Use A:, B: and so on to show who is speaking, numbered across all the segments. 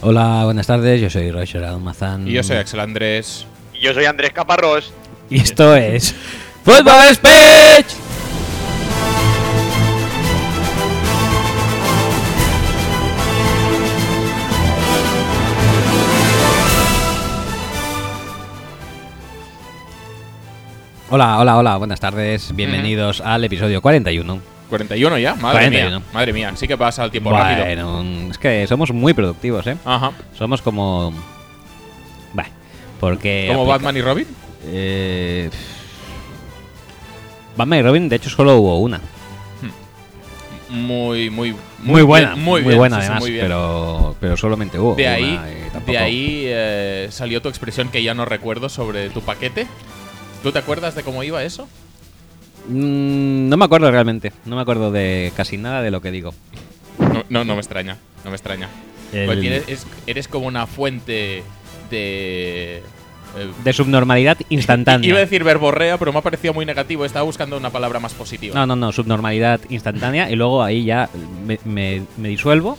A: Hola, buenas tardes. Yo soy Roger Almazán.
B: Y yo soy Axel Andrés.
C: Y yo soy Andrés Caparrós.
A: Y esto es. ¡Football Speech! Hola, hola, hola, buenas tardes. Bienvenidos al episodio 41.
B: 41 ya, madre
A: 41.
B: mía. Madre mía, sí que pasa el tiempo rápido.
A: Bueno, es que somos muy productivos, ¿eh?
B: Ajá.
A: Somos como. Bah, porque.
B: ¿Como
A: aplica-
B: Batman y Robin?
A: Eh, Batman y Robin, de hecho, solo hubo una.
B: Muy, muy, muy,
A: Muy buena,
B: bien,
A: muy,
B: bien,
A: buena
B: sí, sí,
A: además,
B: muy bien.
A: pero, pero solamente hubo.
B: De
A: una,
B: ahí,
A: eh,
B: de
A: tampoco-
B: ahí eh, salió tu expresión que ya no recuerdo sobre tu paquete. ¿Tú te acuerdas de cómo iba eso?
A: Mm, no me acuerdo realmente, no me acuerdo de casi nada de lo que digo.
B: No, no, no me extraña, no me extraña.
A: El-
B: Porque eres, es- eres como una fuente de... eh,
A: De subnormalidad instantánea.
B: Iba a decir verborrea, pero me ha parecido muy negativo. Estaba buscando una palabra más positiva.
A: No, no, no, subnormalidad instantánea y luego ahí ya me, me- me disuelvo.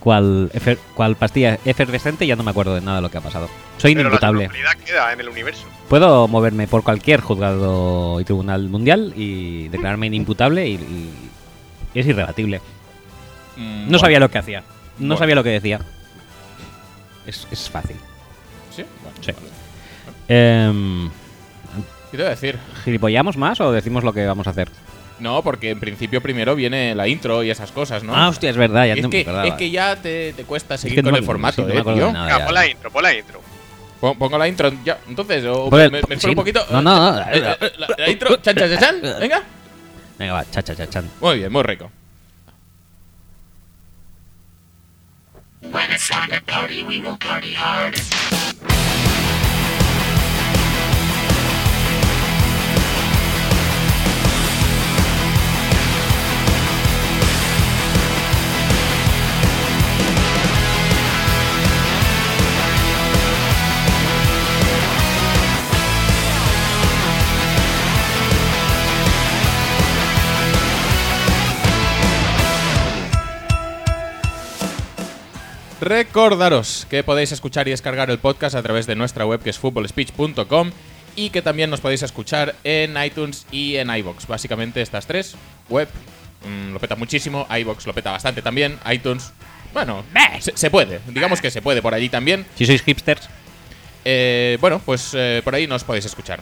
A: Cual, efer- cual pastilla efervescente ya no me acuerdo de nada de lo que ha pasado. Soy
C: Pero la
A: inimputable.
C: normalidad queda en el universo.
A: Puedo moverme por cualquier juzgado y tribunal mundial y declararme inimputable y, y es irrebatible.
B: Mm,
A: No
B: bueno.
A: sabía lo que hacía. No
B: Bueno.
A: sabía lo que decía. Es, es fácil.
B: ¿Sí? Bueno,
A: Sí.
B: vale. ¿Qué
A: Em,
B: te iba a decir?
A: ¿Gilipollamos más o decimos lo que vamos a hacer?
B: No, porque en principio primero viene la intro y esas cosas, ¿no?
A: Ah, hostia, es verdad, ya
B: es,
A: no me
B: que,
A: acordaba.
B: es que ya te, te cuesta seguir
A: que no
B: con
A: me-
B: el formato,
A: sí, no me
B: eh,
A: acuerdo de
B: tío.
A: nada. Ah,
C: Venga,
A: ya.
C: pon la intro, pon la intro.
B: Pon- Pongo la intro ya. Entonces, o
A: Por el-
B: me, me espero
A: sí,
B: un poquito.
A: no, no, no.
B: Eh, eh, eh, La, la intro, chan, chan, chan, chan, venga.
A: Venga, va, cha, cha, cha, chan.
B: Muy bien, muy rico. Recordaros que podéis escuchar y descargar el podcast a través de nuestra web que es footballspeech.com y que también nos podéis escuchar en iTunes y en iBox. Básicamente estas tres, web mm, lo peta muchísimo, iBox lo peta bastante también, iTunes, bueno, se, se puede, digamos que se puede por allí también.
A: Si sois hipsters,
B: Eh, bueno, pues eh, por ahí nos podéis escuchar.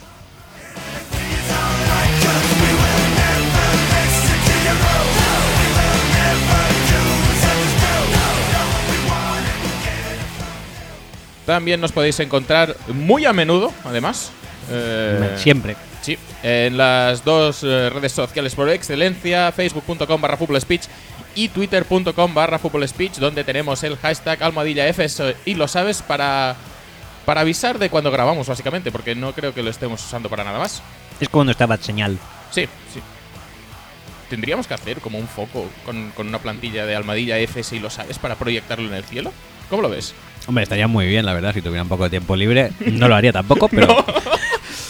B: También nos podéis encontrar muy a menudo, además. eh,
A: siempre.
B: Sí, en las dos eh, redes sociales por excelencia, facebook.com barra Football speech y twitter.com barra Football speech, donde tenemos el hashtag almohadilla FS y lo sabes para, para avisar de cuando grabamos, básicamente, porque no creo que lo estemos usando para nada más.
A: Es como nuestra bad señal.
B: Sí, sí. Tendríamos que hacer como un foco con, con una plantilla de almohadilla FS y lo sabes para proyectarlo en el cielo. ¿Cómo lo ves?
A: Hombre, estaría muy bien, la verdad, si tuviera un poco de tiempo libre. No lo haría tampoco, pero.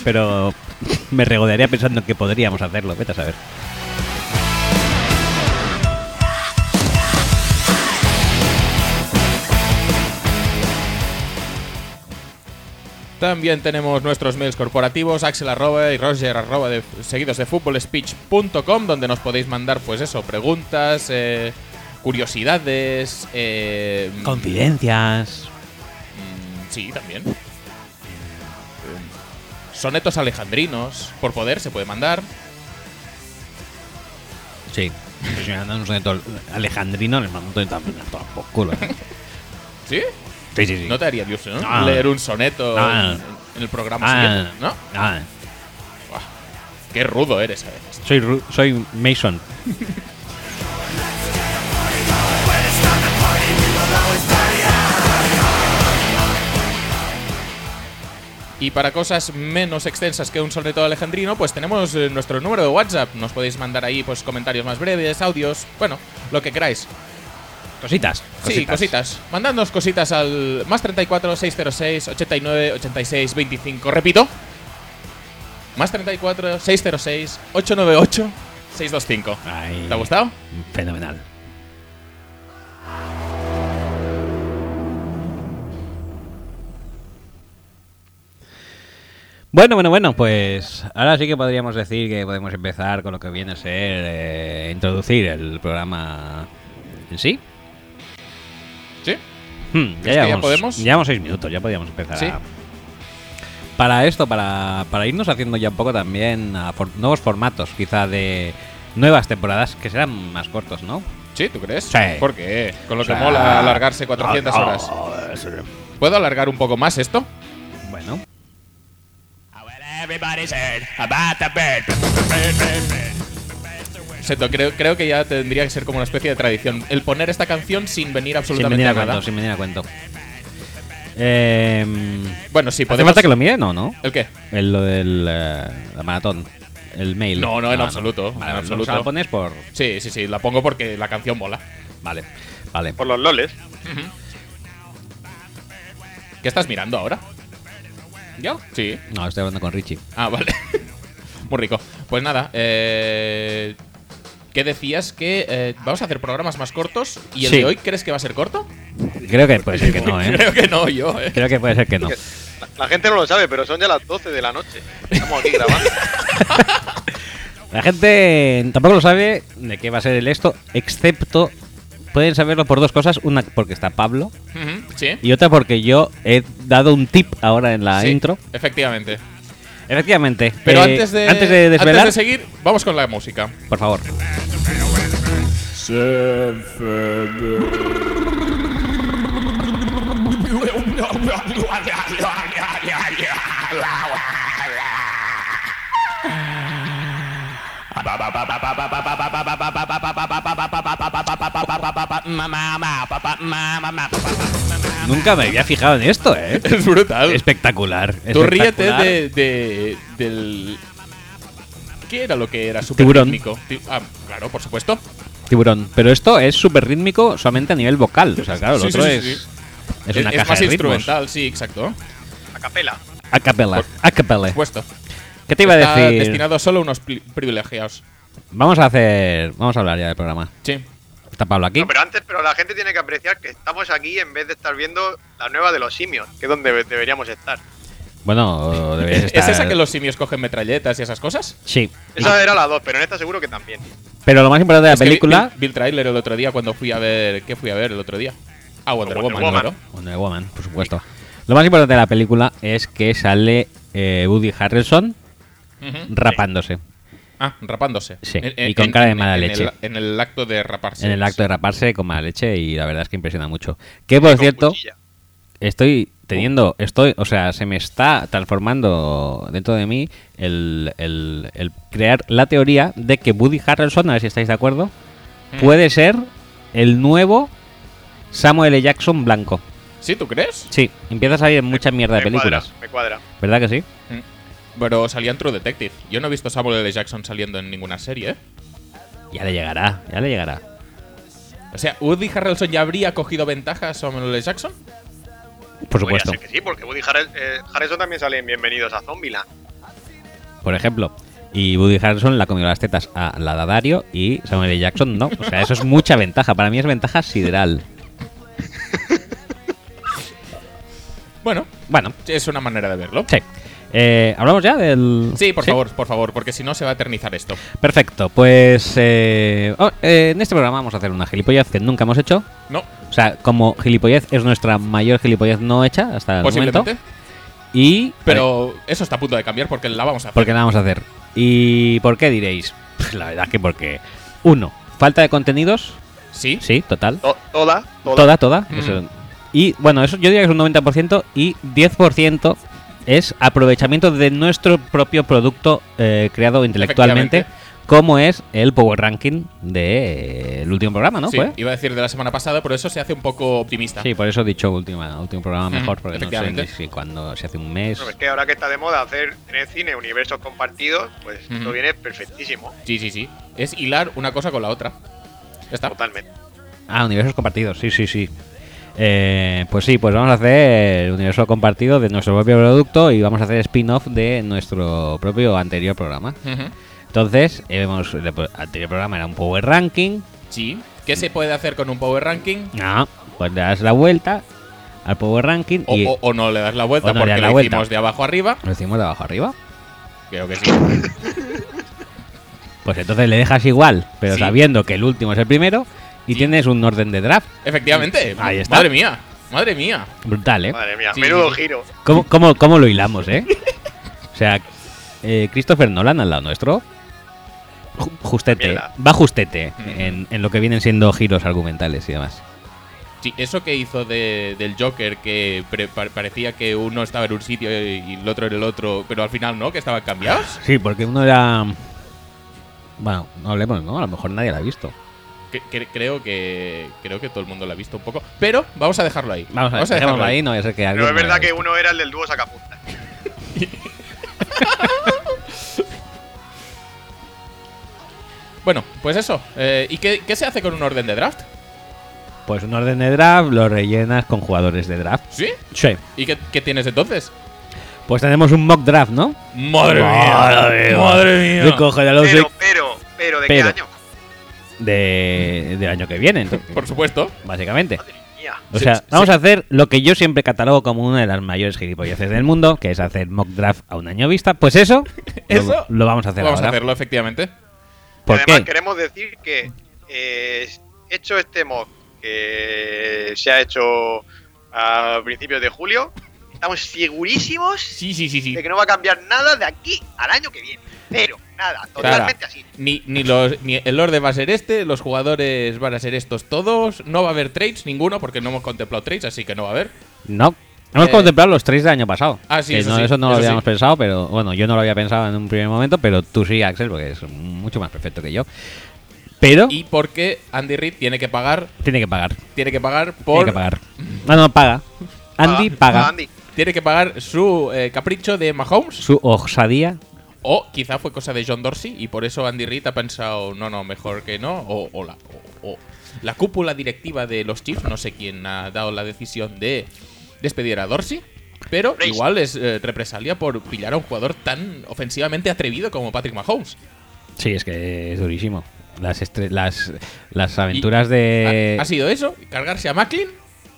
A: Pero me regodearía pensando que podríamos hacerlo, vete a saber.
B: También tenemos nuestros mails corporativos, axel arroba y roger arroba de, seguidos de footballspeech.com, donde nos podéis mandar, pues eso, preguntas, eh, curiosidades. eh,
A: Confidencias.
B: mm, sí, también. Eh, Sonetos alejandrinos, por poder, se puede mandar.
A: Sí. Si me mandan un soneto alejandrino, les mando un soneto a todos por culo. ¿eh?
B: ¿Sí?
A: Sí, sí, sí.
B: No te haría Dios, ¿no?
A: Ah.
B: Leer un soneto
A: Ah.
B: en, en el programa
A: Ah,
B: siguiente, ¿no?
A: ah,
B: Qué rudo eres a veces.
A: soy, Ru- soy Mason.
B: Y para cosas menos extensas que un soneto alejandrino, pues tenemos eh, nuestro número de WhatsApp. Nos podéis mandar ahí pues comentarios más breves, audios, bueno, lo que queráis.
A: Cositas.
B: Sí, cositas. Mandadnos cositas al más 34 606 89 86 25. Repito. Más 34 606 898 625.
A: Ay.
B: ¿Te ha gustado?
A: Fenomenal. Bueno, bueno, bueno, pues ahora sí que podríamos decir que podemos empezar con lo que viene a ser eh, introducir el programa en sí.
B: ¿Sí?
A: Hmm,
B: ¿Crees que
A: ya,
B: ya
A: llevamos,
B: podemos?
A: llevamos seis minutos, ya podíamos empezar.
B: Sí.
A: a- Para esto, para, para irnos haciendo ya un poco también a for- nuevos formatos, quizá de nuevas temporadas que serán más cortos, ¿no?
B: ¿Sí? ¿Tú crees?
A: Sí.
B: ¿Por qué? Con lo
A: O
B: que
A: sea,
B: mola alargarse 400
A: ah,
B: horas.
A: ah, sí.
B: ¿Puedo alargar un poco más esto?
A: Bueno,
B: Excepto, creo, creo que ya tendría que ser como una especie de tradición. El poner esta canción sin venir
A: sin
B: absolutamente
A: venir a
B: a nada.
A: cuento, sin venir a cuento. Eh,
B: Bueno, sí,
A: ¿Hace
B: podemos.
A: falta que lo miren o no?
B: ¿El qué?
A: El, lo del eh, la maratón, el mail.
B: No, no, en absoluto, en
A: Vale,
B: absoluto.
A: o sea, lo pones por...
B: Sí, sí, sí, la pongo porque la canción mola.
A: Vale, vale.
C: Por los loles.
B: ¿Qué estás mirando ahora?
A: ¿Yo?
B: Sí.
A: No, estoy hablando con Richie.
B: Ah, vale. Muy rico. Pues nada, eh, ¿qué decías? Que eh, vamos a hacer programas más cortos. ¿Y el
A: Sí.
B: de hoy crees que va a ser corto?
A: Creo que puede ser que no, ¿eh?
B: Creo que no, yo, eh.
A: Creo que puede ser que no.
C: Que la, la gente no lo sabe, pero son ya las 12 de la noche. Estamos aquí grabando.
A: La gente tampoco lo sabe de qué va a ser el esto, excepto pueden saberlo por dos cosas. Una porque está Pablo
B: Ujú, Sí.
A: y otra porque yo he dado un tip ahora en la
B: Sí,
A: intro.
B: Efectivamente.
A: Efectivamente.
B: Pero
A: eh,
B: antes de.
A: Antes de
B: antes
A: desvelar,
B: de seguir, vamos con la música.
A: por favor. Nunca me había fijado en esto, ¿eh?
B: Es brutal.
A: Espectacular.
B: Tú ríete
A: espectacular.
B: de, de- del. ¿Qué era lo que era? Super
A: Tiburón.
B: Ah, claro, por supuesto.
A: Tiburón. Pero esto es súper rítmico solamente a nivel vocal. O sea, claro, lo
B: Sí,
A: otro
B: sí, sí,
A: es.
B: sí.
A: Es una caja
B: más
A: de ritmos. Eh.
B: instrumental, sí, exacto.
C: A capela.
A: A capella. A capella.
B: Puesto.
A: ¿Qué te iba a
B: Está
A: decir?
B: destinado solo a unos pri- privilegiados.
A: Vamos a hacer. Vamos a hablar ya del programa.
B: Sí.
A: Está Pablo aquí.
C: No, pero antes, pero la gente tiene que apreciar que estamos aquí en vez de estar viendo la nueva de los simios, que es donde debe- deberíamos estar.
A: Bueno, deberías
B: ¿Es
A: estar.
B: esa que los simios cogen metralletas y esas cosas?
A: Sí.
C: Esa era la 2, pero en esta seguro que también.
A: Pero lo más importante de la
B: Es que vi-
A: película.
B: Vi, vi el tráiler el otro día cuando fui a ver. ¿Qué fui a ver el otro día? Ah, Wonder,
C: Wonder
B: Woman,
C: Woman.
B: claro.
A: Wonder Woman, por supuesto. Lo más importante de la película es que sale eh, Woody Harrelson
B: Ujú.
A: rapándose.
B: Ah, rapándose.
A: Sí, y con cara de mala
B: en
A: leche.
B: el- En el, acto de raparse.
A: en el acto de raparse con mala leche y la verdad es que impresiona mucho. Que por
C: Con
A: cierto,
C: cuchilla.
A: estoy teniendo, estoy, o sea, se me está transformando dentro de mí el, el- el crear la teoría de que Woody Harrelson, a ver si estáis de acuerdo,
B: Mm.
A: puede ser el nuevo Samuel L. Jackson blanco.
B: ¿Sí, tú crees?
A: Sí, empieza a salir en mucha mierda de
C: Me cuadra,
A: películas.
C: me cuadra.
A: ¿Verdad que sí?
B: Mm. Pero salía en True Detective. Yo no he visto Samuel L. Jackson saliendo en ninguna serie, ¿eh?
A: Ya le llegará, ya le llegará.
B: O sea, ¿Woody Harrelson ya habría cogido ventaja a Samuel L. Jackson?
A: Por
C: Podría
A: supuesto.
C: ser que sí, porque Woody Harrel- eh, Harrelson también sale en Bienvenidos a Zombieland.
A: Por ejemplo. Y Woody Harrelson la comió las tetas a la de Dario y Samuel L. Jackson no. O sea, eso es mucha ventaja. Para mí es ventaja sideral.
B: Bueno,
A: Bueno,
B: es una manera de verlo.
A: Sí. Eh, ¿Hablamos ya del...?
B: Sí, por favor, por favor, porque si no se va a eternizar esto.
A: Perfecto. Pues eh, oh, eh, en este programa vamos a hacer una gilipollez que nunca hemos hecho.
B: No,
A: O sea, como gilipollez es nuestra mayor gilipollez no hecha hasta el momento.
B: posiblemente.
A: Y...
B: Pero eso está a punto de cambiar porque la vamos a hacer.
A: Porque la vamos a hacer. ¿Y por qué diréis? La verdad es que porque... Uno, falta de contenidos.
B: ¿Sí?
A: Sí, total.
C: To- toda, toda.
A: Toda, toda.
B: Mm.
A: Eso. Y bueno, eso yo diría que es un 90% y 10% es aprovechamiento de nuestro propio producto eh, creado intelectualmente, como es el Power Ranking del último programa, ah, ¿no?
B: Sí,
A: fue?
B: iba a decir de la semana pasada, pero eso se hace un poco optimista.
A: Sí, por eso he dicho última, último programa
B: Mm,
A: mejor, porque no sé
B: efectivamente.
A: ni si cuando se hace un mes.
C: Bueno, es que ahora que está de moda hacer en el cine universos compartidos, pues
B: Ujú.
C: esto viene perfectísimo.
B: sí, sí. sí. Es hilar una cosa con la otra. Ya está.
C: Totalmente.
A: Ah, universos compartidos, sí, sí, sí. Eh, pues sí, pues vamos a hacer el universo compartido de nuestro propio producto y vamos a hacer spin-off de nuestro propio anterior programa.
B: Ujú.
A: Entonces, hemos, el anterior programa era un power ranking.
B: Sí. ¿Qué se puede hacer con un power ranking?
A: No, pues le das la vuelta al Power Ranking
B: O,
A: y
B: o- o no le das la vuelta
A: o no le
B: porque
A: das
B: lo
A: la vuelta.
B: hicimos de abajo arriba.
A: lo hicimos de abajo arriba.
B: Creo que sí.
A: Pues entonces le dejas igual, pero
B: Sí.
A: sabiendo que el último es el primero y
B: Sí.
A: tienes un orden de draft.
B: Efectivamente.
A: Ahí está.
B: Madre mía. Madre mía.
A: Brutal, ¿eh?
C: Madre mía,
B: Sí.
C: menudo giro.
A: ¿Cómo, cómo, cómo lo hilamos, eh? O sea, eh, Christopher Nolan al lado nuestro. ju- Justete,
C: Mierda.
A: va justete
B: Mm.
A: en, en lo que vienen siendo giros argumentales y demás.
B: Sí, eso que hizo de- del Joker, que pre- pa- parecía que uno estaba en un sitio y y el otro en el otro, pero al final no, que estaban cambiados.
A: Sí, porque uno era. Bueno, no hablemos, ¿no? A lo mejor nadie la ha visto.
B: Que- que- creo que creo que todo el mundo lo ha visto un poco, pero vamos a dejarlo ahí.
A: Vamos a, ver, dejémoslo ahí, no vaya a ser que alguien.
C: Pero es
A: no la
C: verdad
A: haya
C: que
A: visto.
C: uno era el del dúo sacapuntas.
B: Bueno, pues eso. Eh, ¿Y qué, qué se hace con un orden de draft?
A: Pues un orden de draft lo rellenas con jugadores de draft.
B: ¿Sí?
A: Sí.
B: ¿Y qué, qué tienes entonces?
A: Pues tenemos un mock draft, ¿no?
B: ¡Madre mía! ¡Madre mía!
A: Yo cojo el Alonso
C: Pero, pero, pero, ¿de
A: Pero.
C: qué año?
A: de, del año que viene, entonces,
B: Por supuesto.
A: básicamente.
C: Madre mía.
A: O
B: Sí,
A: sea,
B: sí,
A: vamos
B: sí.
A: a hacer lo que yo siempre catalogo como una de las mayores gilipolleces del mundo, que es hacer mock draft a un año vista. Pues eso, lo-
B: Eso
A: lo, vamos a hacer
B: Vamos a
A: ahora.
B: hacerlo, efectivamente.
A: ¿Por
C: Además,
A: qué?
C: queremos decir que eh, hecho este mock que se ha hecho a principios de julio, estamos segurísimos
B: Sí, sí, sí, sí.
C: de que no va a cambiar nada de aquí al año que viene. Pero nada, totalmente así.
B: Ni, ni los, ni el orden va a ser este, los jugadores van a ser estos todos. No va a haber trades, ninguno, porque no hemos contemplado trades, así que no va a haber.
A: No. Hemos
B: Eh,
A: contemplado los tres del año pasado.
B: Ah, sí,
A: Que
B: eso
A: no,
B: sí,
A: eso no
B: eso
A: lo habíamos
B: sí.
A: pensado, pero bueno, yo no lo había pensado en un primer momento, pero tú sí, Axel, porque es mucho más perfecto que yo. Pero
B: Y porque Andy Reid tiene que pagar,
A: tiene que pagar.
B: tiene que pagar por.
A: Tiene que pagar. No, no, paga. Andy
C: Ah,
A: paga.
C: Andy.
B: tiene que pagar su eh, capricho de Mahomes.
A: Su osadía.
B: O quizá fue cosa de John Dorsey y por eso Andy Reid ha pensado, no, no, mejor que no. O, o la, o- o la cúpula directiva de los Chiefs, no sé quién ha dado la decisión de despedir a Dorsey, pero
C: Brace.
B: igual es eh, represalia por pillar a un jugador tan ofensivamente atrevido como Patrick Mahomes.
A: Sí, es que es durísimo. Las, estre- las, las aventuras de.
B: ha, ha sido eso, cargarse a Macklin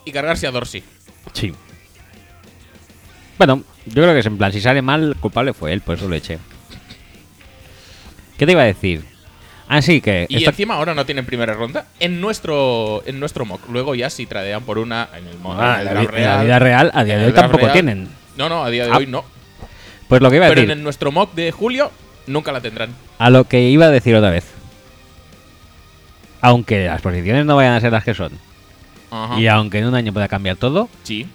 B: y cargarse a Dorsey.
A: Sí. Bueno, yo creo que es en plan, si sale mal, el culpable fue él, por eso lo eché. ¿Qué te iba a decir? Así que.
B: Y
A: esta-
B: encima ahora no tienen primera ronda en nuestro en nuestro mock. Luego ya si tradean por una en el mock.
A: Ah,
B: en el
A: la
B: draft
A: vi- la vida real, a día
B: en
A: de
B: el
A: hoy
B: draft
A: tampoco tienen.
B: No, no, a día de
A: Ah.
B: hoy no.
A: Pues lo que iba a
B: Pero
A: decir,
B: en el- nuestro mock de julio nunca la tendrán.
A: a lo que iba a decir otra vez. Aunque las posiciones no vayan a ser las que son,
B: Ajá.
A: y aunque en un año pueda cambiar todo,
B: Sí.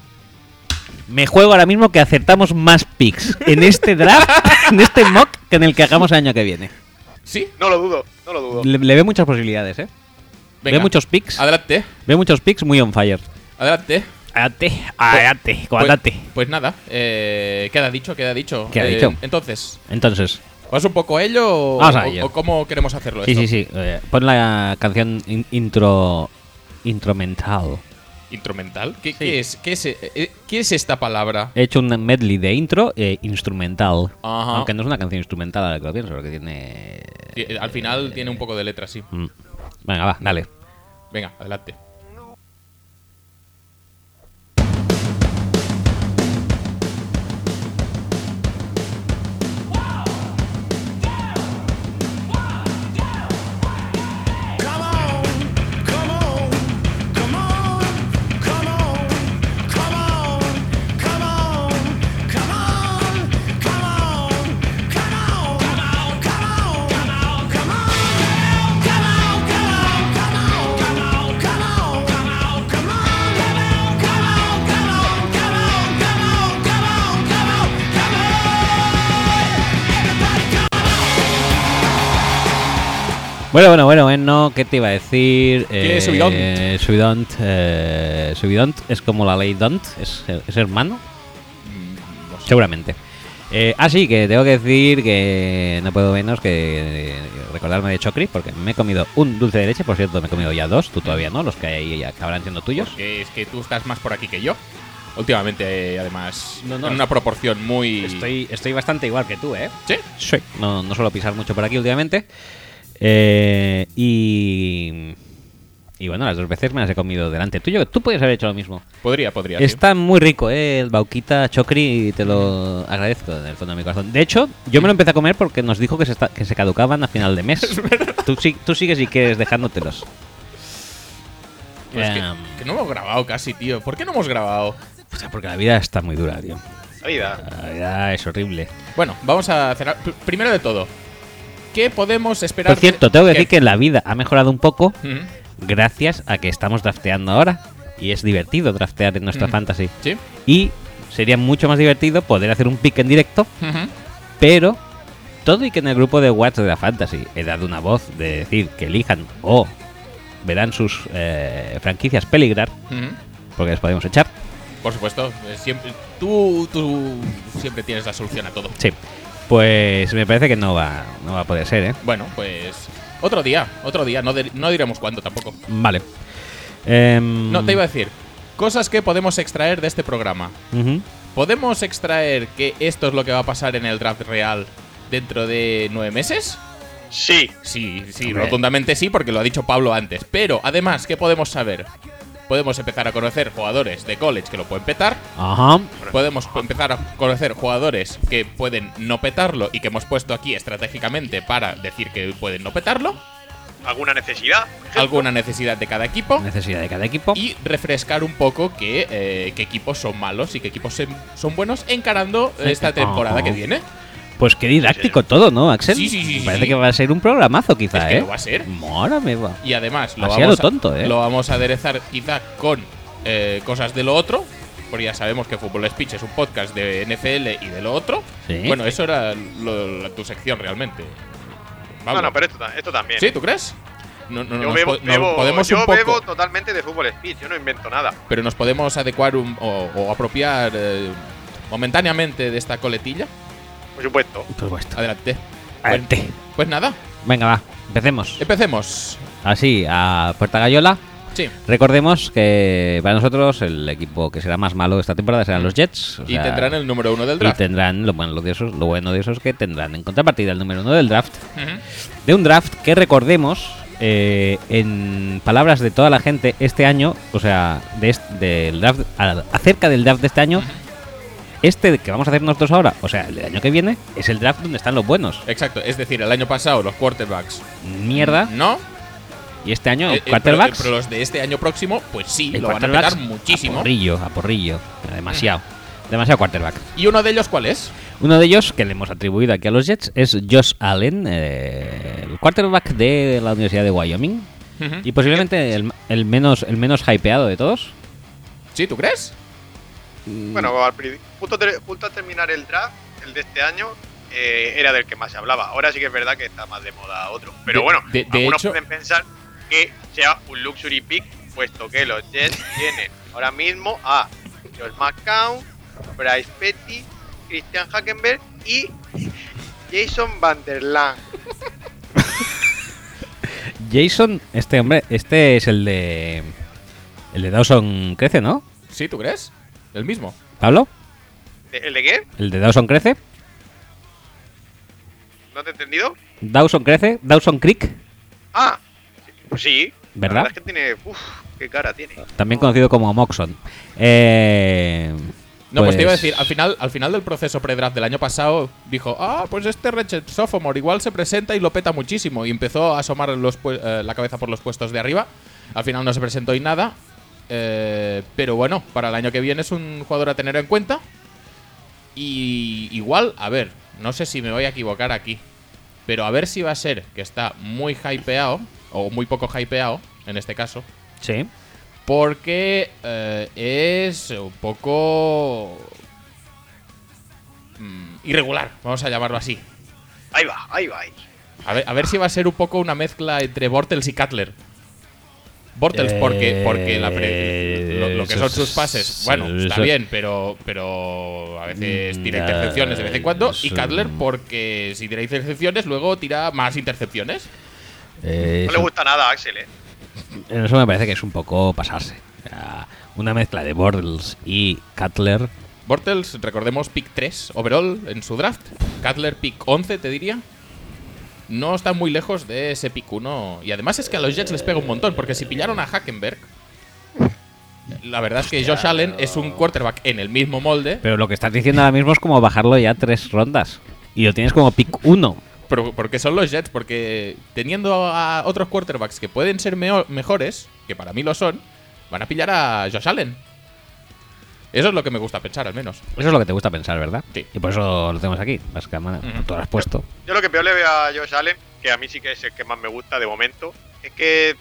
A: me juego ahora mismo que acertamos más picks en este draft, en este mock, que en el que hagamos el año que viene.
B: Sí.
C: No lo dudo, no lo dudo.
A: Le, le veo muchas posibilidades, ¿eh?
B: Oh. Venga.
A: Ve muchos picks.
B: Adelante.
A: Ve muchos picks muy on fire.
B: Adelante.
A: Ate, ate,
B: Pues,
A: cuadrate.
B: pues nada. Eh, queda dicho, queda dicho.
A: Queda
B: Eh,
A: dicho.
B: Entonces,
A: Entonces,
B: ¿vas un poco a ello o,
A: Vamos a
B: o-
A: ello.
B: o cómo queremos hacerlo?
A: sí,
B: esto?
A: sí, sí. eh, pon la canción in- intro. Intromental.
B: ¿Instrumental? ¿Qué, qué es, qué, es, eh, eh, qué es esta palabra?
A: He hecho un medley de intro e instrumental.
B: Ajá.
A: Aunque no es una canción instrumental ahora que lo pienso, porque tiene.
B: Ti- eh, Al final tiene un poco de letra, sí.
A: Mm. Venga, va, dale.
B: Venga, adelante.
D: Come on, come on, come on, come on, come on, come on, come on, come on, come on, come on, come on, come on, come on, come on, come on, come on, come on, come on, come on, come on, come on, come on, come on, come on, come on, come on, come on, everybody come on.
A: Bueno, bueno, bueno, bueno, ¿qué te iba a decir?
B: ¿Qué subidón?
A: subidont, eh, subidont es como la ley don't, es, es hermano. Seguramente. Eh, ah, sí, que tengo que decir que no puedo menos que eh, recordarme de Chocri, porque me he comido un dulce de leche, por cierto, me he comido ya dos, tú todavía no, los que hay ahí ya acabarán siendo tuyos.
B: Porque es que tú estás más por aquí que yo. Últimamente, eh, además,
A: No, no,
B: en una proporción muy...
A: Estoy, estoy bastante igual que tú, ¿eh?
B: ¿Sí?
A: Sí. No, no suelo pisar mucho por aquí últimamente. Eh, y. Y bueno, las dos veces me las he comido delante tuyo. Tú podías haber hecho lo mismo.
B: Podría, podría. sí.
A: Está muy rico, ¿eh? El Bauquita Chocri, y te lo agradezco del fondo de mi corazón. De hecho, yo me lo empecé a comer porque nos dijo que se, esta- que se caducaban a final de mes. tú, sí- tú sigues y quieres dejándotelos.
B: Pues que,
A: Em,
B: que no hemos grabado casi, tío. ¿Por qué no hemos grabado?
A: o sea, porque la vida está muy dura, tío.
C: La vida.
A: La vida es horrible.
B: Bueno, vamos a cerrar. Pr- Primero de todo, ¿qué podemos esperar?
A: Por cierto, tengo que decir que la vida ha mejorado un poco
B: que.
A: gracias a que estamos drafteando ahora. Y es divertido draftear en nuestra
B: Mm.
A: fantasy.
B: ¿Sí?
A: Y sería mucho más divertido poder hacer un pick en directo,
B: Ujú.
A: pero todo y que en el grupo de WhatsApp de la Fantasy he dado una voz de decir que elijan o verán sus eh, franquicias peligrar,
B: Ujú.
A: porque les podemos echar.
B: Por supuesto, eh, siempre, tú, tú siempre tienes la solución a todo.
A: Sí. Pues me parece que no va, no va a poder ser, ¿eh?
B: Bueno, pues otro día, otro día, no, de- no diremos cuándo tampoco.
A: Vale. Em,
B: No, te iba a decir, cosas que podemos extraer de este programa.
A: ujú.
B: ¿Podemos extraer que esto es lo que va a pasar en el draft real dentro de nueve meses?
C: Sí.
B: Sí, sí,
A: Hombre.
B: rotundamente sí, porque lo ha dicho Pablo antes. Pero, además, ¿qué podemos saber? Podemos empezar a conocer jugadores de college que lo pueden petar.
A: Ajá.
B: Podemos empezar a conocer jugadores que pueden no petarlo y que hemos puesto aquí estratégicamente para decir que pueden no petarlo.
C: ¿Alguna necesidad?
B: Alguna necesidad de cada equipo.
A: Necesidad de cada equipo.
B: Y refrescar un poco que, eh, qué equipos son malos y qué equipos se- son buenos encarando esta temporada que viene.
A: Pues qué didáctico todo, ¿no, Axel?
B: Sí, sí, sí, sí,
A: Parece
B: sí.
A: que va a ser un programazo, quizá,
B: Es que
A: ¿eh?
B: lo va a ser.
A: Mora me va.
B: Y además lo
A: Así a
B: vamos,
A: lo tonto, ¿eh?
B: lo vamos a aderezar quizá con eh, cosas de lo otro. Porque ya sabemos que Fútbol Speech es un podcast de NFL y de lo otro.
A: Sí.
B: Bueno, eso era lo- la- tu sección realmente.
C: No,
B: Pablo.
C: no, pero esto, ta- esto también.
B: ¿Sí? ¿Tú crees? No, no,
C: Yo
B: nos
C: bebo,
B: po- nos
C: bebo-
B: podemos
C: yo
B: un poco,
C: bebo totalmente de fútbol speed, yo no invento nada.
B: pero nos podemos adecuar un- o, o apropiar eh, momentáneamente de esta coletilla.
C: Por supuesto.
A: Por supuesto.
B: Adelante.
A: Adelante.
B: Pues, pues nada,
A: Venga, va. Empecemos.
B: Eh. empecemos.
A: Así, a Puerta Gallola.
B: Sí.
A: Recordemos que para nosotros el equipo que será más malo esta temporada serán los Jets. o
B: Y
A: sea,
B: tendrán el número uno del
A: y
B: draft.
A: tendrán, lo bueno, lo de esos, lo bueno de eso es que tendrán en contrapartida el número uno del draft.
B: Ujú.
A: De un draft que recordemos, eh, en palabras de toda la gente, este año, o sea, de est- del draft, a- acerca del draft de este año, este que vamos a hacer nosotros ahora, o sea, el del año que viene, es el draft donde están los buenos.
B: Exacto, es decir, el año pasado los quarterbacks.
A: Mierda.
B: No,
A: Y este año,
B: Eh, eh,
A: quarterbacks.
B: Pero, pero los de este año próximo, pues sí,
A: el
B: lo van a
A: quarterback
B: petar muchísimo.
A: A porrillo, a porrillo. Demasiado. Demasiado quarterback.
B: ¿Y uno de ellos cuál es?
A: Uno de ellos que le hemos atribuido aquí a los Jets es Josh Allen, eh, el quarterback de la Universidad de Wyoming. Y posiblemente el, el menos, el menos hypeado de todos.
B: ¿Sí, tú crees? Mm.
C: Bueno, al pri- justo, ter- justo al terminar el draft, el de este año, eh, era del que más se hablaba. Ahora sí que es verdad que está más de moda otro. Pero
B: De-
C: bueno,
B: de- de
C: algunos
B: hecho-
C: pueden pensar que sea un luxury pick, puesto que los Jets tienen ahora mismo a Josh McCown, Bryce Petty, Christian Hackenberg y Jason Vanderland.
A: Jason, este hombre, este es el de. El de Dawson Crece, ¿no?
B: ¿Sí, tú crees? El mismo.
A: ¿Pablo?
C: ¿El de qué?
A: ¿El de Dawson Crece?
C: ¿No te he entendido?
A: ¿Dawson Crece? ¿Dawson Creek?
C: Ah, pues sí. La
A: ¿Verdad?
C: es que tiene. Uf, qué cara tiene.
A: También conocido como Moxon. Eh,
B: No, pues, te iba a decir, al final, al final del proceso pre-draft del año pasado, dijo, ah, pues este Ratchet Sophomore igual se presenta y lo peta muchísimo. Y empezó a asomar los pue- eh, la cabeza por los puestos de arriba. Al final no se presentó y nada. Eh, pero bueno, para el año que viene es un jugador a tener en cuenta. Y igual, a ver, no sé si me voy a equivocar aquí. Pero a ver si va a ser que está muy hypeado, o muy poco hypeado, en este caso,
A: Sí.
B: porque eh, es un poco mm, irregular, vamos a llamarlo así.
C: Ahí va, ahí va. Ahí.
B: A ver, a ver si va a ser un poco una mezcla entre Bortels y Cutler. Bortels porque, porque la pre- lo, lo que son sus pases, bueno, está bien, pero, pero a veces tira intercepciones de vez en cuando. Y Cutler porque si tira intercepciones, luego tira más intercepciones.
A: Eh,
C: No le gusta nada a Axel, ¿eh?
A: En eso me parece que es un poco pasarse. O sea, Una mezcla de Bortles y Cutler.
B: Bortles, recordemos, pick 3 overall en su draft. Cutler, pick 11, te diría. no están muy lejos de ese pick 1. Y además es que a los Jets les pega un montón, porque si pillaron a Hackenberg, la verdad es que Josh Allen es un quarterback en el mismo molde,
A: Pero lo que estás diciendo ahora mismo es como bajarlo ya tres rondas. Y lo tienes como pick 1.
B: pero- porque son los Jets, porque teniendo a otros quarterbacks que pueden ser meo- mejores, que para mí lo son, van a pillar a Josh Allen. Eso es lo que me gusta pensar, al menos.
A: Eso es lo que te gusta pensar, ¿verdad?
B: Sí.
A: Y por eso lo tenemos aquí. Básicamente,
B: Ujú.
A: tú lo has puesto.
C: Yo lo que peor le veo a Josh Allen, que a mí sí que es el que más me gusta de momento, es que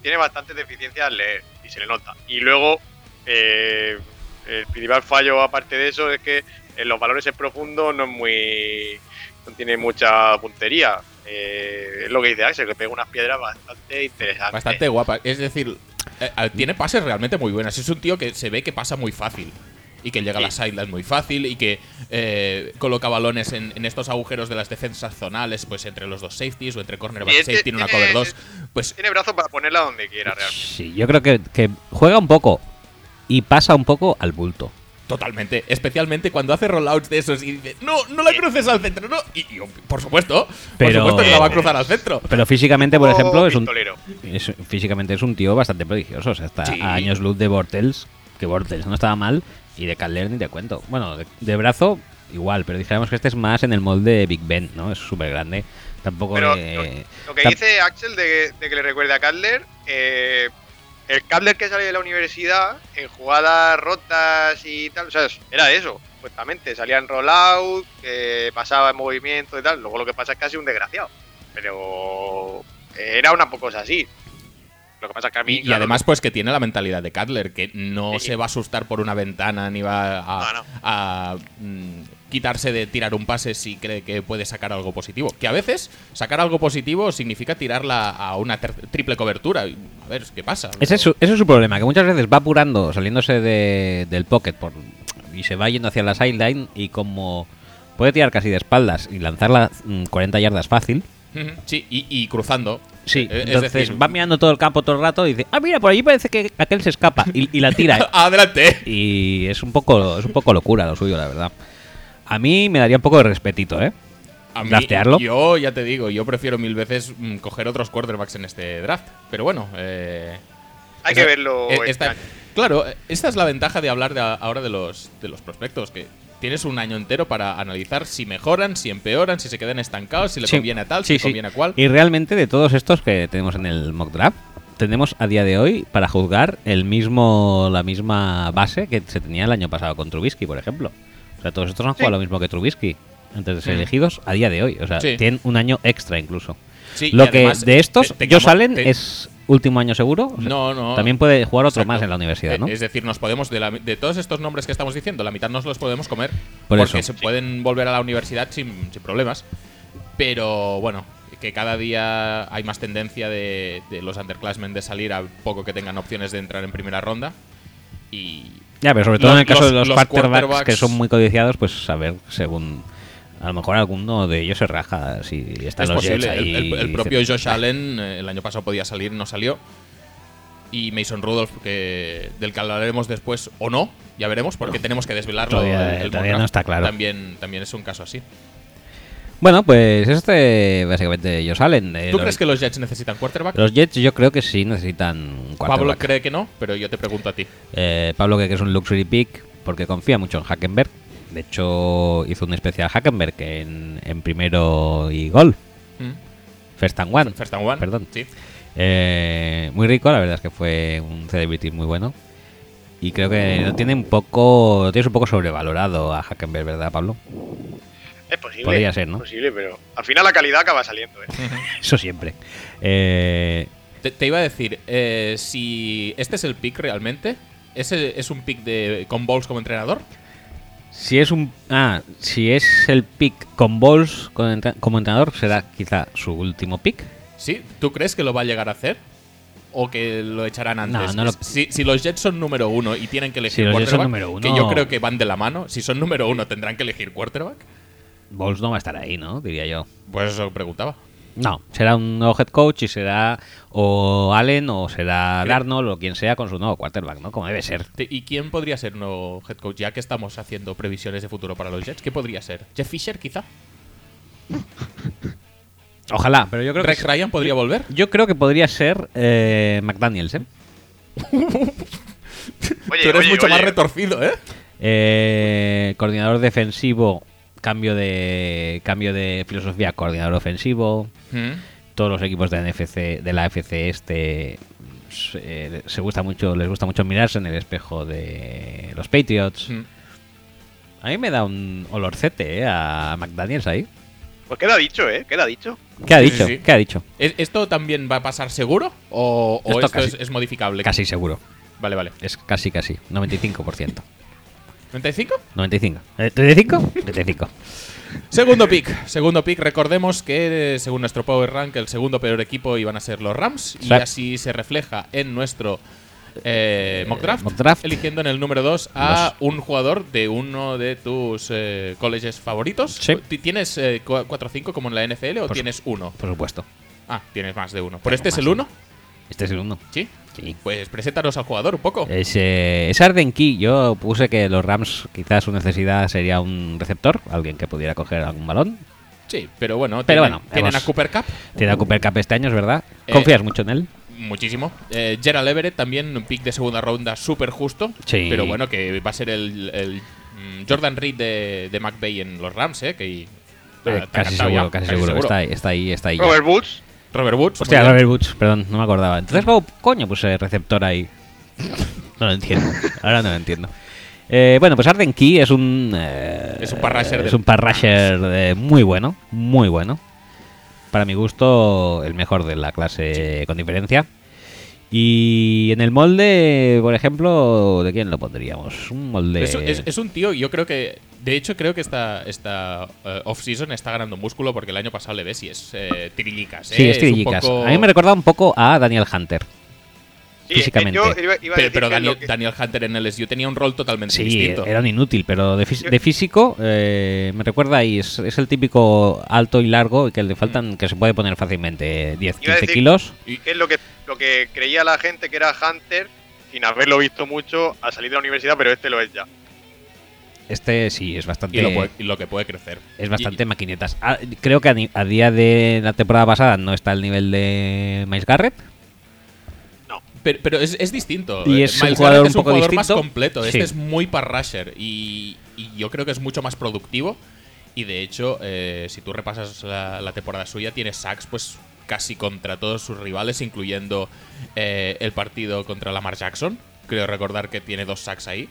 C: tiene bastantes deficiencias al leer y se le nota. Y luego, eh, el principal fallo aparte de eso es que en los valores en profundo no es muy. no tiene mucha puntería. Eh, es lo que dice Axel, que pega unas piedras bastante interesantes.
B: Bastante guapa. Es decir, eh, eh, tiene pases realmente muy buenas. Es un tío que se ve que pasa muy fácil. Y que llega a las sidelines muy fácil. Y que eh, coloca balones en, en estos agujeros de las defensas zonales. Pues entre los dos safeties o entre cornerback
C: Y es que
B: safety en una
C: tiene-
B: cover 2. Pues
C: Tiene brazos para ponerla donde quiera realmente.
A: Sí, yo creo que, que juega un poco y pasa un poco al bulto.
B: totalmente. Especialmente cuando hace rollouts de esos y dice: No, no la cruces al centro. No. Y, y, por supuesto,
A: Pero-
B: por supuesto que la va a
C: Eh,
B: cruzar al centro.
A: Pero físicamente, Este, por
C: Oh,
A: ejemplo, es un,
C: pistolero.
A: es- físicamente es un tío bastante prodigioso. O sea, está
B: Sí.
A: a años luz de Bortels, que Bortels no estaba mal, y de Calder ni te cuento. Bueno, de, de brazo igual, pero dijéramos que este es más en el molde de Big Ben, ¿no? Es súper grande. Tampoco
C: Pero
A: le-
C: Lo que
A: tam-
C: dice Axel de, de que le recuerde a Cutler, eh, el Cutler que sale de la universidad en jugadas rotas y tal, o sea, era eso, supuestamente. Salía en rollout, que pasaba en movimiento y tal. Luego lo que pasa es que ha sido un desgraciado. Pero era una poco cosa así. Lo que pasa es que a mí.
B: Y, y
C: claro,
B: además, pues que tiene la mentalidad de Cutler, que no
C: Sí.
B: se va a asustar por una ventana ni va a,
C: No, no.
B: a, mm, quitarse de tirar un pase si cree que puede sacar algo positivo. Que a veces sacar algo positivo significa tirarla a una ter- triple cobertura. Y, A ver, ¿qué pasa?
A: Ese es, su, ese es su problema, que muchas veces va apurando, saliéndose de- del pocket por, y se va yendo hacia la sideline y como puede tirar casi de espaldas y lanzarla mm, 40 yardas fácil,
B: Ujú, Sí, y, y cruzando.
A: sí,
B: Eh, es
A: entonces
B: decir,
A: va mirando todo el campo todo el rato y dice, ah, mira, por allí parece que aquel se escapa y, y la tira.
B: Adelante.
A: y es un poco es un poco locura lo suyo, la verdad. A mí me daría un poco de respetito, ¿eh?
B: A mí-
A: ¿Draftearlo?
B: Yo ya te digo, yo prefiero mil veces mm, coger otros quarterbacks en este draft. Pero bueno, eh,
C: hay
B: Esa-
C: que verlo.
B: eh,
C: este
B: esta-
C: año.
B: claro, eh, esta es la ventaja de hablar de a- ahora de los, de los prospectos, que tienes un año entero para analizar si mejoran, si empeoran, si se quedan estancados, si le
A: Sí.
B: conviene a tal,
A: Sí,
B: si le
A: sí.
B: conviene a cual.
A: Y realmente de todos estos que tenemos en el mock draft, tenemos a día de hoy para juzgar el mismo la misma base que se tenía el año pasado con Trubisky, por ejemplo. O sea, todos estos han jugado lo mismo que Trubisky antes de ser
B: Mm.
A: elegidos a día de hoy. O sea,
B: Sí.
A: tienen un año extra incluso.
B: Sí, y
A: lo que
B: además,
A: de estos,
B: te- te
A: yo
B: camo-
A: salen
B: te-
A: es último año seguro. O sea,
B: No, no.
A: También puede jugar otro
B: Exacto.
A: más en la universidad,
B: Eh,
A: ¿no?
B: Es decir, nos podemos de, la- de todos estos nombres que estamos diciendo, la mitad nos los podemos comer
A: Por
B: porque
A: eso.
B: se pueden volver a la universidad sin, sin problemas. Pero bueno, que cada día hay más tendencia de, de los underclassmen de salir a poco que tengan opciones de entrar en primera ronda. Y
A: Ya, pero sobre todo
B: Los-
A: en el caso
B: los-
A: de los,
B: los
A: quarterbacks,
B: quarterbacks-
A: que son muy codiciados, pues saber según. A lo mejor alguno de ellos se raja si están
B: es
A: los Jets
B: posible.
A: ahí
B: El, el-
A: y
B: el
A: dice,
B: propio Josh
A: "Ah,
B: Allen eh, el año pasado podía salir, no salió. Y Mason Rudolph, que, del que hablaremos después o no, ya veremos, porque tenemos que desvelarlo.
A: Todavía-
B: el- el
A: todavía
B: mock
A: no
B: draft.
A: está claro.
B: También, también es un caso así.
A: Bueno, pues este básicamente ellos salen. eh,
B: ¿Tú
A: los,
B: crees que los Jets necesitan quarterback?
A: los Jets yo creo que sí necesitan un
B: Pablo
A: quarterback.
B: cree que no, pero yo te pregunto a ti.
A: Eh, Pablo que que es un luxury pick porque confía mucho en Hackenberg. De hecho hizo un especial Hackenberg en, en primero y gol.
B: ¿Mm?
A: First and one.
B: First and one.
A: Perdón.
B: Sí.
A: Eh, muy rico, la verdad es que fue un celebrity muy bueno. Y creo que lo tiene un poco, lo tienes un poco sobrevalorado a Hackenberg, ¿verdad, Pablo?
C: Es posible.
A: podría ser, ¿no?
C: Es posible, pero al final la calidad acaba saliendo. ¿eh?
A: Eso siempre. Eh,
B: Te, te iba a decir, eh, si este es el pick realmente, ¿ese es un pick de con Bowles como entrenador?
A: si es un, ah, si es el pick con Balls con entra- como entrenador, será quizá su último pick.
B: ¿Sí? ¿Tú crees que lo va a llegar a hacer? ¿O que lo echarán antes?
A: no lo-
B: si, si los Jets son número uno y tienen que
A: Si
B: elegir
A: los Jets son
B: quarterback,
A: número
B: que
A: uno-
B: yo creo que van de la mano, si son número uno tendrán que elegir quarterback.
A: Balls no va a estar ahí, ¿no? Diría yo.
B: Pues eso preguntaba.
A: No, será un nuevo head coach y será o Allen o será
B: Creo-
A: Darnold o quien sea con su nuevo quarterback, ¿no? Como debe ser.
B: Te- ¿Y quién podría ser nuevo head coach? Ya que estamos haciendo previsiones de futuro para los Jets, ¿qué podría ser? ¿Jeff Fisher, quizá?
A: Ojalá, pero yo creo
B: Rex
A: que.
B: Ryan podría volver.
A: Yo creo que podría ser eh, McDaniels, ¿eh?
C: Oye,
B: Tú eres
C: oye,
B: mucho más
C: oye,
B: retorcido, ¿eh?
A: Eh, coordinador defensivo, cambio de cambio de filosofía, coordinador ofensivo. Todos los equipos de, NFC, de la FC este se, se gusta mucho, les gusta mucho mirarse en el espejo de los Patriots.
B: Mm.
A: A mí me da un olorcete eh, a McDaniels ahí.
C: Pues queda dicho, ¿eh? Queda dicho.
A: ¿Qué ha
B: Sí, sí,
A: dicho?
B: sí.
A: ¿Qué ha dicho?
B: ¿Es- ¿E-, ¿Esto también va a pasar seguro? ¿O, o
A: Esto
B: esto,
A: casi.
B: es, es modificable?
A: Casi seguro.
B: Vale, vale.
A: Es casi, casi. 95%.
B: ¿95?
A: 95. Eh, ¿35? 35.
B: Segundo pick. Segundo pick. Recordemos que, eh, según nuestro Power Rank, el segundo peor equipo iban a ser los Rams. Y
A: Claro.
B: así se refleja en nuestro eh, mock, draft,
A: mock draft.
B: Eligiendo en el número 2 a un jugador de uno de tus eh, colleges favoritos.
A: Sí.
B: Ti- ¿Tienes 4 o 5 como en la NFL o
A: Pues-
B: tienes uno?
A: Por supuesto.
B: Ah, tienes más de uno. ¿Por este es
A: más
B: el
A: de
B: uno?
A: Este es el uno.
B: Sí.
A: Sí.
B: Pues preséntanos al jugador un poco.
A: Es, eh, es Arden Key. Yo puse que los Rams quizás su necesidad sería un receptor, alguien que pudiera coger algún balón.
B: Sí, pero bueno,
A: Pero
B: tienen,
A: bueno,
B: tienen
A: hemos-
B: a Cooper Cup,
A: Tiene a Cooper Cup este año, es verdad.
B: Eh,
A: ¿Confías mucho en él?
B: muchísimo. Eh, Gerald Everett también, un pick de segunda ronda súper justo.
A: Sí.
B: Pero bueno, que va a ser el, el, mm, Jordan Reed de, de McVay en los Rams, ¿eh? Que
A: Eh,
B: está- está
A: casi
B: cantado
A: seguro,
B: ya,
A: casi, seguro. Está ahí, está ahí, está ahí. ya.
C: Robert Woods.
B: Robert Woods.
A: Hostia,
B: muy bien.
A: Robert Woods, perdón, no me acordaba. Entonces, ¿cómo coño puse receptor ahí? No lo entiendo. Ahora no lo entiendo. Eh, bueno, pues Arden Key es un. eh,
B: Es un pass rusher
A: Es
B: de-
A: un pass rusher, eh, muy bueno, muy bueno. Para mi gusto, el mejor de la clase con diferencia. Y en el molde, por ejemplo, ¿de quién lo pondríamos? Un molde.
B: Es, un- es- es un tío, y yo creo que. De hecho, creo que esta, esta eh, off-season está ganando músculo porque el año pasado le ves y es eh, tirillicas.
A: sí,
B: ¿eh?
A: es
B: un
A: tirillicas.
B: poco-
A: A mí me recordaba un poco a Daniel Hunter.
C: Sí,
A: Físicamente.
C: yo iba- iba a
B: Pero, pero
C: decir que lo
B: Daniel,
C: que-
B: Daniel Hunter en LSU tenía un rol totalmente
A: Sí,
B: distinto.
A: era un inútil, pero de, fis-
C: Yo-
A: de físico eh, me recuerda y es, es el típico alto y largo y que le
B: Mm.
A: faltan, que se puede poner fácilmente 10,
C: Iba a
A: 15
C: decir-
A: kilos.
B: Y-
C: que es lo que, lo que creía la gente que era Hunter, sin haberlo visto mucho al salir de la universidad, pero este lo es ya.
A: Este sí, es bastante,
B: y lo, puede- y lo que puede crecer.
A: es bastante maquinetas. Ah, creo que a, ni- a día de la temporada pasada no está al nivel de Miles Garrett.
B: Pero, pero es, es distinto.
A: Y
B: Eh,
A: es un jugador
B: Garrett
A: un poco
B: jugador más
A: distinto.
B: completo.
A: Sí.
B: Este es muy para rusher y, y yo creo que es mucho más productivo. Y de hecho, eh, si tú repasas la, la temporada suya, tiene sacks pues casi contra todos sus rivales, incluyendo eh, el partido contra Lamar Jackson. Creo recordar que tiene dos sacks ahí.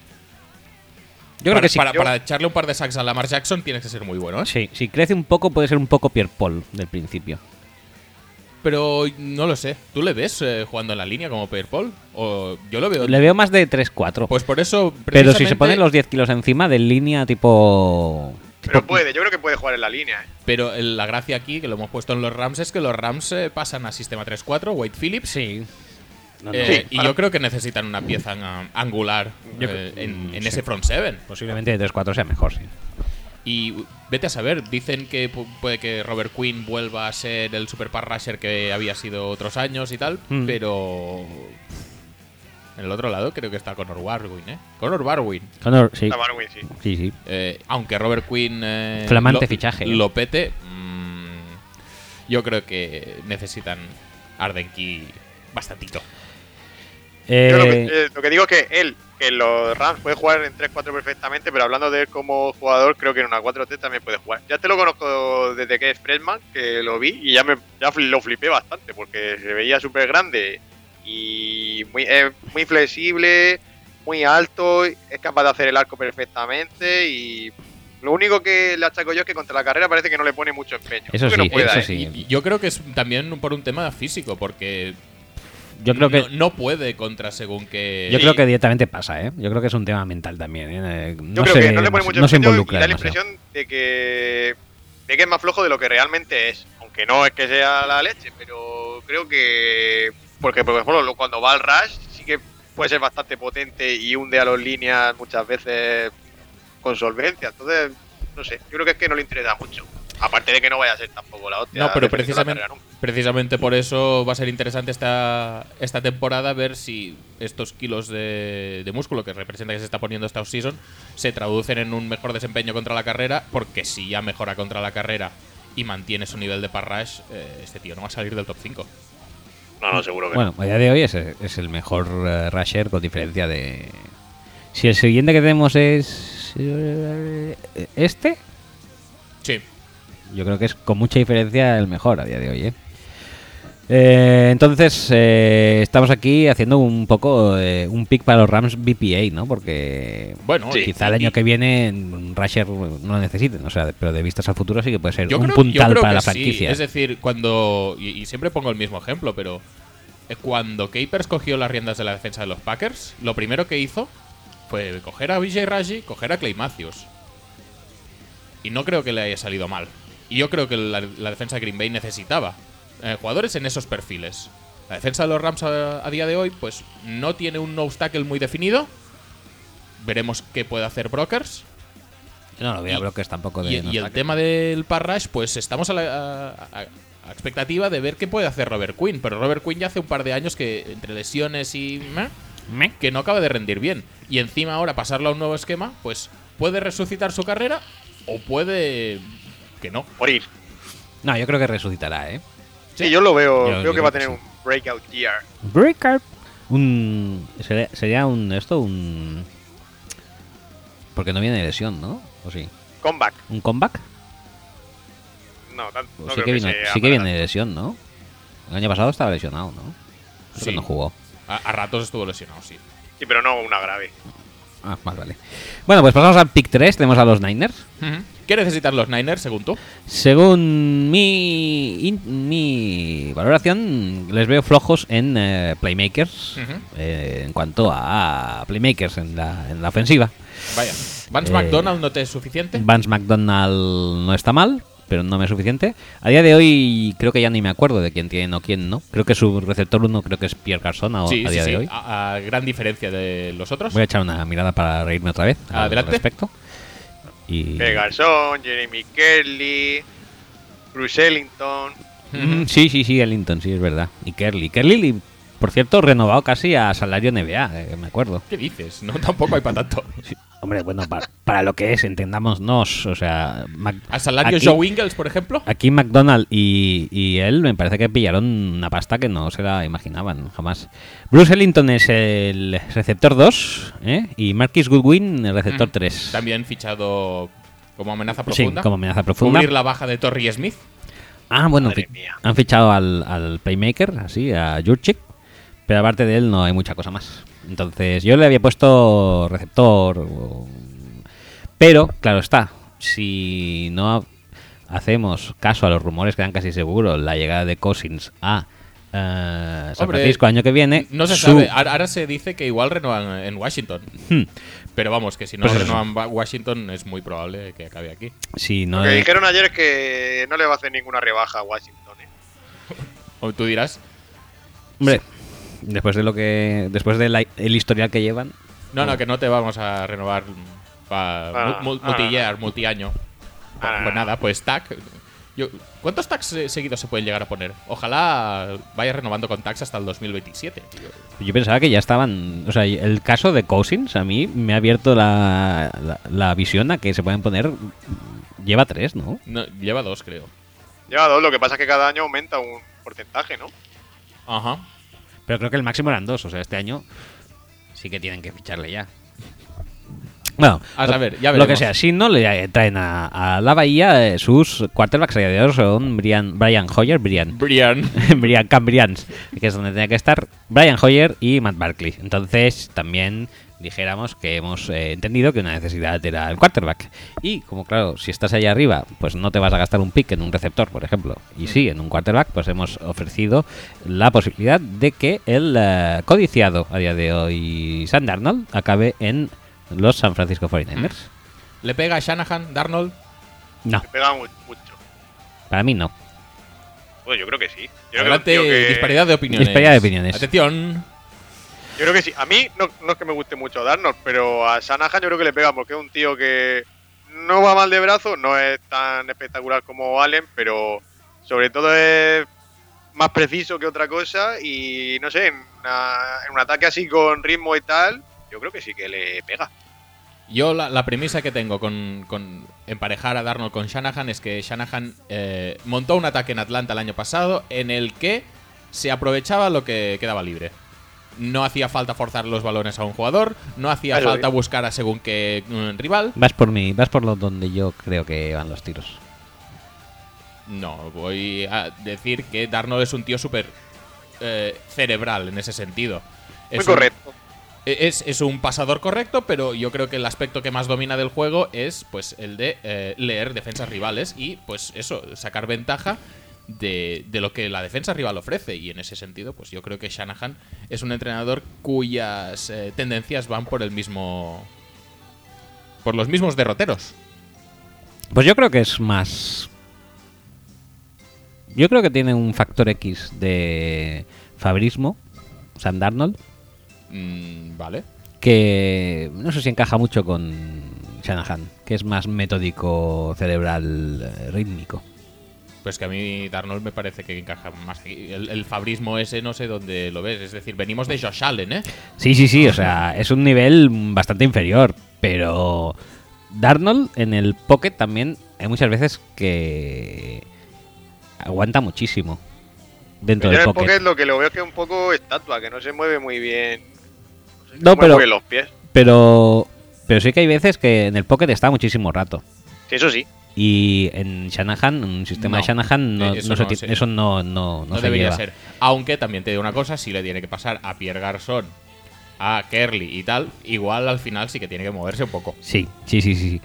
A: Yo
B: para,
A: creo que sí.
B: Para,
A: Yo-
B: para echarle un par de sacks a Lamar Jackson tienes que ser muy bueno, ¿eh?
A: sí, si crece un poco puede ser un poco Pierre Paul del principio.
B: Pero no lo sé. ¿Tú le ves eh, jugando en la línea como Pierre Paul? O yo lo veo.
A: Le veo más de 3-4.
B: Pues por eso.
A: pero si se
B: precisamente-
A: ponen los 10 kilos encima de línea tipo...
C: Pero
A: tipo-
C: puede, yo creo que puede jugar en la línea. ¿eh?
B: Pero el- la gracia aquí, que lo hemos puesto en los Rams, es que los Rams eh, pasan a sistema 3-4, Wade Phillips.
A: Sí. No, no.
B: eh,
C: Sí,
B: y
C: ahora-
B: yo creo que necesitan una pieza ah, angular
A: Yo
B: eh,
A: cre-
B: en,
A: mm,
B: en
A: sí.
B: ese front seven.
A: Posiblemente de 3-4 sea mejor, sí.
B: Y uh, vete a saber, dicen que pu- puede que Robert Quinn vuelva a ser el super pass rusher que había sido otros años y tal,
A: Mm.
B: pero. pff, En el otro lado creo que está Conor Warwin, ¿eh? Conor Warwin.
A: Connor, sí.
C: Está Marwin, sí.
A: Sí, sí.
B: Eh, aunque Robert Quinn. eh,
A: Flamante
B: lo-
A: fichaje, ¿eh?
B: Lo pete. mm, yo creo que necesitan Arden Key bastantito.
C: Yo lo,
A: Eh,
C: que, eh, lo que digo es que él, que los Rams puede jugar en 3-4 perfectamente, pero hablando de él como jugador, creo que en una 4-3 también puede jugar. Ya te lo conozco desde que es Fredman, que lo vi y ya me ya fl- lo flipé bastante, porque se veía súper grande y muy, eh, muy flexible, muy alto, es capaz de hacer el arco perfectamente y lo único que le achaco yo es que contra la carrera parece que no le pone mucho empeño.
A: Eso
C: Creo que no
A: sí,
C: pueda,
A: eso
C: ¿eh?
A: sí.
B: Y- y yo creo que es también por un tema físico, porque
A: yo creo que
B: no, no puede contra según que.
A: yo
C: sí.
A: creo que directamente pasa, ¿eh? Yo creo que es un tema mental también, ¿eh? Eh,
C: Yo
A: No
C: creo
A: se,
C: que no le pone mucho
A: no se
C: empeño
A: involucra
C: y da la
A: demasiado.
C: impresión de que, de que es más flojo de lo que realmente es. Aunque no es que sea la leche, pero creo que. Porque, por ejemplo, lo- cuando va al Rush, sí que puede ser bastante potente y hunde a los líneas muchas veces con solvencia. Entonces, no sé, yo creo que es que no le interesa mucho. Aparte de que no vaya a ser tampoco la hostia.
B: No, pero
C: defendiendo la
B: precisamente,
C: carrera nunca.
B: precisamente por eso va a ser interesante esta, esta temporada ver si estos kilos de, de músculo que representa que se está poniendo esta offseason se traducen en un mejor desempeño contra la carrera, porque si ya mejora contra la carrera y mantiene su nivel de parrash, eh, este tío no va a salir del top 5.
E: No, no, seguro que
A: Bueno, a día de hoy es, es el mejor eh, rusher con diferencia de... Si el siguiente que tenemos es... eh, Este,
B: Sí.
A: yo creo que es con mucha diferencia el mejor a día de hoy. ¿eh? Eh, entonces, eh, estamos aquí haciendo un poco eh, un pick para los Rams BPA, ¿no? Porque
B: Bueno,
E: Sí.
B: y-
A: quizá el
B: y-
A: año que viene un Rusher no lo necesiten, o sea, pero de vistas al futuro sí que puede ser
B: yo
A: un
B: creo- yo
A: puntal
B: creo
A: para
B: que
A: la
B: sí.
A: franquicia.
B: Es decir, cuando. Y, y siempre pongo el mismo ejemplo, pero. eh, Cuando Capers cogió las riendas de la defensa de los Packers, lo primero que hizo fue coger a Vijay Raji, coger a Clay Matthews. Y no creo que le haya salido mal. Y yo creo que la, la defensa de Green Bay necesitaba eh, jugadores en esos perfiles. La defensa de los Rams a, a día de hoy, pues no tiene un obstáculo muy definido. Veremos qué puede hacer Brokers.
A: no lo veo
B: y-
A: a Brokers tampoco de...
B: Y,
A: no
B: y el
A: saque.
B: tema del Parrash, pues estamos a la a- a- a expectativa de ver qué puede hacer Robert Quinn. Pero Robert Quinn ya hace un par de años que, entre lesiones y. meh,
A: Meh.
B: que no acaba de rendir bien. Y encima ahora pasarlo a un nuevo esquema, pues puede resucitar su carrera o puede. que no.
E: morir.
A: No, yo creo que resucitará, ¿eh?
C: Sí, yo lo veo.
A: Yo-
C: creo
A: yo
C: que va a
A: creo que
C: tener
A: sí.
C: un breakout year.
A: Breakout. Un. Sería, sería un. Esto, un. Porque no viene de lesión, ¿no? ¿O sí?
C: Comeback.
A: ¿Un comeback?
C: No, tan-
A: O
C: no
A: sí
C: creo
A: que,
C: que
A: vino-
C: sea
A: sí que
C: para
A: viene de lesión, ¿no? El año pasado estaba lesionado, ¿no? Creo
B: Sí.
A: que no jugó.
B: A, a ratos estuvo lesionado, sí.
C: tanto. Sí, pero no una grave.
A: Ah, más vale. Bueno, pues pasamos al pick 3. Tenemos a los Niners.
B: Ujú. ¿Qué necesitan los Niners, según tú?
A: Según mi, in- mi valoración, les veo flojos en eh, playmakers.
B: Ujú.
A: eh, en cuanto a playmakers en la, en la ofensiva.
B: Vaya. ¿Vance
A: Eh,
B: McDonald no te es suficiente?
A: Vance McDonald no está mal, pero no me es suficiente. A día de hoy creo que ya ni me acuerdo de quién tiene o quién no. Creo que su receptor uno creo que es Pierre Garçon a,
B: sí,
A: a
B: sí,
A: día
B: sí.
A: de hoy.
B: A, a gran diferencia de los otros.
A: Voy a echar una mirada para reírme otra vez al
B: Adelante. Eh,
A: respecto. Y...
C: Pere Garzón, Jeremy Kelly, Bruce Ellington.
A: Mm, Sí, sí, sí, Ellington, sí, es verdad. Y Kerly. Kerly, li- por cierto, renovado casi a salario NBA, eh, me acuerdo.
B: ¿Qué dices? No, tampoco hay para tanto.
A: Hombre, bueno, pa- para, lo que es, entendámonos. O sea, Mac-
B: ¿A salario
A: aquí-
B: Joe Ingles, por ejemplo?
A: Aquí McDonald y, y él me parece que pillaron una pasta que no se la imaginaban jamás. Bruce Ellington es el receptor 2 ¿eh? y Marquis Goodwin el receptor
B: Ujú.
A: 3.
B: Mm. También fichado como amenaza profunda.
A: Sí, como amenaza profunda.
B: Cubrir la baja de Torrey Smith.
A: Ah, bueno,
C: Madre
A: fi-
C: mía.
A: han fichado al, al playmaker, así, a Jurchik, pero aparte de él no hay mucha cosa más. Entonces yo le había puesto receptor, o- pero claro está, si no ha- hacemos caso a los rumores que dan casi seguro la llegada de Cousins a eh, San
B: Hombre,
A: Francisco año que viene,
B: No se
A: su-
B: sabe. Ahora ahora se dice que igual renovan en Washington.
A: Hmm.
B: Pero vamos, que si no
A: Pues eso.
B: renovan Wa- Washington es muy probable que acabe aquí.
A: si no
C: Lo que
A: es-
C: dijeron ayer es que no le va a hacer ninguna rebaja a Washington. ¿eh?
B: O tú dirás,
A: hombre, después de lo que, después del el historial que llevan,
B: no, no, que no te vamos a renovar para
C: Ah, ah.
B: multi-year, multi-año.
C: Ah.
B: Pues nada, pues tag. Yo- ¿Cuántos tags eh, seguidos se pueden llegar a poner? Ojalá vaya renovando con tags hasta el 2027. tío.
A: Yo pensaba que ya estaban. O sea, el caso de Cousins a mí me ha abierto la, la, la visión a que se pueden poner. Lleva tres, ¿no?
B: No, lleva dos, creo.
C: Lleva dos, lo que pasa es que cada año aumenta un porcentaje, ¿no?
B: Ajá.
A: Pero creo que el máximo eran dos. O sea, este año sí que tienen que ficharle ya. Bueno,
B: A
A: lo-
B: saber, ya
A: lo que
B: veremos.
A: sea, si no le traen a, a la Bahía, eh, sus quarterbacks radiadores son Brian, Brian Hoyer, Brian,
B: Brian.
A: Brian Cambrians, que es donde tenía que estar, Brian Hoyer y Matt Barkley. Entonces, también dijéramos que hemos eh, entendido que una necesidad era el quarterback. Y como claro, si estás allá arriba, pues no te vas a gastar un pick en un receptor, por ejemplo. Y sí, en un quarterback, pues hemos ofrecido la posibilidad de que el eh, codiciado a día de hoy, Sam Darnold, acabe en los San Francisco 49ers.
B: ¿Le pega a Shanahan, Darnold?
A: No,
C: Le pega mu- mucho.
A: para mí no.
C: Bueno, Pues yo creo que sí. Yo creo
B: Adelante,
C: que, es un tío que-
B: disparidad de opiniones.
A: Disparidad de opiniones.
B: Atención.
C: Yo creo que sí. A mí no, no es que me guste mucho Darnold, pero a Shanahan yo creo que le pega porque es un tío que no va mal de brazo, no es tan espectacular como Allen, pero sobre todo es más preciso que otra cosa y no sé, en, una- en un ataque así con ritmo y tal, yo creo que sí que le pega.
B: Yo la, la premisa que tengo con, con emparejar a Darnold con Shanahan es que Shanahan eh, montó un ataque en Atlanta el año pasado en el que se aprovechaba lo que quedaba libre. No hacía falta forzar los balones a un jugador, no hacía
C: Claro,
B: falta
C: eh.
B: buscar a según qué mm, rival.
A: Vas por mí, vas por lo donde yo creo que van los tiros.
B: No, voy a decir que Darnold es un tío súper eh, cerebral en ese sentido.
C: Muy
B: un-
C: correcto.
B: Eh, Es, es un pasador correcto, pero yo creo que el aspecto que más domina del juego es pues el de eh, leer defensas rivales y pues eso, sacar ventaja de, de lo que la defensa rival ofrece. Y en ese sentido, pues yo creo que Shanahan es un entrenador cuyas eh, tendencias van por el mismo. por los mismos derroteros.
A: Pues yo creo que es más. Yo creo que tiene un factor X de Fabrismo, Sam Darnold,
B: Mm, vale.
A: que no sé si encaja mucho con Shanahan, que es más metódico, cerebral, eh, rítmico.
B: Pues que a mí Darnold me parece que encaja más aquí. El, el fabrismo ese no sé dónde lo ves. Es decir, venimos de Josh Allen, ¿eh?
A: Sí, sí, sí, o sea, es un nivel bastante inferior, pero Darnold en el pocket también hay muchas veces que aguanta muchísimo dentro
C: Yo en
A: del
C: el
A: pocket.
C: pocket lo que lo veo es que es un poco estatua, que no se mueve muy bien. se
A: No,
C: mueve
A: pero-
C: muy bien los pies.
A: Pero, pero sí que hay veces que en el pocket está muchísimo rato.
C: Sí, eso sí.
A: Y en Shanahan, en un sistema
B: No.
A: de Shanahan, no,
B: Eh, eso
A: no se
B: no
A: ti-
B: se-
A: eso no, no, no
B: No,
A: se
B: debería
A: lleva.
B: ser. Aunque también te digo una cosa, si le tiene que pasar a Pierre Garzón, a Kerly y tal, igual al final sí que tiene que moverse un poco.
A: Sí, sí, sí, sí. sí.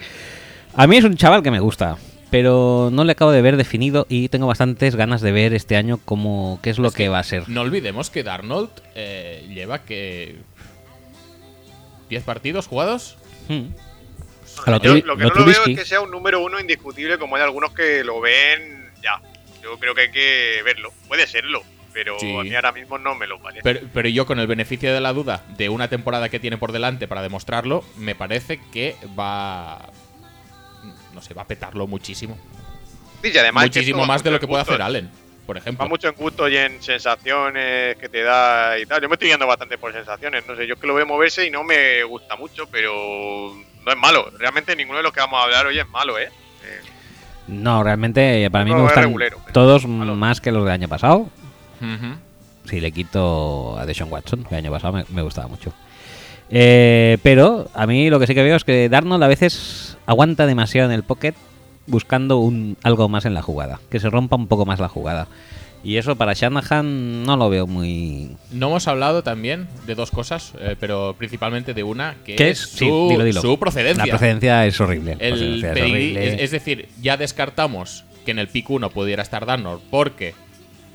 A: A mí es un chaval que me gusta, pero no le acabo de ver definido y tengo bastantes ganas de ver este año cómo, qué es lo que, va a ser.
B: No olvidemos que Darnold eh, lleva que... 10 partidos jugados.
A: Hmm. A lo
C: Yo
A: Tru-
C: lo que
A: lo
C: no lo veo
A: Trubisky.
C: es que sea un número uno indiscutible, como hay algunos que lo ven ya. Yo creo que hay que verlo. Puede serlo, pero
B: Sí.
C: a mí ahora mismo no me lo parece.
B: Pero, pero yo con el beneficio de la duda de una temporada que tiene por delante para demostrarlo, me parece que va... No sé, va a petarlo muchísimo.
C: Sí, y además es que
B: muchísimo
C: esto va
B: más de
C: mucho
B: lo
C: en
B: que puede hacer
C: gustos.
B: Allen, por ejemplo.
C: Va mucho en gusto y en sensaciones que te da y tal. Yo me estoy guiando bastante por sensaciones. No sé, yo es que lo veo moverse y no me gusta mucho, pero no es malo. Realmente ninguno de los que vamos a hablar hoy es malo, ¿eh?
A: No, realmente eh, para mí
C: No,
A: me
C: es
A: gustan
C: regulero, pero
A: todos
C: malo.
A: más que los del año pasado.
B: Ujú.
A: Si le quito a Deshaun Watson, que el año pasado me, me gustaba mucho. Eh, pero a mí lo que sí que veo es que Darnold a veces aguanta demasiado en el pocket buscando un, algo más en la jugada, que se rompa un poco más la jugada. Y eso para Shanahan no lo veo muy...
B: No hemos hablado también de dos cosas, eh, pero principalmente de una, que
A: ¿Qué
B: es
A: es?
B: su,
A: Sí, dilo, dilo.
B: su procedencia.
A: La procedencia es horrible. la
B: El
A: procedencia es
B: pedigrí-
A: horrible.
B: es, es decir, ya descartamos que en el pick 1 pudiera estar Darnold porque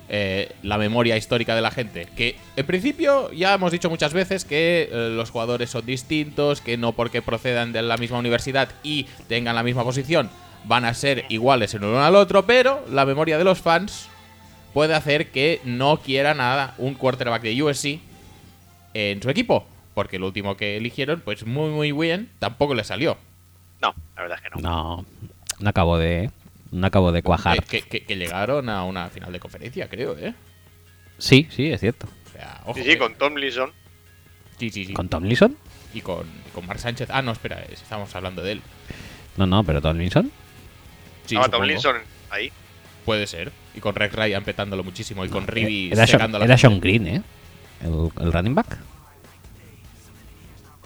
B: eh, la memoria histórica de la gente, que en principio ya hemos dicho muchas veces que eh, los jugadores son distintos, que no porque procedan de la misma universidad y tengan la misma posición van a ser iguales en uno al otro, pero la memoria de los fans puede hacer que no quiera nada un quarterback de USC en su equipo. Porque el último que eligieron, pues muy muy bien, tampoco le salió.
C: No, la verdad es que no.
A: No, no acabo de... No acabo de cuajar.
B: Eh, Que, que- que llegaron a una final de conferencia, creo, ¿eh?
A: Sí, sí, es cierto.
B: O sea, ojo.
C: Sí,
B: eh.
C: sí, con Tomlinson.
B: Sí, sí, sí.
A: ¿Con Tomlinson?
B: Y con, y con Mark Sánchez. Ah, no, espera, eh, estamos hablando de él.
A: No, no, pero Tomlinson.
B: Sí,
C: Estaba
B: supongo.
C: Tomlinson ahí.
B: Puede ser. Y con Rex Ryan petándolo muchísimo. Y con
A: Eh,
B: Ribby
A: Era, Sean,
B: secando la
A: era
B: gente.
A: Sean Green, ¿eh? El, el running back.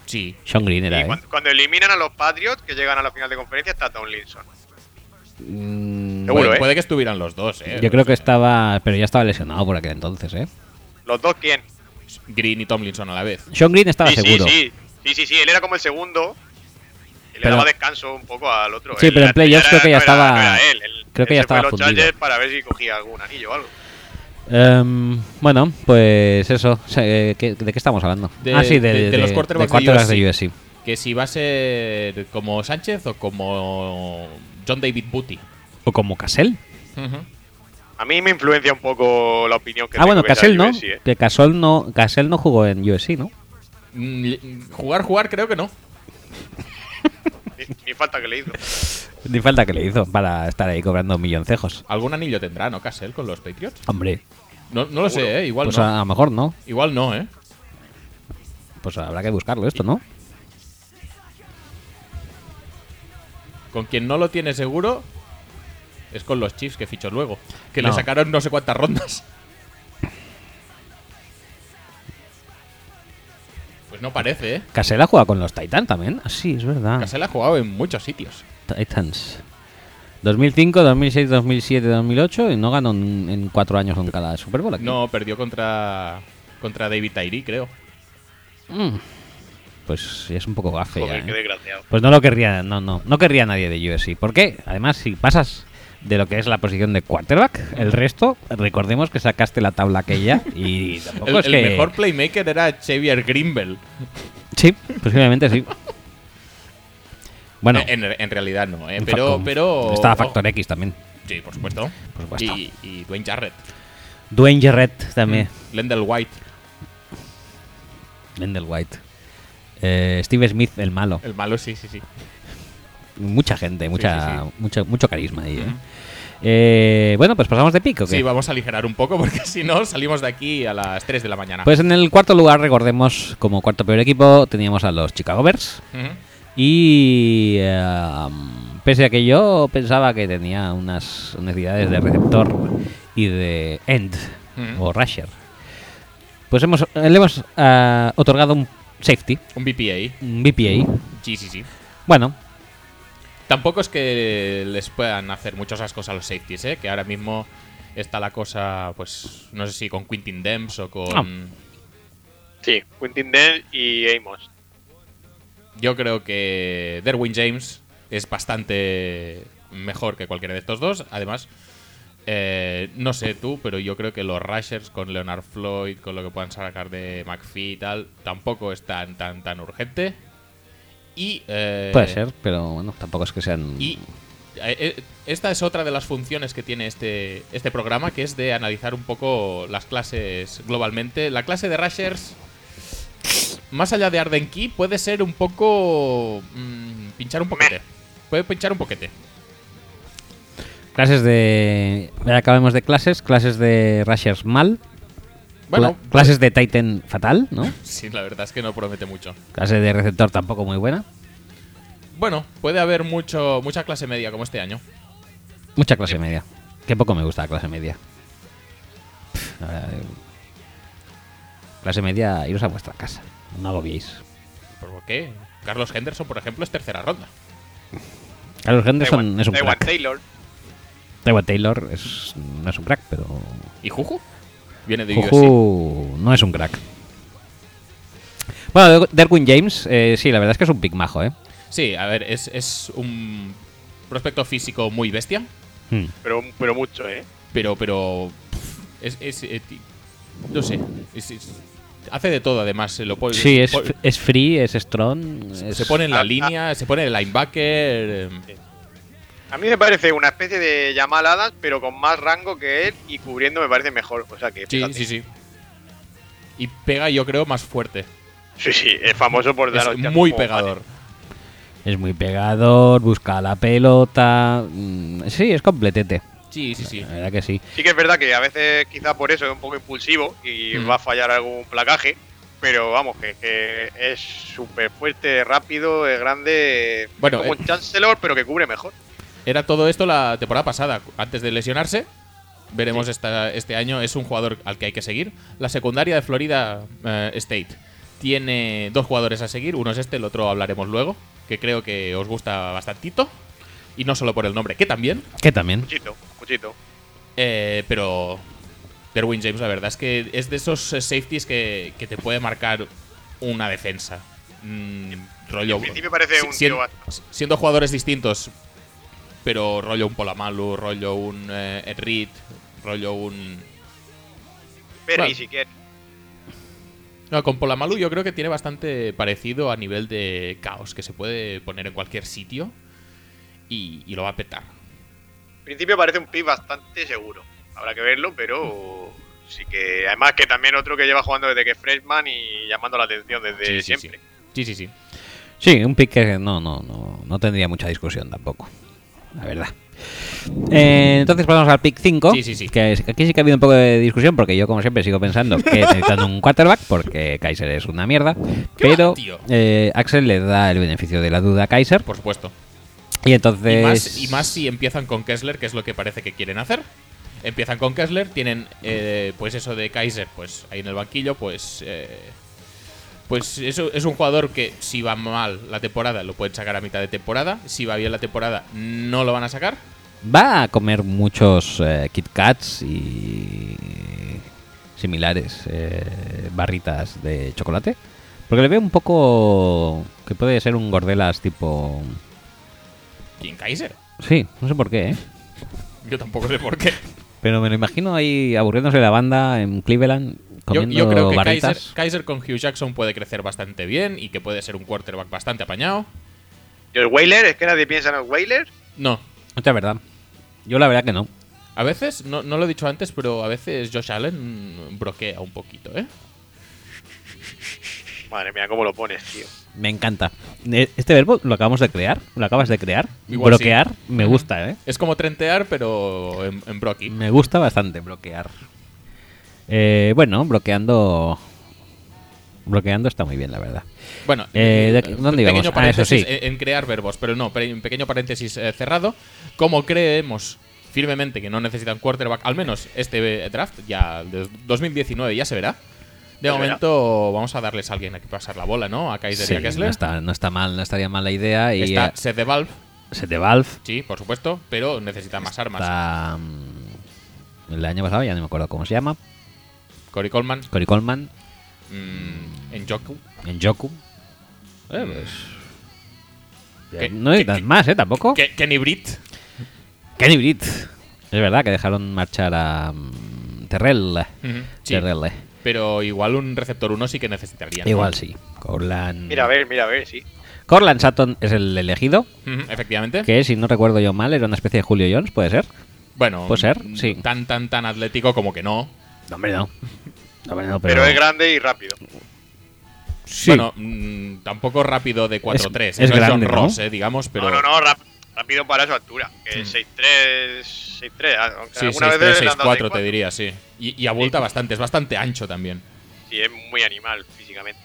B: Sí.
A: Sean Green era,
C: Y
A: ¿eh?
C: cuando, cuando eliminan a los Patriots que llegan a la final de conferencia está Tomlinson.
A: Mm,
C: Seguro,
B: puede,
C: ¿eh?
B: puede que estuvieran los dos, ¿eh?
A: Yo creo
B: O
A: que
B: sea,
A: estaba, pero ya estaba lesionado por aquel entonces, ¿eh?
C: ¿Los dos quién?
B: Green y Tomlinson a la vez.
A: Sean Green estaba
C: sí,
A: seguro. Sí,
C: sí, sí. Sí, sí, sí, él era como el segundo. Y le
A: Pero-
C: daba descanso un poco al otro.
A: Sí,
C: Él
A: pero en
C: era-
A: playoffs
C: era-
A: creo que ya
C: no era-
A: estaba-
C: no era él. Él-
A: creo que
C: él
A: ya
C: se fue
A: estaba
C: a los
A: fundido.
C: Chargers para ver si cogía algún anillo o algo.
A: Em, bueno, pues eso. O sea, eh, ¿qué- ¿De qué estamos hablando?
B: De-
A: ah, sí, de,
B: de- de los quarterbacks de
A: quarterbacks de
B: USC.
A: USC.
B: Que si va a ser como Sánchez o como John David Booty.
A: O como Cassell.
B: Ujú.
C: A mí me influencia un poco la opinión que
A: Ah, bueno,
C: tengo que
A: Cassell
C: da
A: no.
C: USC, ¿eh?
A: Que Cassell no, Cassell no jugó en USC, ¿no?
B: Mm, li- Jugar, jugar, creo que no.
C: Ni, ni falta que le hizo.
A: Ni falta que le hizo para estar ahí cobrando milloncejos.
B: Algún anillo tendrá, ¿no, Cassell, con los Patriots?
A: Hombre,
B: No, no lo
C: Seguro.
B: sé, ¿eh? Igual
A: pues
B: no.
A: a, a lo mejor no.
B: Igual no, ¿eh?
A: Pues habrá que buscarlo esto, ¿no?
B: Con quien no lo tiene seguro es con los Chiefs que fichó luego. Que le
A: No.
B: sacaron no sé cuántas rondas. Pues no parece, ¿eh?
A: Casella juega con los Titans también. Ah, sí, es verdad.
B: Casella ha jugado en muchos sitios.
A: Titans. 2005, 2006, 2007, 2008 y no ganó en, en cuatro años con cada Super Bowl. aquí.
B: No, perdió contra, contra David Tyree, creo.
A: Mm. Pues sí, es un poco gafe ya,
C: Joder, qué
A: ¿eh?
C: desgraciado.
A: Pues no lo querría, no, no, no querría nadie de USC. ¿Por qué? Además, si pasas de lo que es la posición de quarterback, el resto, recordemos que sacaste la tabla aquella y tampoco
B: El,
A: es
B: el
A: que...
B: mejor playmaker era Xavier Grimble.
A: Sí, posiblemente sí. Bueno,
B: En, en realidad no, ¿eh?
A: un
B: Pero,
A: Falcon.
B: pero.
A: estaba
B: oh,
A: Factor X también.
B: sí, por supuesto.
A: Por supuesto.
B: Y, y Dwayne Jarrett.
A: Dwayne Jarrett también.
B: Lendell White, Mm.
A: Lendell White. Eh, Steve Smith, el malo.
B: el malo, sí, sí, sí.
A: Mucha gente, mucha,
B: sí, sí.
A: Mucho, mucho carisma ahí. ¿eh? Eh, bueno, pues pasamos de pico.
B: Sí, vamos a aligerar un poco porque si no salimos de aquí a las 3 de la mañana.
A: Pues en el cuarto lugar, recordemos, como cuarto peor equipo, teníamos a los Chicago Bears.
B: Ujú.
A: Y eh, um, pese a que yo pensaba que tenía unas necesidades de receptor y de end
B: Mm.
A: o rusher, pues hemos, le hemos ah, otorgado un safety,
B: Un BPA.
A: un BPA.
B: Sí, sí, sí.
A: Bueno,
B: Tampoco es que les puedan hacer muchos ascos a los safeties, ¿eh? Que ahora mismo está la cosa, pues, no sé si con Quintin Demps o con...
C: Sí, Quentin Dell y Amos.
B: Yo creo que Derwin James es bastante mejor que cualquiera de estos dos. Además, eh, no sé tú, pero yo creo que los Rushers con Leonard Floyd, con lo que puedan sacar de McPhee y tal, tampoco es tan, tan, tan urgente. Y... eh,
A: puede ser, pero bueno, tampoco es que sean...
B: Y eh, eh, esta es otra de las funciones que tiene este, este programa, que es de analizar un poco las clases globalmente. La clase de Rushers, más allá de Arden Key, puede ser un poco... mm, pinchar un poquete. Puede pinchar un poquete.
A: Clases de... Ya acabemos de clases, clases de rushers mal,
B: Bueno,
A: cla- clases de Titan fatal, ¿no?
B: sí, la verdad es que no promete mucho.
A: Clase de receptor tampoco muy buena.
B: Bueno, puede haber mucho mucha clase media como este año.
A: Mucha clase media. Qué poco me gusta la clase media. Pff, la verdad, eh, clase media, iros a vuestra casa. No lo veis.
B: ¿Por qué? Carlos Henderson, por ejemplo, es tercera ronda.
A: Carlos Henderson es un
C: Taiwan
A: crack.
C: Taylor.
A: Taiwan Taylor es, no es un crack, pero.
B: ¿Y Juju? Viene de USC.
A: Juju no es un crack. Bueno, Der- Derwin James, eh, sí, la verdad es que es un pick majo, ¿eh?
B: Sí, a ver, es, es un prospecto físico muy bestia.
A: Hmm.
C: Pero, pero mucho, ¿eh?
B: Pero, pero. pff, Es. es, eh, ti- no sé. es- es- hace de todo, además. se Lo pone,
A: Sí,
B: se
A: es,
B: pon-
A: es free, es strong. es-
B: se pone en la
C: Ah,
B: línea, se pone el linebacker. eh,
C: A mí me parece una especie de Jamal Adams, pero con más rango que él y cubriendo me parece mejor. O sea que.
B: Sí,
C: fíjate.
B: sí, sí. Y pega, yo creo, más fuerte.
C: Sí, sí, es famoso por dar
B: Es
C: hostias
B: muy
C: como
B: pegador.
A: es muy pegador, busca la pelota. mm, Sí, es completete.
B: Sí, sí, sí.
A: La verdad que sí.
C: manes. Sí que es verdad que a veces quizá por eso es un poco impulsivo y
B: Mm.
C: va a fallar algún placaje. Pero vamos, que, que es súper fuerte, rápido, es grande. es
B: Bueno,
C: como
B: eh.
C: un Chancellor, pero que cubre mejor.
B: Era todo esto la temporada pasada, antes de lesionarse. Veremos esta- este año, es un jugador al que hay que seguir. La secundaria de Florida eh, State tiene dos jugadores a seguir, uno es este, el otro hablaremos luego, que creo que os gusta bastantito. Y no solo por el nombre, que también.
A: Que también.
C: Muchito, muchito.
B: Eh, pero Derwin James, la verdad es que es de esos eh, safeties que, que te puede marcar una defensa. Mm, rollo.
C: En principio parece
B: si-
C: un
B: sien-
C: tío bastante-
B: si- siendo jugadores distintos, pero rollo un Polamalu, rollo un eh, Ed Reed, rollo un.
C: Pero
B: Bueno.
C: si quieres.
B: No, con Polamalu yo creo que tiene bastante parecido a nivel de caos, que se puede poner en cualquier sitio y, y lo va a petar.
C: En principio parece un pick bastante seguro. Habrá que verlo, pero sí que. Además, que también otro que lleva jugando desde que es freshman y llamando la atención desde
B: Sí, sí, sí.
C: siempre.
B: Sí, sí, sí.
A: Sí, un pick que no, no, no, no tendría mucha discusión tampoco. La verdad. Eh, entonces pasamos al pick 5.
B: Sí, sí, sí.
A: Que es- aquí sí que ha habido un poco de discusión porque yo, como siempre, sigo pensando que necesitan un quarterback porque Kaiser es una mierda.
B: ¿Qué va,
A: Pero
B: tío?
A: eh, Axel le da el beneficio de la duda a Kaiser
B: Por supuesto.
A: Y entonces.
B: Y más, y más si empiezan con Kessler, que es lo que parece que quieren hacer. Empiezan con Kessler, tienen eh, pues eso de Kaiser, pues ahí en el banquillo, pues. eh, pues eso es un jugador que si va mal la temporada lo pueden sacar a mitad de temporada, si va bien la temporada no lo van a sacar.
A: Va a comer muchos eh, Kit Kats y similares eh, barritas de chocolate. Porque le veo un poco que puede ser un gordelas tipo...
B: ¿Quién Kaiser?
A: Sí, no sé por qué, ¿eh?
B: Yo tampoco sé por qué.
A: Pero me lo imagino ahí aburriéndose la banda en Cleveland
B: Yo,
A: comiendo
B: yo creo que Kaiser,
A: barritas.
B: Kaiser con Hugh Jackson puede crecer bastante bien y que puede ser un quarterback bastante apañado.
C: ¿Y el Whaler? ¿Es que nadie piensa en el Whaler?
B: No,
A: Esta es verdad. Yo la verdad que no.
B: A veces, no, no lo he dicho antes, pero a veces Josh Allen mm, broquea un poquito, ¿eh?
C: Madre mía, cómo lo pones, tío.
A: Me encanta. Eh, Este verbo lo acabamos de crear. Lo acabas de crear.
B: Igual
A: bloquear.
B: sí.
A: Me
B: Ujú.
A: gusta, ¿eh?
B: Es como trentear, pero en, en broqui.
A: Me gusta bastante bloquear. Eh, bueno, bloqueando... Bloqueando está muy bien, la verdad.
B: Bueno,
A: Eh, ¿de-
B: eh,
A: dónde
B: pequeño
A: íbamos? Ah,
B: paréntesis
A: eso sí.
B: En en crear verbos, pero no, pero un pequeño paréntesis eh, cerrado. Como creemos firmemente que no necesitan quarterback, al menos este eh, draft, ya de 2019 ya se verá. De
C: Se verá.
B: momento vamos a darles a alguien a que pasar la bola, ¿no? A Kaiser y a
A: no,
B: Kessler.
A: está, no está mal, no estaría mal la idea. Y
B: Está
A: eh,
B: Seth de Valve,
A: se te Valve
B: sí, por supuesto, pero necesitan más armas.
A: está, mm, el año pasado, ya no me acuerdo cómo se llama.
B: Corey Coleman,
A: Cory Coleman,
B: mm, en Joku.
A: en Joku. Eh, pues.
B: ¿Qué-
A: no
B: qué-
A: necesitas
B: qué-
A: más, ¿eh? Tampoco.
B: Ke- Kenny Britt.
A: Kenny Britt. Es verdad que dejaron marchar a mm, Terrell.
B: Sí,
A: Terrell. eh.
B: Pero igual un receptor 1 sí que necesitaría. ¿no?
A: Igual sí. Corland.
C: Mira, a ver, mira, a ver, sí.
A: Corland Sutton es el elegido.
B: Ujú, Efectivamente.
A: Que si no recuerdo yo mal, era una especie de Julio Jones, ¿puede ser?
B: Bueno,
A: Puede ser,
B: mm,
A: sí.
B: Tan, tan, tan atlético como que no.
A: No, hombre, no. No, hombre, no,
C: Pero, es grande y rápido.
B: Bueno, mm, tampoco rápido de 4-3.
A: Es-
B: eso
A: es
B: John
A: grande, ¿no?
B: Ross, eh, digamos, pero.
C: No, no, no, rap- rápido para su altura. Que
B: Mm.
C: 6'3, 6'3, aunque
B: Sí,
C: alguna
B: 6-3,
C: vez le han dado
B: 6-4 te
C: 6'4.
B: diría, sí. Y, y abulta bastante, es bastante ancho también.
C: Sí, es muy animal físicamente.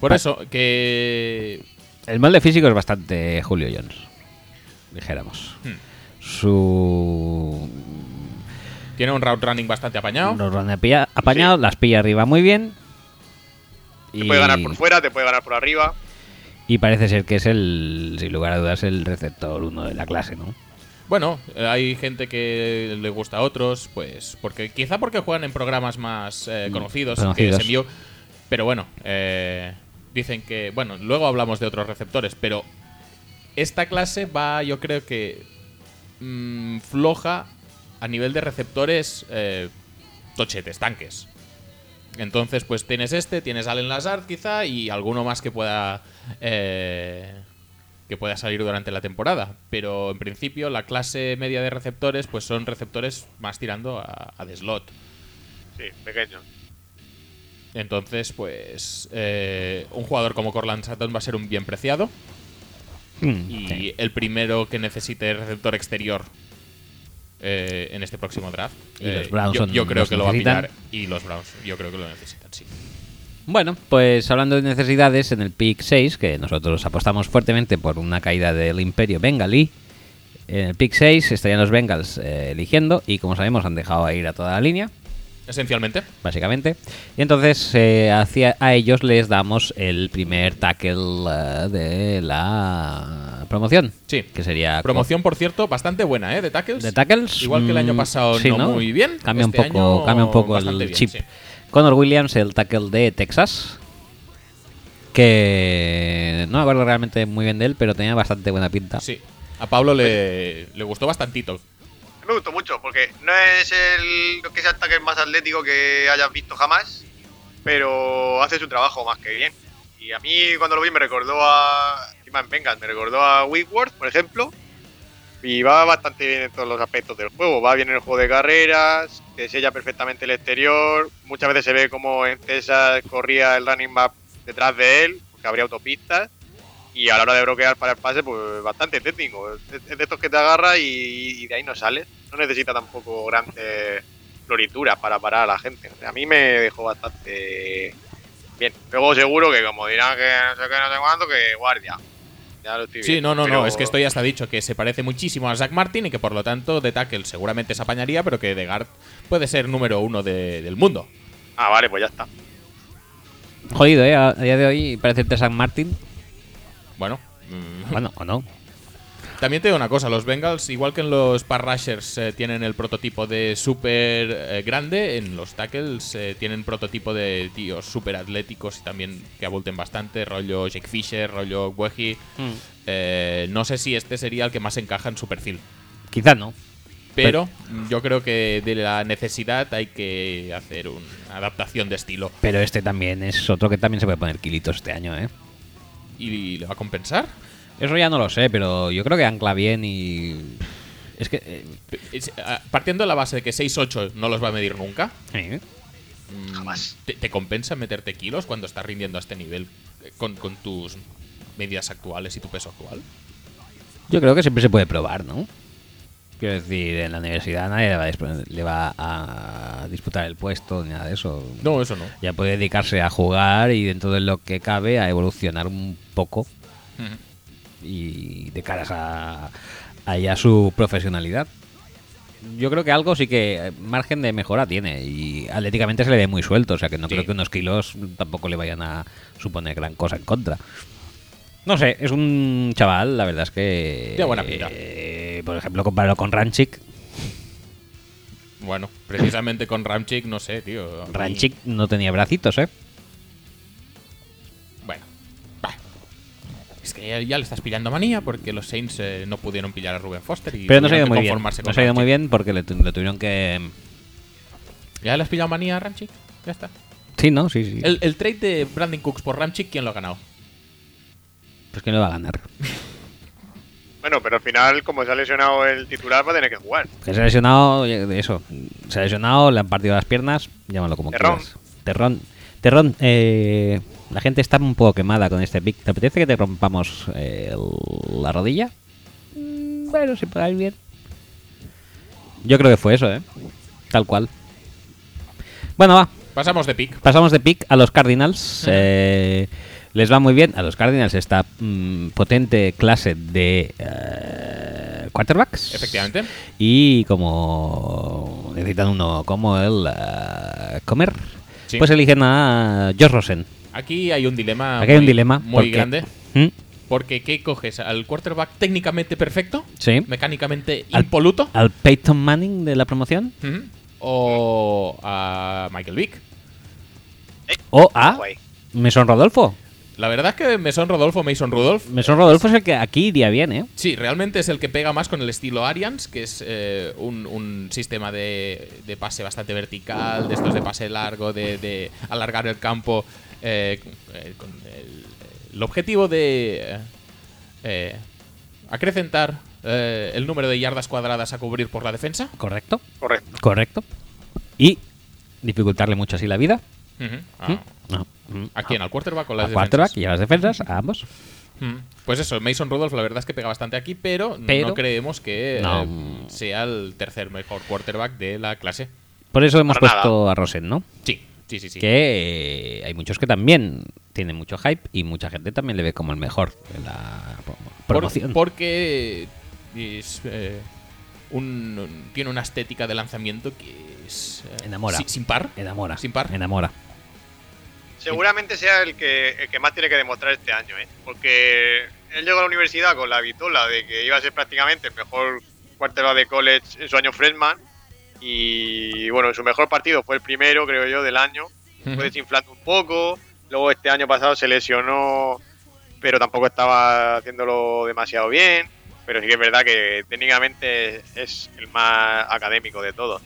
B: Por eso, que.
A: El molde físico es bastante Julio Jones, dijéramos.
C: Hmm.
A: Su.
B: Tiene un route running bastante apañado.
A: Los runs de pilla- apañados, las pilla arriba muy bien.
C: Te puede ganar por fuera, te puede ganar por arriba.
A: y parece ser que es el, sin lugar a dudas, el receptor uno de la clase, ¿no?
B: Bueno, eh, hay gente que le gusta a otros, pues porque quizá porque juegan en programas más eh,
A: Mm,
B: conocidos,
A: conocidos.
B: que SMU, pero bueno, eh, dicen que bueno, luego hablamos de otros receptores, pero esta clase va, yo creo que mm, floja a nivel de receptores eh, tochetes, tanques. Entonces, pues tienes este, tienes Allen Lazard quizá y alguno más que pueda eh, que pueda salir durante la temporada. Pero en principio la clase media de receptores pues son receptores más tirando a, a de slot.
C: Sí, pequeño.
B: Entonces, pues eh, un jugador como Corland Sutton va a ser un bien preciado y
A: Sí.
B: el primero que necesite receptor exterior eh, en este próximo draft.
A: Y
B: eh,
A: los Browns
B: yo,
A: son-
B: yo creo
A: los
B: que lo va a
A: necesitan.
B: pillar y los Browns yo creo que lo necesitan, sí.
A: Bueno, pues hablando de necesidades, en el pick 6, que nosotros apostamos fuertemente por una caída del imperio bengalí, en el pick 6 estarían los Bengals eh, eligiendo y como sabemos han dejado a ir a toda la línea.
B: Esencialmente.
A: básicamente. Y entonces eh, hacia, a ellos les damos el primer tackle eh, de la promoción.
B: Sí.
A: Que sería...
B: Promoción, por cierto, bastante buena, ¿eh? De tackles.
A: De tackles.
B: Igual que el año
A: mm,
B: pasado
A: sí,
B: no, muy bien.
A: Cambia,
B: este
A: un poco,
B: año
A: cambia un poco el
B: bastante bien,
A: chip.
B: sí.
A: Connor Williams, el tackle de Texas. Que no me acuerdo realmente muy bien de él, pero tenía bastante buena pinta.
B: Sí. A Pablo le, le gustó bastantito.
C: Me gustó mucho porque no es el lo que sea el tackle más atlético que hayas visto jamás, pero hace su trabajo más que bien. Y a mí cuando lo vi me recordó a encima en Bengals, me recordó a Whitworth, por ejemplo. Y va bastante bien en todos los aspectos del juego. Va bien en el juego de carreras, te sella perfectamente el exterior. Muchas veces se ve como en Texas corría el running back detrás de él, porque habría autopistas y a la hora de bloquear para el pase, pues bastante técnico. Es es de estos que te agarra y, y de ahí no sales. No necesita tampoco grandes florituras para parar a la gente. A mí me dejó bastante bien. Luego seguro que como dirán que no sé qué, no sé cuánto, que guardia. Ya lo estoy
B: Sí,
C: viendo,
B: no, no,
C: pero-
B: no. Es que esto ya está dicho que se parece muchísimo a Zach Martin y que por lo tanto de tackle seguramente se apañaría, pero que de guard puede ser número uno de- del mundo.
C: Ah, vale, pues ya está.
A: Jodido, ¿eh? A a día de hoy parecerte a San Martín.
B: Bueno. mm,
A: Bueno, o no.
B: También te digo una cosa, los Bengals, igual que en los pass rushers eh, tienen el prototipo de súper eh, grande, en los tackles eh, tienen prototipo de tíos súper atléticos y también que abulten bastante, rollo Jake Fisher, rollo Weji.
A: Mm.
B: Eh, no sé si este sería el que más encaja en su perfil,
A: Quizás no.
B: pero yo creo que de la necesidad hay que hacer una adaptación de estilo.
A: Pero este también es otro que también se puede poner kilitos este año, ¿eh?
B: ¿Y le va a compensar?
A: Eso ya no lo sé, pero yo creo que ancla bien y. Es que. eh,
B: Es- ah, Partiendo de la base de que 6-8 no los va a medir nunca,
A: eh,
B: Mm,
C: Jamás.
B: ¿Te, te compensa meterte kilos cuando estás rindiendo a este nivel eh, con, con tus medidas actuales y tu peso actual?
A: Yo creo que siempre se puede probar, ¿no? Quiero decir, en la universidad nadie le va a, disp- le va a disputar el puesto ni nada de eso.
B: No, eso no.
A: Ya puede dedicarse a jugar y dentro de lo que cabe a evolucionar un poco y de caras a, a ya su profesionalidad. Yo creo que algo sí que eh, margen de mejora tiene y atléticamente se le ve muy suelto, o sea que no
B: Sí.
A: creo que unos kilos tampoco le vayan a suponer gran cosa en contra. No sé, es un chaval, la verdad es que...
B: De buena pinta.
A: eh, por ejemplo, compararlo con Ranchik.
B: Bueno, precisamente con Ramchick, no sé, tío. a mí-
A: Ranchik no tenía bracitos, ¿eh?
B: Bueno, va. Es que ya, ya le estás pillando manía porque los Saints eh, no pudieron pillar a Ruben Foster y
A: Pero no se ha ido
B: tuvieron que
A: muy bien.
B: conformarse
A: No
B: con
A: se ha ido muy
B: Ramchick.
A: bien porque le, tu- lo tuvieron que...
B: ¿Ya le has pillado manía a Ramchick? Ya está.
A: Sí, ¿no? Sí, sí.
B: El, el trade de Brandon Cooks por Ramchick, ¿quién lo ha ganado?
A: Pues que no va a ganar.
C: Bueno, pero al final, como se ha lesionado el titular, va a tener que jugar.
A: Que se ha lesionado, oye, de eso. Se ha lesionado, le han partido las piernas, llámalo como
C: Terrón.
A: quieras. Terrón. Terrón, eh, la gente está un poco quemada con este pick. ¿Te apetece que te rompamos eh, el- la rodilla? Mm, Bueno, si pagáis bien. Yo creo que fue eso, ¿eh? Tal cual. Bueno, va.
B: Pasamos de pick.
A: Pasamos de pick a los Cardinals. Eh, les va muy bien a los Cardinals esta mm, potente clase de eh, quarterbacks.
B: Efectivamente.
A: Y como necesitan uno como el eh, comer,
B: Sí.
A: pues eligen a Josh Rosen.
B: Aquí hay un dilema.
A: Aquí hay un
B: Ah, muy-
A: dilema.
B: Muy
A: porque-
B: grande.
A: ¿Mm?
B: Porque ¿qué coges? ¿Al quarterback técnicamente perfecto?
A: Sí.
B: ¿Mecánicamente
A: Al-
B: impoluto?
A: ¿Al Peyton Manning de la promoción?
B: Ujú. ¿O a Michael Vick?
A: ¿O a
C: Ojo ahí.
A: Meson Rodolfo?
B: La verdad es que Mason Rodolfo, Mason Rudolph,
A: Meson Rodolfo es el que aquí iría bien, ¿eh?
B: sí, realmente es el que pega más con el estilo Arians, que es eh, un, un sistema de, de pase bastante vertical, de estos de pase largo, de, de alargar el campo, eh, eh, con el, el objetivo de eh, eh, acrecentar eh, el número de yardas cuadradas a cubrir por la defensa.
A: Correcto.
C: Correcto.
A: Correcto. Y dificultarle mucho así la vida.
B: Ujú. Ah,
A: ¿Mm? No. Mm.
B: ¿A quién? ¿Al quarterback o a
A: A
B: las defensas?
A: quarterback y a las defensas, a ambos.
B: Mm. Pues eso, Mason Rudolph la verdad es que pega bastante aquí, pero, no
A: Pero-
B: creemos que eh,
A: No.
B: sea el tercer mejor quarterback de la clase.
A: Por eso hemos
C: Para nada.
A: puesto a Rosen, ¿no?
B: Sí, sí, sí, sí.
A: Que eh, hay muchos que también tienen mucho hype y mucha gente también le ve como el mejor en la pro-
B: Por-
A: promoción.
B: porque es, eh, un- un- tiene una estética de lanzamiento que es... eh,
A: Enamora.
B: si- sin par.
A: enamora.
B: Sin par.
A: Enamora.
C: Seguramente sea el que, el que más tiene que demostrar este año, ¿eh? Porque él llegó a la universidad con la vitola de que iba a ser prácticamente el mejor quarterback de college en su año freshman. Y bueno, su mejor partido fue el primero, creo yo, del año.
B: Ujú.
C: Fue desinflando un poco. Luego este año pasado se lesionó, pero tampoco estaba haciéndolo demasiado bien. Pero sí que es verdad que técnicamente es el más académico de todos.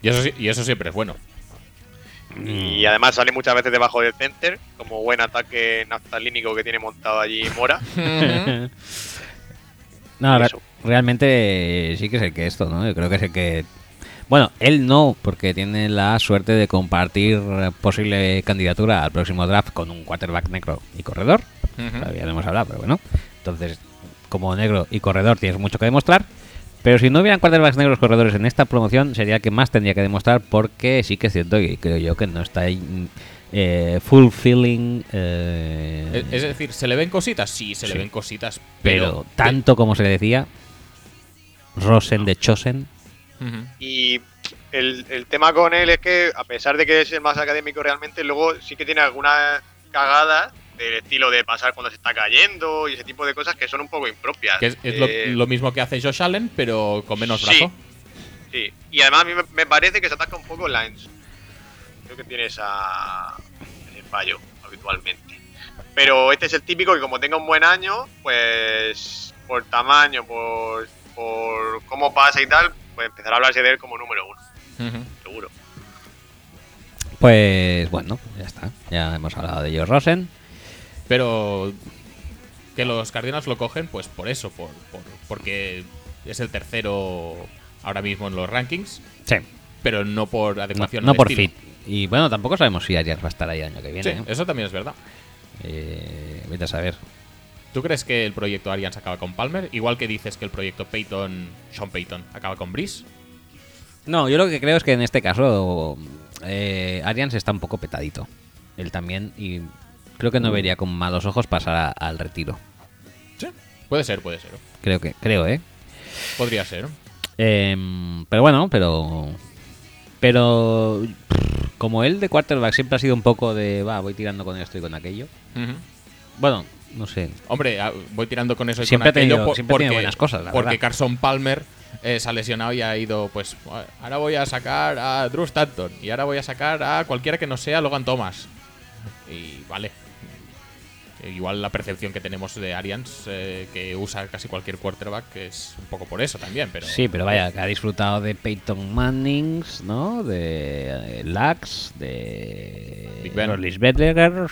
B: Y, eso, sí- y eso siempre es bueno.
A: Mm.
C: Y
B: Mm.
C: además sale muchas veces debajo del center, como buen ataque naftalínico que tiene montado allí Mora.
A: No, re-
C: Eso.
A: realmente eh, sí que es el que esto, ¿no? Yo creo que es el que... Bueno, él no, porque tiene la suerte de compartir eh, posible candidatura al próximo draft con un quarterback negro y corredor.
B: Ujú.
A: Todavía no hemos hablado, pero bueno. Entonces, como negro y corredor tienes mucho que demostrar. Pero si no hubieran quarterbacks negros corredores en esta promoción, sería el que más tendría que demostrar porque sí que es cierto y creo yo que no está ahí, mm, eh, fulfilling. eh,
B: Es es decir, ¿se le ven cositas? Sí, se le
A: Sí.
B: ven cositas, pero...
A: pero tanto como se le decía, Rosen de Chosen.
B: Ujú.
C: Y el, el tema con él es que, a pesar de que es el más académico realmente, luego sí que tiene algunas cagadas del estilo de pasar cuando se está cayendo y ese tipo de cosas que son un poco impropias.
B: Que es, es lo,
C: Eh,
B: lo mismo que hace Josh Allen, pero con menos
C: sí.
B: brazo.
C: Sí, y además a mí me, me parece que se ataca un poco Lines. Creo que tiene esa, ese fallo habitualmente. Pero este es el típico que como tenga un buen año, pues por tamaño, por, por cómo pasa y tal, pues empezará a hablarse de él como número uno,
B: Ujú.
C: seguro.
A: Pues bueno, ya está. Ya hemos hablado de Josh Rosen.
B: Pero que los Cardinals lo cogen, pues por eso, por, por- porque es el tercero ahora mismo en los rankings,
A: Sí,
B: pero no por
A: no,
B: adecuación.
A: no
B: al
A: por
B: estilo.
A: fit. Y bueno, tampoco sabemos si Arias va a estar ahí el año que viene.
B: Sí,
A: ¿eh?
B: eso también es verdad.
A: Eh, vete a saber.
B: ¿Tú crees que el proyecto Arians acaba con Palmer? Igual que dices que el proyecto Peyton, Sean Payton, acaba con Breeze.
A: No, yo lo que creo es que en este caso eh, Arians está un poco petadito. Él también. Y creo que no vería con malos ojos pasar a- al retiro.
B: Sí. Puede ser, puede ser.
A: Creo que, creo, ¿eh?
B: Podría ser.
A: Em, pero bueno, pero. Pero. pff, Como él de quarterback siempre ha sido un poco de. Va, voy tirando con esto y con aquello.
B: Ujú.
A: Bueno, no sé.
B: Hombre, ah, voy tirando con eso y
A: Siempre
B: con
A: ha
B: aquello
A: tenido-
B: por-
A: siempre ha tenido buenas cosas, la
B: porque
A: verdad.
B: Carson Palmer eh, se ha lesionado y ha ido, pues, "Ah, ahora voy a sacar a Drew Stanton y ahora voy a sacar a cualquiera que no sea Logan Thomas. Y vale. Eh, Igual la percepción que tenemos de Arians, eh, que usa casi cualquier quarterback, que es un poco por eso también, pero...
A: Sí, pero vaya, que ha disfrutado de Peyton Mannings, ¿no? De eh, Lax, de
B: Big Ben.
A: Rollis Bedler.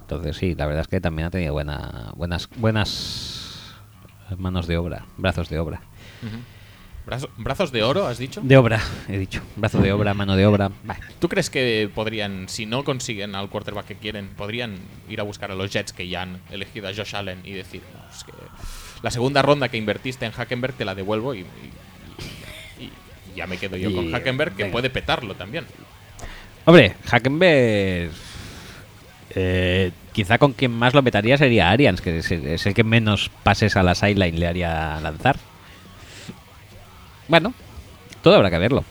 A: Entonces sí, la verdad es que también ha tenido buena, buenas, buenas manos de obra, brazos de obra.
B: Ujú. Brazo- ¿Brazos de oro, has dicho?
A: De obra, he dicho. Brazo de obra, mano de obra. Vale.
B: ¿Tú crees que podrían, si no consiguen al quarterback que quieren, podrían ir a buscar a los Jets que ya han elegido a Josh Allen y decir, "No, es que la segunda ronda que invertiste en Hackenberg te la devuelvo y, y- y- y ya me quedo yo
A: Y,
B: con Hackenberg, que
A: venga.
B: puede petarlo también?
A: Hombre, Hackenberg. eh, quizá con quien más lo petaría sería Arians, que es el, es el que menos pases a la sideline le haría lanzar. Bueno, todo habrá que verlo.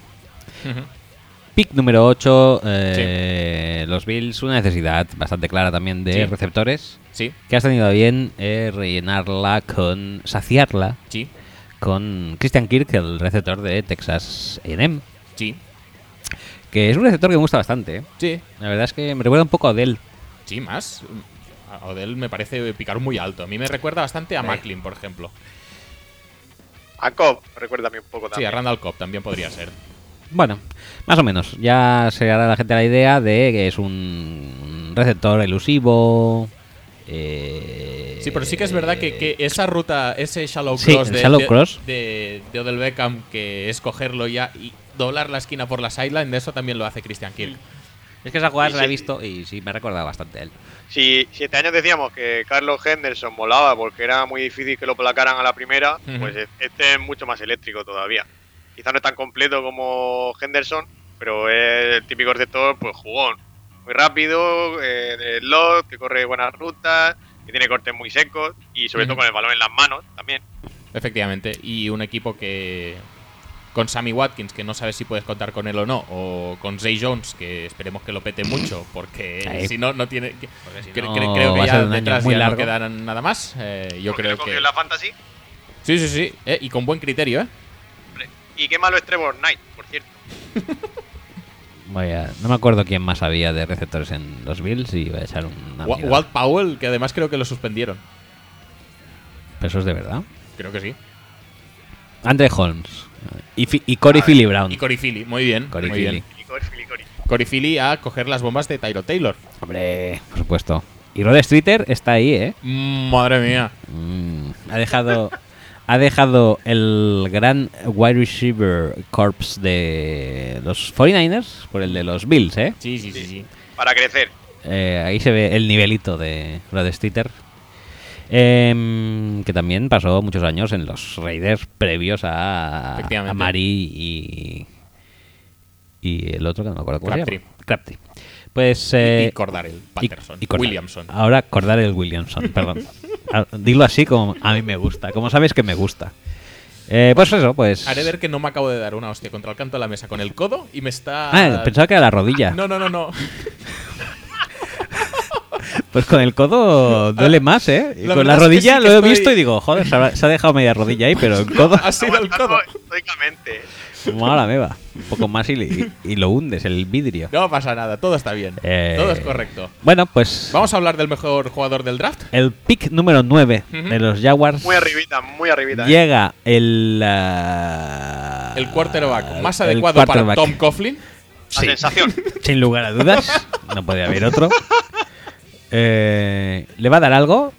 A: Pick número 8, los Bills, una necesidad bastante clara también de
B: Sí.
A: receptores,
B: Sí,
A: que has tenido a bien eh, rellenarla con, saciarla
B: sí,
A: con Christian Kirk, el receptor de Texas A&M,
B: sí,
A: que es un receptor que me gusta bastante, ¿eh?
B: sí,
A: La verdad es que me recuerda un poco a Odell.
B: sí, más. A Odell me parece picar muy alto. A mí me recuerda bastante a Macklin, por ejemplo.
C: A Cobb, recuerda a mí un poco
B: Sí,
C: también.
B: a Randall Cobb también podría ser.
A: Bueno, más o menos. Ya se hará la gente la idea de que es un receptor elusivo. eh,
B: Sí, pero sí que es verdad que, que esa ruta, ese shallow
A: Sí,
B: cross,
A: el
B: de,
A: shallow
B: de-
A: cross.
B: de- de Odell Beckham, que es cogerlo ya y doblar la esquina por la sideline, de eso también lo hace Christian Kirk.
A: Mm. Es que esa jugada
C: Y
A: se la he
C: sí.
A: visto y sí me ha recordado bastante a él.
C: Si siete años decíamos que Carlos Henderson molaba porque era muy difícil que lo placaran a la primera,
B: Ujú.
C: pues e- este es mucho más eléctrico todavía. Quizá no es tan completo como Henderson, pero es el típico receptor, pues jugón. Muy rápido, eh, de slot, que corre buenas rutas, que tiene cortes muy secos y sobre
B: Ujú.
C: todo con el balón en las manos también.
B: Efectivamente. Y un equipo que. Con Sammy Watkins, que no sabes si puedes contar con él o no, o con Zay Jones, que esperemos que lo pete mucho, porque
A: Ahí.
B: si no, no tiene. que-
A: si
B: cre-
A: no,
B: cre- creo
A: va
B: que
A: a ser
B: ya
A: un año
B: detrás
A: muy
B: ya no
A: largo.
B: quedan nada más. Eh, yo
C: Porque
B: creo
C: lo cogió
B: que.
C: en la fantasy.
B: Sí, sí, sí. Eh, y con buen criterio, ¿eh?
C: Y qué malo es Trevor Knight, por cierto.
A: Voy a- no me acuerdo quién más había de receptores en los Bills y voy a echar una
B: Wa-
A: mirada.
B: Walt Powell, que además creo que lo suspendieron.
A: Pero eso es de verdad.
B: Creo que sí.
A: Andre Holmes. eh, Y, Fi- y Corey Philly Brown.
B: Ah, Y Cory Philly, muy bien.
A: Corey
B: muy
A: Philly.
B: bien.
C: Filicori, filicori.
B: Cory Philly a coger las bombas de Tyro Taylor.
A: Hombre, por supuesto. Y Rod Streeter está ahí, ¿eh?
B: Mm, Madre mía.
A: Mm, ha dejado ha dejado el gran wide receiver corps de los 49ers por el de los Bills, ¿eh?
B: Sí, sí, sí, sí.
C: Para crecer.
A: Eh, ahí se ve el nivelito de Rod Streeter. Em, que también pasó muchos años en los Raiders previos a,
B: Efectivamente.
A: a Mari y, y y el otro que no me acuerdo cómo se
B: Crabtree.
A: llama. Crabtree. Pues. eh,
B: y Cordarel
A: y-
B: Patterson.
A: y Ah. Cordar.
B: Williamson.
A: Ahora acordar el Williamson, perdón. Ah, Dilo así como a mí me gusta, como sabes que me gusta. Eh, pues eso, pues.
B: Haré ver que no me acabo de dar una hostia contra el canto de la mesa con el codo y me está.
A: Ah, pensaba que era la rodilla.
B: No, no, no, no.
A: Pues con el codo duele más, ¿eh? Y
B: La
A: con
B: verdad
A: la
B: es que
A: rodilla
B: sí que
A: lo he
B: estoy-
A: visto y digo, joder, se, habrá- se ha dejado media rodilla ahí, pero el codo.
B: Ha sido el codo.
C: Estoicamente. ¿eh?
A: Mala meva. Un poco más y, y- y lo hundes, el vidrio.
B: No pasa nada, todo está bien.
A: Eh,
B: Todo es correcto.
A: Bueno, pues.
B: Vamos a hablar del mejor jugador del draft.
A: El pick número 9
B: Ujú.
A: de los Jaguars.
C: Muy arribita, muy arribita. eh.
A: Llega el. ah,
B: El quarterback más
A: el
B: adecuado para
A: quarterback.
B: Tom Coughlin.
C: La sensación.
A: Sin lugar a dudas. No puede haber otro. Eh, ¿Le va a dar algo?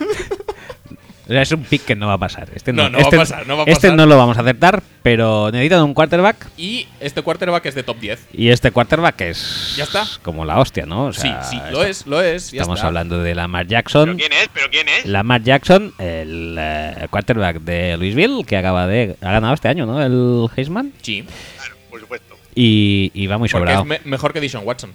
A: O sea, es un pick que no va a pasar. Este no,
B: No, no va a
A: este-
B: pasar, no va a
A: Este
B: pasar.
A: no lo vamos a aceptar, pero necesitan un quarterback.
B: Y este quarterback es de top 10.
A: Y este quarterback es.
B: Ya está.
A: Como la hostia, ¿no? O sea,
B: sí, sí, lo
A: está-
B: es, lo es. ya
A: Estamos
B: está.
A: hablando de Lamar
C: ¿Pero
A: Jackson.
C: quién es? ¿Pero quién es?
A: Lamar Jackson, el eh, quarterback de Louisville, que acaba de. Ha ganado este año, ¿no? El Heisman.
B: Sí,
C: Claro, por supuesto.
A: Y, y va muy
B: porque
A: sobrado.
B: es me- mejor que Dishon Watson.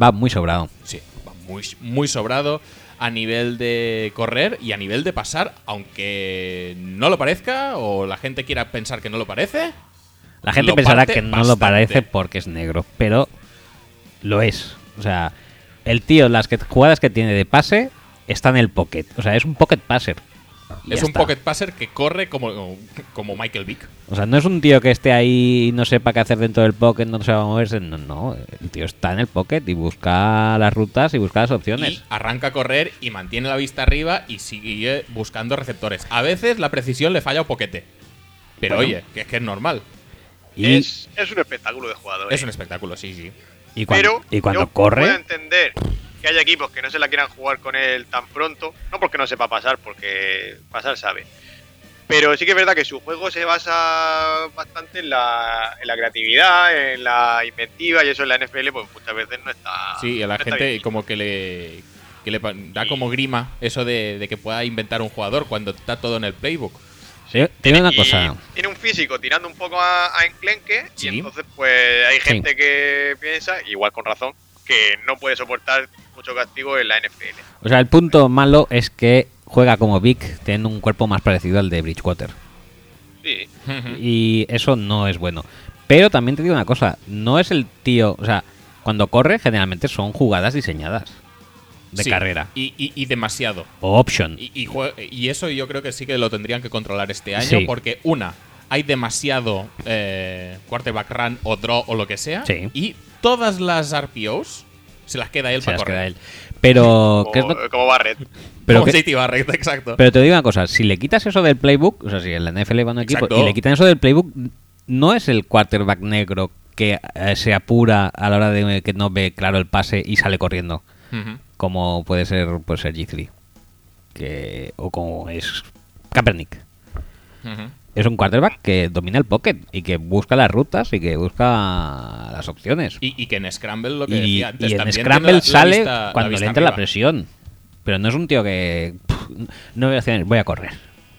A: Va muy sobrado.
B: Sí, va muy, muy sobrado a nivel de correr y a nivel de pasar, aunque no lo parezca o la gente quiera pensar que no lo parece.
A: La gente
B: Lo
A: pensará
B: parte
A: que no lo
B: bastante.
A: parece porque es negro, pero lo es. O sea, el tío, las que- jugadas que tiene de pase, está en el pocket. O sea, es un pocket passer. Y
B: es
A: ya
B: un
A: está.
B: pocket passer que corre como, como Michael Vick.
A: O sea, no es un tío que esté ahí y no sepa qué hacer dentro del pocket, no se va a moverse. No, no. El tío está en el pocket y busca las rutas y busca las
B: Y
A: opciones.
B: arranca a correr y mantiene la vista arriba y sigue buscando receptores. A veces la precisión le falla un poquete. Pero oye, que es que es normal.
A: Y,
C: Es, es un espectáculo de jugador.
B: Es
C: eh.
B: un espectáculo, sí, sí.
A: y cuan-
C: Pero
A: y cuando
C: yo
A: corre,
C: puedo entender que haya equipos que no se la quieran jugar con él tan pronto, no porque no sepa pasar, porque pasar sabe. Pero sí que es verdad que su juego se basa bastante en la, en la creatividad, en la inventiva, y eso en la NFL pues muchas veces no
A: Ah,
C: está.
B: Sí, a la
C: no está
B: gente
C: bien.
B: como que le, que le pa- da como grima eso de, de que pueda inventar un jugador cuando está todo en el playbook.
A: eh, tiene una
C: Y
A: cosa.
C: Tiene un físico tirando un poco a, a enclenque,
B: Sí.
C: y entonces pues hay
A: Sí.
C: gente que piensa, igual con razón, que no puede soportar mucho castigo en la NFL.
A: O sea, el punto malo es que juega como Vic, teniendo un cuerpo más parecido al de Bridgewater.
C: Sí.
B: ¿Mm?
A: Y eso no es bueno. Pero también te digo una cosa, no es el tío, o sea, cuando corre generalmente son jugadas diseñadas de
B: Sí,
A: carrera
B: Y, y- y demasiado.
A: o option.
B: Y, y jue- y eso yo creo que sí que lo tendrían que controlar este año
A: Sí.
B: porque, una, hay demasiado eh, quarterback run o draw o lo que sea.
A: Sí.
B: Y todas las RPOs se las queda él
A: se
B: para
A: las
B: correr.
A: queda él. Pero,
C: Como,
A: ¿qué es lo-
C: como Barrett.
A: pero,
B: Como
A: que-
B: JT Barrett, exacto.
A: pero te digo una cosa, si le quitas eso del playbook, o sea, si en la NFL va un equipo
B: Exacto.
A: y le quitan eso del playbook, no es el quarterback negro que eh, se apura a la hora de que no ve claro el pase y sale corriendo.
B: Ujú.
A: como puede ser pues ser G3 que o como es Kaepernick
B: Ujú.
A: es un quarterback que domina el pocket y que busca las rutas y que busca las opciones y,
B: Y, y que en Scramble lo que
A: y
B: decía antes
A: en
B: también tiene
A: scramble
B: la- la
A: sale
B: vista- la
A: cuando
B: vista
A: le entra la
B: arriba.
A: presión pero no es un tío que pff, no voy a hacer voy a correr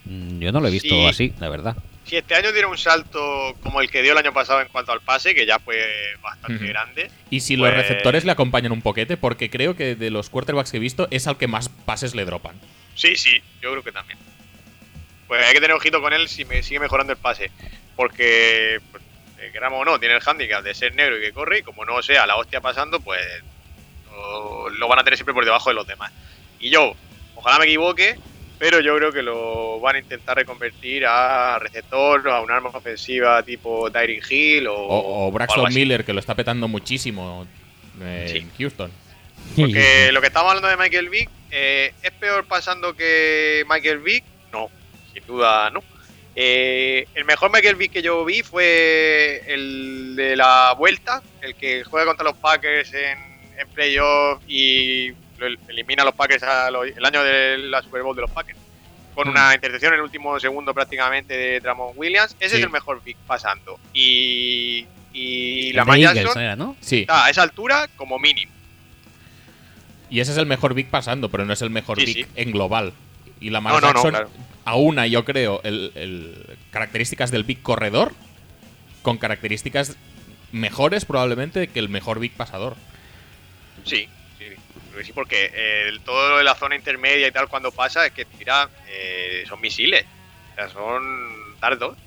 A: Mm, yo no lo he visto
C: Sí.
A: así la verdad
C: Si este año diera un salto como el que dio el año pasado en cuanto al pase, que ya fue bastante
B: Ujú.
C: grande,
B: Y si los
C: Pues-
B: receptores le acompañan un poquete, porque creo que de los quarterbacks que he visto es al que más pases le dropan.
C: sí, sí, yo creo que también. Pues hay que tener ojito con él si me sigue mejorando el pase, porque, pues, eh, queramos o no, tiene el hándicap de ser negro y que corre, y como no sea la hostia pasando, pues lo, lo van a tener siempre por debajo de los demás. Y yo, ojalá me equivoque, pero yo creo que lo van a intentar reconvertir a receptor, a un arma ofensiva tipo Tyreek Hill o,
B: O, o
C: algo
B: Braxton
C: así.
B: Miller, que lo está petando muchísimo eh,
C: Sí.
B: en Houston.
C: Porque lo que estamos hablando de Michael Vick, eh, ¿es peor pasando que Michael Vick? No, sin duda no. Eh, el mejor Michael Vick que yo vi fue el de la vuelta, el que juega contra los Packers en, en playoff y lo el- elimina a los Packers a los- el año de la Super Bowl de los Packers.
A: Mm.
C: Con una intercepción en el último segundo prácticamente de Dramon Williams. Ese
B: Sí.
C: es el mejor Vick pasando. Y, y
A: El
C: la
A: de Eagles ¿eh?
C: Jackson
A: era, ¿no?
B: Sí,
C: está a esa altura como mínimo.
B: y ese es el mejor big pasando, pero no es el mejor
C: Sí,
B: big
C: sí.
B: en global. Y la
C: No, no, no,
B: Jackson
C: claro.
B: aúna, yo creo, el, el- características del big corredor con características mejores probablemente que el mejor big pasador.
C: Sí, sí, creo que sí, porque eh, el- todo lo de la zona intermedia y tal, cuando pasa, es que tira. eh, son misiles. O sea, son dardos.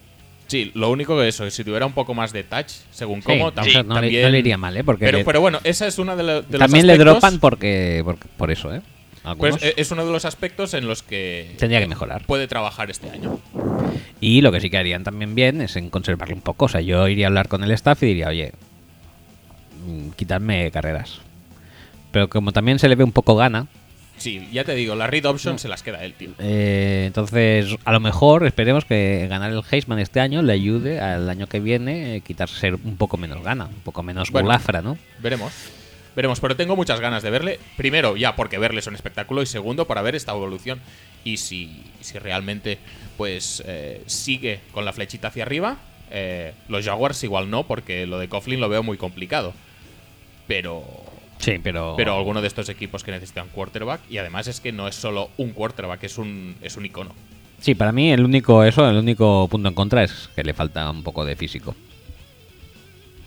B: Sí, lo único que eso, que si tuviera un poco más de touch, según
A: Sí,
B: cómo, tam-
A: eso no, le-
B: también...
A: no le iría mal, ¿eh? Porque
B: pero,
A: le-
B: pero bueno, esa es una de, la- de los
A: también le
B: aspectos-
A: dropan porque, por, por eso, ¿eh?
B: Pues
A: Algunos
B: eh, es uno de los aspectos en los que
A: tendría que mejorar.
B: puede trabajar este año.
A: Y lo que sí que harían también bien es en conservarlo un poco. O sea, yo iría a hablar con el staff y diría, oye, mm, quitadme carreras. Pero como también se le ve un poco gana,
B: Sí, ya te digo, la read option se las queda él, tío.
A: eh, entonces a lo mejor esperemos que ganar el Heisman este año le ayude al año que viene eh, quitarse ser un poco menos gana, un poco menos
B: Bueno.
A: gulafra, ¿no?
B: Veremos. Veremos, pero tengo muchas ganas de verle. Primero, ya porque verle es un espectáculo. Y segundo, para ver esta evolución. Y si, si realmente pues eh, sigue con la flechita hacia arriba. eh, los Jaguars igual no, porque lo de Coughlin lo veo muy complicado. Pero.
A: Sí, pero...
B: Pero alguno de estos equipos que necesitan quarterback. Y además es que no es solo un quarterback, es un, es un icono.
A: Sí, para mí el único eso, el único punto en contra es que le falta un poco de físico.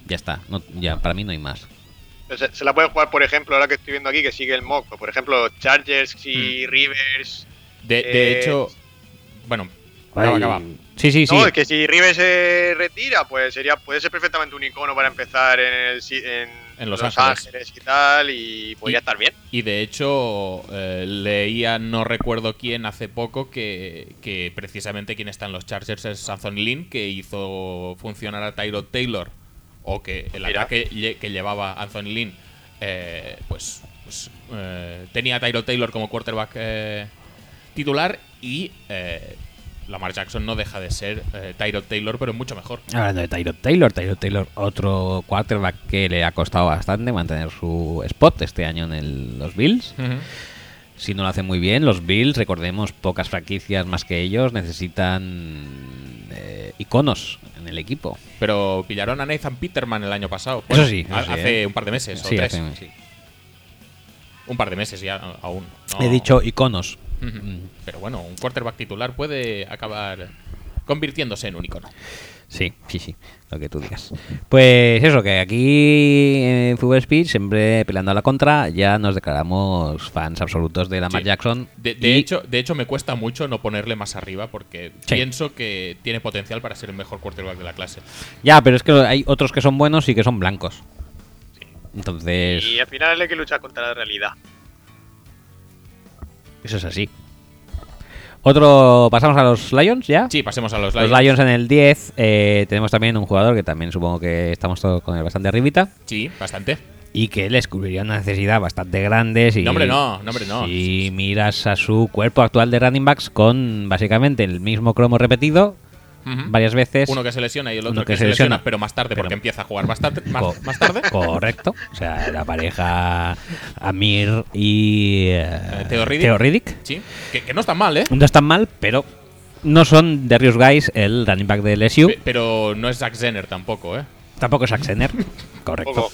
A: Ya está, no- ya para mí no hay más.
C: Entonces, se la puede jugar, por ejemplo, ahora que estoy viendo aquí que sigue el moco. Por ejemplo, Chargers
B: Mm.
C: y Rivers.
B: De, de
C: Eh,
B: hecho. Bueno, acaba, acaba.
A: Sí, sí, sí.
C: No, es que si Rivers se retira, pues sería puede ser perfectamente un icono para empezar en, el, si- en,
B: En Los Ángeles.
C: y tal. Y podría
B: Y-
C: estar bien.
B: Y de hecho, eh, leía, no recuerdo quién, hace poco, que, que precisamente quien está en los Chargers es Anthony Lynn, que hizo funcionar a Tyrod Taylor, o que el
C: Mira.
B: ataque lle- que llevaba Anthony Lynn, eh, pues, pues, eh, tenía a Tyrod Taylor como quarterback eh, titular y eh, Lamar Jackson no deja de ser eh, Tyrod Taylor, pero mucho mejor.
A: Hablando de Tyrod Taylor, Tyrod Taylor, otro quarterback que le ha costado bastante mantener su spot este año en el- los Bills. Si no lo hace muy bien, los Bills, recordemos, pocas franquicias más que ellos necesitan eh, iconos en el equipo.
B: Pero pillaron a Nathan Peterman el año pasado.
A: Eso sí,
B: ha-
A: eso sí,
B: hace
A: ¿eh?
B: un par de meses o
A: Sí,
B: tres.
A: hace-
B: sí. Un par de meses ya, a- aún. No.
A: He dicho iconos.
B: Ujú.
A: Mm,
B: Pero bueno, un quarterback titular puede acabar convirtiéndose en un icono.
A: Sí, sí, sí, lo que tú digas. Pues eso, que aquí en Football Speed, siempre peleando a la contra, ya nos declaramos fans absolutos de Lamar
B: Sí.
A: Jackson.
B: De, de
A: Y-
B: hecho, de hecho, me cuesta mucho no ponerle más arriba porque
A: Sí.
B: pienso que tiene potencial para ser el mejor quarterback de la clase.
A: Ya, pero es que hay otros que son buenos y que son blancos. Entonces,
C: Y al final hay que luchar contra la realidad.
A: eso es así. Otro, pasamos a los Lions ya.
B: Sí, pasemos a los
A: los
B: Lions.
A: Lions en el 10. eh, tenemos también un jugador que también supongo que estamos todos con él bastante arribita.
B: Sí, bastante.
A: Y que les cubriría una necesidad bastante grande. Si,
B: No, hombre, no, no, hombre, no.
A: Si miras a su cuerpo actual de running backs con básicamente el mismo cromo repetido
B: Ujú.
A: varias veces.
B: Uno que se lesiona y el
A: Uno
B: otro que, se lesiona, pero más tarde,
A: pero-
B: porque empieza a jugar bastante,
A: Co-
B: más, más tarde.
A: Correcto. O sea, la pareja Amir y eh,
B: Eh, Theo Riddick. Sí, que, que no está mal, ¿eh?
A: No están mal, pero no son Darius Guys, el running back del LSU.
B: Pe- Pero no es Zack Zenner tampoco, ¿eh?
A: Tampoco es Axener. Correcto.
C: Poco.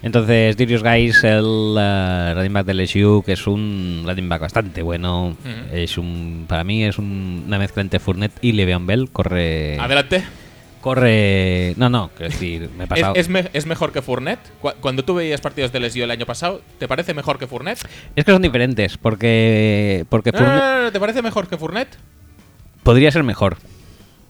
A: Entonces, Darius Guys, el eh, running back del LSU, que es un running back bastante bueno.
B: Ujú.
A: es un Para mí es un- una mezcla entre Fournette y Le'Veon Bell. Corre.
B: Adelante.
A: Corre. No, no, quiero decir, me he
B: ¿Es,
A: pasado.
B: es me- es mejor que Fournette? Cu- Cuando tú veías partidos de Lesio el año pasado, ¿te parece mejor que Fournette?
A: Es que son diferentes, porque porque
B: No, no,
A: Fournette
B: no, no, ¿Te parece mejor que Fournette?
A: podría ser mejor.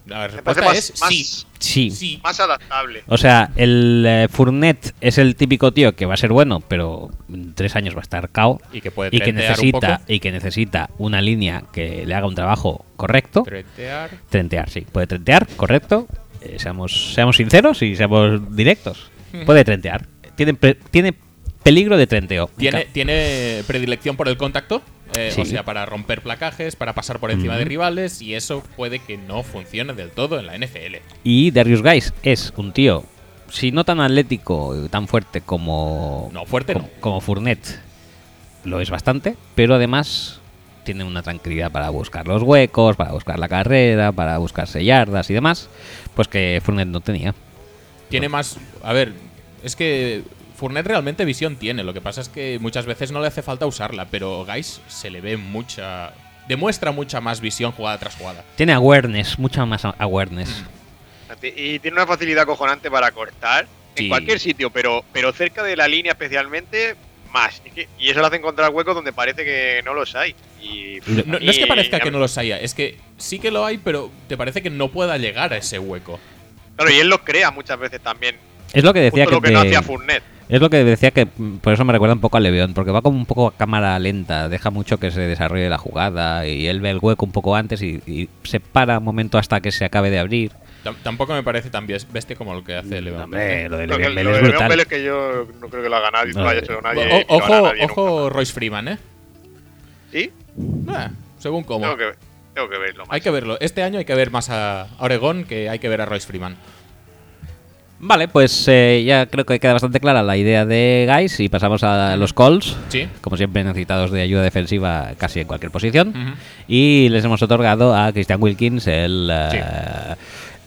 B: La
C: Me
B: respuesta
C: parece más,
B: es
C: más,
B: sí.
A: Sí.
B: Sí.
C: más adaptable.
A: O sea, el eh, Fournette es el típico tío que va a ser bueno, pero en tres años va a estar cao
B: Y que puede
A: y que
B: trentear
A: necesita
B: un poco.
A: y que necesita una línea que le haga un trabajo correcto.
B: Tretear.
A: Trentear, sí, puede trentear, correcto. Eh, seamos seamos sinceros y seamos directos. Puede trentear. Tiene pre- tiene peligro de trenteo.
B: ¿Tiene, ¿Tiene predilección por el contacto? Eh,
A: Sí.
B: O sea, para romper placajes, para pasar por encima de rivales, y eso puede que no funcione del todo en la NFL.
A: Y Darius Guys es un tío, si no tan atlético y tan fuerte como.
B: No, fuerte
A: como,
B: no.
A: como Fournette, lo es bastante, pero además tiene una tranquilidad para buscar los huecos, para buscar la carrera, para buscarse yardas y demás, pues que Fournette no tenía.
B: Tiene más. A ver, es que Fournette realmente visión tiene. Lo que pasa es que muchas veces no le hace falta usarla, pero Guys se le ve mucha. Demuestra mucha más visión jugada tras jugada.
C: Mm.
A: Tiene awareness, mucha más a- awareness.
C: Y tiene una facilidad cojonante para cortar
A: Sí.
C: en cualquier sitio, pero, pero cerca de la línea especialmente, más. Es que- y eso lo hace encontrar huecos donde parece que no los hay. Y,
B: No, no es que parezca que no los haya, es que sí que lo hay, pero te parece que no pueda llegar a ese hueco.
C: Claro, y él los crea muchas veces también.
A: Es lo que decía
C: Justo
A: que,
C: lo que no
A: te-
C: hacía Furnet.
A: Es lo que decía que mm, por eso me recuerda un poco a Leveón, porque va como un poco a cámara lenta, deja mucho que se desarrolle la jugada y él ve el hueco un poco antes y, y se para un momento hasta que se acabe de abrir.
B: Tam- tampoco me parece tan bies- bestia como lo que hace Levan.
A: Hombre, lo de
C: Lo que,
A: Leveón
C: lo
A: es
C: de León Bell
A: brutal.
C: es que yo no creo que lo haga nadie, no lo haya hecho nadie.
B: O-
C: ni lo hará
B: ojo,
C: nadie nunca.
B: ojo Royce Freeman, ¿eh?
C: ¿Sí?
B: Ah, según cómo.
C: Tengo que, tengo que verlo.
B: Hay
C: Más.
B: que verlo. Este año hay que ver más a a Oregón que hay que ver a Royce Freeman.
A: Vale, pues eh, ya creo que queda bastante clara la idea de Guys y pasamos a los calls.
B: Sí.
A: Como siempre, necesitados de ayuda defensiva casi en cualquier posición.
B: Ujú.
A: Y les hemos otorgado a Christian Wilkins el. eh,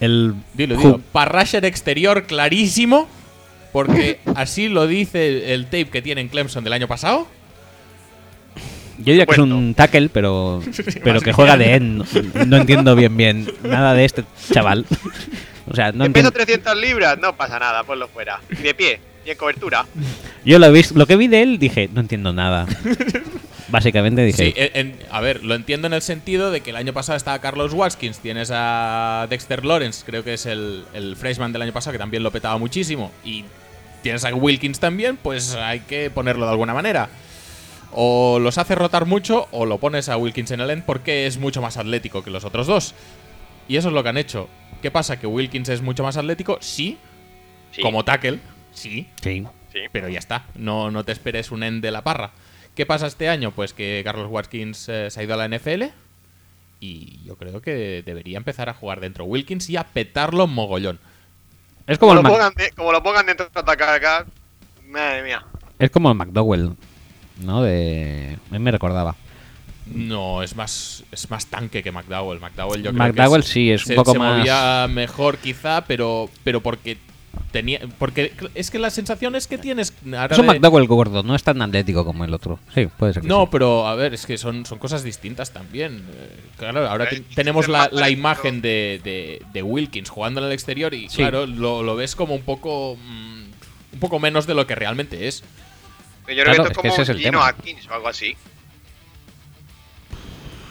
A: el
B: Dilo,
A: ju-
B: dilo. Parrasher exterior clarísimo. Porque así lo dice el tape que tiene en Clemson del año pasado.
A: Yo diría que es
C: Supuesto.
A: un tackle, pero, pero que juega de end. No entiendo bien bien nada de este chaval. O sea, no
C: Que pesa
A: entiendo.
C: 300 libras, no pasa nada, ponlo fuera. Y de pie, y en cobertura.
A: Yo lo, he visto- lo que vi de él dije, no entiendo nada. Básicamente dije,
B: Sí, eh. en- en- a ver, lo entiendo en el sentido de que el año pasado estaba Carlos Watkins, tienes a Dexter Lawrence, creo que es el, el freshman del año pasado, que también lo petaba muchísimo, y tienes a Wilkins también, pues hay que ponerlo de alguna manera. O los hace rotar mucho, o lo pones a Wilkins en el end porque es mucho más atlético que los otros dos. Y eso es lo que han hecho. ¿Qué pasa? ¿Que Wilkins es mucho más atlético? Sí,
C: Sí,
B: como tackle, sí,
A: sí.
C: sí.
B: pero ya está, no, no te esperes un end de la parra. ¿Qué pasa este año? Pues que Carlos Watkins eh, se ha ido a la NFL y yo creo que debería empezar a jugar dentro Wilkins y a petarlo mogollón.
A: Es como,
C: Como
A: el
C: lo,
A: Mac-
C: pongan de- como lo pongan dentro de atacar acá, madre mía.
A: es como el McDowell, ¿no? De... A mí me recordaba.
B: No, es más, es más tanque que McDowell. McDowell yo creo
A: McDowell
B: que
A: sí, es un
B: se-
A: poco
B: se
A: más-
B: movía mejor quizá, pero, pero porque tenía... Porque es que la sensación es que tienes... ahora
A: Es un
B: de-
A: McDowell gordo, no es tan atlético como el otro. Sí, puede ser. que
B: No,
A: sí.
B: pero a ver, es que son, son cosas distintas también. Eh, Claro, ahora te-
C: Eh,
B: tenemos la,
C: más
B: la
C: parecido.
B: imagen de, de- de Wilkins jugando en el exterior y
A: Sí.
B: claro, lo, lo ves como un poco mm, un poco menos de lo que realmente es.
C: Yo
A: Claro,
C: creo
A: es
C: que esto es
A: que
C: como
A: ese es el
C: un Gino
A: tema.
C: Atkins o algo así.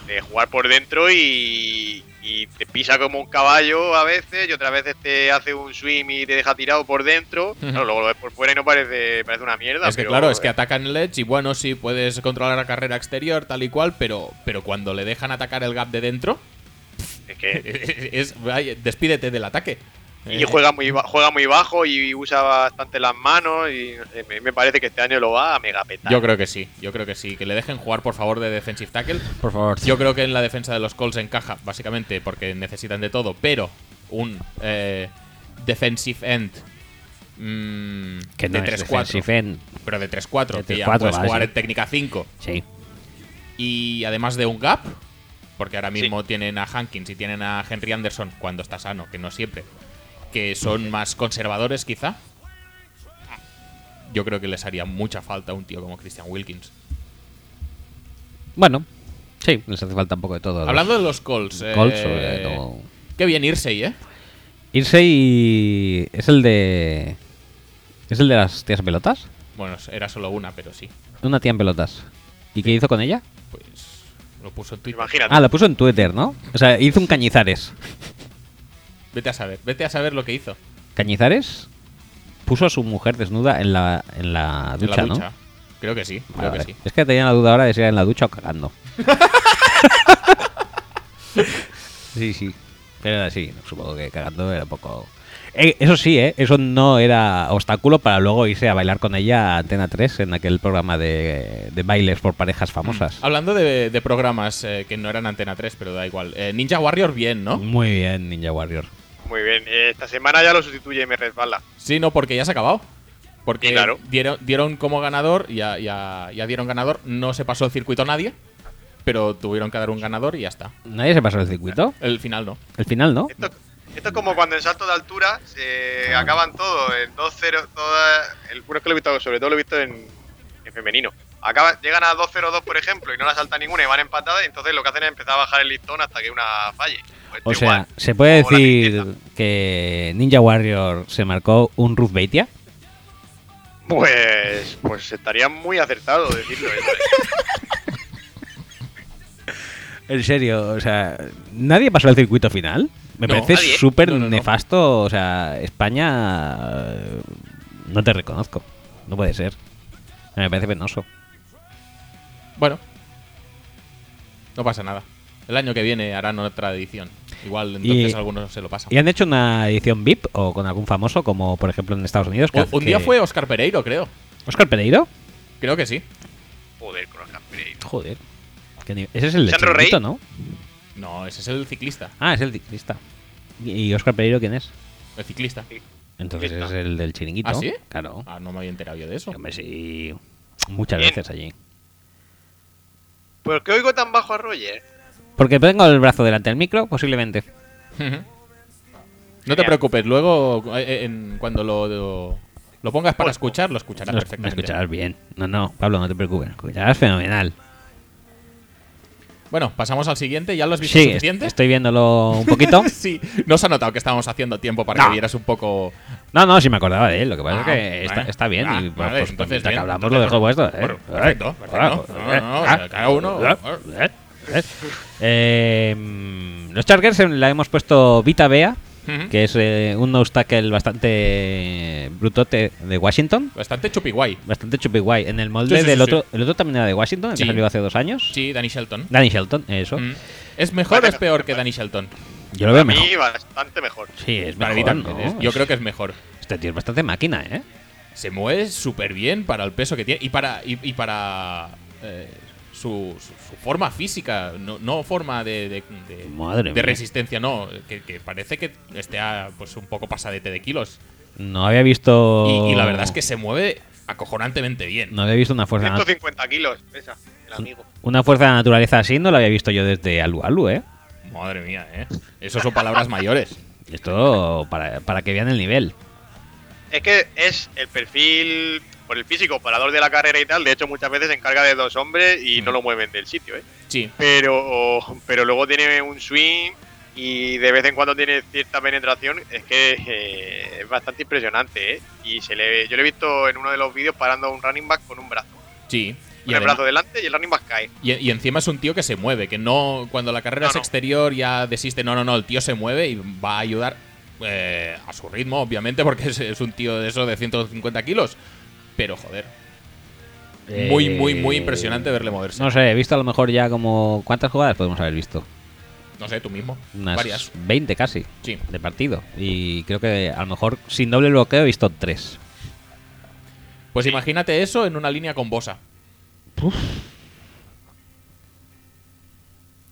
C: De jugar por dentro y, y te pisa como un caballo a veces y otras veces te hace un swing y te deja tirado por dentro. Claro, luego lo ves por fuera y no parece, parece una mierda.
B: es que
C: pero- eh.
B: claro, es que atacan el edge y bueno, sí, puedes controlar la carrera exterior tal y cual, pero, pero cuando le dejan atacar el gap de dentro,
C: es que-
B: eh, es, vaya, despídete del ataque.
C: Y
B: Eh,
C: juega muy, ba- juega muy bajo y usa bastante las manos y no sé, me, me parece que este año lo va a mega petar.
B: Eh, Yo creo que sí, yo creo que sí. Que le dejen jugar, por favor, de defensive tackle.
A: Por favor.
B: Yo creo que en la defensa de los Colts encaja, básicamente, porque necesitan de todo, pero un eh, defensive end mm,
A: Que no
B: de
A: es
B: 3-4,
A: defensive end.
B: pero de 3-4,
A: De
B: que ya
A: 3-4,
B: puedes
A: vale,
B: jugar
A: sí.
B: en técnica 5,
A: Sí.
B: y además de un gap, porque ahora
C: Sí.
B: mismo tienen a Hankins y tienen a Henry Anderson cuando está sano, que no siempre, que son más conservadores quizá. Yo creo que les haría mucha falta un tío como Christian Wilkins.
A: Bueno, sí, les hace falta un poco de todo. a los
B: Hablando de los Colts, eh,
A: Colts, eh, como-
B: qué bien Irsey, ¿eh?
A: Irsey es el de. ¿Es el de las tías en pelotas?
B: Bueno, era solo una, pero sí.
A: Una tía en pelotas. ¿Y qué hizo con ella?
B: Pues lo puso en Twitter.
C: Imagínate.
A: Ah, la puso en Twitter, ¿no? O sea, hizo un cañizares.
B: Vete a saber, vete a saber lo que hizo.
A: ¿Cañizares? Puso a su mujer desnuda en la, en la
B: en
A: ducha,
B: la ducha.
A: ¿no?
B: Creo que sí, creo
A: Vale,
B: que
A: vale.
B: sí.
A: Es que tenía la duda ahora de si era en la ducha o cagando. sí, sí. Pero era así, supongo que cagando era un poco. Eh, eso sí, ¿eh? eso no era obstáculo para luego irse a bailar con ella a Antena 3 en aquel programa de, de bailes por parejas famosas.
B: Hablando de, de programas eh, que no eran Antena 3, pero da igual. Eh, Ninja Warrior, bien, ¿no?
A: Muy bien, Ninja Warrior.
C: Muy bien. eh, Esta semana ya lo sustituye y me resbala.
B: Sí, no, porque ya se ha acabado. Porque
C: Sí, claro.
B: dieron, dieron como ganador, ya, ya, ya dieron ganador, no se pasó el circuito a nadie, pero tuvieron que dar un ganador y ya está.
A: ¿Nadie se pasó el circuito?
B: El final no.
A: El final, ¿no?
C: Esto, esto es como cuando en salto de altura se acaban todo, en 2-0, toda- el bueno, es que lo he visto, sobre todo lo he visto en, en femenino. Acaban, llegan a 2-0-2, por ejemplo, y no la salta ninguna y van empatadas, y entonces lo que hacen es empezar a bajar el listón hasta que una falle. Pues
A: O
C: igual.
A: sea, se puede
C: Como la
A: decir
C: tristeza.
A: que Ninja Warrior se marcó un Ruth Beitia?
C: Pues, pues estaría muy acertado decirlo. eso, ¿eh?
A: En serio, o sea, nadie pasó al circuito final. Me
B: No,
A: parece
C: nadie.
A: súper
B: No, no, no.
A: nefasto. O sea, España. eh, No te reconozco. No puede ser. Me parece penoso.
B: Bueno, no pasa nada. El año que viene harán otra edición. Igual entonces
A: Y-
B: algunos se lo pasan.
A: ¿Y han hecho una edición VIP o con algún famoso, como por ejemplo en Estados Unidos? que
B: Un-
A: hace-
B: Un día
A: que-
B: fue Oscar Pereiro, creo.
A: ¿Oscar Pereiro?
B: Creo que sí.
C: Joder, con Oscar Pereiro.
A: Joder. Qué nivel- Ese es el de
C: ¿Sandro
A: Chiringuito,
C: Rey?
A: ¿no?
B: No, ese es el ciclista.
A: Ah, es el ciclista. ¿Y y Oscar Pereiro quién es?
B: El ciclista.
A: Entonces
C: Ciclista.
A: es el del chiringuito.
B: ¿Ah, sí?
A: Claro.
B: Ah, no me había enterado yo de eso.
A: Hombre, sí. Muchas
C: Bien.
A: veces allí.
C: ¿Por qué Pues oigo tan bajo a Roger?
A: Porque tengo el brazo delante del micro, posiblemente.
B: no te
C: Genial.
B: preocupes, luego eh, en- cuando lo, lo, lo pongas para escuchar, lo escucharás
A: No, me
B: perfectamente.
A: escucharás bien. No, no, Pablo, no te preocupes. me Escucharás fenomenal.
B: Bueno, pasamos al siguiente. ¿Ya lo has visto
A: Sí, est-
B: suficiente?
A: estoy viéndolo un poquito.
B: sí, no se ha notado que estábamos haciendo tiempo para que
A: No.
B: vieras un poco.
A: No, no, sí me acordaba de él. Lo que pasa
B: Ah,
A: es que está,
B: vale.
A: está bien.
B: Ah,
A: y pues,
B: vale,
A: pues,
B: entonces,
A: mientras que
B: bien,
A: hablamos,
B: entonces,
A: lo dejo puesto. ¿eh?
B: bueno, perfecto,
A: Eh,
B: perfecto.
A: hola,
B: No, no,
A: ah,
B: no, cada uno,
A: ah,
B: ah.
A: eh, eh. Eh, mm, los Chargers eh, la hemos puesto Vita Bea,
B: Ujú.
A: que es eh, un nose tackle bastante brutote de Washington.
B: Bastante chupiguay.
A: Bastante chupi guay. En el molde
B: Sí, sí,
A: del
B: sí,
A: otro. El otro también era de Washington, el
B: Sí.
A: que salió hace dos años.
B: Sí, Danny Shelton.
A: Danny Shelton, eso.
B: Mm. ¿Es mejor o es peor que Danny Shelton?
A: Yo lo veo
C: A
A: mejor.
C: mí bastante mejor.
A: Sí, es
B: Para
A: mejor,
B: mí también.
A: ¿no?
B: es- Yo creo que es mejor.
A: Este tío es bastante máquina, ¿eh?
B: Se mueve súper bien para el peso que tiene y para, y, y para eh, su, su- su forma física, no, no forma de, de, de-
A: Madre
B: de
A: mía.
B: resistencia, no, que, que parece que esté a, pues, un poco pasadete de kilos.
A: No había visto.
B: Y, y la verdad es que se mueve acojonantemente bien.
A: Oh. No había visto una fuerza.
C: 150 kilos, pesa, el amigo.
A: Una fuerza de la naturaleza así no la había visto yo desde Alu Alu, ¿eh?
B: Madre mía, ¿eh? Eso son palabras mayores.
A: Esto para, para que vean el nivel.
C: Es que es el perfil, por el físico, parador de la carrera y tal. De hecho, muchas veces se encarga de dos hombres y no lo mueven del sitio, ¿eh?
B: Sí,
C: Pero, pero luego tiene un swing y de vez en cuando tiene cierta penetración. Es que eh, es bastante impresionante, ¿eh? Y se le, yo lo he visto en uno de los vídeos parando a un running back con un brazo.
B: sí.
C: Con el
B: además-
C: brazo delante y el running back cae.
B: Y, y encima es un tío que se mueve, que no. Cuando la carrera
C: No,
B: es
C: no.
B: exterior ya desiste. No, no, no, el tío se mueve y va a ayudar eh, a su ritmo, obviamente, porque es, es un tío de eso de 150 kilos. Pero joder, muy,
A: Eh,
B: muy, muy impresionante verle moverse.
A: No sé, he visto a lo mejor ya como. ¿Cuántas jugadas podemos haber visto?
B: No sé, tú mismo.
A: Unas
B: Varias.
A: 20 casi
B: Sí.
A: de partido. Y creo que a lo mejor sin doble bloqueo he visto tres.
B: Pues imagínate eso en una línea con Bosa.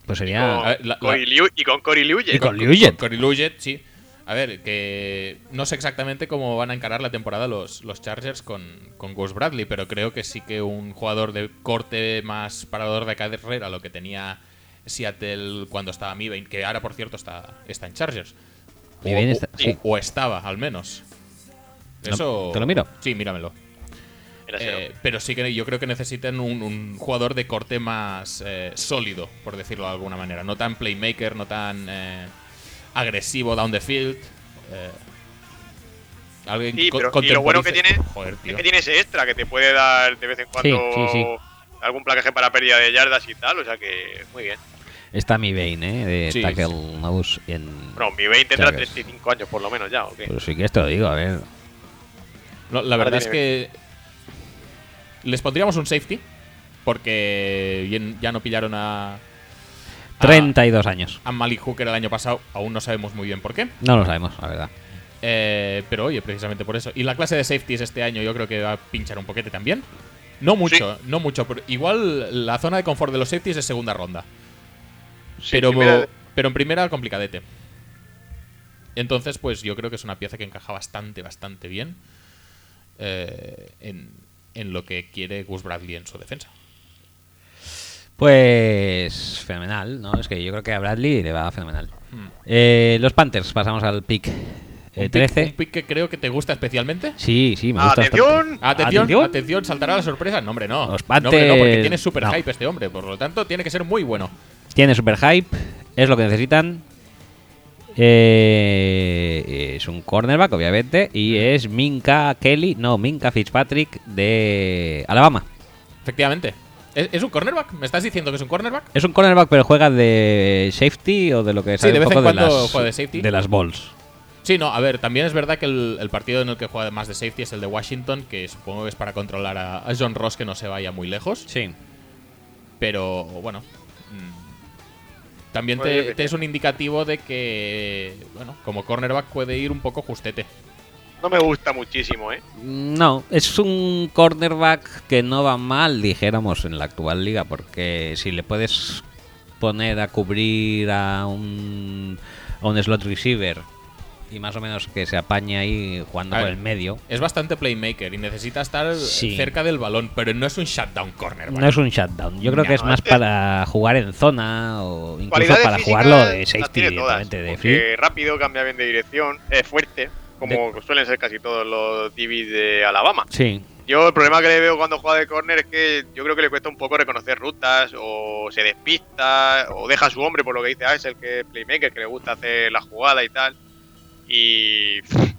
A: Pues
C: Con,
A: sería.
B: Oh, a ver, la- la-
C: Cory Liu- y con Cory Liuye.
A: Y con- Liuget.
B: Con, con Liuget, sí. A ver, que no sé exactamente cómo van a encarar la temporada los, los Chargers con, con Gus Bradley, pero creo que sí que un jugador de corte más parador de carrera, lo que tenía Seattle cuando estaba Mivain, que ahora por cierto está, está en Chargers. O,
A: Mivane
B: o-
A: está-
B: o-
A: sí.
B: o estaba, al menos.
A: No,
B: Eso.
A: ¿te lo miro?
B: Sí, míramelo.
C: Era
B: Eh,
C: ese.
B: pero sí que yo creo que necesitan un, un jugador de corte más eh, sólido, por decirlo de alguna manera. No tan playmaker, no tan eh, agresivo down the field. eh, alguien
C: Sí,
B: co-
C: pero- y lo bueno que
B: contemporice-
C: tiene
B: Joder, tío.
C: Es que tiene ese extra que te puede dar de vez en cuando
A: sí, sí.
C: algún placaje para pérdida de yardas y tal, o sea que muy bien.
A: Está mi Bane, ¿eh? De
B: Sí,
A: Tackle
B: sí.
A: Nose en.
C: Bueno, mi 20 tendrá
A: Chagas.
C: 35 años por lo menos ya, ¿o qué?
A: Pues si quieres te lo digo, a ver.
B: No, la verdad
C: Ahora
B: es que les pondríamos un safety, porque bien- ya no pillaron a, a,
A: 32 años.
B: a Malik Hooker el año pasado. Aún no sabemos muy bien por qué.
A: No lo sabemos, la verdad.
B: Eh, pero oye, precisamente por eso. Y la clase de safeties este año yo creo que va a pinchar un poquete también. No mucho, no mucho. pero igual la zona de confort de los safeties es segunda ronda.
C: Sí,
B: pero,
C: primera-
B: pero en primera complicadete. Entonces, pues yo creo que es una pieza que encaja bastante, bastante bien eh, en, en lo que quiere Gus Bradley en su defensa.
A: Pues fenomenal, ¿no? Es que yo creo que a Bradley le va fenomenal.
B: Hmm.
A: Eh, los Panthers, pasamos al pick eh,
B: Un pick-
A: 13.
B: un pick que creo que te gusta especialmente.
A: Sí, sí, me gusta
C: ¡Atención!
A: bastante.
B: Atención, atención, saltará la sorpresa. No, hombre, no.
A: Los
B: No, hombre, no, porque
A: Panthers-
B: tiene super
A: no.
B: hype este hombre. Por lo tanto, tiene que ser muy bueno.
A: Tiene super hype, es lo que necesitan. Eh, es un cornerback, obviamente, y es Minka Kelly, no, Minka Fitzpatrick de Alabama.
B: Efectivamente. ¿Es, es un cornerback? ¿Me estás diciendo que es un cornerback?
A: Es un cornerback, pero juega de safety o de lo que
B: Sí,
A: sabe
B: de
A: un
B: vez
A: poco
B: en cuando
A: las,
B: juega de safety.
A: las balls.
B: Sí, no, a ver, también es verdad que el, el partido en el que juega más de safety es el de Washington, que supongo que es para controlar a, a John Ross que no se vaya muy lejos.
A: Sí.
B: Pero bueno. mm, También
A: Pues
C: Bueno, yo
B: te,
C: qué
B: te
C: sé.
B: es un indicativo de que, bueno, como cornerback puede ir un poco justete.
C: No me gusta muchísimo, ¿eh?
A: No, es un cornerback que no va mal, dijéramos, en la actual liga, porque si le puedes poner a cubrir a un, a un slot receiver y más o menos que se apañe ahí jugando
B: A
A: por
B: ver.
A: el medio,
B: Es bastante playmaker y necesita estar
A: Sí.
B: cerca del balón, pero no es un shutdown cornerback.
A: no es un shutdown. Yo creo que es más para jugar en zona o incluso
C: Cualidades
A: para
C: físicas
A: jugarlo de
C: las
A: safety
C: tiene todas,
A: directamente de
C: porque
A: free.
C: rápido, cambia bien de dirección, es fuerte, como suelen ser casi todos los DBs de Alabama.
A: Sí,
C: Yo el problema que le veo cuando juega de córner es que yo creo que le cuesta un poco reconocer rutas, o se despista, o deja a su hombre por lo que dice ah, es el que es playmaker, que le gusta hacer la jugada y tal. Y pff,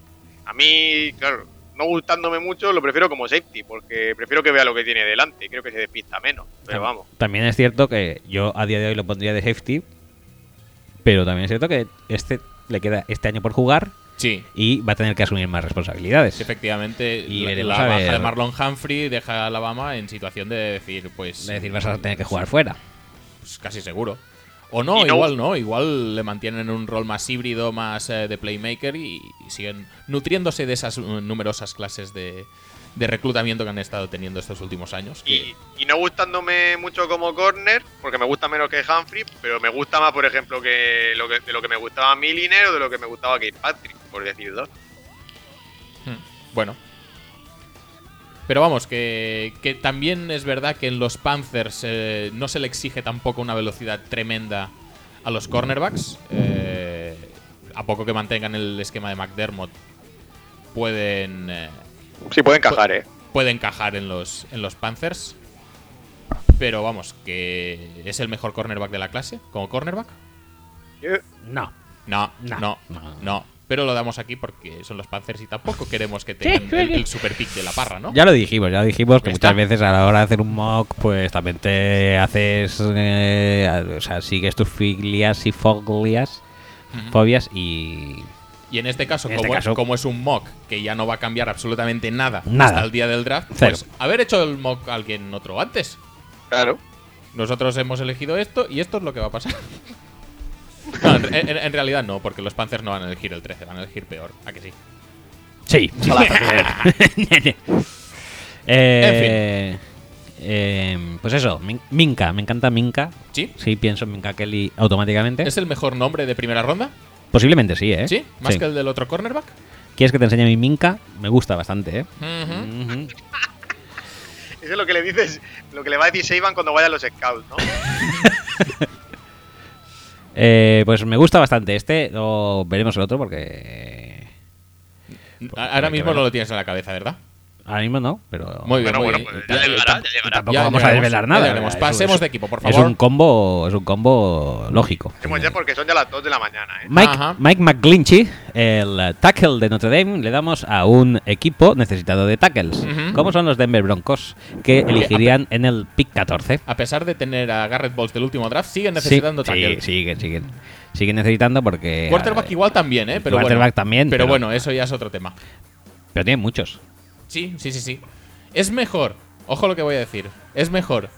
C: a mí, claro, no gustándome mucho, lo prefiero como safety, porque prefiero que vea lo que tiene delante, creo que se despista menos, pero
A: Tam-
C: vamos.
A: También es cierto que yo a día de hoy lo pondría de safety, pero también es cierto que este le queda este año por jugar
B: Sí,
A: y va a tener que asumir más responsabilidades.
B: efectivamente.
A: Y
B: la-
A: veremos
B: la
A: a
B: baja
A: ver.
B: de Marlon Humphrey deja a Alabama en situación de decir, pues.
A: Es decir, vas a tener que jugar fuera.
B: pues, casi seguro. O no,
C: Y no-
B: igual no, igual le mantienen en un rol más híbrido, más eh, de playmaker y, y siguen nutriéndose de esas mm, numerosas clases de, de reclutamiento que han estado teniendo estos últimos años. que-
C: Y, y no gustándome mucho como corner, porque me gusta menos que Humphrey, pero me gusta más, por ejemplo, que, lo que de lo que me gustaba Milliner o de lo que me gustaba Kate Patrick, por decir dos.
B: Hmm, Bueno. Pero vamos, que, que también es verdad que en los Panthers eh, no se le exige tampoco una velocidad tremenda a los cornerbacks. Eh, a poco que mantengan el esquema de McDermott, pueden... eh,
C: Sí, puede
B: encajar,
C: ¿eh?
B: puede encajar en los, en los Panthers. Pero vamos, que es el mejor cornerback de la clase, como cornerback.
A: No.
B: No,
A: No.
B: no, no,
A: No.
B: Pero lo damos aquí porque son los Panthers y tampoco queremos que tengan el, el super pick de la parra, ¿no?
A: Ya lo dijimos, ya lo dijimos que
B: Ya
A: muchas
B: está.
A: veces a la hora de hacer un mock, pues también te haces. eh, a- o sea, sigues tus filias y foglias,
B: Ujú.
A: fobias y.
B: Y en este caso,
A: En este
B: como,
A: caso-
B: como es un mock que ya no va a cambiar absolutamente nada,
A: Nada.
B: hasta el día del draft,
A: Cero.
B: pues haber hecho el mock a alguien otro antes.
C: Claro.
B: Nosotros hemos elegido esto y esto es lo que va a pasar. No, en, en- en realidad no, porque los Panthers no van a elegir el 13, van a elegir peor. ¿A que sí?
A: Sí. Eh, eh, pues eso, Min- Minka, me encanta Minka.
B: ¿Sí?
A: Sí, pienso en Minka Kelly automáticamente.
B: ¿Es el mejor nombre de primera ronda?
A: Posiblemente sí, ¿eh?
B: ¿Sí? ¿Más que el del otro cornerback?
A: ¿Quieres que te enseñe mi Minka? Me gusta bastante, ¿eh?
B: Ujú.
A: Ujú.
C: Eso es lo que le dices, lo que le va a decir Seiban cuando vayan los scouts, ¿no?
A: Eh, pues me gusta bastante este. O veremos el otro porque.
B: A- Ahora
A: hay Pues que
B: mismo no
A: verlo.
B: lo tienes en la cabeza, ¿verdad?
A: Ahora mismo no, pero.
B: Muy bien,
C: Bueno,
B: muy
C: bueno,
B: bien.
C: pues ya llegará, ya llegará.
A: Tampoco vamos a
B: llegaremos,
A: desvelar
B: ya
A: nada.
B: llegaremos.
A: Es un-
B: Pasemos
A: es-
B: de equipo, por
A: Es
B: favor.
A: un combo, es un combo lógico.
C: Hacemos ya porque son ya las 2 de la mañana, ¿eh?
A: Mike,
B: Ajá.
A: Mike McGlinchey, el tackle de Notre Dame, le damos a un equipo necesitado de tackles,
B: Ujú.
A: como son los Denver Broncos, que elegirían en el pick 14.
B: A pesar de tener a Garrett Balls del último draft, siguen necesitando
A: sí,
B: tackle.
A: sí, siguen, siguen. Siguen necesitando porque.
B: Quarterback
A: eh,
B: igual también, ¿eh? Pero
A: Quarterback
B: bueno,
A: también,
B: Pero,
A: pero-
B: bueno, eso ya es otro tema.
A: Pero tienen muchos.
B: Sí, sí, sí, sí. Es mejor, ojo lo que voy a decir, es mejor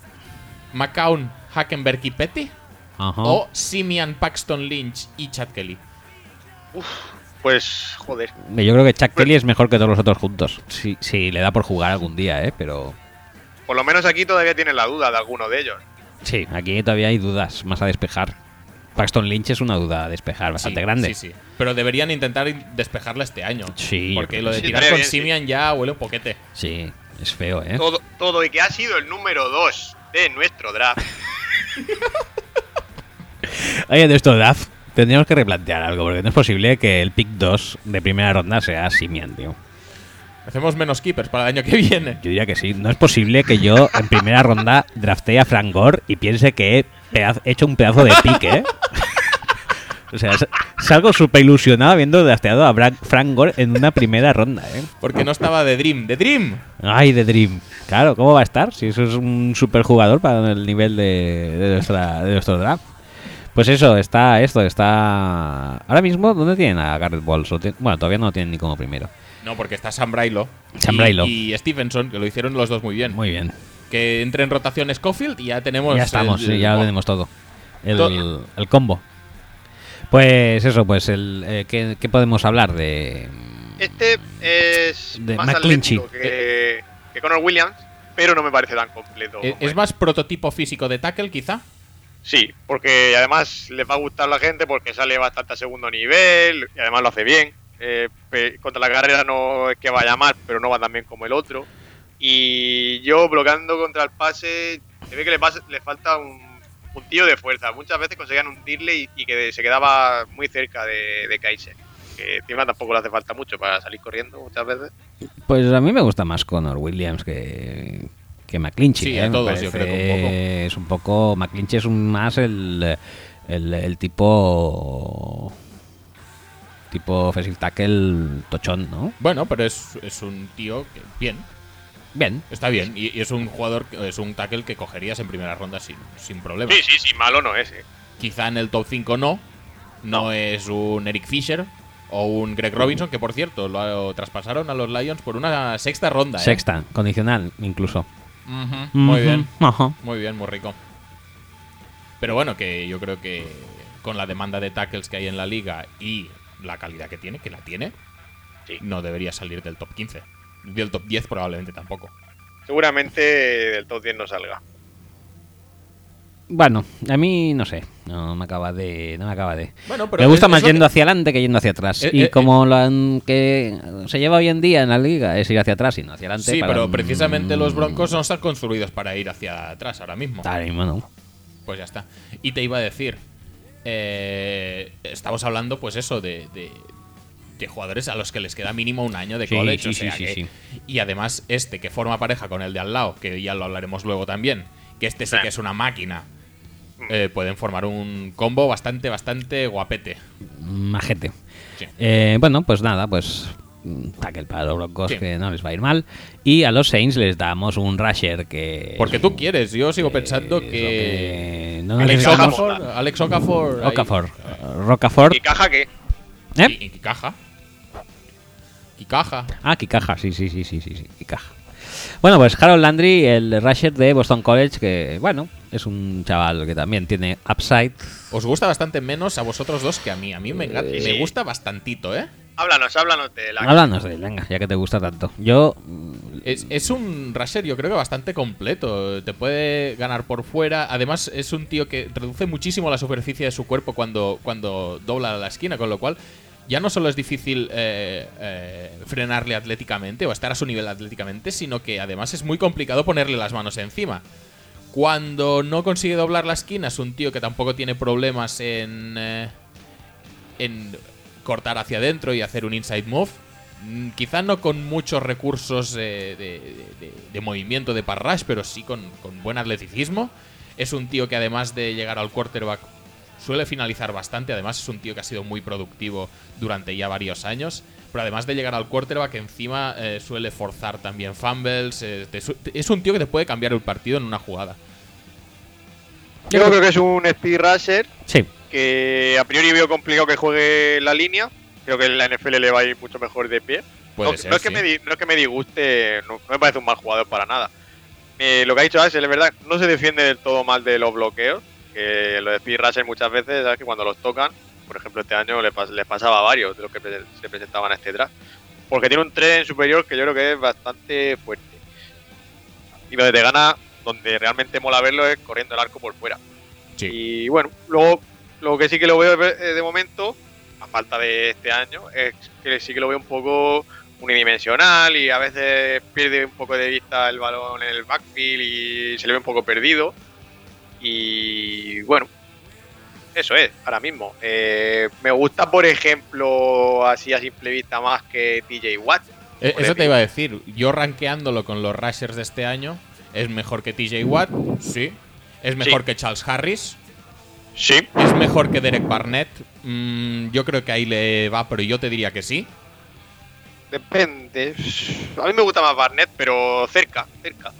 B: McCown, Hackenberg y Petty
A: Ajá.
B: o Simeon, Paxton Lynch y Chad Kelly.
C: Pues, joder.
A: Yo creo que Chuck Kelly es mejor que todos los otros juntos. Si, si le da por jugar algún día, ¿eh? Pero.
C: Por lo menos aquí todavía tienen la duda de alguno de ellos.
A: Sí, aquí todavía hay dudas más a despejar. Paxton Lynch es una duda a despejar bastante
B: Sí,
A: grande.
B: Sí, sí. Pero deberían intentar in- despejarla este año.
A: Sí, yo
B: Porque
A: creo
B: lo
A: que
B: de
C: sí.
B: tirar
C: Estaría
B: con
C: bien, sí.
B: Simian ya huele un poquete.
A: Sí, es feo, ¿eh?
C: Todo, todo y que ha sido el número 2 de nuestro draft.
A: Oye, de esto, Daf, tendríamos que replantear algo, porque no es posible que el pick 2 de primera ronda sea Simian, tío.
B: Hacemos menos keepers para el año que viene.
A: Yo diría que sí. No es posible que yo en primera ronda draftee a Frank Gore y piense que he peda- hecho un pedazo de pick, ¿eh? O sea, sa- salgo súper ilusionado viendo dasteado a Bra- Frank Gore en una primera ronda, ¿eh?
B: Porque no estaba The Dream. ¡The Dream!
A: Ay, de Dream. Claro, ¿cómo va a estar? Si eso es un superjugador para el nivel de, de nuestra, de nuestro draft. Pues eso, está esto, está... Ahora mismo, ¿dónde tienen a Garrett Bowles? Lo tien- Bueno, todavía no lo tienen ni como primero.
B: No, porque está Sam Brailo.
A: Sam
B: y-
A: Brailo.
B: Y, Stevenson, que lo hicieron los dos muy bien.
A: Muy bien.
B: Que entre en rotación Schofield y ya tenemos.
A: ya estamos,
B: Pues el-
A: sí, ya
B: el-
A: lo tenemos todo. El,
B: To-
A: el combo. Pues eso, pues el eh, ¿qué, qué podemos hablar de...?
C: Este es
A: De
C: más
A: McClinchy.
C: atlético que, que Conor Williams, pero no me parece tan completo.
B: ¿Es,
C: como
B: E-, es más prototipo físico de tackle, quizá?
C: Sí, porque además les va a gustar la gente porque sale bastante a segundo nivel y además lo hace bien. Eh, pe- contra la carrera no es que vaya mal, pero no va tan bien como el otro. Y yo bloqueando contra el pase, se ve que le, pas- le falta un, un tiro de fuerza. Muchas veces conseguían hundirle y, y que se quedaba muy cerca de, de Kaiser. Que encima tampoco le hace falta mucho para salir corriendo muchas veces.
A: Pues a mí me gusta más Connor Williams que, que McClinchy.
B: Sí,
A: ¿eh?
B: a
A: Me
B: todos,
A: parece-
B: yo creo que un poco.
A: Es un poco... McClinchy es un- más el, el, el tipo... Tipo offensive tackle tochón, ¿no?
B: Bueno, pero es, es un tío que. Bien,
A: Bien.
B: está bien. Y, y es un jugador, que- es un tackle que cogerías en primera ronda sin, sin problema.
C: Sí, sí, sí, malo no es. eh.
B: Quizá en el top 5 no. No es un Eric Fisher o un Greg Robinson, que por cierto lo, lo traspasaron a los Lions por una sexta ronda. ¿eh?
A: Sexta, condicional incluso.
B: Ujú, Muy
A: Ujú,
B: bien.
A: ajá.
B: Muy bien, muy rico. Pero bueno, que yo creo que con la demanda de tackles que hay en la liga y la calidad que tiene, que la tiene,
C: Sí.
B: no debería salir del top 15. Del top 10 probablemente tampoco.
C: Seguramente del top 10 no salga.
A: Bueno, a mí no sé, no me acaba de, no me acaba de.
B: Bueno, pero
A: Me gusta
B: es-
A: más
B: es lo
A: yendo
B: que-
A: hacia adelante que yendo hacia atrás.
B: Eh,
A: y
B: eh,
A: como lo han- que se lleva hoy en día en la liga es ir hacia atrás y no hacia adelante.
B: Sí,
A: para- Mm.
B: pero precisamente los Broncos no están construidos para ir hacia atrás ahora mismo.
A: Ahora mismo no.
B: Pues ya está. Y te iba a decir, eh, estamos hablando pues eso de, de, de jugadores a los que les queda mínimo un año de
A: Sí,
B: college.
A: sí,
B: o
A: sí,
B: sea
A: sí,
B: que-
A: sí.
B: Y además este que forma pareja con el de al lado, que ya lo hablaremos luego también, que este sí
C: Sí.
B: que es una máquina. eh, pueden formar un combo bastante, bastante guapete.
A: Majete.
B: Sí.
A: Eh, bueno, pues nada, pues mm, tackle para los Broncos
B: Sí.
A: que no les va a ir mal. Y a los Saints les damos un Rusher que.
B: Porque tú quieres, yo sigo pensando
A: Eh, es lo que
B: que...
A: no
B: Alex
A: necesitamos-
B: Okafor, Alex Okafor, ahí-
A: Okafor. Rocafort.
C: ¿Y caja qué?
A: ¿Eh?
B: Y, y Kikaja. Kikaja.
A: Ah, Kikaja, sí, sí, sí, sí, sí, sí, Kikaja. Bueno, pues Harold Landry, el rusher de Boston College, que bueno, es un chaval que también tiene upside.
B: Os gusta bastante menos a vosotros dos que a mí. A mí me, enga- me
C: Eh, sí.
B: gusta bastantito, ¿eh?
C: Háblanos, háblanos de la
A: Háblanos de él, venga, ya que te gusta tanto. Yo, mm,
B: Es, es un rusher, yo creo que bastante completo. Te puede ganar por fuera. Además, es un tío que reduce muchísimo la superficie de su cuerpo cuando, cuando dobla la esquina, con lo cual. Ya no solo es difícil eh, eh, frenarle atléticamente o estar a su nivel atléticamente, sino que además es muy complicado ponerle las manos encima. Cuando no consigue doblar la esquina, es un tío que tampoco tiene problemas en. eh, en cortar hacia adentro y hacer un inside move. Mm, Quizá no con muchos recursos eh, de, de- de- de movimiento de parrash, pero sí con, con buen atleticismo. Es un tío que además de llegar al quarterback suele finalizar bastante. Además es un tío que ha sido muy productivo durante ya varios años. Pero además de llegar al quarterback, encima eh, suele forzar también fumbles. eh, te su- es un tío que te puede cambiar el partido en una jugada.
C: Yo creo que es un speed rusher
A: sí,
C: que a priori veo complicado que juegue la línea. Creo que en la NFL le va a ir mucho mejor de pie.
B: Puede
C: no,
B: ser,
C: no es que
B: sí.
C: me di- no es que me disguste, no, no me parece un mal jugador para nada. Eh, lo que ha dicho Axel es verdad, no se defiende del todo mal de los bloqueos. Que los speed rusher muchas veces, ¿sabes? Que cuando los tocan, por ejemplo, este año le pas- les pasaba a varios de los que pre- se presentaban a este draft. Porque tiene un tren superior que yo creo que es bastante fuerte. Y donde te gana, donde realmente mola verlo es corriendo el arco por fuera.
B: Sí.
C: Y bueno, luego lo que sí que lo veo eh, de momento, a falta de este año, es que sí que lo veo un poco unidimensional y a veces pierde un poco de vista el balón en el backfield y se le ve un poco perdido. Y bueno, eso es, ahora mismo. Eh, me gusta, por ejemplo, así a simple vista más que TJ Watt.
B: Eh,
C: Por
B: Eso
C: el-
B: te iba a decir. Yo rankeándolo con los Rushers de este año, es mejor que TJ Watt, sí. Es mejor
C: Sí.
B: que Charles Harris,
C: Sí.
B: ¿Es mejor que Derek Barnett? Mm, yo creo que ahí le va, pero yo te diría que sí.
C: Depende. A mí me gusta más Barnett, pero cerca, cerca.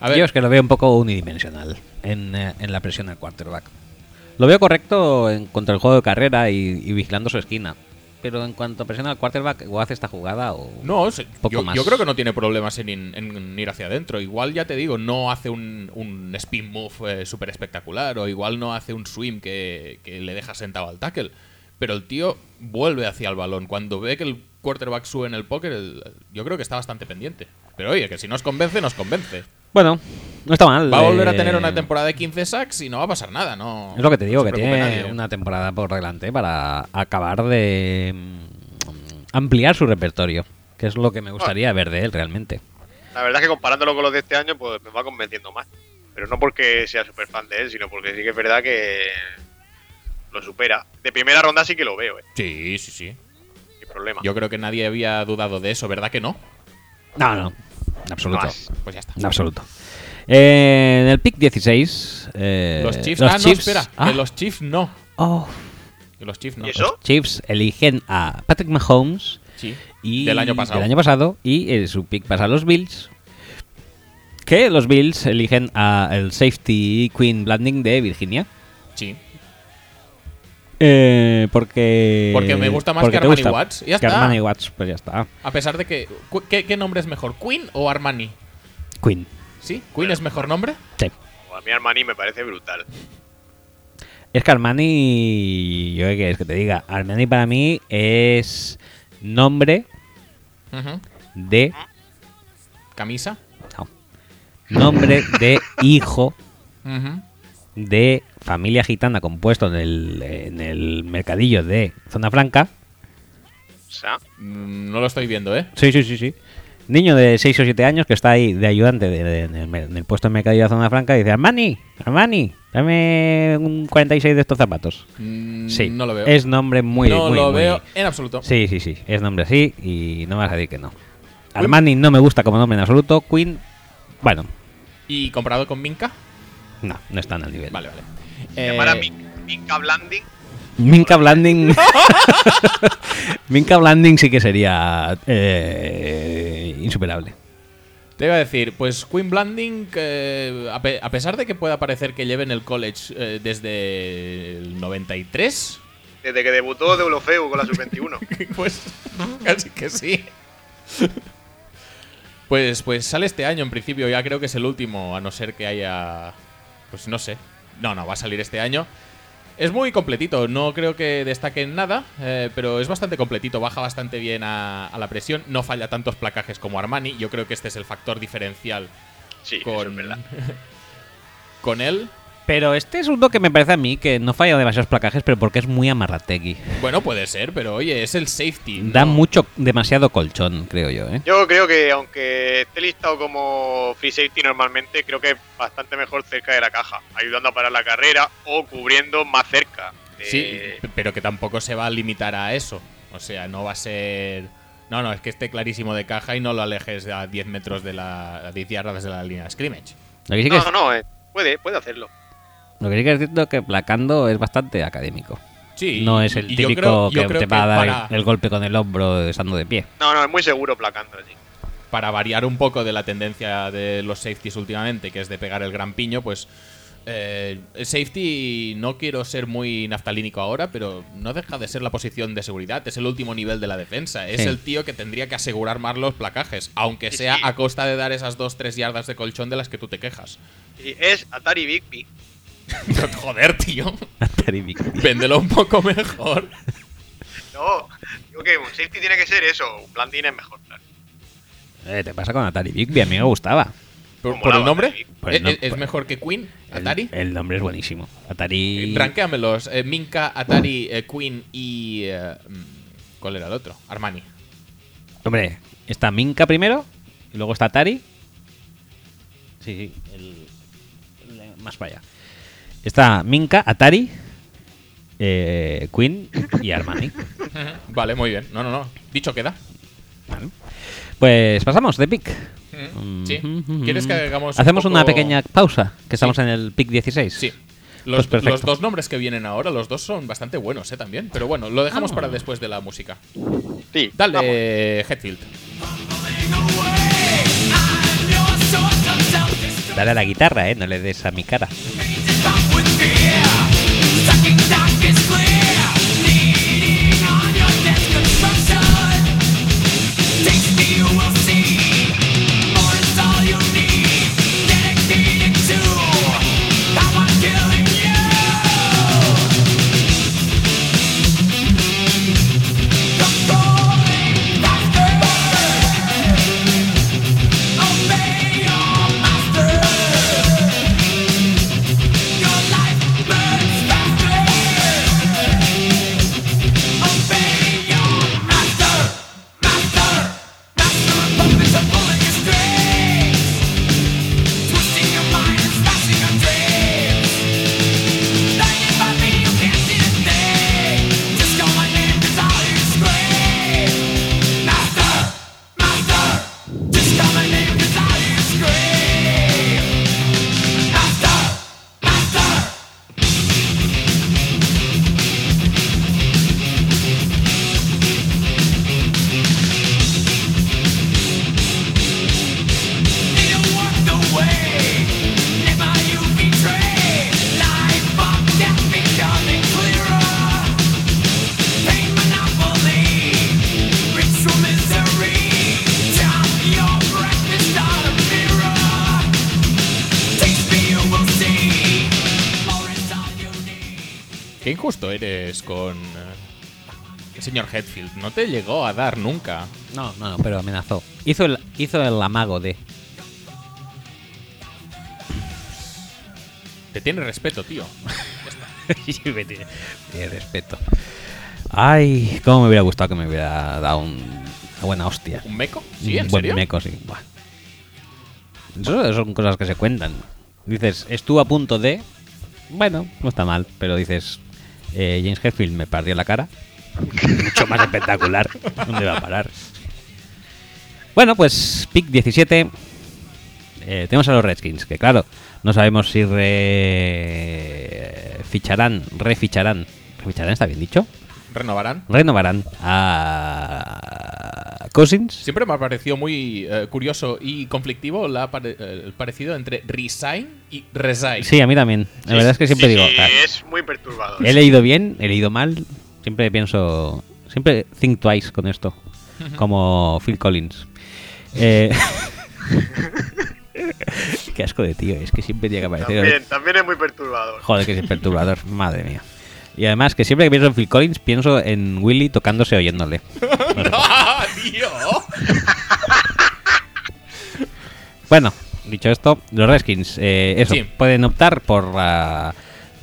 B: A ver,
A: Yo es que lo veo un poco unidimensional en, eh, en la presión al quarterback. Lo veo correcto en cuanto al juego de carrera y, y vigilando su esquina. Pero en cuanto a presión al quarterback, o hace esta jugada o.
B: no, se-
A: Poco
B: yo,
A: más.
B: yo creo que no tiene problemas en, in- en ir hacia adentro. Igual ya te digo, no hace un, un spin move eh, súper espectacular o igual no hace un swim que, que le deja sentado al tackle. Pero el tío vuelve hacia el balón. Cuando ve que el quarterback sube en el póker, el- yo creo que está bastante pendiente. Pero oye, que si nos convence, nos convence.
A: Bueno, no está mal.
B: Va a volver a
A: eh,
B: tener una temporada de 15 sacks y no va a pasar nada, ¿no?
A: Es lo que te digo,
B: no se
A: que
B: preocupe
A: tiene
B: nadie. ¿eh?
A: una temporada por delante para acabar de mm, ampliar su repertorio, que es lo que me gustaría ver de él realmente.
C: La verdad es que comparándolo con los de este año, pues me va convenciendo más. Pero no porque sea súper fan de él, sino porque sí que es verdad que lo supera. De primera ronda sí que lo veo, ¿eh?
B: Sí, sí, sí.
C: Sin problema.
B: Yo creo que nadie había dudado de eso, ¿verdad que no?
A: No, no, en absoluto.
C: Más.
B: Pues ya está.
A: En absoluto. Eh, en el pick 16, eh,
B: Los Chiefs. ah,
A: Chiefs-
B: no, espera.
A: ah,
B: Que los Chiefs no.
A: oh,
B: Que los Chiefs no.
C: ¿Y eso?
A: Chiefs eligen a Patrick Mahomes
B: Sí.
A: y
B: del año pasado.
A: del año pasado, y eh, su pick pasa a los Bills. Que los Bills eligen a el safety Queen Blanding de Virginia.
B: Sí.
A: Eh, porque.
B: Porque me gusta más
A: porque
B: que
A: te
B: Armani
A: gusta.
B: Watts, ya
A: que
B: está.
A: Armani Watts, pues ya está.
B: A pesar de que. cu- ¿Qué, qué nombre es mejor? ¿Queen o Armani?
A: Queen.
B: ¿Sí? ¿Queen es mejor nombre?
A: Sí.
C: A mí Armani me parece brutal.
A: Es que Armani. Yo qué quieres que te diga. Armani para mí es nombre
B: Ujú.
A: de.
B: ¿Camisa?
A: no. Nombre de hijo
B: Ujú.
A: de familia gitana compuesto en el, en el mercadillo de Zona Franca.
C: O sea,
B: Mm, No lo estoy viendo, ¿eh?
A: Sí, sí, sí, sí. Niño de 6 o 7 años que está ahí de ayudante de- de- en, el, mer- en el puesto de mercadillo de Zona Franca y dice, Armani, Armani, dame un 46 de estos zapatos.
B: Mm,
A: Sí,
B: No lo veo.
A: Es nombre muy...
B: no
A: muy,
B: lo
A: muy-
B: veo en absoluto.
A: Sí, sí, sí, es nombre así y no me vas a decir que no. Armani no me gusta como nombre en absoluto. Queen, bueno,
B: ¿Y comparado con Minka?
A: no, no están al nivel.
B: Vale, vale.
C: llamar a
B: Eh,
C: Min- Minka Blanding.
A: Minka Blanding... Minka Blanding sí que sería eh, insuperable.
B: Te iba a decir, pues Queen Blanding, que, eh, a, pe- a pesar de que pueda parecer que lleven el college eh, desde el 93,
C: Desde que debutó de Olofeu con la sub-21.
B: pues casi que sí. Pues, pues sale este año en principio, ya creo que es el último, a no ser que haya... Pues no sé. No, no, va a salir este año. Es muy completito, no creo que destaque en nada, eh, pero es bastante completito, baja bastante bien a, a la presión, no falla tantos placajes como Armani, yo creo que este es el factor diferencial
C: Sí, eso es
B: con,
C: verdad.
B: con él.
A: Pero este es uno que me parece a mí que no falla demasiados placajes, pero porque es muy amarrategui.
B: Bueno, puede ser, pero oye, es el safety.
A: Da
B: no-
A: mucho, demasiado colchón, creo yo, ¿eh?
C: Yo creo que aunque esté listado como free safety normalmente, creo que es bastante mejor cerca de la caja, ayudando a parar la carrera o cubriendo más cerca.
B: Sí,
C: Eh,
B: p- pero que tampoco se va a limitar a eso. O sea, no va a ser. No, no, es que esté clarísimo de caja y no lo alejes a 10 metros de la. a 10 yardas de la línea de scrimmage.
A: Lo que sí que,
C: no,
A: es,
C: no, eh, puede, puede hacerlo.
A: lo que, sí que es cierto es que Placando es bastante académico.
B: Sí.
A: no es el
B: y yo
A: típico
B: creo- yo
A: que
B: creo
A: te va a dar
B: para-
A: el golpe con el hombro estando de pie.
C: No, no, es muy seguro placando. sí.
B: para variar un poco de la tendencia de los safeties últimamente, que es de pegar el gran piño, pues eh, el safety no quiero ser muy naftalínico ahora, pero no deja de ser la posición de seguridad, es el último nivel de la defensa, es
A: Sí.
B: el tío que tendría que asegurar más los placajes, aunque
C: Sí,
B: sea
C: sí.
B: a costa de dar esas 2-3 yardas de colchón de las que tú te quejas.
C: Sí, es Atari Bigby.
B: Joder, tío,
A: Académico.
B: véndelo un poco mejor.
C: No, digo que un safety tiene que ser eso, un blandín es mejor, claro.
A: Eh, te pasa con Atari Bigby, a mí me gustaba.
B: ¿Por,
C: Como
B: por el
C: la
B: nombre?
C: Atari.
A: Por el
B: ¿Es-
A: nom-
B: ¿Es, es
A: por-
B: mejor que Queen?
A: Pues El-
B: ¿Atari?
A: El, nombre es buenísimo. Atari...
B: Ranquéamelos. eh, Minka, Atari, eh, Queen y. eh, mm, ¿Cuál era el otro? Armani.
A: Hombre, está Minka primero, y luego está Atari. Sí, sí, el- el- más para allá. Está Minka, Atari, eh, Queen y Armani.
B: Vale, muy bien. No, no, no. Dicho queda.
A: Vale. Pues pasamos de pick.
B: Sí.
A: Mm, mm, mm,
B: ¿Quieres que
A: mm.
B: hagamos. un
A: Hacemos una
B: poco-
A: pequeña pausa, que estamos en el pick 16.
B: Sí.
A: Pues
B: Los,
A: perfecto.
B: los dos nombres que vienen ahora, los dos son bastante buenos, eh, también. Pero bueno, lo dejamos para después de la música.
C: Sí,
B: Dale,
C: vamos.
B: Hetfield.
A: Dale a la guitarra, ¿eh? No le des a mi cara.
B: Qué injusto eres con. eh, el señor Hetfield. No te llegó a dar nunca.
A: No, no, pero amenazó. Hizo el, hizo el amago de.
B: Te tiene respeto, tío.
A: de respeto. Ay, cómo me hubiera gustado que me hubiera dado un- una buena hostia.
B: ¿Un meco? Sí,
A: Un
B: en
A: buen
B: serio.
A: meco, sí. Buah. Eso son cosas que se cuentan. Dices, estuvo a punto de. Bueno, no está mal, pero dices, eh, James Hetfield me partió la cara. Mucho más espectacular. ¿Dónde va a parar? Bueno, pues pick 17. Eh, tenemos a los Redskins, que claro, no sabemos si re... ficharán, reficharán. ¿Reficharán está bien dicho?
B: ¿Renovarán?
A: Renovarán a Cousins.
B: Siempre me ha parecido muy eh, curioso y conflictivo la pare- el parecido entre resign y resign.
A: Sí, a mí también. La verdad es que siempre
C: Sí,
A: digo,
C: sí,
A: ah,
C: es muy perturbador.
A: he leído bien, he leído mal. Siempre pienso, siempre think twice con esto, como Phil Collins. Eh, Qué asco de tío, es que siempre tiene que aparecer.
C: También, también es muy perturbador.
A: Joder, que es perturbador, madre mía. Y además, que siempre que pienso en Phil Collins, pienso en Willy tocándose oyéndole.
B: ¡Ah, tío!
A: Bueno, dicho esto, los Redskins, eh, eso,
B: Sí.
A: pueden optar por, ah,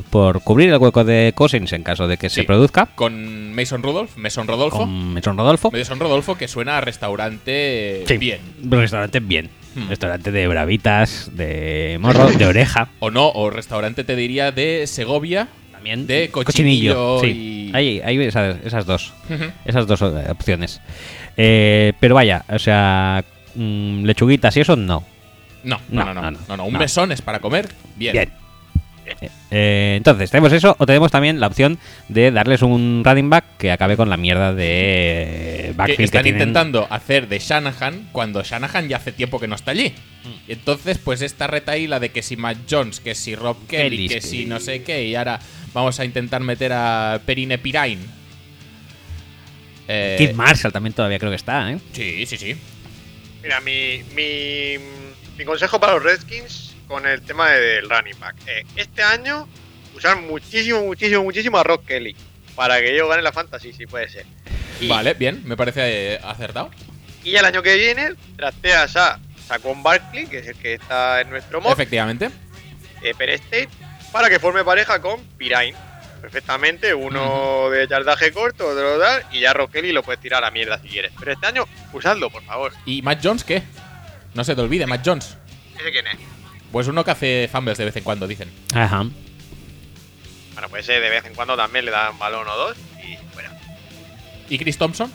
A: por cubrir el hueco de Cousins en caso de que se
B: Sí.
A: produzca
B: Con Mason Rudolph, Mason Rodolfo.
A: con Mason Rodolfo.
B: Mason Rodolfo que suena a restaurante eh,
A: Sí,
B: bien.
A: Restaurante bien.
B: Hmm.
A: Restaurante de bravitas, de morro, de oreja.
B: O no, o restaurante te diría de Segovia.
A: También
B: De cochinillo.
A: Sí,
B: y-
A: hay, hay esas, esas dos.
B: Ujú.
A: Esas dos eh, opciones. Eh, pero vaya, o sea, mm, lechuguitas y eso no.
B: No, no, no, no, no, no, Un mesón es para comer. Bien.
A: Bien. Eh, entonces, tenemos eso o tenemos también la opción de darles un running back que acabe con la mierda de eh,
B: Que
A: backfield que,
B: están
A: tienen.
B: intentando hacer de Shanahan cuando Shanahan ya hace tiempo que no está allí. Y Entonces, pues esta retaíla de que si Matt Jones, que si Rob Kelly,
A: Kelly,
B: que
A: sí.
B: si no sé qué, y ahora vamos a intentar meter a Perine Pirain. Eh,
A: Kid Marshall también todavía creo que está, ¿eh?
B: sí, sí, sí.
C: Mira, mi, mi, mi consejo para los Redskins con el tema de- del running back. eh, este año, usar muchísimo, muchísimo, muchísimo a Rock Kelly. Para que yo gane la fantasy, si puede ser.
B: Vale, bien, me parece eh, acertado.
C: Y ya el año que viene, trasteas a Saquon Barkley, que es el que está en nuestro mock,
B: Efectivamente.
C: eh, Per State, para que forme pareja con Pirain. Perfectamente, uno de yardaje corto, otro de tal, y ya Rock Kelly lo puedes tirar a la mierda si quieres. Pero este año, usadlo, por favor.
B: ¿Y Matt Jones qué? No se te olvide, Matt Jones.
C: ¿Ese quién es?
B: Pues uno que hace fumbles de vez en cuando, dicen.
A: Ajá.
C: Bueno, pues ese de vez en cuando también le dan balón o dos y fuera.
B: ¿Y Chris Thompson?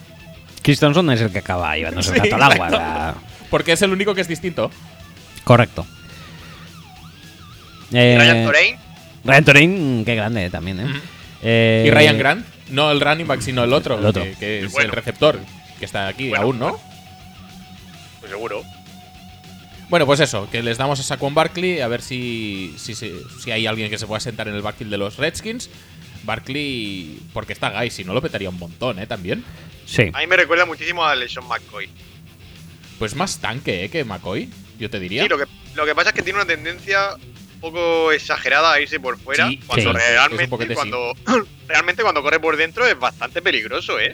A: Chris Thompson es el que acaba llevándose el
B: Sí,
A: gato al agua.
B: exacto.
A: la-
B: Porque es el único que es distinto.
A: Correcto. Eh,
C: Ryan Torein,
A: Ryan Turing, qué grande también, ¿eh? Eh,
B: Y Ryan Grant, no el running back, sino el otro,
A: El otro.
B: Que, que
C: El
B: es
C: bueno.
B: el receptor, que está aquí
C: Bueno,
B: aún, ¿no? Bueno.
C: Pues seguro.
B: pues eso, que les damos a Saquon Barkley, a ver si, si, si- si hay alguien que se pueda sentar en el backfield de los Redskins. Barkley, porque está Guy, si no lo petaría un montón, ¿eh? También.
A: Sí.
C: A mí me recuerda muchísimo a Leshon McCoy.
B: Pues más tanque, ¿eh? Que McCoy, yo te diría.
C: Sí, lo que, lo que pasa es que tiene una tendencia un poco exagerada a irse por fuera.
B: Sí,
C: cuando
A: sí,
B: es un poquete
C: realmente,
B: sí.
C: cuando, realmente cuando corre por dentro es bastante peligroso, ¿eh?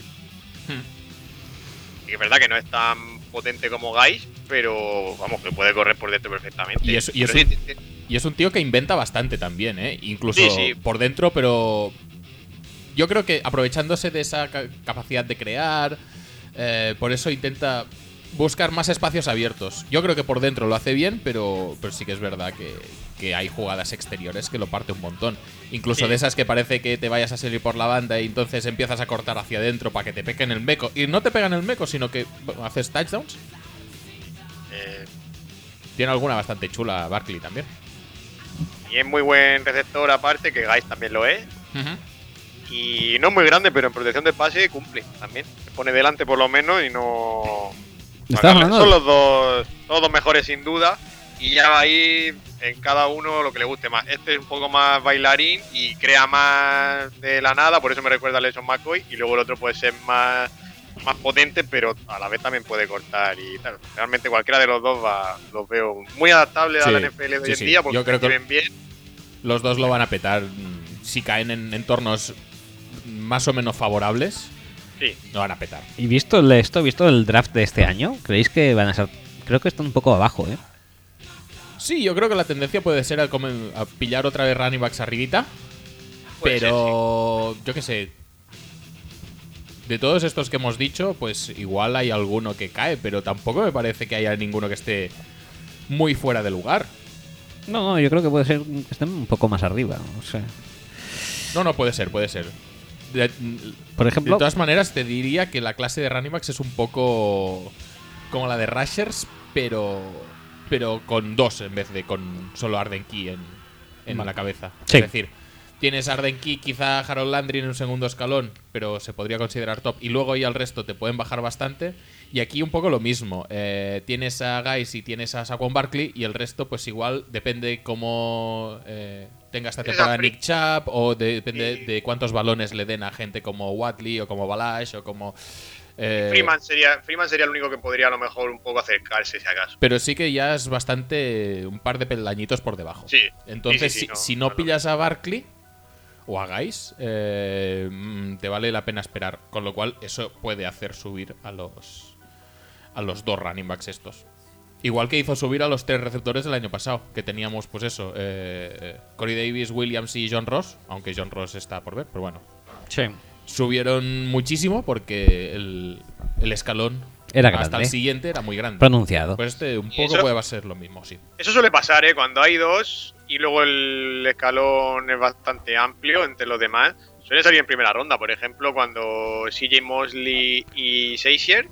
B: Hmm.
C: Y es verdad que no es tan potente como Guys, pero vamos, que puede correr por dentro perfectamente.
B: Y eso- y
C: Pero
B: eso-
C: sí, sí, sí.
B: Y es un tío que inventa bastante también, ¿eh? Incluso
C: Sí, sí.
B: por dentro, pero yo creo que aprovechándose de esa ca- capacidad de crear, eh, por eso intenta buscar más espacios abiertos. Yo creo que por dentro lo hace bien, pero, pero sí que es verdad que, que hay jugadas exteriores que lo parte un montón. Incluso
C: Sí.
B: de esas que parece que te vayas a salir por la banda y entonces empiezas a cortar hacia adentro para que te peguen el meco. Y no te pegan el meco, sino que bueno, haces touchdowns.
C: Eh,
B: Tiene alguna bastante chula Barkley también.
C: y es muy buen receptor aparte, que Guys también lo es. Y no es muy grande, pero en protección de pase cumple también. Se pone delante por lo menos y no.
A: Estás hablando
C: Son
A: de-
C: los dos, los dos mejores sin duda. Y ya va a ir en cada uno lo que le guste más. Este es un poco más bailarín y crea más de la nada, por eso me recuerda a Lechon McCoy. Y luego el otro puede ser más, más potente, pero a la vez también puede cortar. Y tal. realmente cualquiera de los dos va, los veo muy adaptables
B: Sí,
C: a la NFL de
B: sí,
C: hoy en
B: sí.
C: día porque
B: Yo creo que- eh,
C: viven bien.
B: los dos lo van a petar. Mm, Si caen en entornos más o menos favorables,
C: Sí.
B: lo van a petar.
A: ¿Y visto el- esto, visto el draft de este año? ¿Creéis que van a ser.? Creo que están un poco abajo, ¿eh?
B: Sí, yo creo que la tendencia puede ser a, come- a pillar otra vez running backs arribita.
C: Puede ser,
B: pero yo qué sé. De todos estos que hemos dicho, pues igual hay alguno que cae, pero tampoco me parece que haya ninguno que esté muy fuera de lugar.
A: No, no, yo creo que puede ser que estén un poco más arriba. No sé.
B: No, no puede ser, puede ser. De,
A: Por ejemplo-
B: De todas maneras, te diría que la clase de running backs es un poco como la de Rushers, pero pero con dos en vez de con solo Arden Key en, en
A: Vale.
B: la cabeza.
A: Sí.
B: Es decir, tienes Arden Key, quizá Harold Landry en un segundo escalón, pero se podría considerar top. Y luego y al resto te pueden bajar bastante. Y aquí un poco lo mismo. Eh, tienes a Guys y tienes a Saquon Barkley y el resto pues igual depende cómo eh, tenga esta
C: Tienes a
B: temporada
C: Frick.
B: Nick Chap o de- depende
C: Sí.
B: de cuántos balones le den a gente como Watley o como Balash o como... eh,
C: Freeman sería, Freeman sería el único que podría a lo mejor un poco acercarse si acaso.
B: pero sí que ya es bastante un par de peldañitos por debajo.
C: Sí.
B: Entonces,
C: Sí, sí, sí,
B: si,
C: no,
B: si no
C: claro.
B: pillas a Barkley o a Guys, eh, mm, te vale la pena esperar. Con lo cual, eso puede hacer subir a los, a los dos running backs estos. Igual que hizo subir a los tres receptores del año pasado, que teníamos, pues eso, eh, Corey Davis, Williams y John Ross, aunque John Ross está por ver, pero bueno.
A: Sí.
B: Subieron muchísimo porque el, el escalón
A: Era
B: hasta el
A: grande.
B: siguiente era muy grande.
A: Pronunciado.
B: Pues este un
C: ¿Y
B: poco
C: eso?
B: puede ser lo mismo, sí.
C: Eso suele pasar, ¿eh? Cuando hay dos y luego el escalón es bastante amplio entre los demás, suele salir en primera ronda. Por ejemplo, cuando CJ Mosley y Seixer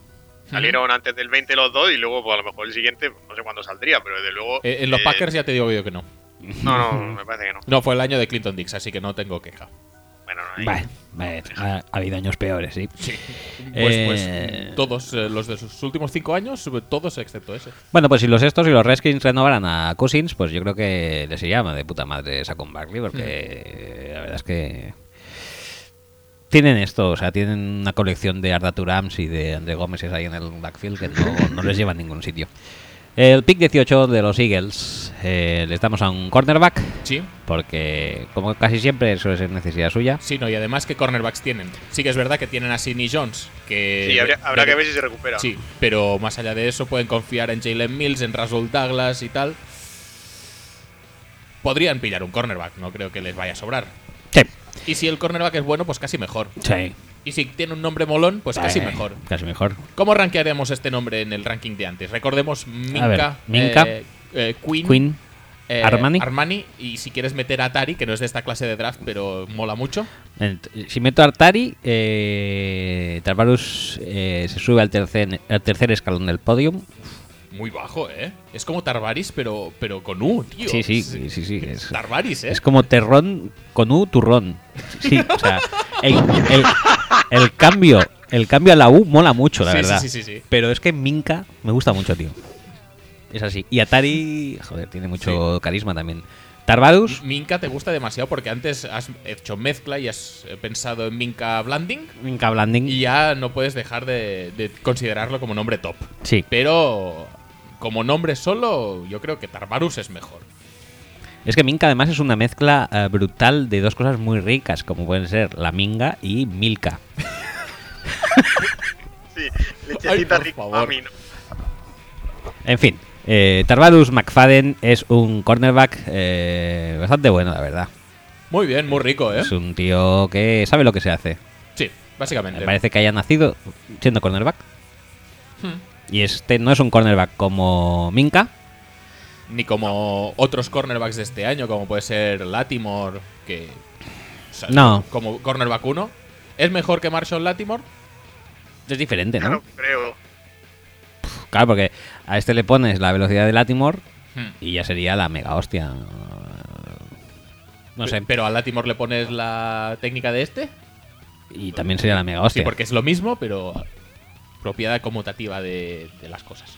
C: salieron antes del 20 los dos y luego, pues a lo mejor el siguiente, no sé cuándo saldría, pero desde luego.
B: Eh, en los
C: eh,
B: Packers ya te digo yo que no.
C: No, no, me parece que no.
B: No, fue el año de Clinton Dix, así que no tengo queja.
C: Bueno, no, ahí-
A: Vale, vale, ha, ha habido años peores, sí.
B: Pues,
A: Eh.
B: pues todos eh, los de sus últimos cinco años, sobre todos excepto ese.
A: Bueno, pues si los estos y los Redskins renovaran a Cousins, pues yo creo que les iría de puta madre Saquon Barkley, porque la verdad es que tienen esto, o sea, tienen una colección de Arda Turams y de André Gómez ahí en el backfield que no, no les lleva a ningún sitio. El pick 18 de los Eagles, eh, les damos a un cornerback,
B: Sí,
A: porque como casi siempre eso es necesidad suya.
B: sí, no, y además, ¿qué cornerbacks tienen? Sí que es verdad que tienen a Sidney Jones, que...
C: Sí, habría, habrá que ver si se recupera.
B: Sí, pero más allá de eso pueden confiar en Jalen Mills, en Russell Douglas y tal. Podrían pillar un cornerback, no creo que les vaya a sobrar.
A: Sí,
B: Y si el cornerback es bueno, pues casi mejor.
A: sí.
B: Y si tiene un nombre molón, pues casi
A: Eh,
B: mejor.
A: Casi mejor.
B: ¿Cómo rankearemos este nombre en el ranking de antes? Recordemos Minka,
A: ver, Minka,
B: eh, eh, Queen,
A: Queen.
B: eh,
A: Armani.
B: y si quieres meter a Atari, que no es de esta clase de draft, pero mola mucho.
A: Ent- Si meto a Artari, eh, Tarvarus eh, se sube al tercer, al tercer escalón del podium.
B: muy bajo, ¿eh? Es como Tarvaris, pero, pero con U, tío.
A: Sí, sí,
B: Es-
A: sí, sí, sí, es-
B: Tarvaris, ¿eh?
A: Es como terrón con U, turrón. Sí, o sea, el, el- el cambio, el cambio a la U mola mucho, la
B: Sí, sí,
A: verdad.
B: sí, sí, sí.
A: Pero es que Minca me gusta mucho, tío. Es así. Y Atari, joder, tiene mucho carisma también. Tarvarus,
B: Minca te gusta demasiado porque antes has hecho mezcla y has eh, pensado en Minca Blanding
A: Minca Blanding.
B: y ya no puedes dejar de, de considerarlo como nombre top.
A: Sí,
B: Pero como nombre solo, yo creo que Tarvarus es mejor.
A: es que Minca además es una mezcla eh, brutal de dos cosas muy ricas, como pueden ser la Minga y Milka.
C: Sí, lechecita
B: Ay, por
C: rica,
B: favor.
C: mami, ¿no?
A: En fin, eh, Tarvarus McFadden es un cornerback eh, bastante bueno, la verdad.
B: Muy bien, muy rico, ¿eh?
A: Es un tío que sabe lo que se hace.
B: Sí,
A: Me
B: básicamente.
A: parece que haya nacido siendo cornerback.
B: Hmm.
A: Y este no es un cornerback como Minka.
B: Ni como otros cornerbacks de este año, como puede ser Latimore, que... o sea,
A: No.
B: Como cornerback 1. ¿Es mejor que Marshall Latimore?
A: Es diferente,
C: Ya
A: ¿no?
C: no creo.
A: Claro, porque a este le pones la velocidad de Latimore
B: Hmm.
A: y ya sería la mega hostia. No sé.
B: ¿Pero a Latimore le pones la técnica de este?
A: Y también sería la mega
B: Sí,
A: hostia.
B: porque es lo mismo, pero propiedad conmutativa de, de las cosas.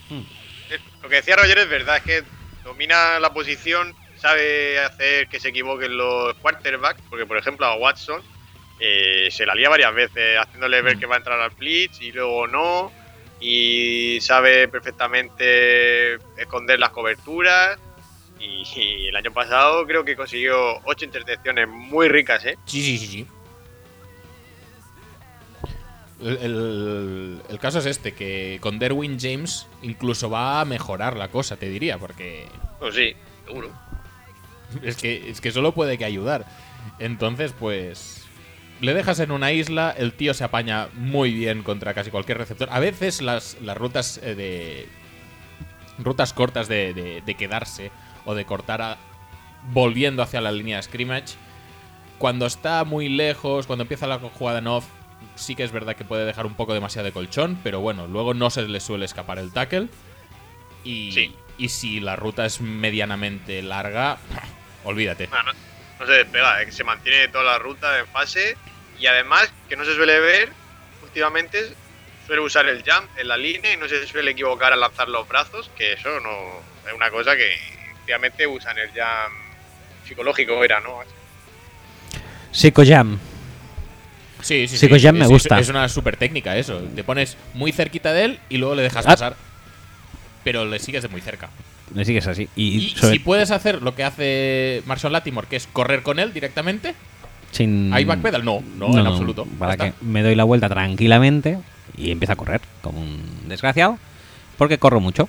C: Es- Lo que decía Roger es verdad, es que domina la posición, sabe hacer que se equivoquen los quarterbacks, porque por ejemplo a Watson eh, se la lía varias veces haciéndole ver que va a entrar al blitz y luego no, y sabe perfectamente esconder las coberturas. Y, y el año pasado creo que consiguió ocho intercepciones muy ricas, ¿eh?
B: Sí, sí, sí, sí. El, el- el caso es este, que con Derwin James incluso va a mejorar la cosa, te diría, porque
C: Pues sí, seguro.
B: es que, es que solo puede que ayudar. Entonces, pues... Le dejas en una isla, el tío se apaña muy bien contra casi cualquier receptor. A veces las, las rutas eh, de... Rutas cortas de, de- de quedarse o de cortar a- volviendo hacia la línea de scrimmage. Cuando está muy lejos, cuando empieza la jugada en off, sí que es verdad que puede dejar un poco demasiado de colchón, pero bueno, luego no se le suele escapar el tackle. Y,
C: Sí.
B: y si la ruta es medianamente larga, olvídate.
C: Ah, no, no se despega, es que se mantiene toda la ruta en fase y además que no se suele ver últimamente suele usar el jump en la línea y no se suele equivocar al lanzar los brazos, que eso no es una cosa que últimamente usan el jump psicológico era, ¿no?
A: Psycho Jam.
B: Sí, sí, sí.
A: Psycho Jam pues me
B: Es- es-
A: gusta.
B: Es, una super técnica eso. Te pones muy cerquita de él y luego le dejas
A: Ah.
B: pasar. Pero le sigues de muy cerca.
A: Me sigues así.
B: Y,
A: Y, sobre-
B: si puedes hacer lo que hace Marshall Latimore, que es correr con él directamente,
A: sin...
B: ¿Hay backpedal? No, no, en absoluto.
A: Para
B: Ya
A: que
B: está.
A: me doy la vuelta tranquilamente y empiezo a correr como un desgraciado. Porque corro mucho.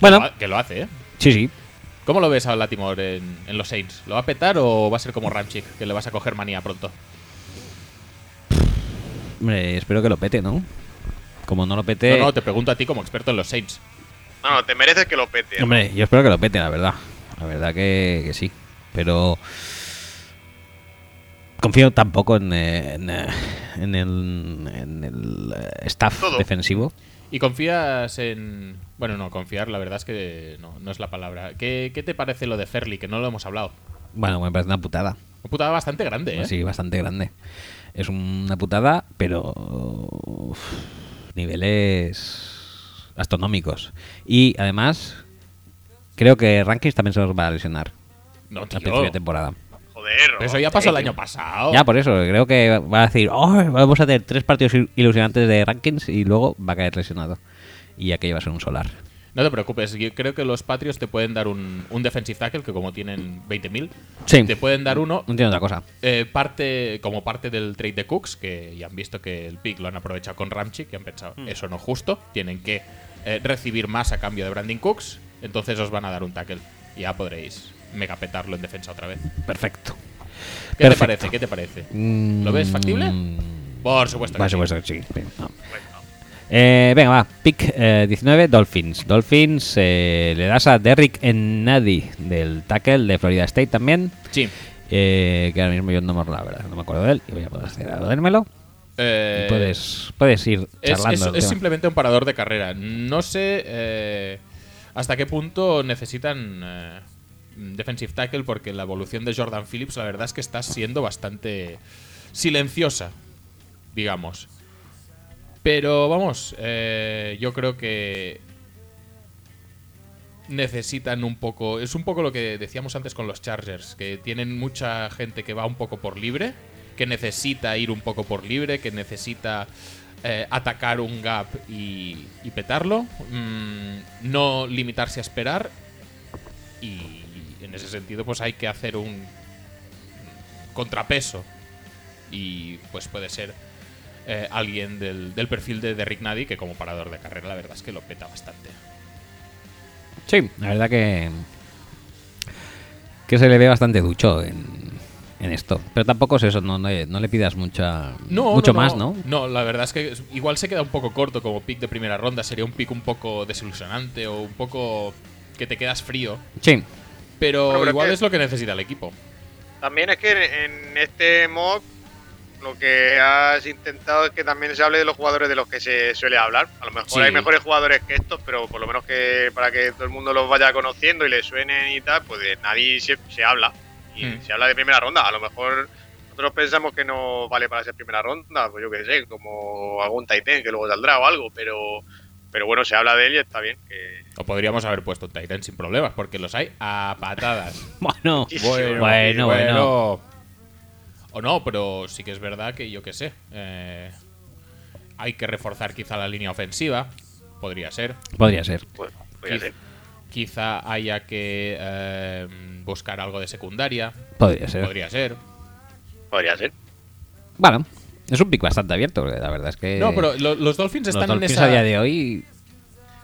A: Bueno,
B: que lo ha- que lo hace, ¿eh?
A: sí, sí.
B: ¿Cómo lo ves a Latimore en, en los Saints? ¿Lo va a petar o va a ser como Ramchick, que le vas a coger manía pronto?
A: Hombre, espero que lo pete, ¿no? Como no lo pete.
B: No, no, te pregunto a ti como experto en los Saints.
C: No, no, te mereces que lo pete. ¿no?
A: Hombre, yo espero que lo pete, la verdad. La verdad que, que sí. Pero. Confío tampoco en, eh, en, eh, en el, en el, eh, staff
C: Todo.
A: defensivo.
B: ¿Y confías en...? Bueno, no, confiar la verdad es que no, no es la palabra. ¿Qué, qué te parece lo de Ferli, que no lo hemos hablado?
A: Bueno, me parece una putada.
B: Una putada bastante grande, ¿eh?
A: Pues Sí, bastante grande. Es una putada, pero. uf, niveles astronómicos. Y además, creo que Rankings también se nos va a lesionar
B: No,
A: al
B: Oh, tío. Oh.
A: principio de temporada.
C: Joder,
B: Pero eso ya pasó el
C: tío.
B: año pasado.
A: Ya, por eso, creo que va a decir, "Oh, vamos a tener tres partidos il- ilusionantes de rankings y luego va a caer lesionado. Y aquello va a ser un solar.
B: No te preocupes, yo creo que los Patriots te pueden dar un, un defensive tackle, que como tienen 20.000,
A: Sí.
B: te pueden dar uno
A: No tiene otra cosa.
B: Eh, parte como parte del trade de Cooks, que ya han visto que el pick lo han aprovechado con Ramchick y han pensado, eso no es justo, tienen que eh, recibir más a cambio de Brandon Cooks, entonces os van a dar un tackle. Ya podréis megapetarlo en defensa otra vez.
A: Perfecto.
B: ¿Qué te
A: Perfecto.
B: parece? ¿Qué te parece? ¿Lo ves factible?
A: Mm,
B: Por supuesto. que
A: Por
B: pues, sí.
A: supuesto, sí. Bien, no. Ah. Eh, venga, va. Pick eh, 19, Dolphins. Dolphins eh, le das a Derrick Ennadi del tackle de Florida State también.
B: Sí.
A: eh, que ahora mismo yo no me, la verdad, no me acuerdo de él. Y voy a poder acceder a lo dérmelo.
B: Eh,
A: puedes, puedes ir
B: es,
A: charlando.
B: es-
A: del
B: es
A: tema.
B: simplemente un parador de carrera. No sé eh, hasta qué punto necesitan eh, defensive tackle porque la evolución de Jordan Phillips la verdad es que está siendo bastante silenciosa, digamos. Pero vamos, eh, yo creo que necesitan un poco... Es un poco lo que decíamos antes con los Chargers, que tienen mucha gente que va un poco por libre, que necesita ir un poco por libre, que necesita eh, atacar un gap y, y petarlo, mm, no limitarse a esperar y en ese sentido pues hay que hacer un contrapeso y pues puede ser eh, alguien del, del perfil de Derrick Nady que como parador de carrera la verdad es que lo peta bastante.
A: Sí, la verdad que. que se le ve bastante ducho en, en esto. Pero tampoco es eso, no, no, no le pidas mucha,
B: No,
A: mucho
B: no,
A: más,
B: no.
A: ¿no?
B: No, la verdad es que es- igual se queda un poco corto como pick de primera ronda. Sería un pick un poco desilusionante o un poco que te quedas frío.
A: Sí,
B: Pero
C: Bueno, pero
B: igual
C: que-
B: es lo que necesita el equipo.
C: También es que en en este mock lo que has intentado es que también se hable de los jugadores de los que se suele hablar. A lo mejor
B: Sí.
C: hay mejores jugadores que estos, pero por lo menos que para que todo el mundo los vaya conociendo y le suenen y tal, pues de nadie se, se habla. Y
B: Mm.
C: se habla de primera ronda. A lo mejor nosotros pensamos que no vale para ser primera ronda, pues yo qué sé, como algún Titan que luego saldrá o algo, pero, pero bueno, se habla de él y está bien. Que,
B: O podríamos haber puesto un Tyrant sin problemas, porque los hay a patadas.
A: bueno.
C: Bueno,
A: bueno,
B: O no, pero sí que es verdad que yo qué sé. eh, hay que reforzar quizá la línea ofensiva. Podría ser.
A: Podría ser.
C: pues, podría
B: Quiz-
C: ser.
B: Quizá haya que eh, buscar algo de secundaria.
A: Podría ser.
B: Podría ser.
C: Podría ser.
A: Bueno, es un pick bastante abierto, porque la verdad es que.
B: No, pero lo- los Dolphins
A: eh, los
B: están
A: Dolphins
B: en esa.
A: a día de hoy.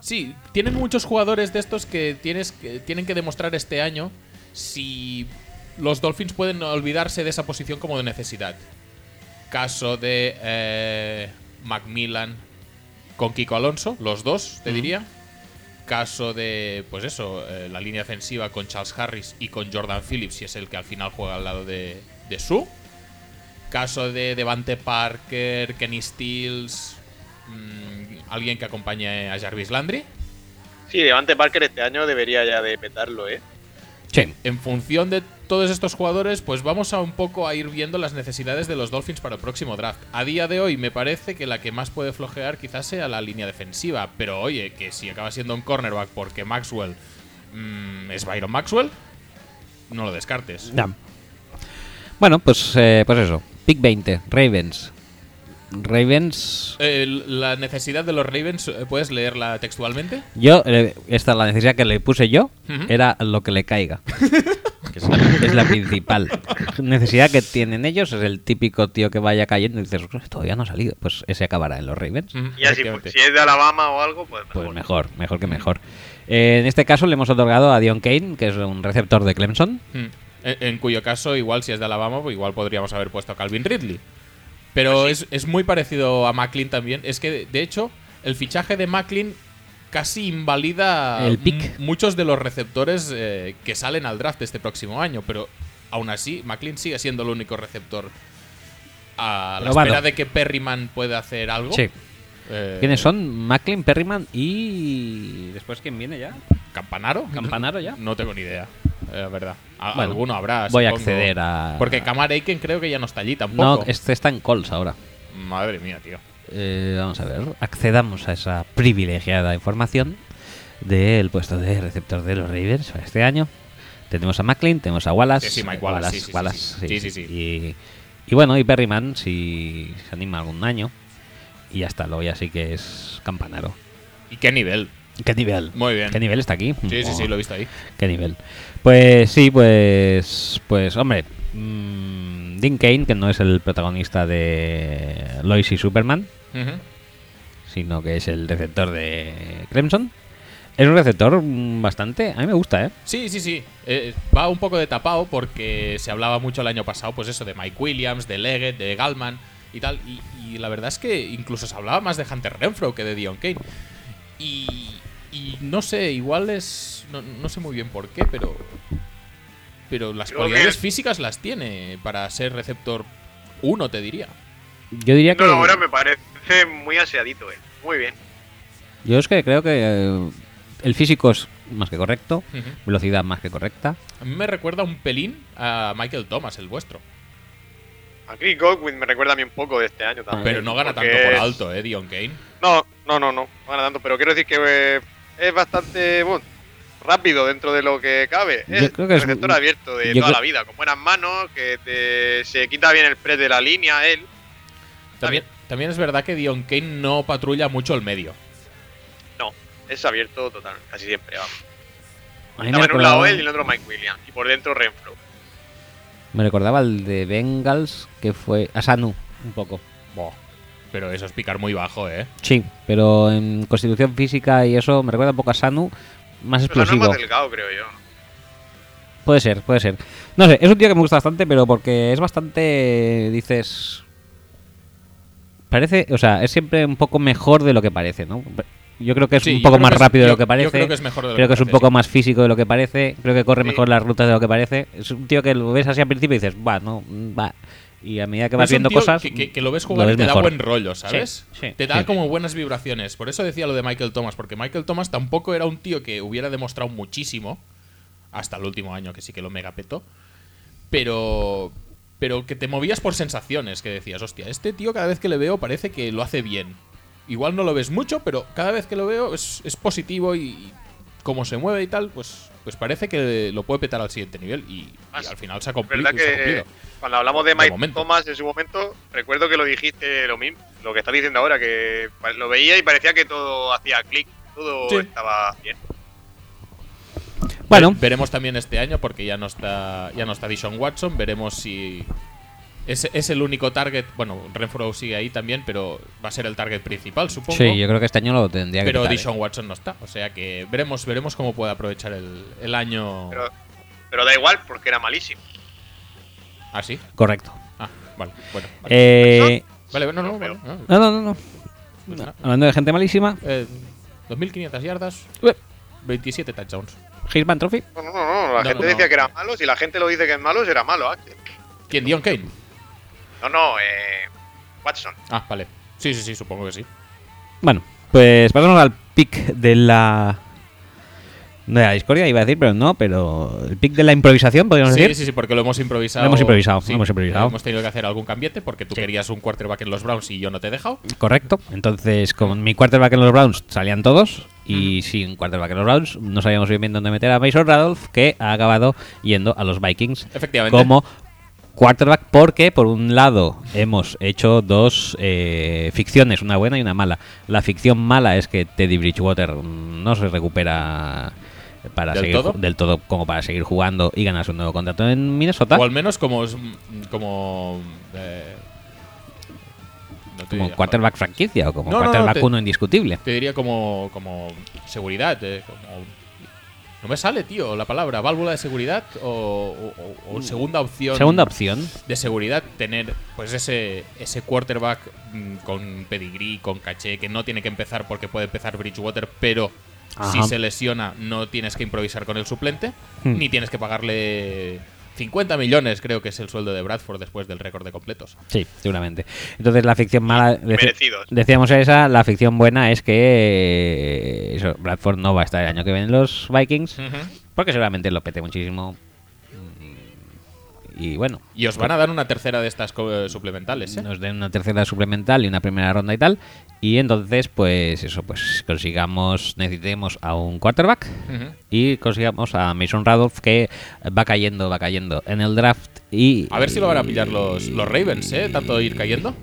B: Sí, tienen muchos jugadores de estos que, tienes, que tienen que demostrar este año si los Dolphins pueden olvidarse de esa posición como de necesidad. Caso de eh, Macmillan con Kiko Alonso, los dos, te diría. Caso de, pues eso, eh, la línea ofensiva con Charles Harris y con Jordan Phillips, si es el que al final juega al lado de, de Sue. Caso de Devante Parker, Kenny Stills, mm, alguien que acompañe a Jarvis Landry.
C: Sí, Devante Parker este año debería ya de petarlo, ¿eh?
A: Sí,
B: En función de todos estos jugadores, pues vamos a un poco a ir viendo las necesidades de los Dolphins para el próximo draft. A día de hoy me parece que la que más puede flojear quizás sea la línea defensiva, pero oye, que si acaba siendo un cornerback porque Maxwell mm, es Byron Maxwell, no lo descartes.
A: ya. Bueno, pues, eh, pues eso. Pick 20, Ravens. Ravens.
B: Eh, la necesidad de los Ravens, eh, ¿puedes leerla textualmente?
A: Yo, eh, esta es la necesidad que le puse yo,
B: Ujú.
A: era lo que le caiga. Que es, la, es la principal necesidad que tienen ellos. Es el típico tío que vaya cayendo y dices, "Ostras, todavía no ha salido. Pues ese acabará en los Ravens.
B: Mm,
C: Y así, pues,
B: efectivamente.
C: si es de Alabama o algo, pues mejor.
A: Pues mejor, mejor que mejor. Eh, en este caso le hemos otorgado a Dion Kane, que es un receptor de Clemson.
B: Mm. En, en cuyo caso, igual si es de Alabama, pues igual podríamos haber puesto a Calvin Ridley. Pero
A: Pues
B: es, es muy parecido a Macklin también. Es que, de hecho, el fichaje de Macklin casi invalida
A: El
B: mu-
A: pick.
B: muchos de los receptores eh, que salen al draft este próximo año. Pero aún así, Macklin sigue siendo el único receptor. A la
A: Probado.
B: espera de que Perryman pueda hacer algo.
A: Sí.
B: Eh,
A: ¿Quiénes son? Macklin, Perryman y. Después, ¿quién viene ya?
B: ¿Campanaro?
A: ¿Campanaro ya?
B: No tengo ni idea, la verdad. A-
A: Bueno,
B: alguno habrá.
A: voy a
B: supongo.
A: acceder a-
B: Porque Kamar Aiken creo que ya no está allí tampoco.
A: No, este está en Colts ahora.
B: Madre mía, tío.
A: Eh, vamos a ver, accedamos a esa privilegiada información del puesto de receptor de los Ravens para este año. Tenemos a Macklin, tenemos a Wallace.
B: Sí, sí, Mike Wallace, sí, sí, sí, sí. Sí, sí,
A: Y, y bueno, y Perryman si se anima algún año. Y ya está, luego ya sí que es campanaro.
B: ¿Y qué nivel?
A: ¿Qué nivel?
B: Muy bien.
A: ¿Qué nivel está aquí?
B: Sí, sí, sí,
A: Oh,
B: lo he visto ahí.
A: Qué nivel. Pues sí, pues. Pues, hombre. mm, Dean Kane, que no es el protagonista de Lois y Superman,
B: Ujú.
A: sino que es el receptor de Clemson. Es un receptor mm, bastante. A mí me gusta, ¿eh?
B: Sí, sí, sí. Eh, va un poco de tapado porque se hablaba mucho el año pasado, pues eso, de Mike Williams, de Leggett, de Gallman y tal. Y, y la verdad es que incluso se hablaba más de Hunter Renfro que de Dion Kane. Y, y no sé, igual es. No, no sé muy bien por qué, pero. Pero las
C: Creo que-
B: cualidades físicas las tiene para ser receptor 1, te diría.
A: Yo diría que.
C: No, ahora me parece muy aseadito, eh. Muy bien.
A: Yo es que creo que eh, el físico es más que correcto, velocidad más que correcta.
B: A mí me recuerda un pelín a Michael Thomas, el vuestro.
C: A Chris Godwin me recuerda a mí un poco de este año también.
B: Pero no gana
C: porque
B: tanto por
C: es-
B: alto, ¿eh? Dion Kane.
C: No, no, no, no, no gana tanto, pero quiero decir que eh, es bastante bueno, rápido dentro de lo que cabe.
A: Yo
C: Es
A: creo que es-
C: receptor abierto de
A: yo
C: toda
A: creo-
C: la vida, con buenas manos, que te- se quita bien el press de la línea él.
B: También, también es verdad que Dion Kane no patrulla mucho el medio.
C: No, es abierto total, casi siempre. Vamos.
A: A mí me
C: Estaba en un lado
A: recordaba,
C: él y en otro Mike Williams, y por dentro Renfro.
A: me recordaba al de Bengals, que fue Asanu, un poco.
B: Buah, Pero eso es picar muy bajo, ¿eh?
A: Sí, pero en constitución física y eso me recuerda un poco a Asanu, más
C: Pero no es
A: explosivo.
C: más delgado, creo yo.
A: Puede ser, puede ser. No sé, es un tío que me gusta bastante, pero porque es bastante, dices... Parece, o sea, es siempre un poco mejor de lo que parece, ¿no? Yo creo que es
B: Sí,
A: un
B: yo
A: poco
B: creo
A: más
B: que es-
A: rápido de
B: yo-
A: lo que
B: yo
A: parece.
B: creo que es mejor de lo
A: Creo
B: que
A: es un
B: parece,
A: poco
B: sí.
A: más físico de lo que parece. Creo que corre
C: Sí.
A: mejor las rutas de lo que parece. Es un tío que lo ves así al principio y dices, va, no, mm, va. Y a medida que
B: Pero
A: vas
B: es un
A: viendo
B: tío
A: cosas. mm,
B: Que, que- que lo ves jugar y
A: ves
B: te da
A: mejor.
B: buen rollo, ¿sabes?
A: Sí, sí,
B: te da
A: sí.
B: como buenas vibraciones. Por eso decía lo de Michael Thomas, porque Michael Thomas tampoco era un tío que hubiera demostrado muchísimo hasta el último año, que sí que lo megapetó. Pero. Pero que te movías por sensaciones, que decías, hostia, este tío cada vez que le veo parece que lo hace bien. Igual no lo ves mucho, pero cada vez que lo veo es, es positivo y, y como se mueve y tal, pues, pues parece que lo puede petar al siguiente nivel y, y
C: Ah, sí.
B: al final se ha, compli-
C: verdad
B: se ha
C: que
B: cumplido.
C: cuando hablamos de
B: De
C: Mike
B: momento.
C: Thomas en su momento, recuerdo que lo dijiste lo mismo, lo que estás diciendo ahora, que pa- lo veía y parecía que todo hacía clic, todo
B: Sí.
C: estaba bien.
A: Bueno,
B: Ve- veremos también este año porque ya no está ya no está Dishon Watson, veremos si es, es el único target, bueno, Renfro sigue ahí también, pero va a ser el target principal, supongo.
A: sí, yo creo que este año lo tendría que
B: pero
A: quitar, ¿eh?
B: Dishon Watson no está, o sea que veremos veremos cómo puede aprovechar el, el año
C: Pero, pero da igual, porque era malísimo.
B: así.
A: ¿eh? Correcto.
B: Ah, vale, bueno. Vale,
A: Eh,
B: Vale, no, no, no, no,
A: no, no, no, no.
B: pues nada.
A: Hablando de gente malísima,
B: Eh, 2.500 yardas, 27 touchdowns.
A: Hitman Trophy.
C: No, no, no, no, la
B: No,
C: gente
B: no.
C: decía que era malo, si la gente lo dice que es malo, será malo, Axel.
B: ¿Quién? Dion Kane.
C: No, no, eh, Watson.
B: Ah, vale. Sí, sí, sí, supongo que sí.
A: Bueno, pues pasamos al pick de la. De la discordia, iba a decir, pero no, pero. El pick de la improvisación, podríamos
B: Sí,
A: decir.
B: sí, sí, porque lo hemos improvisado.
A: Lo hemos improvisado,
B: Sí,
A: lo hemos improvisado.
B: Hemos tenido que hacer algún cambiete porque tú querías un quarterback en los Browns y yo no te he dejado.
A: Correcto. Entonces, con mi quarterback en los Browns salían todos. Y sin quarterback en los Browns, no sabíamos bien bien dónde meter a Mason Rudolph, que ha acabado yendo a los Vikings
B: Efectivamente.
A: como quarterback, porque por un lado hemos hecho dos eh, ficciones, una buena y una mala. La ficción mala es que Teddy Bridgewater mm, no se recupera para
B: ¿Del
A: seguir
B: todo?
A: ju- del todo como para seguir jugando y ganarse un nuevo contrato en Minnesota.
B: O al menos como. es- como. eh, no te
A: como
B: diría-
A: quarterback franquicia o como
B: No, no, no,
A: quarterback
B: te-
A: uno indiscutible.
B: Te diría como. como seguridad. eh, como- no me sale, tío, la palabra. ¿Válvula de seguridad o, o- o- o segunda opción?
A: Uh. Segunda opción.
B: de seguridad tener pues ese ese quarterback mm, con pedigrí, con caché, que no tiene que empezar porque puede empezar Bridgewater, pero si
A: Ajá.
B: se lesiona no tienes que improvisar con el suplente,
A: Hmm.
B: ni tienes que pagarle 50 millones, creo que es el sueldo de Bradford después del récord de completos.
A: Sí, seguramente. Entonces la ficción mala... deci-
C: merecidos.
A: Decíamos esa, la ficción buena es que eh, eso, Bradford no va a estar el año que viene en los Vikings,
B: Mm.
A: porque seguramente lo pete muchísimo. Mm, Y bueno,
B: Y os van a dar una tercera de estas co- eh, suplementales, ¿eh?
A: nos den una tercera suplemental y una primera ronda y tal. Y entonces, pues eso, pues consigamos, necesitemos a un quarterback
B: Ujú.
A: y consigamos a Mason Rudolph que va cayendo, va cayendo en el draft y...
B: A ver si lo van a pillar los, los Ravens, ¿eh? Tanto ir cayendo.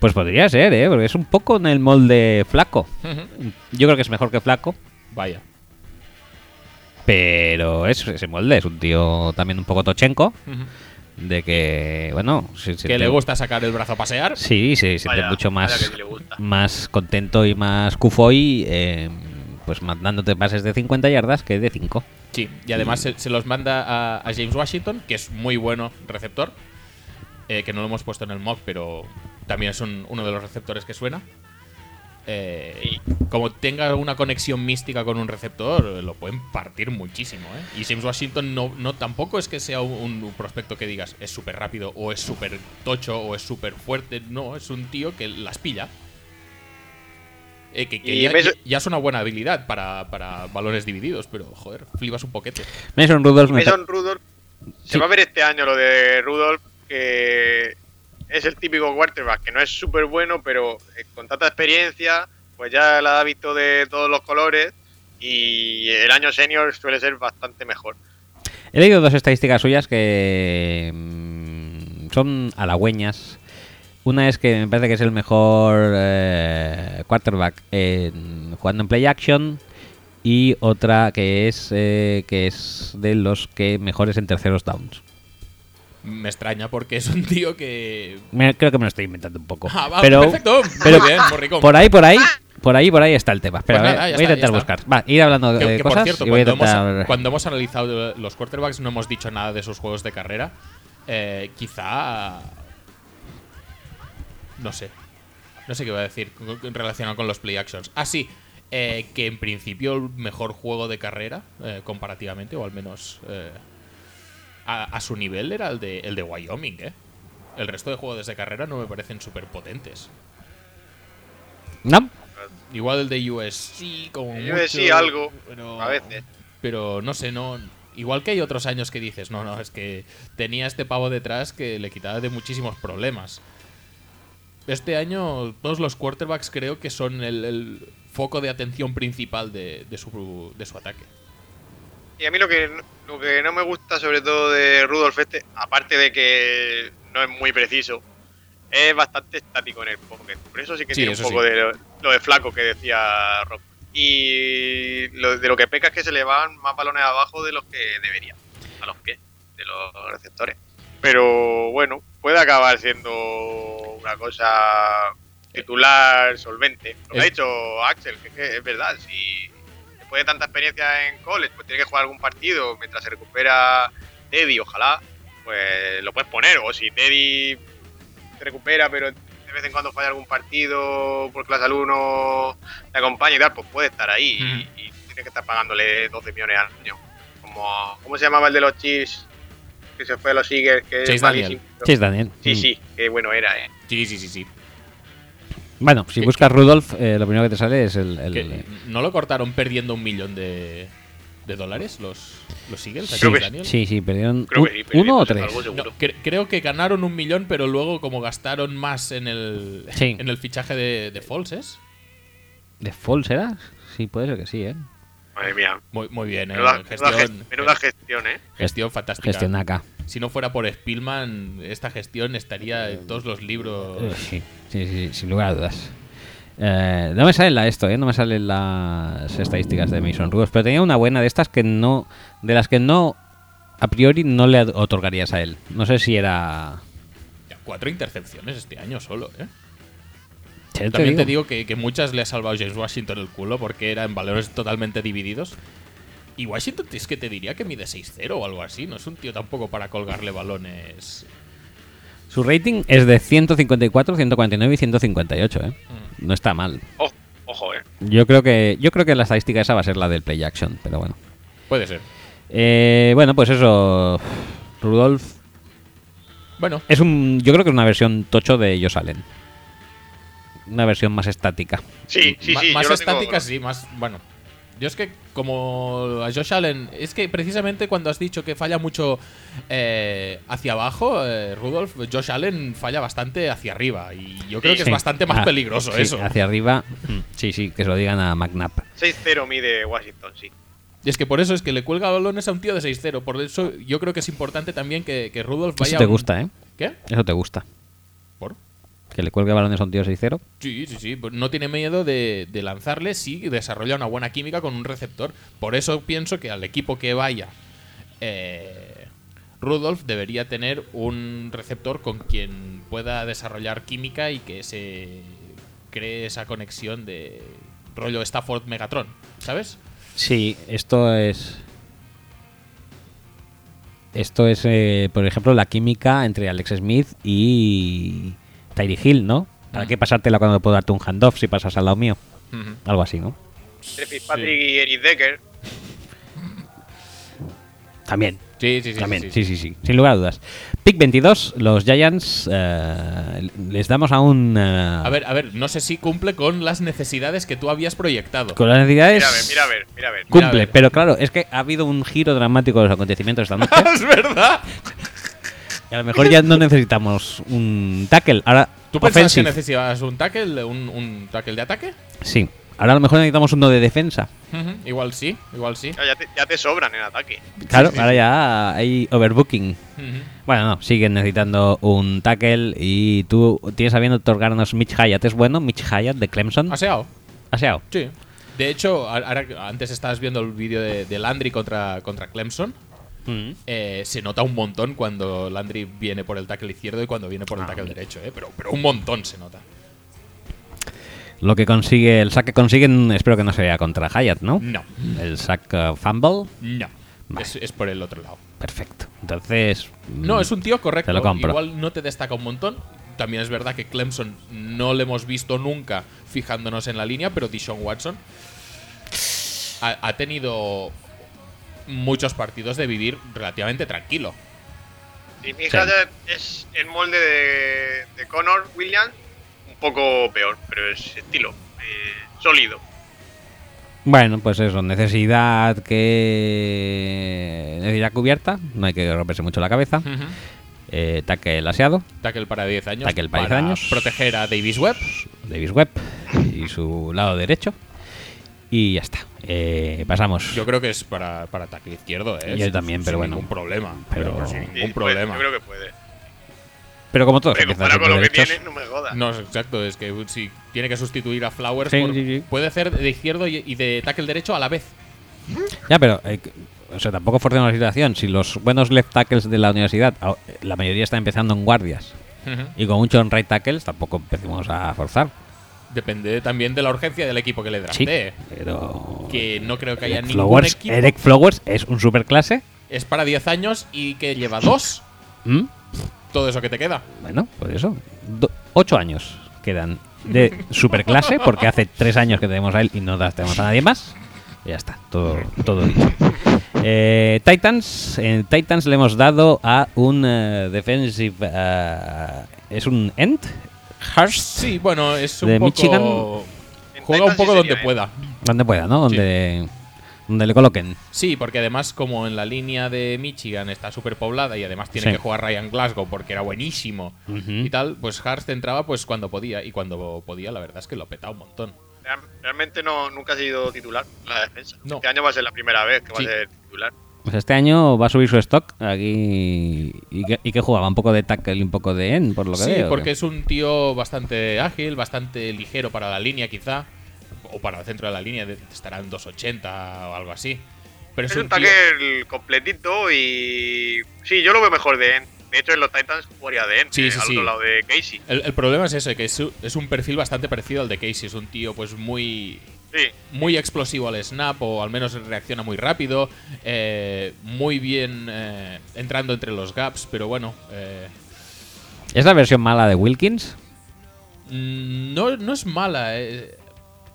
A: Pues podría ser, ¿eh? Porque es un poco en el molde flaco.
B: Ujú.
A: Yo creo que es mejor que flaco,
B: Vaya.
A: pero es ese molde. Es un tío también un poco tochenko,
B: Ujú.
A: de que, bueno... si- si
B: Que
A: te-
B: le gusta sacar el brazo a pasear.
A: Sí, sí, se siente
C: Vaya,
A: mucho
C: vaya
A: más,
C: que sí le gusta.
A: más contento y más cufoy, eh, pues mandándote pases de 50 yardas que de 5.
B: Sí, y además se, se los manda a, a James Washington, que es muy bueno receptor, eh, que no lo hemos puesto en el mock, pero también es un- uno de los receptores que suena. eh,
C: Sí.
B: como tenga alguna conexión mística con un receptor, lo pueden partir muchísimo. ¿eh? Y James Washington no, no tampoco es que sea un, un prospecto que digas es súper rápido o es súper tocho o es súper fuerte. No, es un tío que las pilla. Eh, que que
C: Y
B: ya,
C: Mason-
B: ya es una buena habilidad para, para balones divididos, pero joder, flipas un poquete.
A: Mason Rudolph me
C: Mason Rudolph. Se
A: Sí.
C: va a ver este año lo de Rudolph, que es el típico quarterback, que no es súper bueno, pero eh, con tanta experiencia, pues ya la ha visto de todos los colores y el año senior suele ser bastante mejor.
A: He leído dos estadísticas suyas que mm, son halagüeñas. Una es que me parece que es el mejor eh, quarterback en- jugando en play action y otra que es eh, que es de los que mejores en terceros downs.
B: Me extraña porque es un tío que.
A: Me- creo que me lo estoy inventando un poco.
B: Ah, va,
A: pero
B: perfecto.
A: pero
B: Muy bien, morricón.
A: por ahí, por ahí, por ahí, por ahí está el tema. Espera, a
B: Pues
A: ver,
B: nada, ya
A: voy a
B: está,
A: intentar
B: ya está.
A: buscar. Va, ir hablando
B: Que,
A: de
B: que,
A: cosas
B: por cierto,
A: y voy a
B: cuando hemos,
A: intentar.
B: cuando hemos analizado los quarterbacks no hemos dicho nada de sus juegos de carrera. Eh, quizá... No sé. No sé qué iba a decir con- con- relacionado con los play actions. Ah, sí. eh, que en principio el mejor juego de carrera, eh, comparativamente, o al menos eh, a, a su nivel, era el de, el de Wyoming, ¿eh? El resto de juegos de carrera no me parecen súper potentes.
A: ¿No?
B: Igual el de USC, como
C: El
B: mucho,
C: USC algo,
B: pero-
C: a veces.
B: Pero no sé, no. Igual que hay otros años que dices, no, no, es que tenía este pavo detrás que le quitaba de muchísimos problemas. Este año todos los quarterbacks creo que son el, el foco de atención principal de, de su, de su ataque.
C: Y a mí lo que, lo que no me gusta sobre todo de Rudolph este, aparte de que no es muy preciso, es bastante estático en el pocket. Por eso sí que
B: Sí,
C: tiene un
B: eso
C: poco
B: sí.
C: de lo, lo de flaco que decía Rob. Y lo, de lo que peca es que se le van más balones abajo de los que debería, a los pies, de los receptores. Pero bueno, puede acabar siendo una cosa titular solvente. Lo que
B: Es-
C: ha dicho Axel, que es, que es verdad, si después de tanta experiencia en college, pues tiene que jugar algún partido mientras se recupera Teddy, ojalá, pues lo puedes poner. O si Teddy se recupera, pero de vez en cuando falla algún partido porque la salud no le acompaña y tal, pues puede estar ahí
B: Mm.
C: y, y tiene que estar pagándole 12 millones al año. Como, ¿Cómo se llamaba el de los Chiefs? Que se fue a los Eagles, que
B: Chase
C: es malísimo.
A: Sí, Daniel.
C: Sí,
A: Mm.
C: sí, qué bueno era, eh.
B: Sí, sí, sí, sí.
A: Bueno, si
B: Que-
A: buscas Rudolf, eh, lo primero que te sale es el. eh, el-
B: Que, ¿No lo cortaron perdiendo un millón de, de dólares los, los Eagles? a
C: Creo
B: Chase
C: que-
B: Daniel?
A: sí, sí, perdieron
C: Creo
A: un-
C: que sí, pero
A: uno o
C: eso es
A: tres.
C: algo
B: No,
C: seguro.
B: cre- creo que ganaron un millón, pero luego como gastaron más en el,
A: Sí.
B: en el fichaje de, de Foles, ¿es?
A: ¿De Fall será? Sí, puede ser que sí, ¿eh?
C: Madre mía.
B: Muy, muy bien, ¿eh?
C: Menuda, menuda
B: gestión,
C: gest- menuda gestión, eh.
B: gestión fantástica.
A: Gestión acá.
B: Si no fuera por Spielman, esta gestión estaría en todos los
A: Eh,
B: libros.
A: Sí, sí, sí, sin lugar a dudas. Eh, no me sale la esto, ¿eh? No me salen las estadísticas de Mason Rudolph, pero tenía una buena de estas que no. De las que no. A priori no le ad- otorgarías a él. No sé si era.
B: Ya, Cuatro intercepciones este año solo, ¿eh?
A: Sí,
B: También te digo que, que muchas le ha salvado James Washington el culo porque era en valores totalmente divididos. Y Washington es que te diría que mide 6-0 o algo así. No es un tío tampoco para colgarle balones.
A: Su rating es de 154, 149 y 158, ¿eh?
B: Mm.
A: No está mal.
C: Ojo, ojo, eh.
A: Yo creo que yo creo que la estadística esa va a ser la del play action, pero bueno.
B: Puede ser.
A: Eh, bueno, pues eso. Rudolf
B: Bueno,
A: es un yo creo que es una versión tocho de Josh Allen. Una versión más estática.
C: Sí, sí,
B: Ma-
C: sí.
B: más
C: yo lo tengo-
B: estáticas, sí, más. Bueno. Yo es que, como a Josh Allen, es que precisamente cuando has dicho que falla mucho eh, hacia abajo, eh, Rudolph, Josh Allen falla bastante hacia arriba. Y yo creo que
A: Sí.
B: es bastante más
A: Ah,
B: peligroso
A: sí,
B: eso.
A: Hacia arriba. Mm, Sí, sí, que se lo digan a McNabb.
C: 6-0 mide Washington, sí.
B: Y es que por eso es que le cuelga balones a un tío de 6-0. Por eso yo creo que es importante también que, que Rudolph vaya.
A: Eso te
B: un-
A: gusta, ¿eh?
B: ¿Qué?
A: Eso te gusta.
B: ¿Por?
A: Que le cuelgue balones a un tío 6-0.
B: Sí, sí, sí. pues No tiene miedo de, de lanzarle si desarrolla una buena química con un receptor. Por eso pienso que al equipo que vaya, eh, Rudolph debería tener un receptor con quien pueda desarrollar química y que se cree esa conexión de rollo Stafford Megatron, ¿sabes?
A: Sí, esto es. Esto es, eh, por ejemplo, la química entre Alex Smith y Tyree Hill, ¿no? ¿Para qué pasártela cuando puedo darte un handoff si pasas al lado mío?
B: Ujú.
A: Algo así, ¿no?
C: Entre Fitzpatrick y Eric Decker.
A: También.
B: Sí, sí, sí.
A: También,
B: sí, sí.
A: sí, sí, sí, sin lugar a dudas. Pick 22, los Giants, eh, les damos a un... eh,
B: A ver, a ver, no sé si cumple con las necesidades que tú habías proyectado.
A: Con las necesidades...
C: Mira a ver, mira a ver, mira a ver.
A: Cumple,
B: Mira, a ver.
A: pero claro, es que ha habido un giro dramático de los acontecimientos esta noche.
B: es verdad.
A: y a lo mejor ya no necesitamos un tackle. Ahora,
B: ¿Tú pensabas que
A: offensive.
B: necesitabas un tackle, un, un tackle de ataque?
A: Sí. Ahora a lo mejor necesitamos uno de defensa.
B: Ujú, Igual sí, igual sí.
C: Ya te, ya te sobran en ataque.
A: Claro, ahora ya hay overbooking.
B: Ujú.
A: Bueno, no, siguen necesitando un tackle y tú tienes habiendo otorgarnos Mitch Hyatt. ¿Es bueno Mitch Hyatt de Clemson?
B: Aseado.
A: Aseado.
B: Sí. De hecho, a- ahora que- antes estabas viendo el vídeo de, de Landry contra, contra Clemson.
A: Mm.
B: eh, se nota un montón cuando Landry viene por el tackle izquierdo y cuando viene por el
A: Ah,
B: tackle
A: hombre.
B: derecho, ¿eh? pero, pero un montón se nota.
A: Lo que consigue, el sack que consiguen, espero que no sea contra Hyatt, ¿no?
B: No,
A: El sack uh, fumble,
B: no.
A: Vale.
B: Es, es por el otro lado.
A: perfecto. Entonces.
B: No,
A: mm,
B: es un tío correcto.
A: Te lo compro.
B: Igual no te destaca un montón. También es verdad que Clemson no le hemos visto nunca fijándonos en la línea, pero Dishon Watson ha, ha tenido muchos partidos de vivir relativamente tranquilo.
C: Y mi hija es el molde de, de Connor Williams, un poco peor, pero es estilo eh, sólido.
A: Bueno, pues eso, necesidad que. Necesidad cubierta, no hay que romperse mucho la cabeza.
B: Mm.
A: Eh, tackle aseado,
B: Tackle para 10 años.
A: Tackle para 10 años.
B: proteger a Davis Webb.
A: Davis Webb y su lado derecho. Y ya está. Eh, pasamos.
B: Yo creo que es para, para tackle izquierdo, ¿eh?
A: Yo
B: Sin-
A: también, pero
B: sin
A: bueno.
B: Ningún problema.
A: Pero-
B: Pero,
A: Sí,
B: sin ningún
C: Y puede-
B: problema.
C: pues, Yo creo que puede.
A: Pero como todos
C: Pero
A: empiezan
C: comparado con lo
A: siendo
C: que
A: derechos.
C: tienes, no me jodas.
B: No, es exacto, es que si tiene que sustituir a Flowers,
A: Sí,
B: por-
A: sí, sí.
B: puede hacer de izquierdo y y de tackle derecho a la vez.
A: Ya, pero. eh, que- o sea, tampoco forcemos la situación. Si los buenos left tackles de la universidad, ah, eh, la mayoría está empezando en guardias. Y con muchos right tackles tampoco empecemos a forzar.
B: Depende también de la urgencia del equipo que le
A: Sí.
B: draftee.
A: Pero.
B: Que no creo que haya
A: Eric
B: ningún
A: Flowers,
B: equipo.
A: Eric Flowers es un superclase.
B: Es para 10 años y que lleva dos.
A: ¿Mm?
B: Todo eso que te queda.
A: Bueno, pues eso. Do- ocho años quedan de superclase, porque hace tres años que tenemos a él y no las tenemos a nadie más. Y ya está, todo, todo dicho. Eh, Titans, en Titans le hemos dado a un eh, defensive. eh, es un end. Hurst.
B: Sí, bueno, es un
A: De
B: poco.
A: Michigan.
C: En
B: Juega un
C: Titans
B: poco
C: sí
B: donde
C: sería, ¿eh?
B: pueda.
A: Donde pueda, ¿no? Donde, donde le coloquen.
B: Sí, porque además, como en la línea de Michigan está súper poblada y además tiene
A: Sí.
B: que jugar Ryan Glasgow porque era buenísimo
A: Ujú.
B: y tal, pues Hurst entraba pues cuando podía. Y cuando podía, la verdad es que lo petaba un montón.
C: Real- Realmente no, nunca ha sido titular en la defensa.
B: No.
C: Este año va a ser la primera vez que va
B: Sí.
C: a ser titular.
A: Pues este año va a subir su stock aquí. ¿Y que, y que jugaba? ¿Un poco de tackle y un poco de end? Por lo que
B: sí,
A: veo, ¿o
B: porque
A: qué?
B: es un tío bastante ágil, bastante ligero para la línea quizá, o para el centro de la línea, de- estará en 2.80 o algo así. Pero
C: Es,
B: es,
C: un
B: tío-
C: tackle completito y. Sí, yo lo veo mejor de end. De hecho, en los Titans jugaría de end,
B: Sí,
C: eh,
B: sí,
C: al
B: sí.
C: otro lado de Casey.
B: El, el problema es ese, que es, u- es un perfil bastante parecido al de Casey, es un tío pues muy
C: Sí,
B: muy explosivo al snap o al menos reacciona muy rápido, eh, muy bien eh, entrando entre los gaps, pero bueno, eh,
A: ¿Es la versión mala de Wilkins?
B: mm, no, no es mala, eh,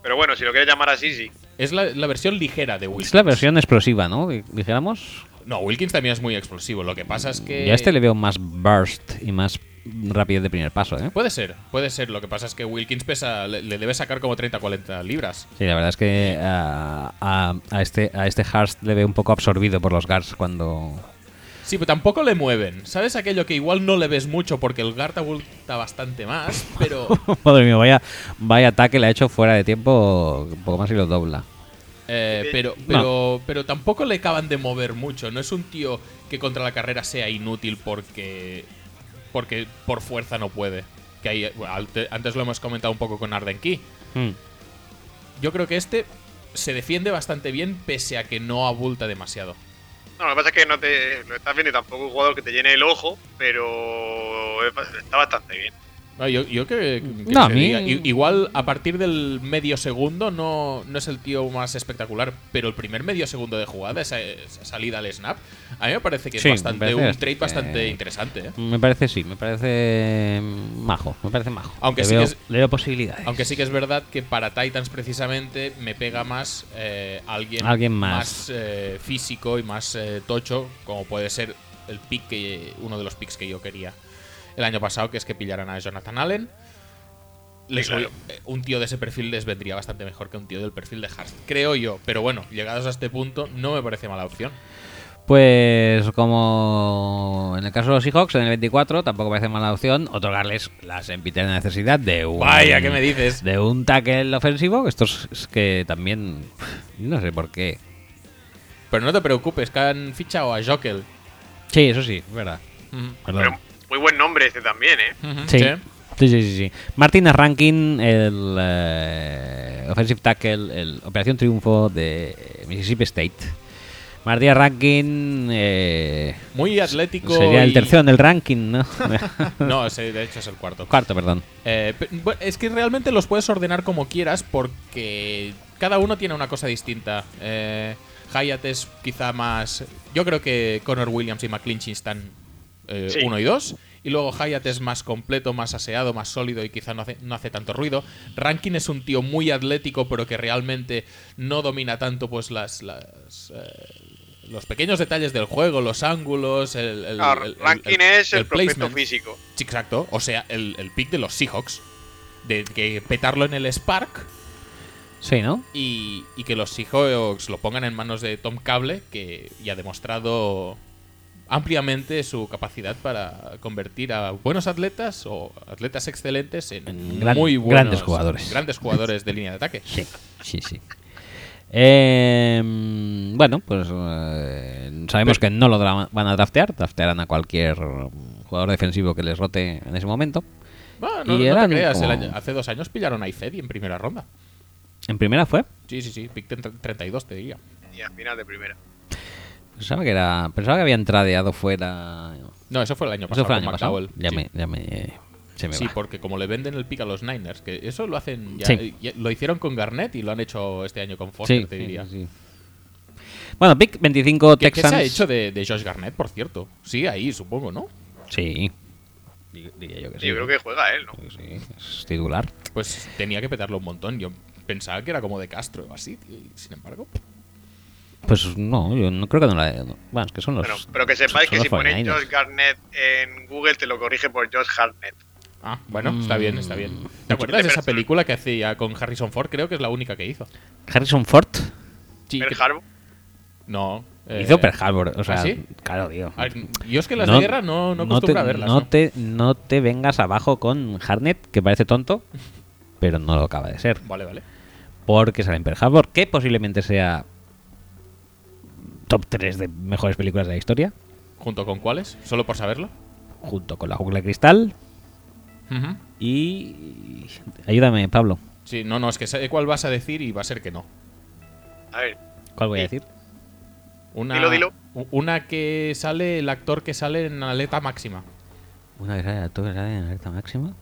C: pero bueno, si lo quieres llamar así, sí.
B: es la, la versión ligera de Wilkins.
A: Es la versión explosiva, ¿no? Di- Dijéramos.
B: No, Wilkins también es muy explosivo, lo que pasa es que...
A: Yo a este le veo más burst y más rapidez de primer paso, ¿eh?
B: Puede ser, puede ser. Lo que pasa es que Wilkins pesa, le, le debe sacar como 30-40 libras.
A: Sí, la verdad es que eh, a, a este a este Hurst le veo un poco absorbido por los guards cuando...
B: Sí, pero tampoco le mueven. ¿Sabes aquello que igual no le ves mucho porque el Garta abulta bastante más? Pero
A: Madre mía, vaya, vaya ataque le ha hecho fuera de tiempo, un poco más y lo dobla.
B: eh, pero, pero, pero tampoco le acaban de mover mucho. No es un tío que contra la carrera sea inútil porque, porque por fuerza no puede. Que ahí, bueno, ante- antes lo hemos comentado un poco con Arden Key. Yo creo que este se defiende bastante bien pese a que no abulta demasiado.
C: No, lo que pasa es que no te lo estás viendo y tampoco un jugador que te llene el ojo, pero está bastante bien.
B: No, yo, yo que, que
A: No, a
B: se
A: mí-
B: diga. I- Igual a partir del medio segundo no, no es el tío más espectacular, pero el primer medio segundo de jugada, esa, esa salida al snap, a mí me parece
A: Sí,
B: que es
A: me
B: bastante,
A: parece
B: un
A: bastante-
B: trade bastante interesante. ¿eh?
A: Me parece sí, me parece mm, majo, me parece majo.
B: Aunque
A: le
B: sí
A: veo,
B: que es-
A: le veo posibilidades.
B: Aunque sí que es verdad que para Titans precisamente me pega más eh, alguien,
A: Alguien más.
B: eh, físico y más eh, tocho, como puede ser el pick que uno de los picks que yo quería el año pasado, que es que pillaran a Jonathan Allen. Les
C: Sí, claro.
B: voy- eh, un tío de ese perfil les vendría bastante mejor que un tío del perfil de Hart, creo yo. Pero bueno, llegados a este punto, no me parece mala opción.
A: Pues como en el caso de los Seahawks, en el 24 tampoco parece mala opción otorgarles la sempiterna necesidad de un...
B: Vaya, ¿qué me dices?
A: De un tackle ofensivo, que estos es que también... No sé por qué.
B: Pero no te preocupes, que han fichado a Jokel.
A: Sí, eso sí, es verdad.
B: Ujú.
A: Perdón.
C: Pero muy buen nombre ese también, ¿eh?
B: Ujú,
A: Sí. Sí, sí, sí, sí. Martínez Rankin, el eh, offensive tackle, el Operación Triunfo de Mississippi State. Martínez Rankin eh,
B: Muy atlético.
A: sería el
B: y-
A: tercero en el ranking, ¿no?
B: No, ese, de hecho es el cuarto.
A: Cuarto, perdón.
B: Eh, pe- bueno, es que realmente los puedes ordenar como quieras porque cada uno tiene una cosa distinta. Eh, Hyatt es quizá más... Yo creo que Connor Williams y McClinchy están eh,
C: Sí.
B: uno y dos. Y luego Hyatt es más completo, más aseado, más sólido y quizá no hace, no hace tanto ruido. Rankin es un tío muy atlético pero que realmente no domina tanto pues las... las, eh, los pequeños detalles del juego, los ángulos, el, el-
C: Ah,
B: el- el-
C: Rankin es el, prospecto
B: placement.
C: físico.
B: Sí, exacto. O sea, el, el pick de los Seahawks. De que petarlo en el Spark
A: Sí, ¿no?
B: y, y que los Seahawks lo pongan en manos de Tom Cable, que ya ha demostrado ampliamente su capacidad para convertir a buenos atletas o atletas excelentes en,
A: En gran-
B: muy buenos
A: grandes jugadores.
B: Grandes jugadores de línea de ataque.
A: Sí, sí, sí. Eh, bueno, pues eh, sabemos que no lo dra- van a draftear. Draftearán a cualquier mm, jugador defensivo que les rote en ese momento.
B: Bueno, no,
A: Y
B: no te
A: eran
B: creas, el
A: como-
B: año- hace dos años pillaron a Ifedi en primera ronda.
A: En primera fue.
B: Sí, sí, sí, pick 32 te diría.
C: Y al final de primera.
A: Pensaba que era, pensaba que habían tradeado fuera.
B: No, eso fue el año
A: Eso
B: pasado.
A: fue el
B: con
A: año
B: Matt
A: pasado.
B: Dowell.
A: Ya
B: Sí.
A: me, ya me, se me
B: Sí,
A: va.
B: porque como le venden el pick a los Niners, que eso lo hacen ya,
A: Sí.
B: ya- lo hicieron con Garnett y lo han hecho este año con Foster,
A: Sí,
B: te
A: sí,
B: diría.
A: sí, sí. Bueno, pick 25
B: ¿Qué, qué
A: Texans.
B: se ha hecho de, de Josh Garnett, por cierto? Sigue ahí, supongo, ¿no?
A: Sí. Di- Diría yo que sí.
C: Yo creo que juega él, ¿no?
A: Sí, es titular.
B: Pues tenía que petarlo un montón. Yo pensaba que era como de Castro o así, tío, y sin embargo.
A: Pues no, yo no creo que no la. no. Bueno, es que son los.
C: Bueno, pero que sepáis
A: son
C: que
A: los
C: si ponéis
A: 49ers.
C: Josh Garnett en Google te lo corrige por Josh Garnett.
B: Ah, bueno, está bien, está bien.
A: Mm.
B: ¿Te acuerdas de esa película que hacía con Harrison Ford? Creo que es la única que hizo.
A: Harrison Ford
B: Sí,
C: Pearl
B: que-
C: Harbor.
B: no. eh,
A: hizo Pearl Harbor. O sea,
B: ¿Ah, sí?
A: claro, tío.
B: a ver, Yo es que las de guerra no, no acostumbro
A: te,
B: a verlas.
A: no
B: ¿no?
A: Te, no te vengas abajo con Harnett, que parece tonto, pero no lo acaba de ser.
B: Vale, vale.
A: porque sale en Pearl Harbor, que posiblemente sea top 3 de mejores películas de la historia,
B: ¿Junto con cuáles? Solo por saberlo.
A: junto con La Jungla de Cristal
B: Ujú.
A: y... Ayúdame, Pablo.
B: Sí, no, no, es que sé cuál vas a decir y va a ser que no.
C: A ver,
A: ¿Cuál voy a decir?
B: Una,
C: Dilo, dilo.
B: u- Una que sale, el actor que sale en Aleta Máxima.
A: Una que sale, tú que sale en Alerta Máxima.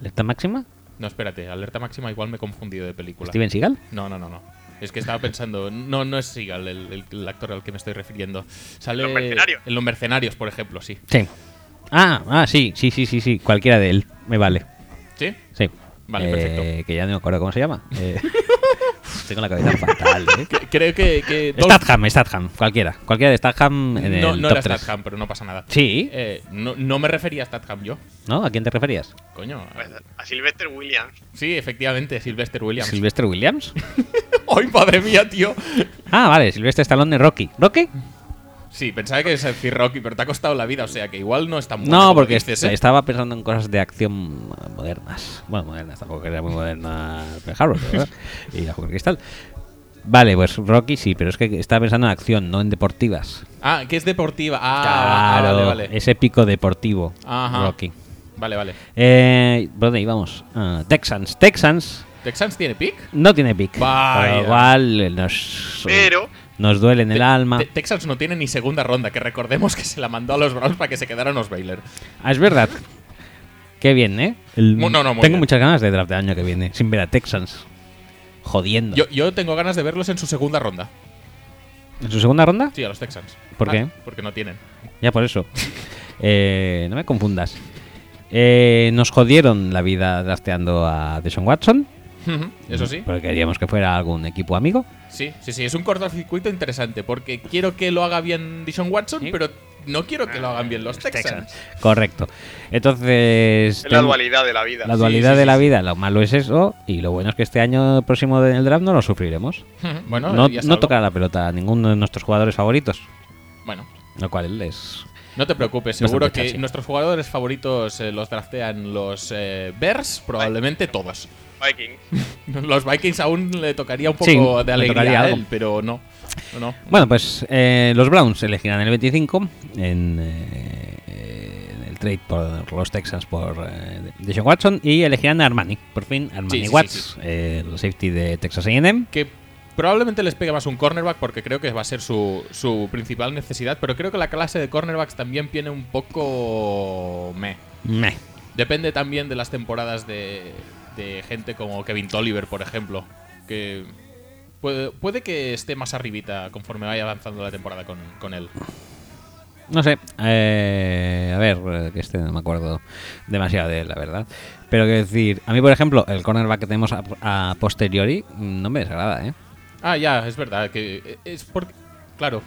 A: ¿Alerta Máxima?
B: No, espérate, Alerta Máxima igual me he confundido de película.
A: ¿Steven Seagal?
B: No, no, no, no. Es que estaba pensando, no, no es Seagal el, el- el actor al que me estoy refiriendo. Sale
C: Los Mercenarios.
B: En Los Mercenarios, por ejemplo, sí.
A: Sí. Ah, ah, sí, sí, sí, sí, sí. Cualquiera de él. Me vale.
B: ¿Sí?
A: Sí.
B: Vale,
A: Eh,
B: perfecto.
A: Que ya no me acuerdo cómo se llama. Eh, tengo la cabeza fatal, ¿eh?
B: Creo que... que Dolph-
A: Statham, Statham, cualquiera. Cualquiera de Statham en
B: no,
A: el
B: no
A: top
B: era
A: 3.
B: Statham, pero no pasa nada.
A: Sí,
B: Eh, no, no me refería a Statham yo.
A: ¿no? ¿A quién te referías?
B: Coño. a-
C: pues, a Sylvester Williams.
B: Sí, efectivamente, Sylvester Williams.
A: ¿Sylvester Williams?
B: ¡Ay, madre mía, tío!
A: Ah, vale, Sylvester Stallone de Rocky. ¿Rocky?
B: Sí, pensaba que es el decir Rocky, pero te ha costado la vida, o sea que igual no está muy
A: No, porque
B: este ¿eh?
A: est- estaba pensando en cosas de acción modernas. Bueno, modernas, tampoco que era muy moderna Pearl Harbor, pero, ¿verdad? y la Jungla de Cristal. Vale, pues Rocky sí, pero es que estaba pensando en acción, no en deportivas.
B: Ah, que es deportiva. Ah, vale, vale.
A: Es épico deportivo,
B: Ajá.
A: Rocky.
B: Vale, vale.
A: Eh, ¿Dónde íbamos? Ah, Texans. Texans
B: ¿Texans tiene pick?
A: no tiene pick.
B: Vaya.
A: Con lo cual eh, nos,
C: Pero-
A: nos duele en el
B: Te-
A: alma.
B: Te- Texans no tiene ni segunda ronda, que recordemos que se la mandó a los Browns para que se quedaran los Baylor.
A: Ah, es verdad. Qué bien, ¿eh? El-
B: Mu- no, no, muy
A: tengo
B: bien.
A: muchas ganas de draft del año que viene, sin ver a Texans jodiendo.
B: Yo, yo tengo ganas de verlos en su segunda ronda.
A: ¿En su segunda ronda?
B: Sí, a los Texans. Ah,
A: ¿Por qué?
B: Porque no tienen.
A: Ya por eso. Eh, no me confundas. Eh, nos jodieron la vida drafteando a Deshaun Watson.
B: Eso sí.
A: Porque queríamos que fuera algún equipo amigo.
B: Sí, sí, sí. Es un cortocircuito interesante porque quiero que lo haga bien Dishon Watson,
A: Sí.
B: pero no quiero que lo hagan bien los Texans.
A: Correcto. Entonces.
C: Es la
A: ten-
C: dualidad de la vida.
A: La
B: Sí,
A: dualidad
B: sí,
A: de
B: sí,
A: la
B: sí.
A: vida. Lo malo es eso. Y lo bueno es que este año próximo en el draft no lo sufriremos.
B: bueno,
A: no
B: ya es
A: no
B: algo.
A: tocará la pelota a ninguno de nuestros jugadores favoritos.
B: Bueno,
A: Lo cual es.
B: no te preocupes.
A: Bastante
B: Seguro que
A: chachi.
B: nuestros jugadores favoritos eh, los draftean los eh, Bears, probablemente todos.
C: Vikings.
B: Los Vikings aún le tocaría un
A: Sí,
B: poco
A: le
B: de alegría
A: tocaría
B: a él,
A: algo.
B: pero no. No, no.
A: Bueno, pues eh, los Browns elegirán el 25 en, eh, eh, en el trade por los Texans por eh, Deshaun Watson y elegirán a Armani. Por fin, Armani
B: Sí, sí,
A: Watts,
B: sí,
A: eh, el safety de Texas AM.
B: que probablemente les pegue más un cornerback porque creo que va a ser su, su principal necesidad, pero creo que la clase de cornerbacks también viene un poco meh.
A: Meh.
B: Depende también de las temporadas de, de gente como Kevin Tolliver, por ejemplo, que puede, puede que esté más arribita conforme vaya avanzando la temporada con, con él.
A: No sé, eh, a ver, eh, que este no me acuerdo demasiado de él, la verdad. Pero quiero decir, a mí, por ejemplo, el cornerback que tenemos a, a posteriori mm, no me desagrada, ¿eh?
B: Ah, ya, es verdad, que eh, es porque... Claro.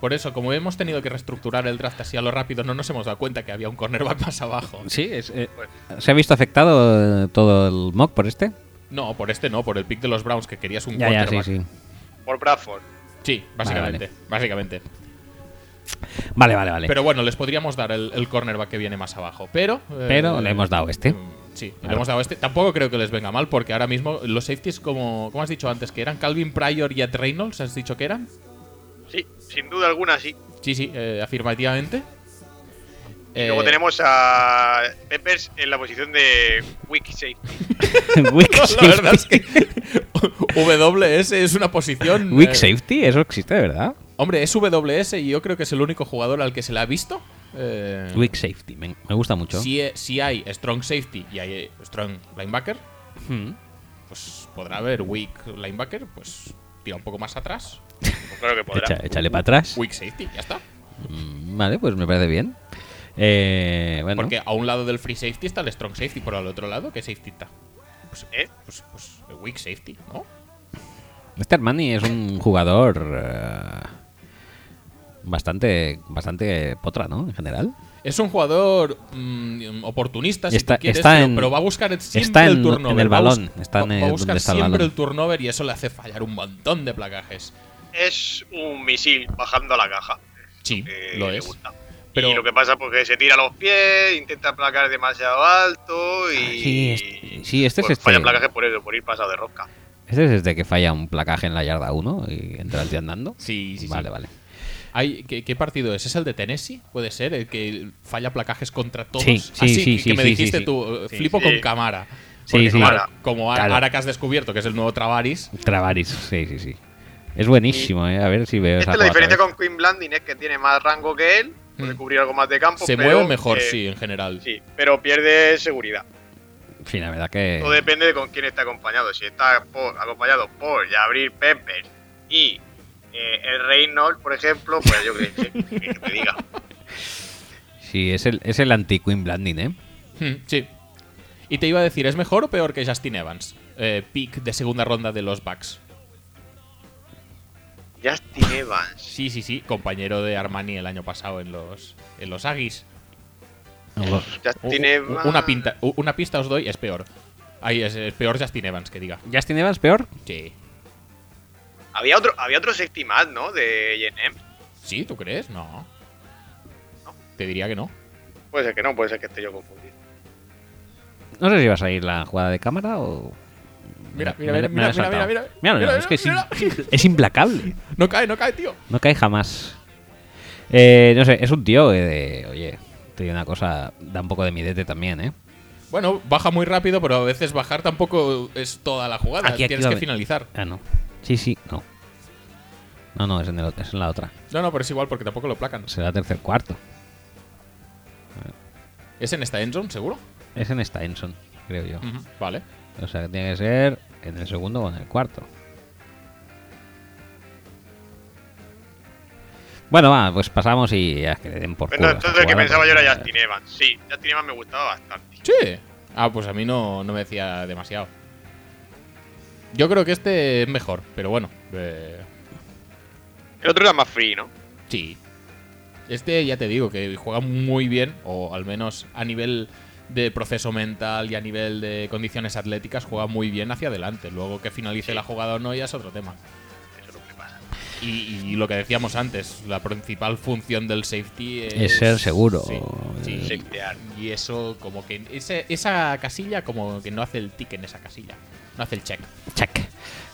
B: Por eso, como hemos tenido que reestructurar el draft así a lo rápido, no nos hemos dado cuenta que había un cornerback más abajo.
A: Sí, es, eh,
C: Pues-
A: ¿se ha visto afectado eh, todo el mock por este?
B: No, por este no, por el pick de los Browns que querías un
A: Ya, ya, sí,
B: quarterback.
A: sí.
C: Por Bradford.
B: Sí, básicamente. Básicamente.
A: Vale, vale, vale.
B: Pero bueno, les podríamos dar el, el cornerback que viene más abajo. Pero. eh,
A: Pero le hemos dado este.
B: mm, Sí,
A: Claro.
B: le hemos dado este. Tampoco creo que les venga mal, porque ahora mismo los safeties, como, como has dicho antes, que eran Calvin Pryor y Ed Reynolds, ¿has dicho que eran?
C: Sí, sin duda alguna sí.
B: Sí, sí, eh, afirmativamente.
C: Y luego
B: Eh,
C: tenemos a Peppers en la posición de Weak Safety. pues
A: Weak
B: no,
A: safety.
B: la verdad es que WS es una posición.
A: Weak
B: eh,
A: safety, eso existe de verdad.
B: Hombre, es WS y yo creo que es el único jugador al que se le ha visto. Eh,
A: Weak safety, me, me gusta mucho.
B: si, si hay strong safety y hay eh, strong linebacker,
A: Mm.
B: pues podrá haber weak linebacker, pues tira un poco más atrás.
C: Pues claro que podrá.
A: Echa- échale para atrás.
B: Weak safety, ya está.
A: Mm, Vale, pues me parece bien. Eh, bueno,
B: Porque a un lado del free safety está el strong safety, pero al otro lado, ¿qué safety está? Pues,
C: ¿Eh?
B: pues, pues weak safety, ¿no?
A: este Armani es un jugador eh, bastante bastante potra, ¿no? En general.
B: Es un jugador mm, oportunista, si
A: Está-
B: tú quieres,
A: está
B: pero,
A: en-
B: pero va a buscar siempre
A: está en-
B: el turnover.
A: en el
B: va a bus-
A: balón, está en
B: va-
A: el-
B: va a
A: donde
B: buscar
A: está el
B: siempre
A: balón.
B: el turnover y eso le hace fallar un montón de placajes.
C: Es un misil bajando a la caja.
B: Sí,
C: que
B: lo
C: Eh, le
B: es.
C: gusta.
B: Pero-
C: Y lo que pasa porque se tira a los pies, intenta placar demasiado alto y.
B: Ah,
A: sí, este- sí, este es
C: pues,
A: este.
C: Falla placaje por eso, por ir pasado de rosca.
A: Este es desde que falla un placaje en la yarda 1 y entra el tío andando.
B: Sí, sí, sí.
A: Vale, vale.
B: Hay- ¿qué, qué partido es? ¿Es el de Tennessee? ¿Puede ser? ¿El que falla placajes contra todos?
A: Sí, sí,
B: Así
A: sí,
B: que
A: sí,
B: me
A: sí,
B: dijiste
A: sí, sí.
B: tú, eh, flipo
C: sí.
B: con cámara.
A: Sí,
B: Porque,
A: sí.
B: claro,
C: Cámara.
B: como a-
A: Claro.
B: ahora que has descubierto que es el nuevo Travaris,
A: Travaris, sí, sí, sí. Es buenísimo, ¿eh? A ver si veo esa
B: Este
C: Esta es la
A: jugada otra
C: diferencia
A: vez.
C: con Queen Blanding, es que tiene más rango que él, puede
B: Mm.
C: cubrir algo más de campo.
B: se
C: pero,
B: mueve mejor,
C: eh,
B: sí, en general.
C: Sí, pero pierde seguridad.
A: En fin, la verdad
B: Eh.
A: que...
C: Todo depende de con quién está acompañado. Si está por- acompañado por Jabril Pepper y eh, el Reynolds, por ejemplo, pues yo qué sé, que te diga. "Oh,
A: Sí, es el, es el anti-Queen Blanding, ¿eh?
B: Mm, sí. Y te iba a decir, ¿es mejor o peor que Justin Evans? Eh, pick de segunda ronda de los Bucks.
C: Justin Evans.
B: Sí, sí, sí, compañero de Armani el año pasado en los, en los Aggies. U-
C: Justin
B: u-
C: Evans.
B: una, pinta, u- una pista os doy, es peor. Ahí es, es peor Justin Evans, que diga.
A: ¿Justin Evans peor?
B: Sí.
C: Había otro, había otro safety más, ¿no? De JNM.
B: ¿Sí? ¿Tú crees? No. Te diría que no.
C: Puede ser que no, puede ser que esté yo confundido.
A: No sé si va a salir la jugada de cámara o...
B: Mira,
A: Me-
B: mira,
A: me- me la
B: mira,
A: he
B: mira, mira,
A: saltado.
B: mira, mira.
A: Míralo,
B: Mira,
A: es que es,
B: mira,
A: im- es implacable.
B: No cae, no cae, tío.
A: No cae jamás. Eh, no sé, es un tío que de... Oye, te digo una cosa, da un poco de midete también, ¿eh?
B: Bueno, baja muy rápido, pero a veces bajar tampoco es toda la jugada.
A: Aquí, aquí
B: Tienes
A: lo
B: que
A: ve.
B: finalizar.
A: Ah, no. Sí, sí, no. No, no, es en, el ot- es en la otra.
B: No, no, pero es igual porque tampoco lo placan.
A: Será tercer cuarto.
B: ¿Es en esta endzone, seguro?
A: es en Steinson, creo yo.
B: Ujú, Vale.
A: O sea, que tiene que ser en el segundo o en el cuarto. Bueno, va, pues pasamos y ya que le den por
C: Bueno,
A: culo.
C: entonces el que pensaba yo
B: pues,
C: era
A: Justin
C: Justin Evans. Sí, Justin Evans me gustaba bastante.
B: Sí. Ah, pues a mí no, no me decía demasiado. Yo creo que este es mejor, pero bueno. eh,
C: El otro era más free, ¿no?
B: sí. Este ya te digo que juega muy bien, o al menos a nivel de proceso mental y a nivel de condiciones atléticas, juega muy bien hacia adelante. Luego que finalice la jugada o no ya es otro tema.
C: Eso es lo que pasa.
B: Y, y lo que decíamos antes, la principal función del safety es,
A: Es ser seguro.
B: Sí, sí.
C: Safetyar.
B: Y eso, como que. ese- esa casilla, como que no hace el tick en esa casilla. No hace el check.
A: Check.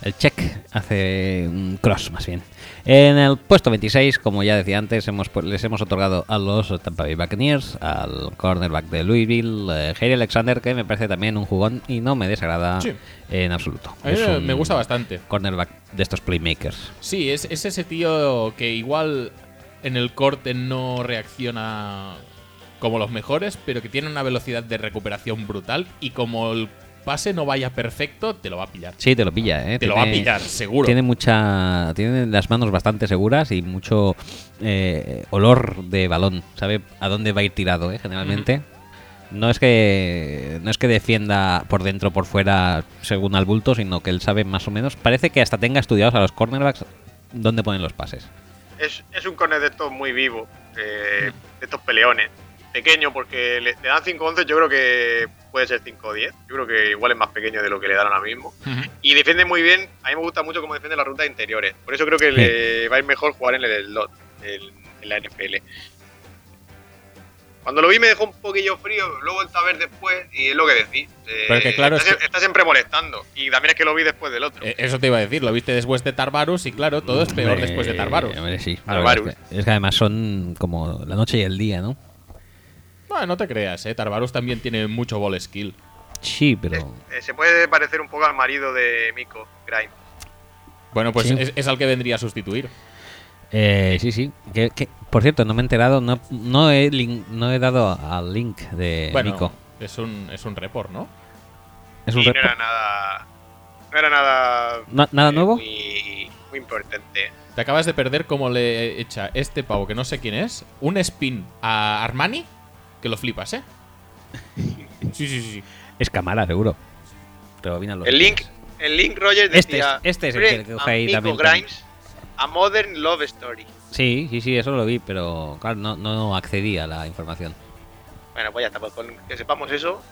A: El check hace un cross, más bien. En el puesto 26, como ya decía antes, hemos, pu- les hemos otorgado a los Tampa Bay Buccaneers, al cornerback de Louisville, eh, Harry Alexander, que me parece también un jugón y no me desagrada
B: Sí.
A: en absoluto.
B: A mí
A: Es
B: me-
A: un
B: me gusta bastante.
A: Cornerback de estos playmakers.
B: Sí, es, es ese tío que igual en el corte no reacciona como los mejores, pero que tiene una velocidad de recuperación brutal. Y como el pase no vaya perfecto, te lo va a pillar.
A: Sí, te lo pilla, ¿eh?
B: Te lo va a
A: Tiene-
B: pillar, seguro.
A: Tiene mucha. Tiene las manos bastante seguras y mucho eh, olor de balón. Sabe a dónde va a ir tirado, ¿eh? Generalmente. No es que. No es que defienda por dentro o por fuera según al bulto, sino que él sabe más o menos. Parece que hasta tenga estudiados a los cornerbacks dónde ponen los pases.
C: Es, es un corner de estos muy vivo, eh, de estos peleones. Pequeño, porque le, le dan 5-11, yo creo que puede ser 5-10. Yo creo que igual es más pequeño de lo que le dan ahora mismo.
B: Ujú.
C: Y defiende muy bien, a mí me gusta mucho cómo defiende las rutas interiores. Por eso creo que le va a ir mejor jugar en el slot, el- en la NFL. Cuando lo vi me dejó un poquillo frío, lo he vuelto a ver después y es lo que decís. eh,
B: Pero es que claro,
C: está,
B: es
C: sie- está siempre molestando. Y también es que lo vi después del otro.
B: Eh, Eso te iba a decir, lo viste después de Tarbarus y claro, todo es peor
A: Hombre,
B: después de Tarbarus.
A: hombre, sí. La
C: Tarbarus.
A: verdad Es que, es que además son como la noche y el día, ¿no?
B: Bueno, no te creas, eh. Tarbarus también tiene mucho ball skill.
A: Sí, pero.
C: Eh, se puede parecer un poco al marido de Miko, Grimes.
B: Bueno, pues
A: Sí.
B: es, es al que vendría a sustituir.
A: Eh, sí, sí. Que, que, por cierto, no me he enterado, no, no, he, lin- no he dado al link de
B: bueno,
A: Eh, Nico.
B: Es, un, es un report, ¿no?
A: Es un
C: Y no
A: repo-
C: era nada. No era nada.
A: Na- ¿Nada
C: eh,
A: nuevo?
C: Muy, muy importante.
B: Te acabas de perder como le echa este pavo, que no sé quién es, un spin a Armani, que lo flipas, ¿eh? Sí, sí, sí. sí.
A: Es cámara, seguro. Rebobina los
C: El link,
A: vídeos.
C: el link Rogers
A: Este
C: decía.
A: es- este es el
C: "Bring
A: que
C: a
A: coge ahí la
C: Miko
A: ventana".
C: Grimes a Modern Love Story.
A: Sí, sí, sí, eso lo vi, pero claro, no, no accedí a la información.
C: Bueno, pues ya está, pues con que sepamos eso,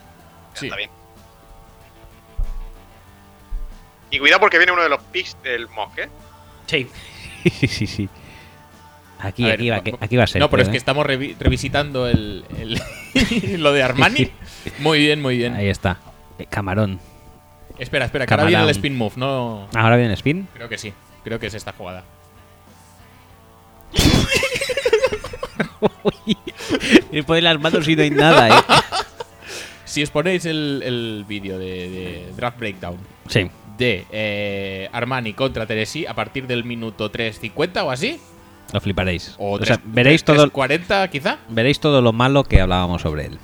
C: ya
B: Sí.
C: está bien. Y cuidado porque viene uno de los picks del Mock, ¿eh?
A: Sí. sí, sí, sí. Aquí,
B: A ver,
A: aquí, va,
B: va-
A: que- aquí va a ser.
B: no, pero
A: creo,
B: es que
A: ¿eh?
B: estamos revi- revisitando el, el- lo de Armani. Muy bien, muy bien.
A: Ahí está. Eh, Camarón.
B: Espera, espera, que ahora viene el
A: Camarón.
B: spin move, no.
A: Ahora viene Spin.
B: Creo que sí, creo que es esta jugada.
A: Y pone las manos y no hay nada, ¿eh?
B: Si os ponéis el, el vídeo de, de Draft Breakdown
A: Sí.
B: de eh, Armani contra Teresi a partir del minuto 3.50 o así,
A: Lo fliparéis.
B: o,
A: O, sea, veréis todo,
B: 40 quizá.
A: veréis todo lo malo que hablábamos sobre él.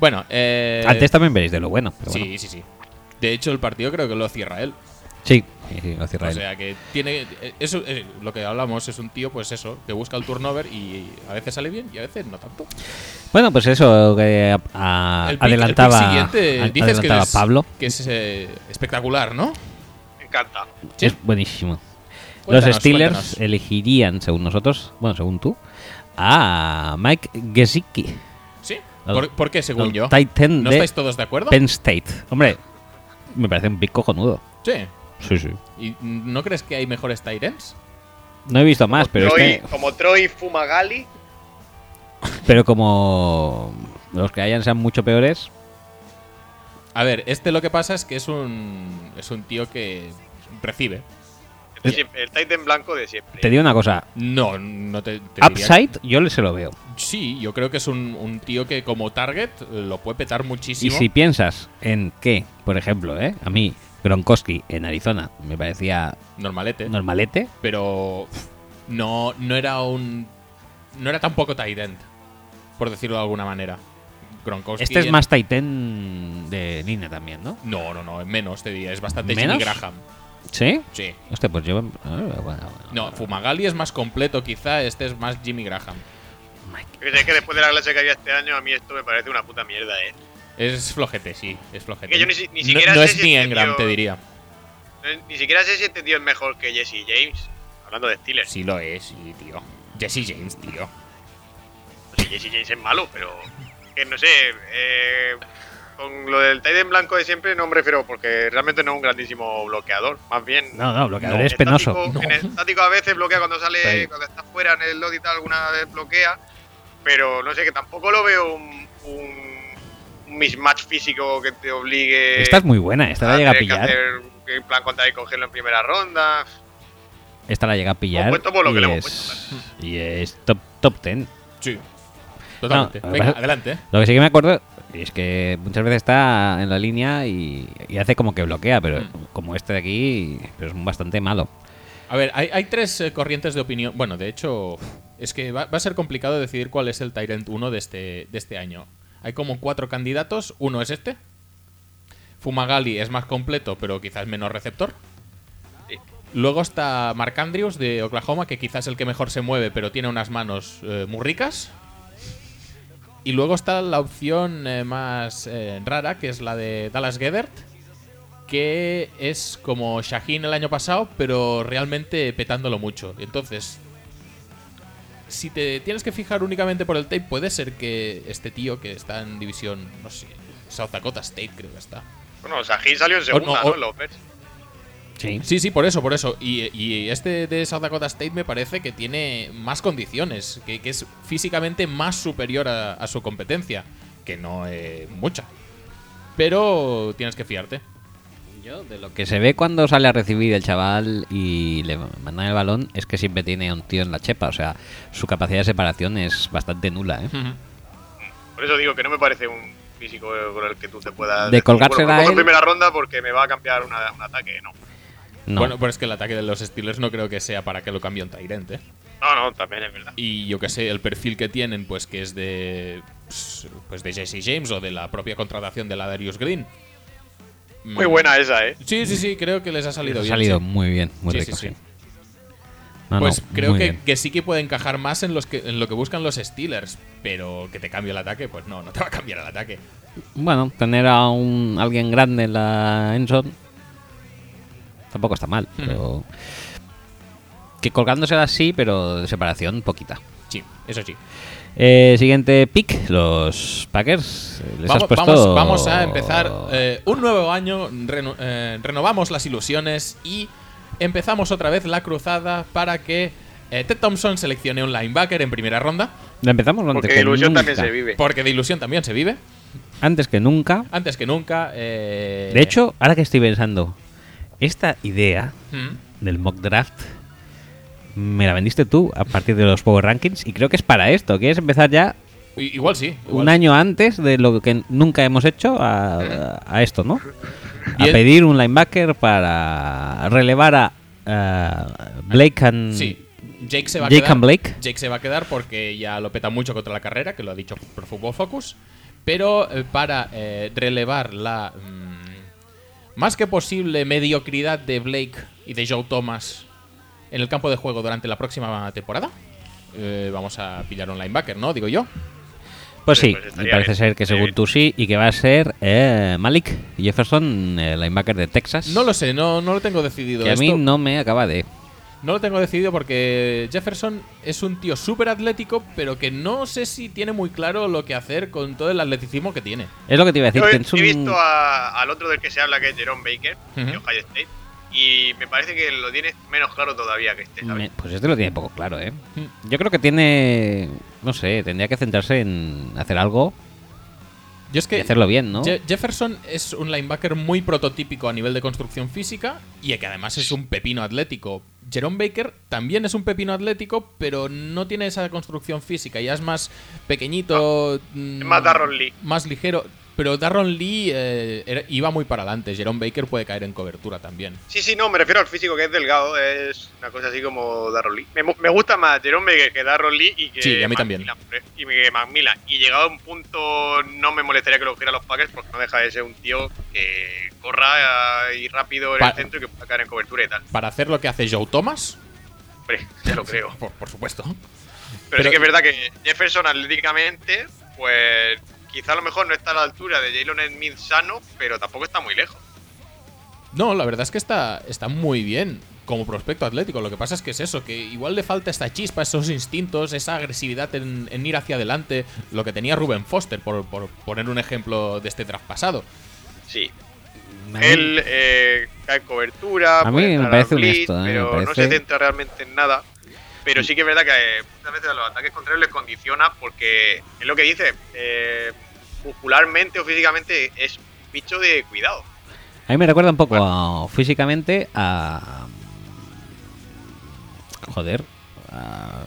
B: Bueno, eh,
A: Antes también veréis de lo bueno. pero
B: sí,
A: bueno.
B: sí, sí. De hecho, el partido creo que lo cierra él.
A: Sí, sí, sí, lo cierra
B: O
A: él.
B: sea, que tiene. eh, Eso, eh, lo que hablamos es un tío, pues eso, que busca el turnover y a veces sale bien y a veces no tanto.
A: Bueno, pues eso que a- a-
B: El pick-
A: Ah, adelantaba,
B: el pick siguiente,
A: a-
B: dices que
A: adelantaba
B: es,
A: Pablo.
B: Que es eh, espectacular, ¿no?
C: Me encanta.
B: sí.
A: Es buenísimo.
B: Cuéntanos,
A: Los Steelers
B: cuéntanos.
A: elegirían, según nosotros, bueno, según tú, a Mike Gesicki,
B: Sí.
A: El-
B: ¿Por, por qué, según
A: el
B: yo?
A: Titan
B: ¿No
A: de
B: estáis todos de acuerdo?
A: Penn State. Hombre, me parece un pick cojonudo.
B: Sí.
A: Sí, sí.
B: ¿Y no crees que hay mejores Tyrens?
A: No he visto más, pero este- es
C: Troy,
A: que-
C: Como Troy Fumagalli,
A: pero como los que hayan sean mucho peores,
B: A ver, este lo que pasa es que es un. Es un tío que recibe.
C: el, este siempre- el Titan blanco de siempre.
A: te digo una cosa.
B: No, no te. te diría-
A: Upside, yo le se lo veo.
B: Sí, yo creo que es un, un tío que como target eh, lo puede petar
A: Y
B: muchísimo.
A: si piensas en que, por ejemplo, ¿eh? a mí Gronkowski en Arizona me parecía
B: Normalete.
A: normalete,
B: Pero pff, no, no era un. No era tampoco tight end, por decirlo de alguna manera. Gronkowski.
A: Este es
B: en-
A: más Titan de línea también, ¿no?
B: No, no, no, menos te diría. Es bastante Jimmy
A: ¿Menos?
B: Graham.
A: ¿Sí?
B: Sí.
A: Hostia, pues yo. ah, bueno, bueno.
B: No, Fumagalli es más completo quizá, este es más Jimmy Graham.
A: Mike.
C: Es que después de la clase que había este año, a mí esto me parece una puta mierda, eh.
B: Es flojete, sí, es flojete.
C: Que yo ni si- ni
B: No-
C: siquiera
B: no,
C: sé
B: es
C: si
B: ni
C: este
B: Engram,
C: tío-
B: te diría.
C: No- Ni siquiera sé si este tío es mejor que Jesse James. Hablando de Steelers.
B: Sí lo es, sí, tío. Jesse James, tío.
C: O sea, Jesse James es malo, pero. Que no sé. eh, con lo del Titan blanco de siempre no me refiero porque realmente no es un grandísimo bloqueador. Más bien.
A: No, no, bloqueador
B: No,
A: es penoso.
C: Estático- En estático a veces bloquea cuando sale,
A: Sí.
C: cuando está fuera en el lot y tal, alguna vez bloquea. Pero no sé, que tampoco lo veo un, un, un mismatch físico que te obligue.
A: Esta es muy buena, esta la llega a
C: tener que
A: pillar.
C: hacer un game plan contra y cogerlo en primera ronda.
A: Esta la llega a pillar.
C: Hemos puesto por lo que le
A: y,
C: hemos
A: es, y es top, top 10.
B: Sí. Totalmente.
A: No,
B: Venga,
A: además-
B: adelante.
A: Lo que sí que me acuerdo es que muchas veces está en la línea y, y hace como que bloquea, pero
B: Mm.
A: como este de aquí, pero es bastante malo.
B: A ver, hay, hay tres eh, corrientes de opinión. Bueno, de hecho, es que va, va a ser complicado decidir cuál es el Tyrant 1 de este, de este año. Hay como cuatro candidatos. Uno es este. Fumagalli es más completo, pero quizás menos receptor.
C: Sí.
B: Luego está Mark Andrews de Oklahoma, que quizás es el que mejor se mueve, pero tiene unas manos eh, muy ricas. Y luego está la opción eh, más eh, rara, que es la de Dallas Gedert, que es como Shaheen el año pasado, pero realmente petándolo mucho. Entonces, si te tienes que fijar únicamente por el tape, puede ser que este tío que está en división, no sé, South Dakota State creo que está.
C: Bueno, o sea, Hill salió en segunda,
B: no,
C: ¿no?
B: o-
C: En los Bears.
A: Sí.
B: Sí, sí, por eso, por eso. Y, y este de South Dakota State me parece que tiene más condiciones, que, que es físicamente más superior a, a su competencia, que no es mucha. Pero tienes que fiarte.
A: Yo, de lo que se ve cuando sale a recibir el chaval y le mandan el balón, es que siempre tiene a un tío en la chepa. O sea, su capacidad de separación es bastante nula. ¿eh?
C: Por eso digo que no me parece un físico con el que tú te puedas.
A: De
C: decir,
A: colgársela
C: bueno, me lo pongo
A: a
C: en
A: él.
C: primera ronda porque me va a cambiar una- un ataque, ¿no?
A: No.
B: Bueno, pero es que el ataque de los Steelers no creo que sea para que lo cambie un Tyrant, ¿eh?
C: No, no, también es verdad.
B: Y yo que sé, el perfil que tienen, pues que es de. Pues de Jesse James o de la propia contratación de la Darius Green. Mm.
C: Muy buena esa, ¿eh.
B: Sí, sí, sí, creo que les ha salido
A: ha
B: bien.
A: salido
B: sí.
A: muy bien, muy
B: Sí,
A: rico,
B: sí, sí.
A: sí. No,
B: pues
A: no,
B: creo
A: muy
B: que,
A: bien.
B: que sí que puede encajar más en, los que, en lo que buscan los Steelers, pero que te cambie el ataque, pues no, no te va a cambiar el ataque.
A: Bueno, tener a un alguien grande en la Enson tampoco está mal, pero. Que colgándosela sí, pero de separación poquita.
B: Sí, eso sí.
A: Eh, siguiente pick, los Packers. Eh, Les has
B: Vamos,
A: puesto-
B: vamos, vamos a empezar eh, un nuevo año, reno- eh, renovamos las ilusiones y empezamos otra vez la cruzada para que eh, Ted Thompson seleccione un linebacker en primera ronda,
A: ¿La empezamos antes
C: Porque
A: que
C: ilusión
A: nunca?
C: también se vive.
B: porque de ilusión también se vive,
A: Antes que nunca.
B: antes que nunca. eh,
A: De hecho, ahora que estoy pensando, esta idea
B: mm,
A: del mock draft me la vendiste tú a partir de los Power Rankings y creo que es para esto. ¿Quieres empezar ya
B: i- igual sí. igual
A: un
B: sí.
A: año antes de lo que nunca hemos hecho a, a esto, ¿no? A
B: Y el-
A: pedir un linebacker para relevar a eh, Blake and
B: Sí. Jake se va a
A: Mm. Jake
B: quedar.
A: and Blake.
B: Jake se va a quedar porque ya lo peta mucho contra la carrera, que lo ha dicho por Football Focus. Pero eh, para eh, relevar la mm, más que posible mediocridad de Blake y de Joe Thomas en el campo de juego durante la próxima temporada, eh, vamos a pillar un linebacker, ¿no? Digo yo.
A: Pues
C: Sí,
A: sí,
C: pues estaría
A: parece
C: bien.
A: ser que según
C: Sí.
A: tú sí, y que va a ser eh, Malik Jefferson, el linebacker de Texas.
B: No lo sé, no, no lo tengo decidido.
A: que a mí
B: esto.
A: no me acaba de.
B: No lo tengo decidido porque Jefferson es un tío súper atlético, pero que no sé si tiene muy claro lo que hacer con todo el atleticismo que tiene.
A: Es lo que te iba a decir.
C: Yo he,
A: que es
C: he
A: un-
C: visto a- al otro del que se habla, que es Jerome Baker, de
B: Ujú.
C: Ohio State, y me parece que lo tiene menos claro todavía que este, ¿sabes?
A: Me- pues este lo tiene poco claro, ¿eh? Yo creo que tiene. No sé, tendría que centrarse en hacer algo
B: Yo es
A: y
B: que
A: hacerlo bien, ¿no?
B: Je- Jefferson es un linebacker muy prototípico a nivel de construcción física y que además es un pepino atlético. Jerome Baker también es un pepino atlético, pero no tiene esa construcción física. Ya es más pequeñito. mm,
C: Es más Darron Lee.
B: Más ligero. Pero Darron Lee eh, era- iba muy para adelante. Jerome Baker puede caer en cobertura también.
C: Sí, sí, no, me refiero al físico que es delgado, es una cosa así como Darron Lee. Me, mu- me gusta más Jerome Baker que Darron Lee y que.
B: Sí, a mí también.
C: Macmillan, Y que Macmillan. Y llegado a un punto, no me molestaría que lo cogiera los Packers porque no deja de ser un tío que corra eh, y rápido en
B: Pa-
C: el centro y que pueda caer en cobertura y tal.
B: Para hacer lo que hace Joe Thomas,
C: Hombre, ya lo creo.
B: por, por supuesto.
C: Pero,
B: Pero-
C: sí que es verdad que Jefferson atléticamente, pues quizá a lo mejor no está a la altura de Jalen Smith sano, pero tampoco está muy lejos.
B: No, la verdad es que está, está muy bien como prospecto atlético. Lo que pasa es que es eso, que igual le falta esta chispa, esos instintos, esa agresividad en, en ir hacia adelante, lo que tenía Ruben Foster, por, por poner un ejemplo de este traspasado.
C: Sí.
A: A mí-
C: Él eh, cae en cobertura,
A: A mí
C: puede
A: me
C: entrar al
A: parece
C: blitz,
A: honesto, eh, me
C: pero no
A: parece-
C: se centra realmente en nada. Pero sí que es verdad que eh, muchas veces a los ataques contrarios les condiciona porque es lo que dice, eh, muscularmente o físicamente es bicho de cuidado.
A: A mí me recuerda un poco a- físicamente a. Joder. a-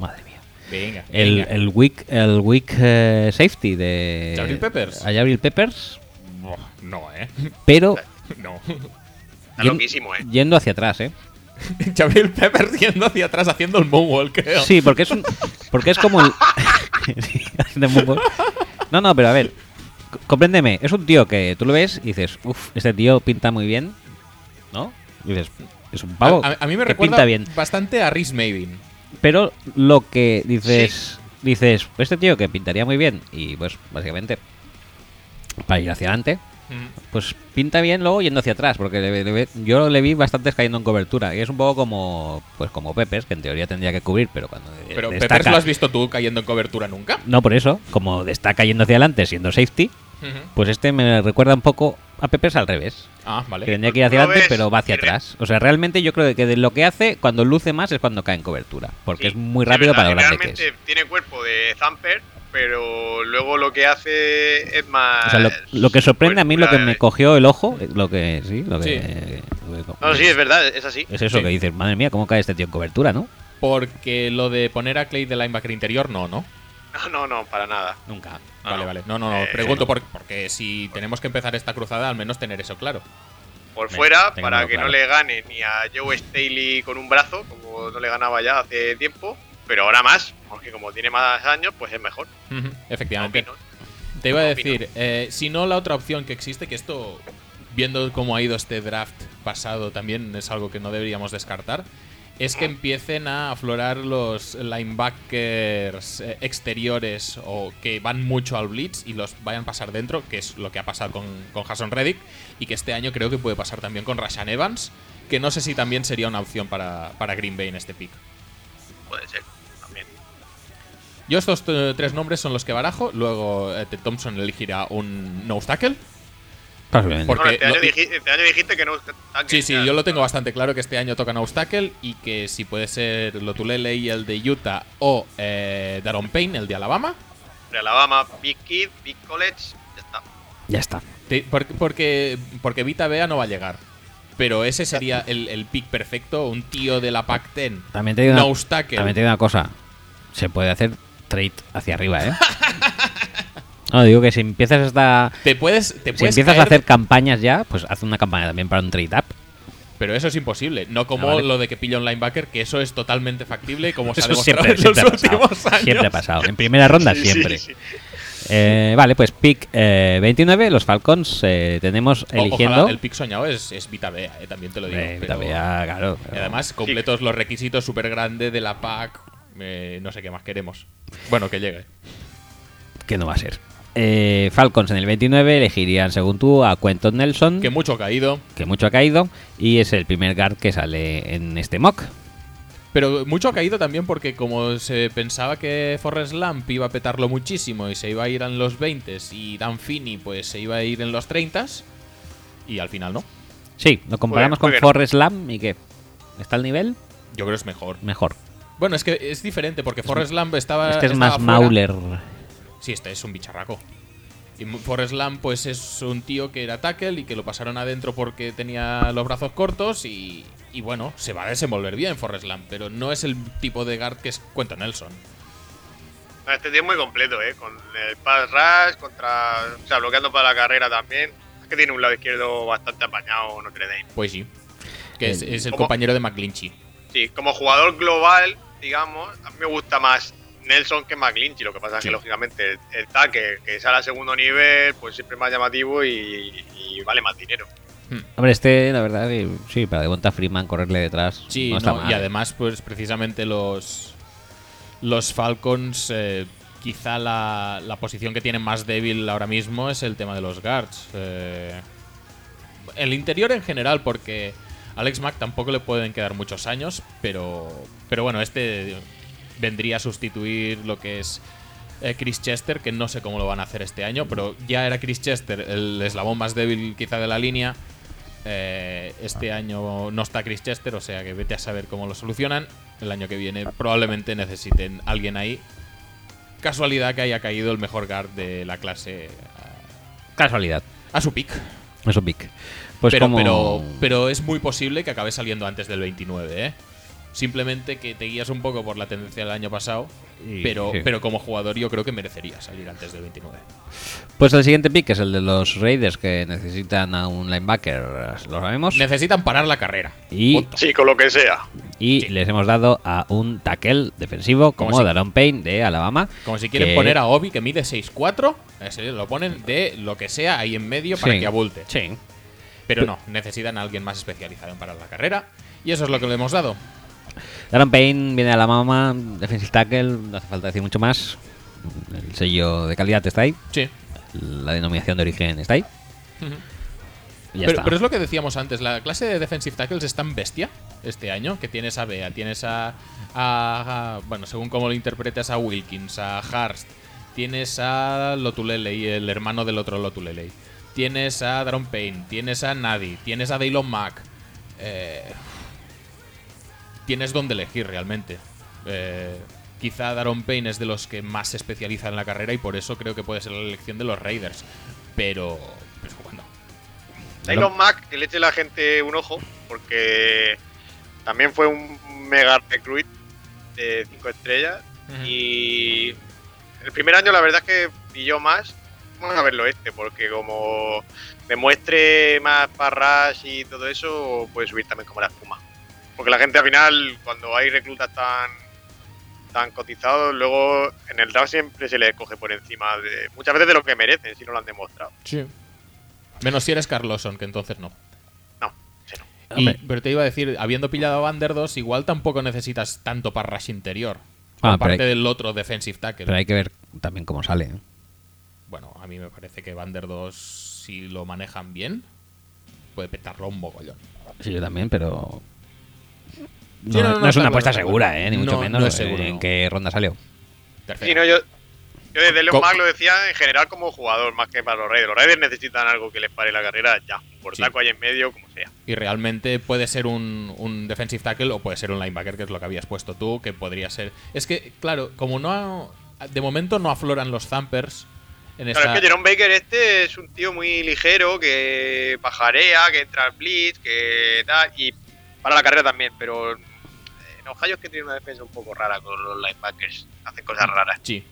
A: Madre mía.
B: Venga.
A: El,
B: venga.
A: el weak, el weak eh, safety de.
B: Jabril Peppers.
A: A Jabril Peppers,
B: Buah, No, eh.
A: pero
B: No.
C: Está
A: Yo-
C: loquísimo, ¿eh?
A: yendo hacia atrás, ¿eh?
B: Jabril Peppers yendo hacia atrás haciendo el moonwalk. eh. creo.
A: Sí, porque es un, porque es como el. Sí, haciendo muy buen- no, no, pero a ver, c- compréndeme, es un tío que tú lo ves y dices, uff, este tío pinta muy bien, ¿no? Y dices, es un pavo.
B: A, a- a mí me
A: que
B: recuerda
A: pinta bien.
B: bastante a Rhys Mavin.
A: Pero lo que dices, dices, este tío que pintaría muy bien y pues básicamente para ir hacia adelante, pues pinta bien luego yendo hacia atrás, porque le- le ve- yo le vi bastantes cayendo en cobertura y es un poco como pues como Peppers, que en teoría tendría que cubrir, pero cuando de-
B: Pero
A: destaca-
B: Peppers lo has visto tú cayendo en cobertura nunca.
A: no por eso, como está cayendo hacia adelante siendo safety, pues este me recuerda un poco a Peppers al revés.
B: Ah,
A: Que
B: vale.
A: tendría que ir hacia
C: pues ¿No
A: adelante,
C: ves?
A: pero va hacia
C: Que re-
A: atrás. O sea, realmente yo creo que de lo que hace, cuando luce más es cuando cae en cobertura. Porque
C: Sí,
A: es muy
C: es
A: rápido
C: verdad,
A: para lo grande que es.
C: Realmente tiene cuerpo de Zamper, pero luego lo que hace es más.
A: O sea, lo, lo que sorprende a mí, lo que me
C: coge.
A: cogió el ojo, eh, lo que sí, lo que.
C: No, sí, es verdad, es así.
A: es eso
B: Sí.
A: que dices, madre mía, ¿cómo cae este tío en cobertura, no?
B: Porque lo de poner a Clay de linebacker interior, no, ¿no?
C: No, no, no, para nada.
A: Nunca.
C: No,
B: Vale,
C: no.
B: vale. No, no, no.
C: Eh,
B: Pregunto por- porque si tenemos que empezar esta cruzada, al menos tener eso claro.
C: Por
A: Venga,
C: fuera,
A: tengámoslo
C: para que
A: claro.
C: no le gane ni a Joe Staley con un brazo, como no le ganaba ya hace tiempo, pero ahora más, porque como tiene más años, pues es mejor.
B: Ujú, Efectivamente.
C: Opino.
B: Te iba a
C: opino.
B: decir, eh, si no, la otra opción que existe, que esto, viendo cómo ha ido este draft pasado, también es algo que no deberíamos descartar, es que empiecen a aflorar los linebackers eh, exteriores o que van mucho al blitz y los vayan a pasar dentro, que es lo que ha pasado con, con Jason Reddick, y que este año creo que puede pasar también con Rashan Evans, que no sé si también sería una opción para, para Green Bay en este pick.
C: Puede ser, también.
B: Yo estos eh, tres nombres son los que barajo, luego eh, Ted Thompson elegirá un nose tackle.
A: Posiblemente.
B: Por- Porque
C: Bueno, este,
B: lo-
C: año diji- este año dijiste que no.
B: Sí, sí, yo lo tengo bastante claro que este año tocan Obstacle y que si puede ser Lotulele y el de Utah o eh, Daron Payne, el de Alabama.
C: De Alabama, Big Kid, Big College, ya está.
A: Ya está.
B: Te- por- porque, porque Vita Vea no va a llegar. Pero ese sería el, el pick perfecto, un tío de la Pac-10.
A: También te digo una,
B: Nose tackle.
A: también te digo una cosa. Se puede hacer trade hacia arriba, ¿eh? no, digo que si empiezas hasta.
B: Te puedes, te
A: Si
B: puedes
A: empiezas a
B: caer-
A: hacer campañas ya, pues haz una campaña también para un trade up.
B: Pero eso es imposible. No como
A: Ah, vale.
B: lo de que pilla un linebacker, que eso es totalmente factible, como se ha
A: Eso
B: demostrado
A: siempre,
B: en
A: siempre ha
B: los últimos
A: pasado.
B: años.
A: Siempre ha pasado. En primera ronda,
C: Sí, sí,
A: siempre.
C: sí.
A: Eh, vale, pues pick eh, 29, los Falcons eh, tenemos
B: O-
A: eligiendo.
B: Ojalá el pick soñado es, es Vita Vea, eh, también te lo digo.
A: Eh,
B: pero-
A: también, ah, claro,
B: Y
A: pero-
B: además, completos los requisitos súper grande de la PAC. eh, no sé qué más queremos. Bueno, que llegue.
A: que no va a ser. Eh, Falcons en el 29 elegirían, según tú, a Quentin Nelson,
B: Que
A: que,
B: mucho ha caído.
A: mucho ha caído, y es el primer guard que sale en este mock.
B: Pero mucho ha caído también porque como se pensaba que Forrest Lamp iba a petarlo muchísimo y se iba a ir en los 20 y Dan Finney pues se iba a ir en los 30 y al final no.
A: Sí, lo comparamos
C: Muy bien, muy bien.
A: con Forrest Lamb y que está al nivel
B: Yo creo que es mejor.
A: mejor.
B: Bueno, es que es diferente porque Forrest Lamp estaba...
A: Este es
B: Ah, estaba
A: más
B: fuera.
A: Mauler.
B: Sí, este es un bicharraco. Y M- Forrest Lamb, pues es un tío que era tackle y que lo pasaron adentro porque tenía los brazos cortos y, y bueno, se va a desenvolver bien Forrest Lamb, pero no es el tipo de guard que es Cuento Nelson.
C: No, Este tío es muy completo, ¿eh? Con el pass rush, contra, o sea, bloqueando para la carrera también. Es que tiene un lado izquierdo bastante apañado Notre Dame.
B: Pues sí. Que es,
A: El-
B: es el
C: ¿Cómo?
B: compañero de McGlinchey.
C: Sí, como jugador global, digamos, a mí me gusta más Nelson que McGlinchey. Lo que pasa es
B: Sí.
C: que, lógicamente, el, el tackle que sale a segundo nivel, pues siempre es más llamativo y, y vale más dinero.
A: Hombre, este, la verdad, que sí, para Devonta Freeman correrle detrás.
B: Sí,
A: no está
B: no,
A: mal.
B: y además, pues precisamente los, los Falcons, eh, quizá la, la posición que tienen más débil ahora mismo es el tema de los guards. Eh, el interior en general, porque a Alex Mack tampoco le pueden quedar muchos años, pero, pero bueno, este vendría a sustituir lo que es eh, Chris Chester, que no sé cómo lo van a hacer este año, pero ya era Chris Chester el eslabón más débil quizá de la línea. Eh, este año no está Chris Chester, o sea que vete a saber cómo lo solucionan. El año que viene probablemente necesiten alguien ahí. Casualidad que haya caído el mejor guard de la clase
A: Casualidad.
B: a, a su pick.
A: Eso pick. Pues
B: pero,
A: como...
B: pero, pero es muy posible que acabe saliendo antes del 29, ¿eh? Simplemente que te guías un poco por la tendencia del año pasado,
A: Y-
B: pero,
A: sí.
B: pero como jugador yo creo que merecería salir antes del 29.
A: Pues el siguiente pick es el de los Raiders que necesitan a un linebacker, lo sabemos.
B: Necesitan parar la carrera.
A: Pues- Y,
C: Sí, con lo que sea.
A: y
B: Sí.
A: les hemos dado a un tackle defensivo
B: Como
A: como,
B: si-
A: Daron Payne de Alabama.
B: Como si quieren
A: que-
B: poner a Obi que mide 6'4, ese lo ponen de lo que sea ahí en medio para
A: Sí,
B: que abulte.
A: Sí.
B: Pero no, necesitan a alguien más especializado en parar la carrera. Y eso es lo que le hemos dado.
A: Daron Payne viene de Alabama, defensive tackle, no hace falta decir mucho más. El sello de calidad está ahí,
B: Sí.
A: la denominación de origen está ahí. Y ya
B: Pero,
A: está.
B: pero es lo que decíamos antes, la clase de defensive tackles es tan bestia este año, que tienes a Bea, tienes a, a- a- Bueno, según cómo lo interpretes, a Wilkins, a Harst, tienes a Lotulelei, el hermano del otro Lotulelei, tienes a Daron Payne, tienes a Nadi, tienes a Daylon Mack. eh, tienes donde elegir realmente. Eh, quizá Daron Payne es de los que más se especializa en la carrera y por eso creo que puede ser la elección de los Raiders. Pero... Pero bueno.
A: Claro.
C: Elon Mac, que le eche la gente un ojo, porque también fue un mega recruit de 5 estrellas. Y el primer año la verdad es que pilló más. Vamos a verlo este, porque como demuestre más parras y todo eso, puede subir también como la espuma. Porque la gente al final, cuando hay reclutas tan, tan cotizados, luego en el draft siempre se les coge por encima, de, muchas veces de lo que merecen, si no lo han demostrado.
B: Menos si eres Carlosson, que entonces no.
C: No, sí, no.
B: Y-
A: Hombre.
B: pero te iba a decir, habiendo pillado a Vander 2, igual tampoco necesitas tanto para rush interior.
A: Ah,
B: aparte
A: pero hay-
B: del otro defensive tackle.
A: Pero hay que ver también cómo sale. ¿eh?
B: Bueno, a mí me parece que Vander 2, si lo manejan bien, puede petarlo un mogollón.
A: Sí, yo también, pero. No,
B: Sí, no, no,
A: no es
B: no, está
A: una
B: claro,
A: apuesta
B: está
A: segura,
B: claro.
A: ¿eh? ni mucho
B: No,
A: menos.
B: no es seguro,
A: ¿En
B: no.
A: qué ronda salió?
B: Tercero.
C: Sí, no, yo, yo desde Leon
B: Co-
C: Mac lo decía en general como jugador, más que para los Raiders. Los Raiders necesitan algo que les pare la carrera ya, un portaco ahí en medio, como sea.
B: Y realmente puede ser un, un defensive tackle o puede ser un linebacker, que es lo que habías puesto tú, que podría ser. Es que, claro, como no. ha- de momento no afloran los Thumpers. En
C: Claro,
B: esta-
C: es que Jerome Baker este es un tío muy ligero, que pajarea, que entra al blitz, que tal, y para la carrera también, pero eh, en Ohio es que tiene una defensa un poco rara con los linebackers, hacen
A: Mm.
C: cosas raras.
B: Sí.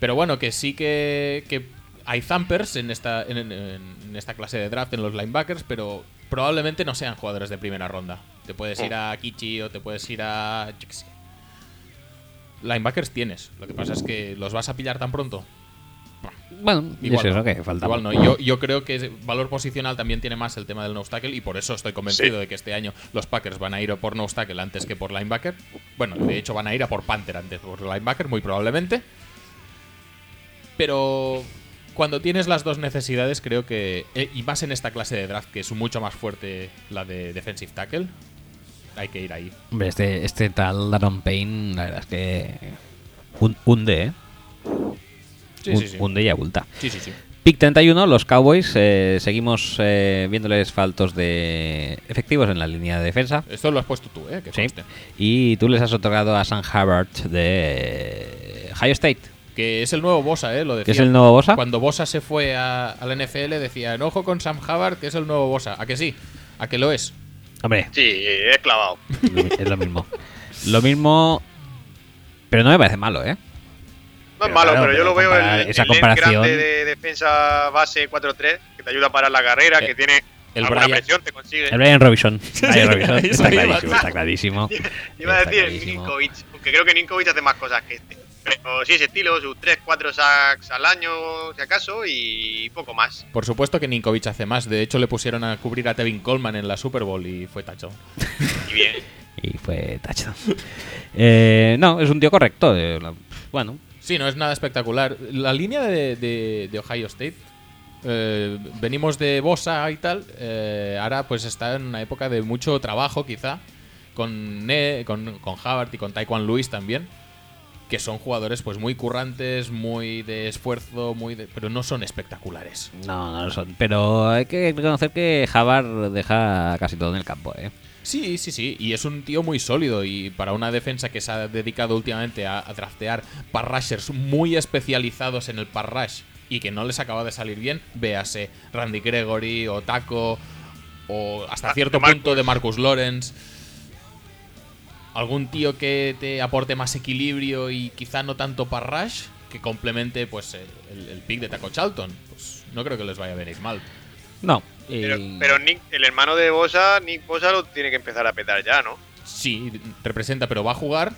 B: Pero bueno, que sí que, que hay thumpers en esta, en, en- en esta clase de draft en los linebackers, pero probablemente no sean jugadores de primera ronda. Te puedes ir a Kichi o te puedes ir a. yo qué sé. Linebackers tienes. Lo que pasa es que los vas a pillar tan pronto.
A: Bueno,
B: Igual
A: es eso
B: no.
A: que falta.
B: Igual no. Yo, yo creo que valor posicional también tiene más el tema del nose tackle y por eso estoy convencido de que este año los Packers van a ir a por nose tackle antes que por linebacker. Bueno, de hecho van a ir a por Panther antes que por linebacker, muy probablemente. Pero cuando tienes las dos necesidades, creo que. eh, Y más en esta clase de draft, que es mucho más fuerte la de defensive tackle, hay que ir ahí.
A: Hombre, este, este tal Daron Payne, la verdad es que. Un, hunde, ¿eh?
B: Sí,
A: Un-
B: sí, sí.
A: Hunde y abulta.
B: Sí, sí, sí.
A: Pick 31, los Cowboys. eh, seguimos eh, viéndoles faltos de efectivos en la línea de defensa.
B: Esto lo has puesto tú, ¿eh? Que
A: Sí.
B: conste.
A: Y tú les has otorgado a San Hubbard de eh, Ohio State.
B: Que es el nuevo Bosa, ¿eh? Lo
A: ¿Qué
B: decía.
A: es el nuevo Bosa?
B: Cuando Bosa se fue a, al NFL decía, enojo con Sam Hubbard, que es el nuevo Bosa. ¿A que sí? ¿A que lo es?
A: Hombre,
C: Sí, eh, es clavado.
A: es lo mismo. Lo mismo. Pero no me parece malo, ¿eh?
C: No es malo,
A: claro,
C: pero yo lo veo
A: comparar
C: el,
A: esa
C: el led
A: comparación-
C: grande de defensa base 4-3, que te ayuda a parar la carrera,
B: Eh,
C: que tiene
B: el
C: alguna
B: Bryant.
C: presión, te consigue.
A: El Eh, Brian Robinson. Brian Robinson.
B: Eso
A: Está
B: iba.
A: clarísimo, está clarísimo.
C: Iba a
A: Está
C: decir el
A: clarísimo.
C: Ninkovic, aunque creo que Ninkovic hace más cosas que este. Pero sí, ese estilo, sus 3-4 sacks al año, si acaso, y poco más.
B: Por supuesto que Ninkovic hace más. De hecho, le pusieron a cubrir a Tevin Coleman en la Super Bowl y fue tacho.
C: Y bien.
A: Y fue touchdown. Eh, no, es un tío correcto. eh, la- Bueno,
B: Sí, no es nada espectacular. La línea de, de- de Ohio State. eh, venimos de Bosa y tal. eh, ahora pues está en una época de mucho trabajo, quizá. Con, Ne- con, con Havard y con Taekwon Lewis también. Que son jugadores pues muy currantes, muy de esfuerzo, muy de- pero no son espectaculares.
A: no, no lo son. Pero hay que reconocer que Javar deja casi todo en el campo, ¿eh?
B: Sí, sí, sí. Y es un tío muy sólido. Y para una defensa que se ha dedicado últimamente a, a draftear parrashers muy especializados en el parrash y que no les acaba de salir bien, véase Randy Gregory o Taco o hasta
C: Ah,
B: cierto
C: de Marcus.
B: punto de Marcus Lawrence. Algún tío que te aporte más equilibrio y quizá no tanto parrash que complemente pues el, el- el pick de Taco Charlton. Pues no creo que les vaya a venir mal.
A: No.
C: Pero,
A: y-
C: pero Nick, el hermano de Bosa, Nick Bosa lo tiene que empezar a petar ya, ¿no?
B: Sí, representa, pero va a jugar.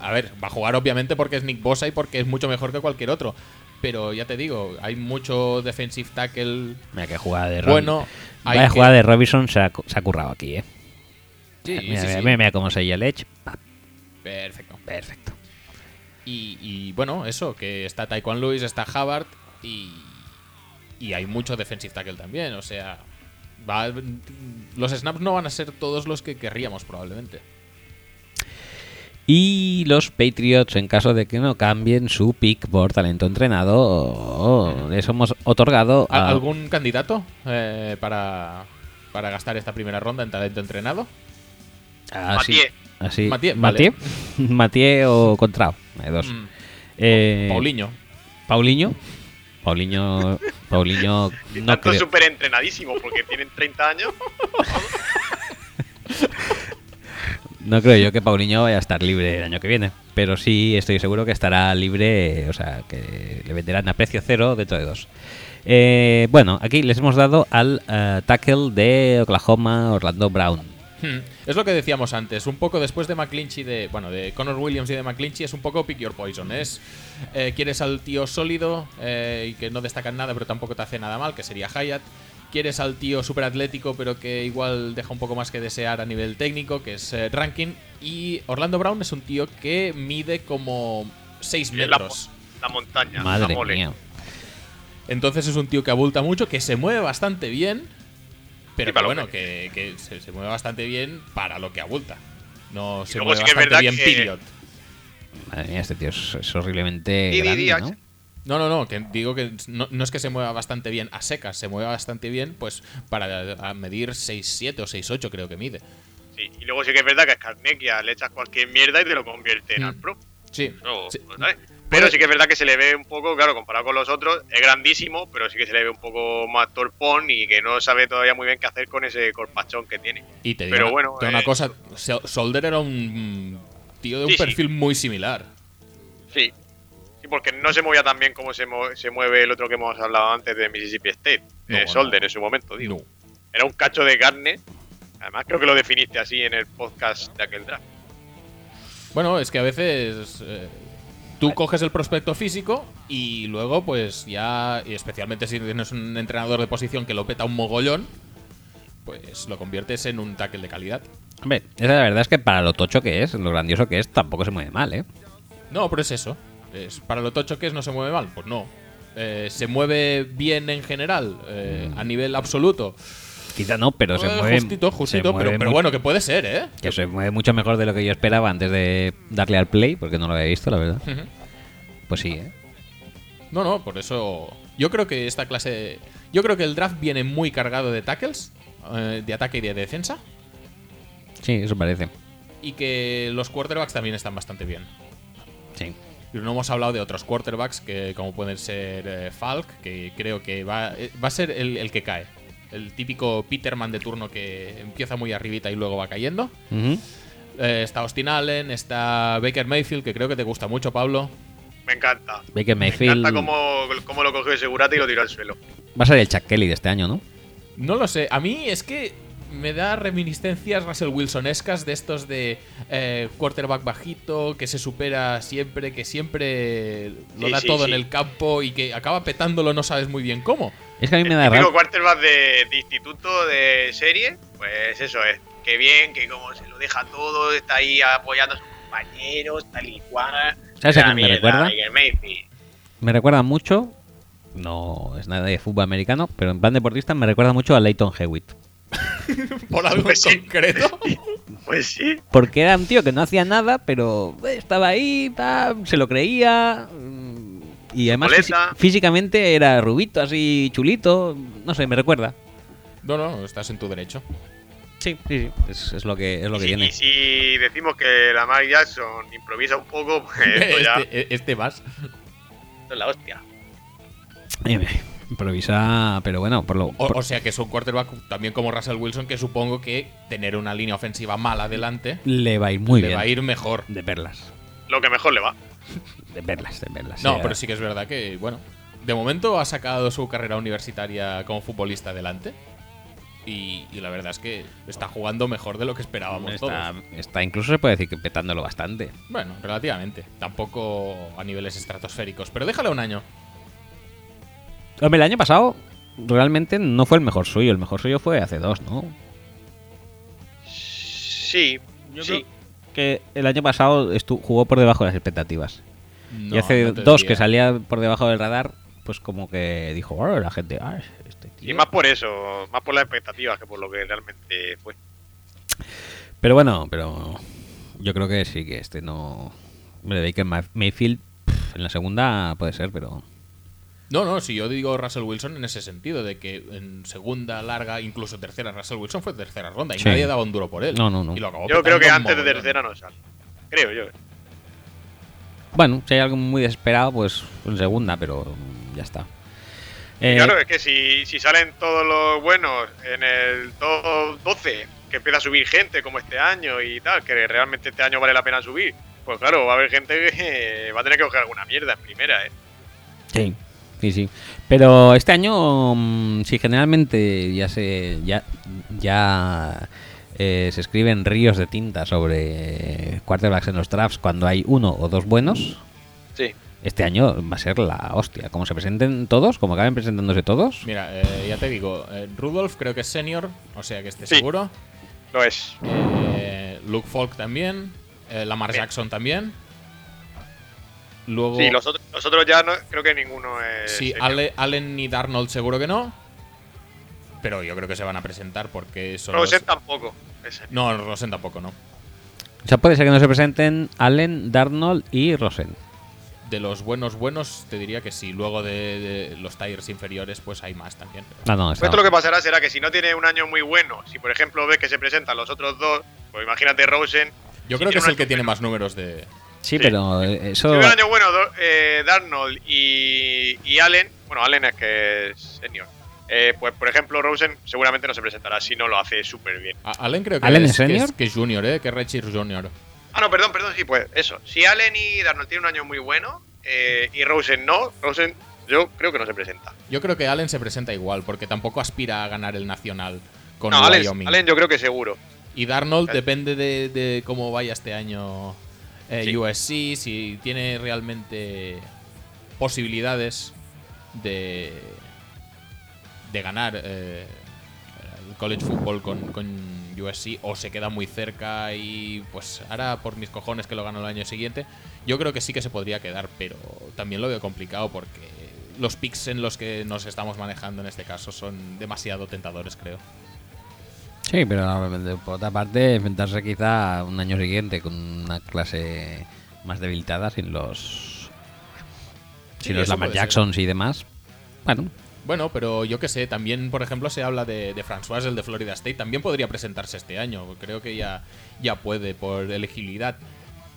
B: A ver, va a jugar obviamente porque es Nick Bosa y porque es mucho mejor que cualquier otro. Pero ya te digo, hay mucho defensive tackle
A: Mira qué jugada de Robinson.
B: bueno.
A: Bueno,
B: hay
A: Vaya
B: que-
A: jugada de Robinson se ha, cu- se ha currado aquí, ¿eh?
B: Sí,
A: mira,
B: sí,
A: mira,
B: sí.
A: mira, mira cómo se el edge. Pa,
B: Perfecto.
A: Perfecto.
B: Y, y, bueno, eso, que está Taekwon Lewis, está Havard y, y hay mucho defensive tackle también. O sea, va- los snaps no van a ser todos los que querríamos probablemente.
A: Y los Patriots, en caso de que no cambien su pick por talento entrenado, oh, les hemos otorgado
B: ¿Al-
A: a-
B: ¿Algún candidato eh, para, para gastar esta primera ronda en talento entrenado?
A: así,
C: Mathieu.
A: así-
B: Mathieu,
A: Mathieu, Mathieu o Contrao, hay dos.
B: Mm,
A: Eh,
B: Paulinho.
A: Paulinho, Paulinho, Paulinho, no
C: Tanto
A: creo.
C: súper entrenadísimo, porque tienen 30 años.
A: No creo yo que Paulinho vaya a estar libre el año que viene, pero sí estoy seguro que estará libre, o sea, que le venderán a precio cero dentro de dos. Eh, bueno, aquí les hemos dado al eh, tackle de Oklahoma, Orlando Brown.
B: Hmm. Es lo que decíamos antes, un poco después de McClinchy, de, bueno, de Connor Williams y de McClinchy, es un poco pick your poison. Es, eh, quieres al tío sólido eh, y que no destaca en nada, pero tampoco te hace nada mal, que sería Hyatt. Quieres al tío super atlético, pero que igual deja un poco más que desear a nivel técnico, que es eh, Rankin. Y Orlando Brown es un tío que mide como 6
C: La, mo-
B: metros.
C: la montaña,
A: Madre
C: la mole.
A: mía.
B: Entonces es un tío que abulta mucho, que se mueve bastante bien, pero
C: Sí, para
B: que
C: lo
B: bueno, que, que se, se mueve bastante bien para lo que abulta. No se
C: luego
B: mueve
C: sí que es
B: bastante
C: verdad
B: bien,
C: que-
B: period.
A: Madre mía, este tío es, es horriblemente
C: Sí, sí, sí,
A: grande, ¿no?
C: Axel.
B: No, no, no, que digo que no, no es que se mueva bastante bien a secas, se mueve bastante bien pues para a medir 6'7 o 6'8 creo que mide.
C: Sí, y luego sí que es verdad que a Skarnekia le echas cualquier mierda y te lo convierte en
B: Mm.
C: al pro.
B: Sí.
C: No,
B: Sí.
C: pues, ¿sabes? Pero sí que es verdad que se le ve un poco, claro, comparado con los otros, es grandísimo, pero sí que se le ve un poco más torpón y que no sabe todavía muy bien qué hacer con ese corpachón que tiene.
B: Y te digo
C: Pero
B: una,
C: bueno,
B: te digo una
C: eh,
B: cosa, Sol- Solder era un tío de un
C: Sí, sí.
B: perfil muy similar.
C: Sí. Sí, porque no se movía tan bien como se, mo- se mueve el otro que hemos hablado antes de Mississippi State,
B: No,
C: eh,
B: no.
C: Solder en su momento, digo.
B: No.
C: Era un cacho de carne. Además, creo que lo definiste así en el podcast de aquel draft.
B: Bueno, es que a veces eh, tú coges el prospecto físico y luego pues ya, y especialmente si tienes un entrenador de posición que lo peta un mogollón, pues lo conviertes en un tackle de calidad.
A: Hombre, esa la verdad es que para lo tocho que es, lo grandioso que es, tampoco se mueve mal, ¿eh?
B: No, pero es eso. Es, para lo tocho que es, no se mueve mal. Pues no. Eh, se mueve bien en general, eh, a nivel absoluto.
A: Quizá no, Mm. pero se
B: Eh,
A: mueve.
B: justito,
A: se
B: justito,
A: mueve
B: pero, pero
A: mu-
B: bueno, que puede ser, ¿eh?
A: Que se mueve mucho mejor de lo que yo esperaba antes de darle al play, porque no lo había visto, la verdad.
B: Ujú.
A: Pues sí, ¿eh?
B: No, no, por eso. Yo creo que esta clase. Yo creo que el draft viene muy cargado de tackles, eh, de ataque y de defensa.
A: Sí, eso parece.
B: Y que los quarterbacks también están bastante bien.
A: Sí.
B: Y No hemos hablado de otros quarterbacks que, como pueden ser eh, Falk, que creo que va, eh, va a ser el, el que cae. El típico Peterman de turno que empieza muy arribita y luego va cayendo.
A: Ujú.
B: Eh, está Austin Allen, está Baker Mayfield, que creo que te gusta mucho, Pablo.
C: Me Me encanta.
A: Baker
C: Me
A: Mayfield
C: encanta cómo, cómo lo cogió de segurata y lo tiró al suelo.
A: va a ser el Chuck Kelly de este año, ¿no?
B: No lo sé. A mí es que me da reminiscencias Russell Wilsonescas de estos de eh, quarterback bajito, que se supera siempre, que siempre lo
C: Sí,
B: da
C: sí,
B: todo
C: sí.
B: en el campo y que acaba petándolo no sabes muy bien cómo.
A: Es que a mí me da
C: Típico
A: raro.
C: quarterback de, de instituto de serie, pues eso es. Qué bien, que como se lo deja todo, está ahí apoyando a sus compañeros, tal y cual.
A: ¿Sabes a quién me
C: Mierda,
A: recuerda?
C: Baker Mayfield.
A: Me recuerda mucho. No es nada de fútbol americano, pero en plan deportista me recuerda mucho a Leighton Hewitt.
B: Por algo en
C: Pues sí.
B: concreto.
C: Pues sí.
A: Porque era un tío que no hacía nada, pero eh, estaba ahí, pa, se lo creía. mm, Y además
C: coleta.
A: fisi- físicamente era rubito, así chulito. No sé, me recuerda.
B: No, no, estás en tu derecho.
A: Sí, sí, sí. Es, es lo que, es lo que
C: Y si-
A: tiene.
C: y si decimos que la Mike Jackson improvisa un poco, pues esto ya
B: Este, este vas.
C: esto es la hostia.
A: Eh, Improvisa, pero bueno, por lo.
B: O,
A: por-
B: o sea que es un quarterback también como Russell Wilson, que supongo que tener una línea ofensiva mala adelante
A: le va a ir muy
B: le
A: bien.
B: va a ir mejor.
A: De perlas.
C: Lo que mejor le va.
A: De perlas, de perlas.
B: No,
A: Era-
B: pero sí que es verdad que, bueno, de momento ha sacado su carrera universitaria como futbolista adelante. Y, y la verdad es que está jugando mejor de lo que esperábamos
A: Está,
B: todos.
A: está incluso se puede decir que petándolo bastante.
B: Bueno, relativamente. Tampoco a niveles estratosféricos. Pero déjale un año.
A: Hombre, el año pasado realmente no fue el mejor suyo. El mejor suyo fue hace dos, ¿no?
C: Sí, sí.
A: Que el año pasado estu- jugó por debajo de las expectativas.
B: No,
A: y hace
B: no te
A: dos
B: diría.
A: que salía por debajo del radar, pues como que dijo, "Oh, la gente, ah, este tío".
C: Y más por eso, más por las expectativas que por lo que realmente fue.
A: Pero bueno, pero yo creo que sí, que este no... Hombre, Baker Ma- Mayfield pff, en la segunda puede ser, pero...
B: No, no, si yo digo Russell Wilson en ese sentido, de que en segunda, larga, incluso tercera, Russell Wilson fue tercera ronda y
A: Sí.
B: nadie daba un duro por él.
A: No, no, no.
B: Y lo acabó
C: Yo creo que
B: petando un
C: antes de
B: mogollón.
C: tercera no sale. Creo yo.
A: Bueno, si hay algo muy desesperado, pues en segunda, pero mm, ya está. Eh,
C: Claro, es que si, si salen todos los buenos en el top 12, que empieza a subir gente como este año y tal, que realmente este año vale la pena subir, pues claro, va a haber gente que eh, va a tener que coger alguna mierda en primera, ¿eh?
A: Sí, sí, sí. Pero este año, mm, si generalmente ya se ya, ya eh, se escriben ríos de tinta sobre quarterbacks en los drafts cuando hay uno o dos buenos,
C: Sí.
A: este año va a ser la hostia. Como se presenten todos, como acaben presentándose todos,
B: Mira, eh, ya te digo, eh, Rudolph creo que es senior, o sea que esté
C: Sí.
B: seguro.
C: Lo es.
B: Eh, Luke Falk también. eh, Lamar
C: Bien. Eh,
B: Jackson también. Luego.
C: Sí, los otros, los otros ya no, creo que ninguno es.
B: sí,
C: serio.
B: Ale- Allen y Darnold seguro que no. Pero yo creo que se van a presentar porque son. los-
C: Rosen tampoco. Ese.
B: No, Rosen tampoco, no.
A: o sea, puede ser que no se presenten Allen, Darnold y Rosen.
B: De los buenos, buenos, te diría que sí. Luego de, de los tires inferiores, pues hay más también. pero-
A: Ah, no,
C: Pues
A: está.
C: esto lo que pasará será que si no tiene un año muy bueno, si por ejemplo ves que se presentan los otros dos, pues imagínate Rosen.
B: Yo
C: si
B: creo que es
C: un
B: el que
C: año
B: tiene más números de.
A: Sí, pero eh,
C: Si
A: eso.
C: un año bueno, do- eh, Darnold y, y Allen, bueno, Allen es que es senior. Eh, pues por ejemplo, Rosen seguramente no se presentará si no lo hace súper bien.
B: A- Allen creo que,
A: ¿Allen
B: es,
A: es
B: que
A: senior?
B: que es junior, ¿eh? Que es Richie Junior.
C: Ah, no, perdón, perdón, sí, pues eso. Si Allen y Darnold tienen un año muy bueno eh, y Rosen no, Rosen yo creo que no se presenta.
B: Yo creo que Allen se presenta igual, porque tampoco aspira a ganar el nacional con
C: No, Allen,
B: Wyoming.
C: Allen yo creo que seguro.
B: Y Darnold
C: Claro.
B: depende de, de cómo vaya este año eh,
C: Sí.
B: USC, si tiene realmente posibilidades de, de ganar eh, el college football con, con USC o se queda muy cerca y pues ahora por mis cojones que lo gano el año siguiente. Yo creo que sí que se podría quedar, pero también lo veo complicado porque los picks en los que nos estamos manejando en este caso son demasiado tentadores, creo.
A: Sí, pero de- por otra parte, enfrentarse quizá un año siguiente con una clase más debilitada sin los.
B: Sí,
A: sin los
B: eso
A: Lamar
B: puede ser.
A: Jacksons y demás. Bueno,
B: Bueno, pero yo qué sé, también, por ejemplo, se habla de, de François, el de Florida State, también podría presentarse este año. Creo que ya, ya puede por elegibilidad.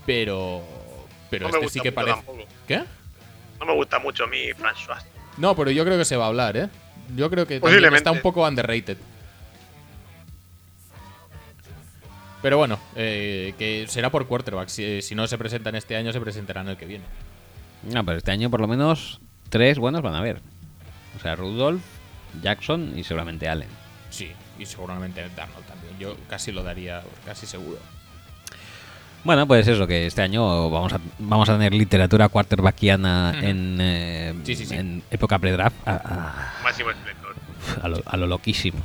B: Pero. Pero
C: No me
B: este
C: gusta
B: sí que
C: mucho
B: parece.
C: tampoco.
B: ¿Qué?
C: No me gusta mucho a mí, François.
B: No, pero yo creo que se va a hablar, ¿eh? Yo creo que también
C: Posiblemente.
B: está un poco underrated. Pero bueno, eh, que será por quarterback. Si, si no se presentan este año, se presentarán el que viene.
A: No, pero este año por lo menos tres buenos van a haber. O sea, Rudolph, Jackson y seguramente Allen.
B: Sí, y seguramente Darnold también. Yo casi lo daría, casi seguro.
A: Bueno, pues eso, que este año vamos a, vamos a tener literatura quarterbackiana
B: Ujú.
A: en, eh,
B: Sí, sí, sí.
A: en época pre-draft a,
C: Máximo esplendor.
A: a- a lo, a lo loquísimo.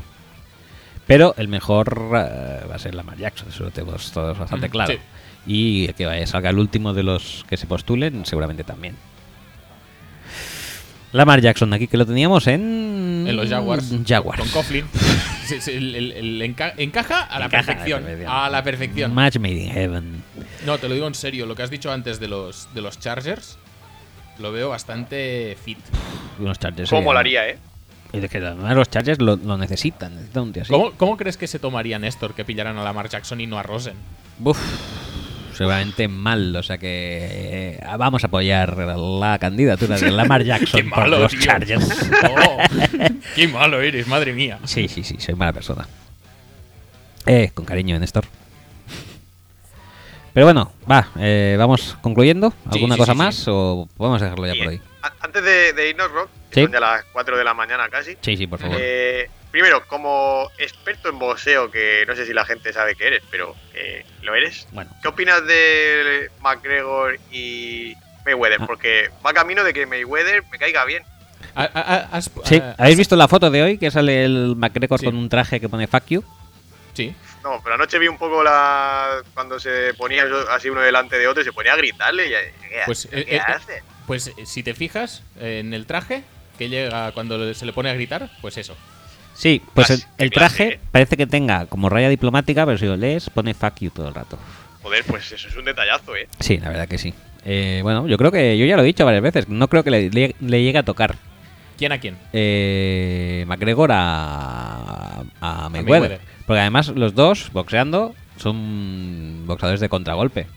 A: Pero el mejor eh, va a ser Lamar Jackson, eso lo tenemos todos bastante
B: Ujú,
A: claro.
B: sí.
A: Y que vaya, salga el último de los que se postulen, seguramente también. Lamar Jackson, aquí que lo teníamos en.
B: En los Jaguars.
A: Jaguars.
B: Con Coughlin. Sí, sí, el- el- el enca- encaja a la
A: Encaja
B: perfección. A la perfección.
A: Match made in heaven.
B: No, te lo digo en serio. Lo que has dicho antes de los, de los Chargers, lo veo bastante fit.
A: Unos Chargers.
C: ¿Cómo
A: serían-
C: molaría, eh?
A: Y es que además los Chargers lo, lo necesitan, necesitan un tío así.
B: ¿Cómo, cómo crees que se tomaría Néstor que pillaran a Lamar Jackson y no a Rosen?
A: Buf, seguramente mal, o sea que eh, vamos a apoyar la candidatura de Lamar Jackson
B: Qué
A: por
B: malo,
A: los
B: tío.
A: Chargers.
B: Oh, ¡Qué malo eres, madre mía!
A: Sí, sí, sí, soy mala persona. Eh, con cariño, Néstor. Pero bueno, va, eh, vamos concluyendo. ¿Alguna
B: sí,
A: cosa
B: sí,
A: más
B: sí.
A: o podemos dejarlo ya
C: Sí,
A: por
C: eh.
A: hoy?
C: A- Antes de, de irnos, Rock, que
A: Sí.
C: son ya las 4 de la mañana casi.
A: Sí, sí, por favor.
C: eh, primero, como experto en boxeo, que no sé si la gente sabe que eres, pero eh, lo eres.
A: Bueno,
C: ¿Qué opinas de McGregor y Mayweather?
A: Ah.
C: Porque va camino de que Mayweather me caiga bien.
B: A- a- a- has-
A: sí,
B: a-
A: ¿habéis visto la foto de hoy que sale el McGregor
B: eh, Sí.
A: con un traje que pone fuck you?
B: sí.
C: No, pero anoche vi un poco la cuando se ponía eso- así uno delante de otro y se ponía a gritarle. Y, ¿Qué,
B: Pues,
C: ¿qué
B: eh, eh,
C: hace?
B: Pues eh, si te fijas eh, en el traje que llega cuando se le pone a gritar, pues eso.
A: Sí, pues
C: Ah,
A: el,
C: sí,
A: el
C: qué clase,
A: traje
C: eh.
A: parece que tenga como raya diplomática, pero si lo lees pone fuck you todo el rato.
C: Joder, pues eso es un detallazo, ¿eh?
A: Sí, la verdad que sí. Eh, bueno, yo creo que yo ya lo he dicho varias veces, no creo que le, le- le llegue a tocar
B: ¿Quién a quién?
A: eh, McGregor a, a Mayweather.
B: Mayweather.
A: Porque además los dos, boxeando, son boxeadores de contragolpe.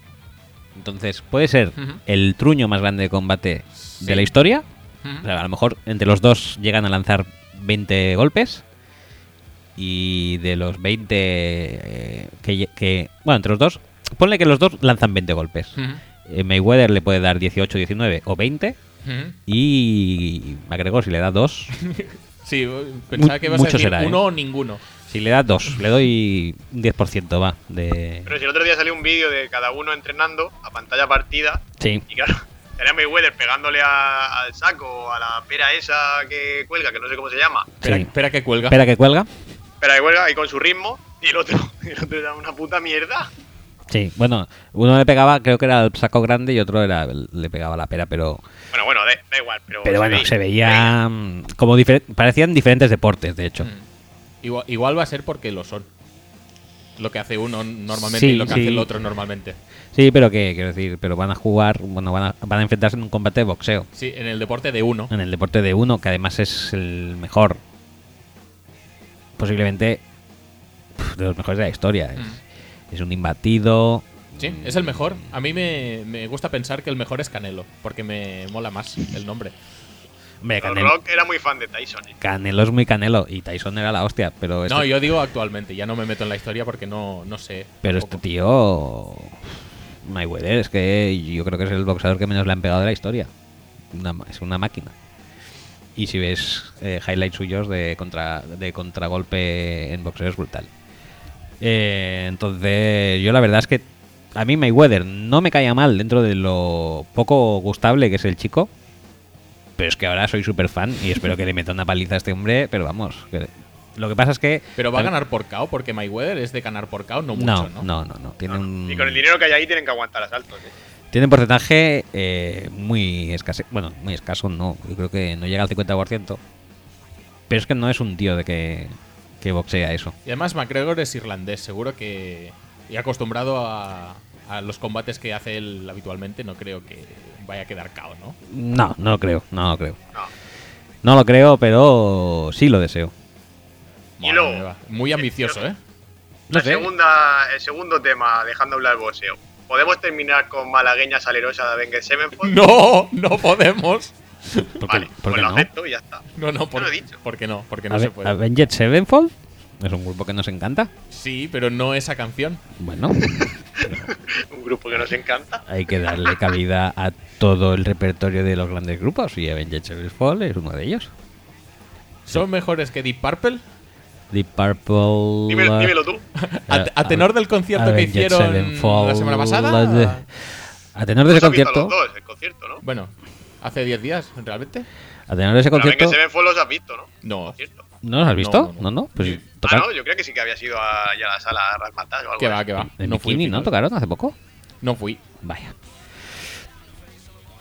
A: Entonces puede ser
B: Ujú.
A: el truño más grande de combate de la historia.
B: Ujú.
A: O sea, a lo mejor entre los dos llegan a lanzar 20 golpes. Y de los 20 eh, que, lle- que- Bueno, entre los dos. Ponle que los dos lanzan 20 golpes.
B: Ujú.
A: Eh, Mayweather le puede dar 18, 19 o 20.
B: Ujú.
A: Y McGregor, si le da 2.
B: Sí, pensaba
A: Mu-
B: que ibas a
A: mucho
B: decir
A: será, ¿eh?
B: uno o ninguno.
A: Si le da 2, le doy un 10%, va. De...
C: Pero si el otro día salió un vídeo de cada uno entrenando a pantalla partida
A: Sí.
C: y claro, sería Mayweather pegándole a- al saco, a la pera esa que cuelga, que no sé cómo se llama,
B: Espera,
A: Sí.
B: espera que cuelga.
A: Espera que cuelga.
C: pera que cuelga y con su ritmo y el otro, y el otro era una puta mierda.
A: Sí, bueno, uno le pegaba, creo que era el saco grande y otro era le pegaba la pera, pero
C: Bueno, bueno, da, da igual, pero...
A: pero bueno,
C: veía-
A: se veía mm, como difer- parecían diferentes deportes, de hecho.
B: Mm. Igual, igual va a ser porque lo son. Lo que hace uno normalmente
A: Sí,
B: y lo que
A: sí.
B: hace el otro normalmente.
A: Sí, pero que quiero decir, pero van a jugar, bueno, van a, van a enfrentarse en un combate de boxeo,
B: Sí, en el deporte de uno.
A: en el deporte de uno, que además es el mejor, posiblemente pf, de los mejores de la historia. Es, es un imbatido.
B: Sí, es el mejor. A mí me, me gusta pensar que el mejor es Canelo, porque me mola más el nombre.
A: Hombre,
C: Pero
A: Canelo,
C: Rock era muy fan de Tyson, ¿eh?
A: Canelo es muy Canelo y Tyson era la hostia, pero este,
B: No, yo digo actualmente, ya no me meto en la historia porque no, no sé.
A: pero este
B: tampoco.
A: tío Mayweather es que yo creo que es el boxeador que menos le han pegado de la historia. Una ma- es una máquina. Y si ves eh, highlights suyos de contra de contragolpe en boxeo es brutal. Eh, entonces, yo la verdad es que a mí Mayweather no me caía mal dentro de lo poco gustable que es el chico. Pero es que ahora soy súper fan y espero que le meta una paliza a este hombre. Pero vamos, que- lo que pasa es que.
B: Pero va a ganar por KO, porque Mayweather es de ganar por KO, no
A: este No,
B: mucho, ¿no?
A: no, no, no. Tiene un,
C: Y con el dinero que hay ahí tienen que aguantar asaltos, ¿eh?
A: tiene un porcentaje eh, muy escaso. Bueno, muy escaso no. Yo creo que no llega al 50%. Pero es que no es un tío de que, que boxea eso.
B: Y además McGregor es irlandés, seguro que... Y acostumbrado a, a los combates que hace él habitualmente, no creo que vaya a quedar KO, ¿no?
A: No, no lo creo. No lo creo.
C: No.
A: No lo creo, pero sí lo deseo.
C: Y
B: Madre
C: luego-
B: mía, va. Muy ambicioso, ¿eh?
A: No
C: La
A: sé.
C: segunda, el segundo tema, dejando hablar boxeo. ¿Podemos terminar con Malagueña Salerosa de Wenger Sevenfold?
B: No, no podemos.
A: ¿Por qué-
C: Vale,
A: por
C: pues
A: qué
C: lo
A: no?
C: acepto y ya está.
B: No, no, por,
C: Ya lo he dicho.
B: ¿por qué no? Porque no
A: Ave-
B: se puede.
A: Avenged Sevenfold es un grupo que nos encanta.
B: Sí, pero no esa canción.
A: Bueno,
C: un grupo que nos encanta.
A: Hay que darle cabida a todo el repertorio de los grandes grupos y Avenged Sevenfold es uno de ellos.
B: ¿Son mejores que Deep Purple?
A: Deep Purple.
C: Dímelo, dímelo tú.
B: A, a tenor del concierto que
A: Avenged
B: hicieron
A: Sevenfold,
B: la semana pasada.
A: los de- A tenor de ese
C: Hemos visto a
A: concierto,
C: los dos, el concierto, ¿no?
B: Bueno, hace 10 días, ¿realmente?
A: a tenor de ese
C: Pero que
A: concierto,
C: se ven fue los has visto, ¿no?
B: No.
C: Cierto.
A: ¿no los has visto?
B: No,
A: No,
B: no, no.
A: no, pues
C: Ah,
A: tocar
C: no, yo creo que sí que había sido allá a la sala a Rasmatas o algo
B: Que
C: así.
B: va, que va.
A: en
B: No fui.
A: bikini, ¿no? ¿Eh?
B: final.
A: Tocaron hace poco.
B: No fui.
A: Vaya.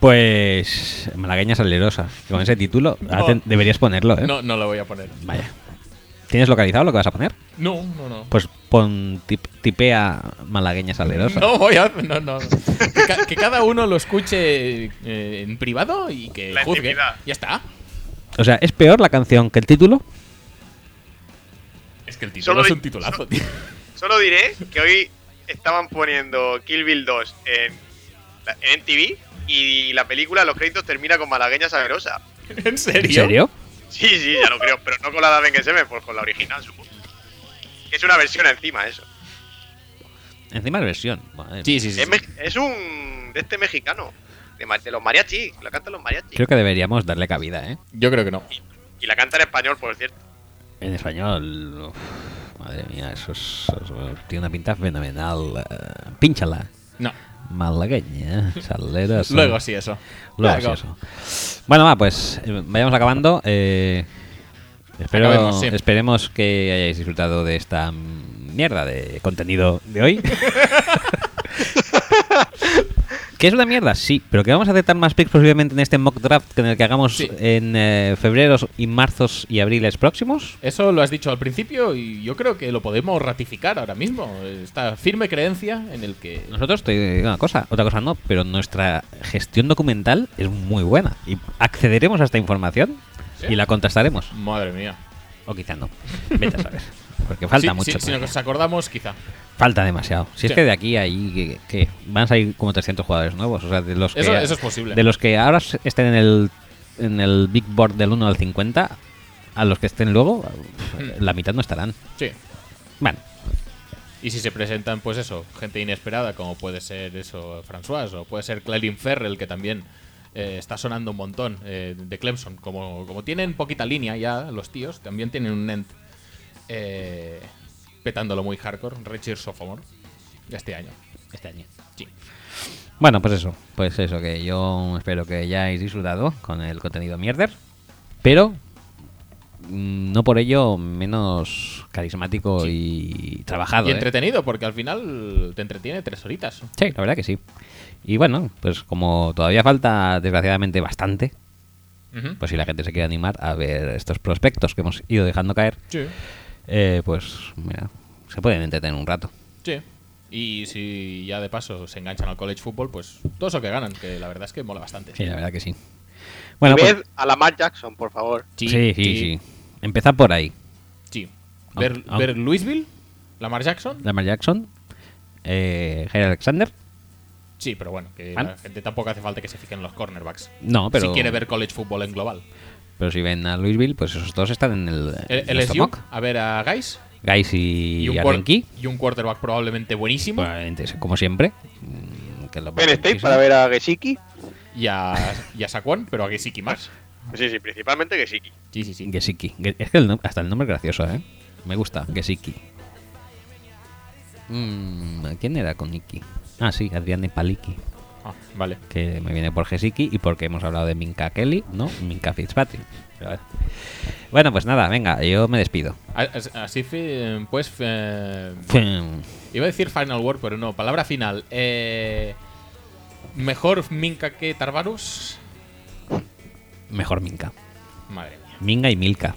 A: Pues malagueñas alerosas. Con ese título hacen- deberías ponerlo, ¿eh?
B: No, no lo voy a poner.
A: Vaya. ¿Tienes localizado lo que vas a poner?
B: No, no, no.
A: Pues pon tip- tipea malagueñas alerosas.
B: No voy a. No, no. Que, ca- que cada uno lo escuche eh, en privado y que
C: La
B: juzgue.
C: intimidad.
B: Ya está.
A: O sea, ¿es peor la canción que el título?
B: Es que el título
C: Solo
B: es
C: di-
B: un titulazo, tío.
C: Solo diré que hoy estaban poniendo Kill Bill 2 en, la- en MTV y la película, los créditos, termina con Malagueña Saberosa.
B: ¿En serio?
A: ¿En serio?
C: Sí, sí, ya lo creo, pero no con la de que se ve, pues con la original, supongo. Es una versión encima, eso.
A: Encima es versión. Madre
B: Sí, sí, sí.
C: Es, me- es un. de este mexicano, de, ma- de los mariachis, la cantan los mariachis.
A: Creo que deberíamos darle cabida, ¿eh?
B: Yo creo que no.
C: Y la canta en español, por cierto.
A: En español. uf, madre mía, eso, es- eso tiene una pinta fenomenal. Eh, Pínchala.
B: No.
A: Malagueña, saleras.
B: Luego sí, eso.
A: Luego sí, eso. Bueno, va, pues eh, vayamos acabando. eh, espero-
B: Acabemos, sí.
A: Esperemos que hayáis disfrutado de esta mierda de contenido de hoy. ¿Que es una mierda? Sí, pero que vamos a aceptar más picks posiblemente en este mock draft que en el que hagamos
B: Sí.
A: en eh, febreros y marzos y abriles próximos.
B: Eso lo has dicho al principio y yo creo que lo podemos ratificar ahora mismo. Esta firme creencia en el que.
A: Nosotros te digo una cosa, otra cosa no, pero nuestra gestión documental es muy buena y accederemos a esta información
B: ¿Sí?
A: y la contrastaremos.
B: Madre mía.
A: O quizá no. Vete a saber. Porque falta
B: Sí,
A: mucho.
B: sí, si
A: todavía.
B: nos acordamos, quizá.
A: Falta demasiado. Si es
B: Sí.
A: que de aquí a ahí que, que- van a salir como 300 jugadores nuevos. O sea, de los que,
B: Eso- eso es posible.
A: De los que ahora s- estén en el, en el Big Board del 1 al 50, a los que estén luego, pf,
B: Mm.
A: la mitad no estarán.
B: Sí.
A: Bueno,
B: Y si se presentan, pues eso, gente inesperada, como puede ser eso, François, o puede ser Clarin Ferrell, que también eh, está sonando un montón, eh, de Clemson. Como, como tienen poquita línea ya los tíos, también tienen un end eh, petándolo muy hardcore, Richard Sophomore, este año.
A: este año.
B: Sí.
A: Bueno, pues eso. Pues eso, que yo espero que hayáis disfrutado con el contenido mierder. Pero mm, no por ello menos carismático y trabajado.
B: Y
A: ¿eh?
B: entretenido, porque al final te entretiene tres horitas.
A: Sí, la verdad que sí. Y bueno, pues como todavía falta desgraciadamente bastante,
B: Ujú.
A: pues si la gente se quiere animar a ver estos prospectos que hemos ido dejando caer,
B: Sí,
A: eh, pues mira, se pueden entretener un rato.
B: sí. Y si ya de paso se enganchan al college football, pues todo eso que ganan, que la verdad es que mola bastante.
A: Sí, la verdad que sí. Bueno, pues,
C: Ved a la Matt Jackson, por favor.
A: sí, sí, sí, Empezad por ahí.
B: Sí.
A: Aunque-
B: Ver,
A: aunque-
B: ver Louisville, Lamar Jackson.
A: Lamar Jackson, eh, Jair Alexander.
B: Sí, pero bueno, que
A: Vale.
B: la gente tampoco hace falta que se fijen en los cornerbacks.
A: No, pero
B: Si quiere ver college football en global.
A: pero si ven a Louisville, pues esos dos están en el, en
B: El
A: nuestro
B: LSU,
A: mock.
B: a ver a Guys.
A: Guys y,
B: Y un, cuar-
A: Ardenki,
B: y un quarterback probablemente buenísimo.
A: probablemente, como siempre. mm, Que lo
C: Ben State
A: muchísimo.
C: para ver a Gesicki.
B: Y a, y a Saquon, pero a Gesicki más.
C: Sí, sí, principalmente Gesicki.
B: Sí, sí, sí.
A: Gesicki. Ge- Es que el nom- hasta el nombre es gracioso, ¿eh? Me gusta, Gesicki. Mm, ¿Quién era con Iki? Ah, sí, Adrián Paliki,
B: Ah, vale.
A: que me viene por Gesicki y porque hemos hablado de Minka Kelly, ¿no? Minka Fitzpatrick. Pero bueno. Bueno, pues nada, venga, yo me despido.
B: A- as- Así, fi- pues. eh,
A: Fum.
B: iba a decir final word, pero no. Palabra final. Eh, mejor Minka que Tarvarus.
A: Mejor Minka.
B: Madre mía.
A: Minga y Milka.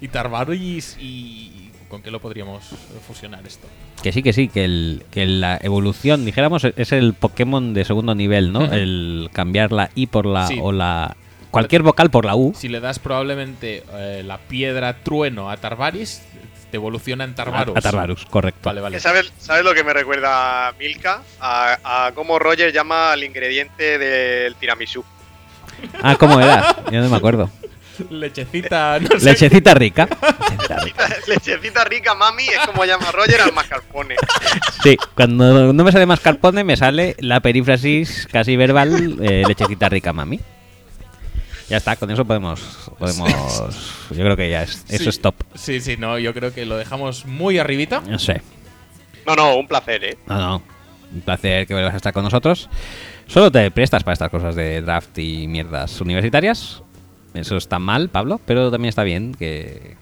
B: Y Tarvarus y. ¿Con qué lo podríamos eh, fusionar esto?
A: Que sí, que sí, que, el, que la evolución, dijéramos, es el Pokémon de segundo nivel, ¿no? El cambiar la I por la
B: Sí.
A: o la... Cualquier vocal por la U.
B: Si le das probablemente eh, la piedra trueno a Tarvaris, te evoluciona en Tarvarus.
A: A Tarbarus, correcto.
B: Vale, vale.
C: ¿Sabes, ¿Sabes lo que me recuerda Milka? A, a cómo Roger llama al ingrediente del tiramisú.
A: Ah, ¿cómo era? Yo no me acuerdo.
B: Lechecita, no sé.
A: Lechecita rica. Lechecita
C: lechecita, lechecita rica, mami, es como llama Roger al mascarpone.
A: Sí, cuando no me sale mascarpone me sale la perífrasis casi verbal eh, lechecita rica mami. Ya está, con eso podemos, podemos yo creo que ya es, eso
B: Sí.
A: es top.
B: Sí, sí, no, yo creo que lo dejamos muy arribita.
A: No sé,
C: No, no, un placer, ¿eh?
A: no, no, un placer que vuelvas a estar con nosotros. Solo te prestas para estas cosas de draft y mierdas universitarias. Eso está mal, Pablo, pero también está bien que...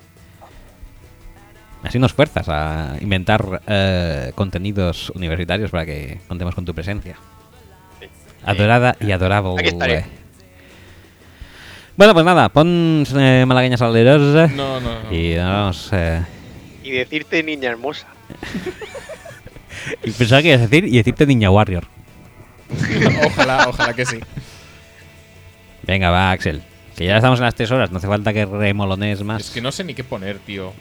A: Así nos fuerzas a inventar eh, contenidos universitarios para que contemos con tu presencia.
C: Sí.
A: Adorada y adorable.
C: Aquí estaré.
A: Bueno, pues nada, pon eh, malagueñas alderos
B: No, no, no.
A: y vamos. Eh,
C: Y decirte niña hermosa.
A: y pensaba que ibas a decir y decirte niña warrior.
B: Ojalá, ojalá que sí.
A: Venga, va, Axel. Que ya estamos en las tres horas, no hace falta que remolones más.
B: Es que no sé ni qué poner, tío.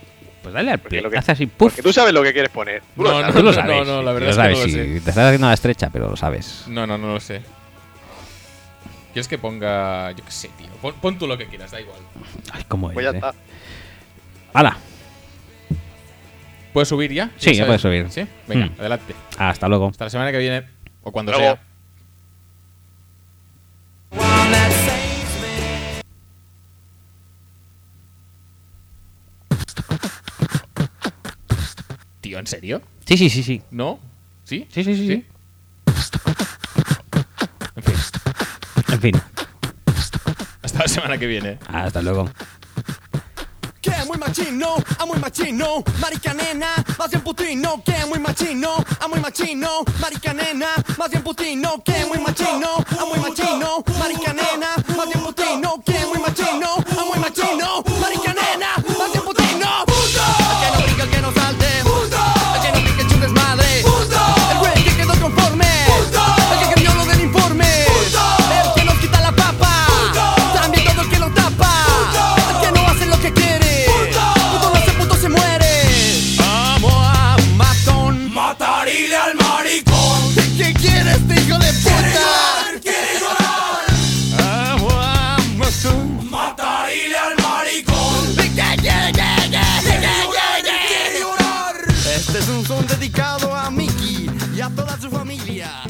A: Pues dale al
C: Porque
A: play,
C: lo que-
A: haz así, puff.
C: Porque tú sabes lo que quieres poner. Tú lo
B: No,
C: sabes.
A: Tú lo sabes.
B: No, no, la verdad
A: lo
B: es que
A: sabes,
B: no lo
A: sí,
B: sé.
A: Te estás haciendo la estrecha, pero lo sabes.
B: No, no, no lo sé. ¿Quieres que ponga.? Yo qué sé, tío. Pon, pon tú lo que quieras, da igual.
A: Ay, cómo
C: Pues ya
A: es.
C: está.
A: ¡Hala!
B: ¿Puedes subir ya?
A: Sí,
B: ¿Ya
A: ya puedes
B: sabes?
A: subir.
B: Sí, venga,
A: Mm.
B: adelante.
A: Hasta luego.
B: Hasta la semana que viene o cuando
C: Luego.
B: sea. Tío, ¿en serio?
A: Sí, sí, sí, sí.
B: ¿No? ¿Sí?
A: Sí, sí, sí, sí. En fin,
B: Hasta la semana que viene.
A: hasta luego.
D: Que muy machino, ah muy machino, marica nena, más bien putino. Que muy machino, ah muy machino, marica nena, más bien putino. Que muy machino, ah muy machino, marica nena, más bien putino. Que muy machino, ah muy machino, marica nena, más bien putino. Puto. El que no pica, el que no salte. Puto. El que no pique es un desmadre. Puto. El güey que quedó conforme. Puto. El que cambió lo del informe. Puto. El que nos quita la papa. Puto. También todo el que lo tapa. El que no hace lo que quiere. Puto no hace puto se muere. Vamos a un matón. Matarile al maricón. ¿Qué quieres, hijo de puta? ¿Quieres llorar? Vamos a un matón. Matarile al maricón. ¿Qué quieres, qué, qué, qué, qué, qué, qué? Este es un son dedicado a Mickey y a toda su familia.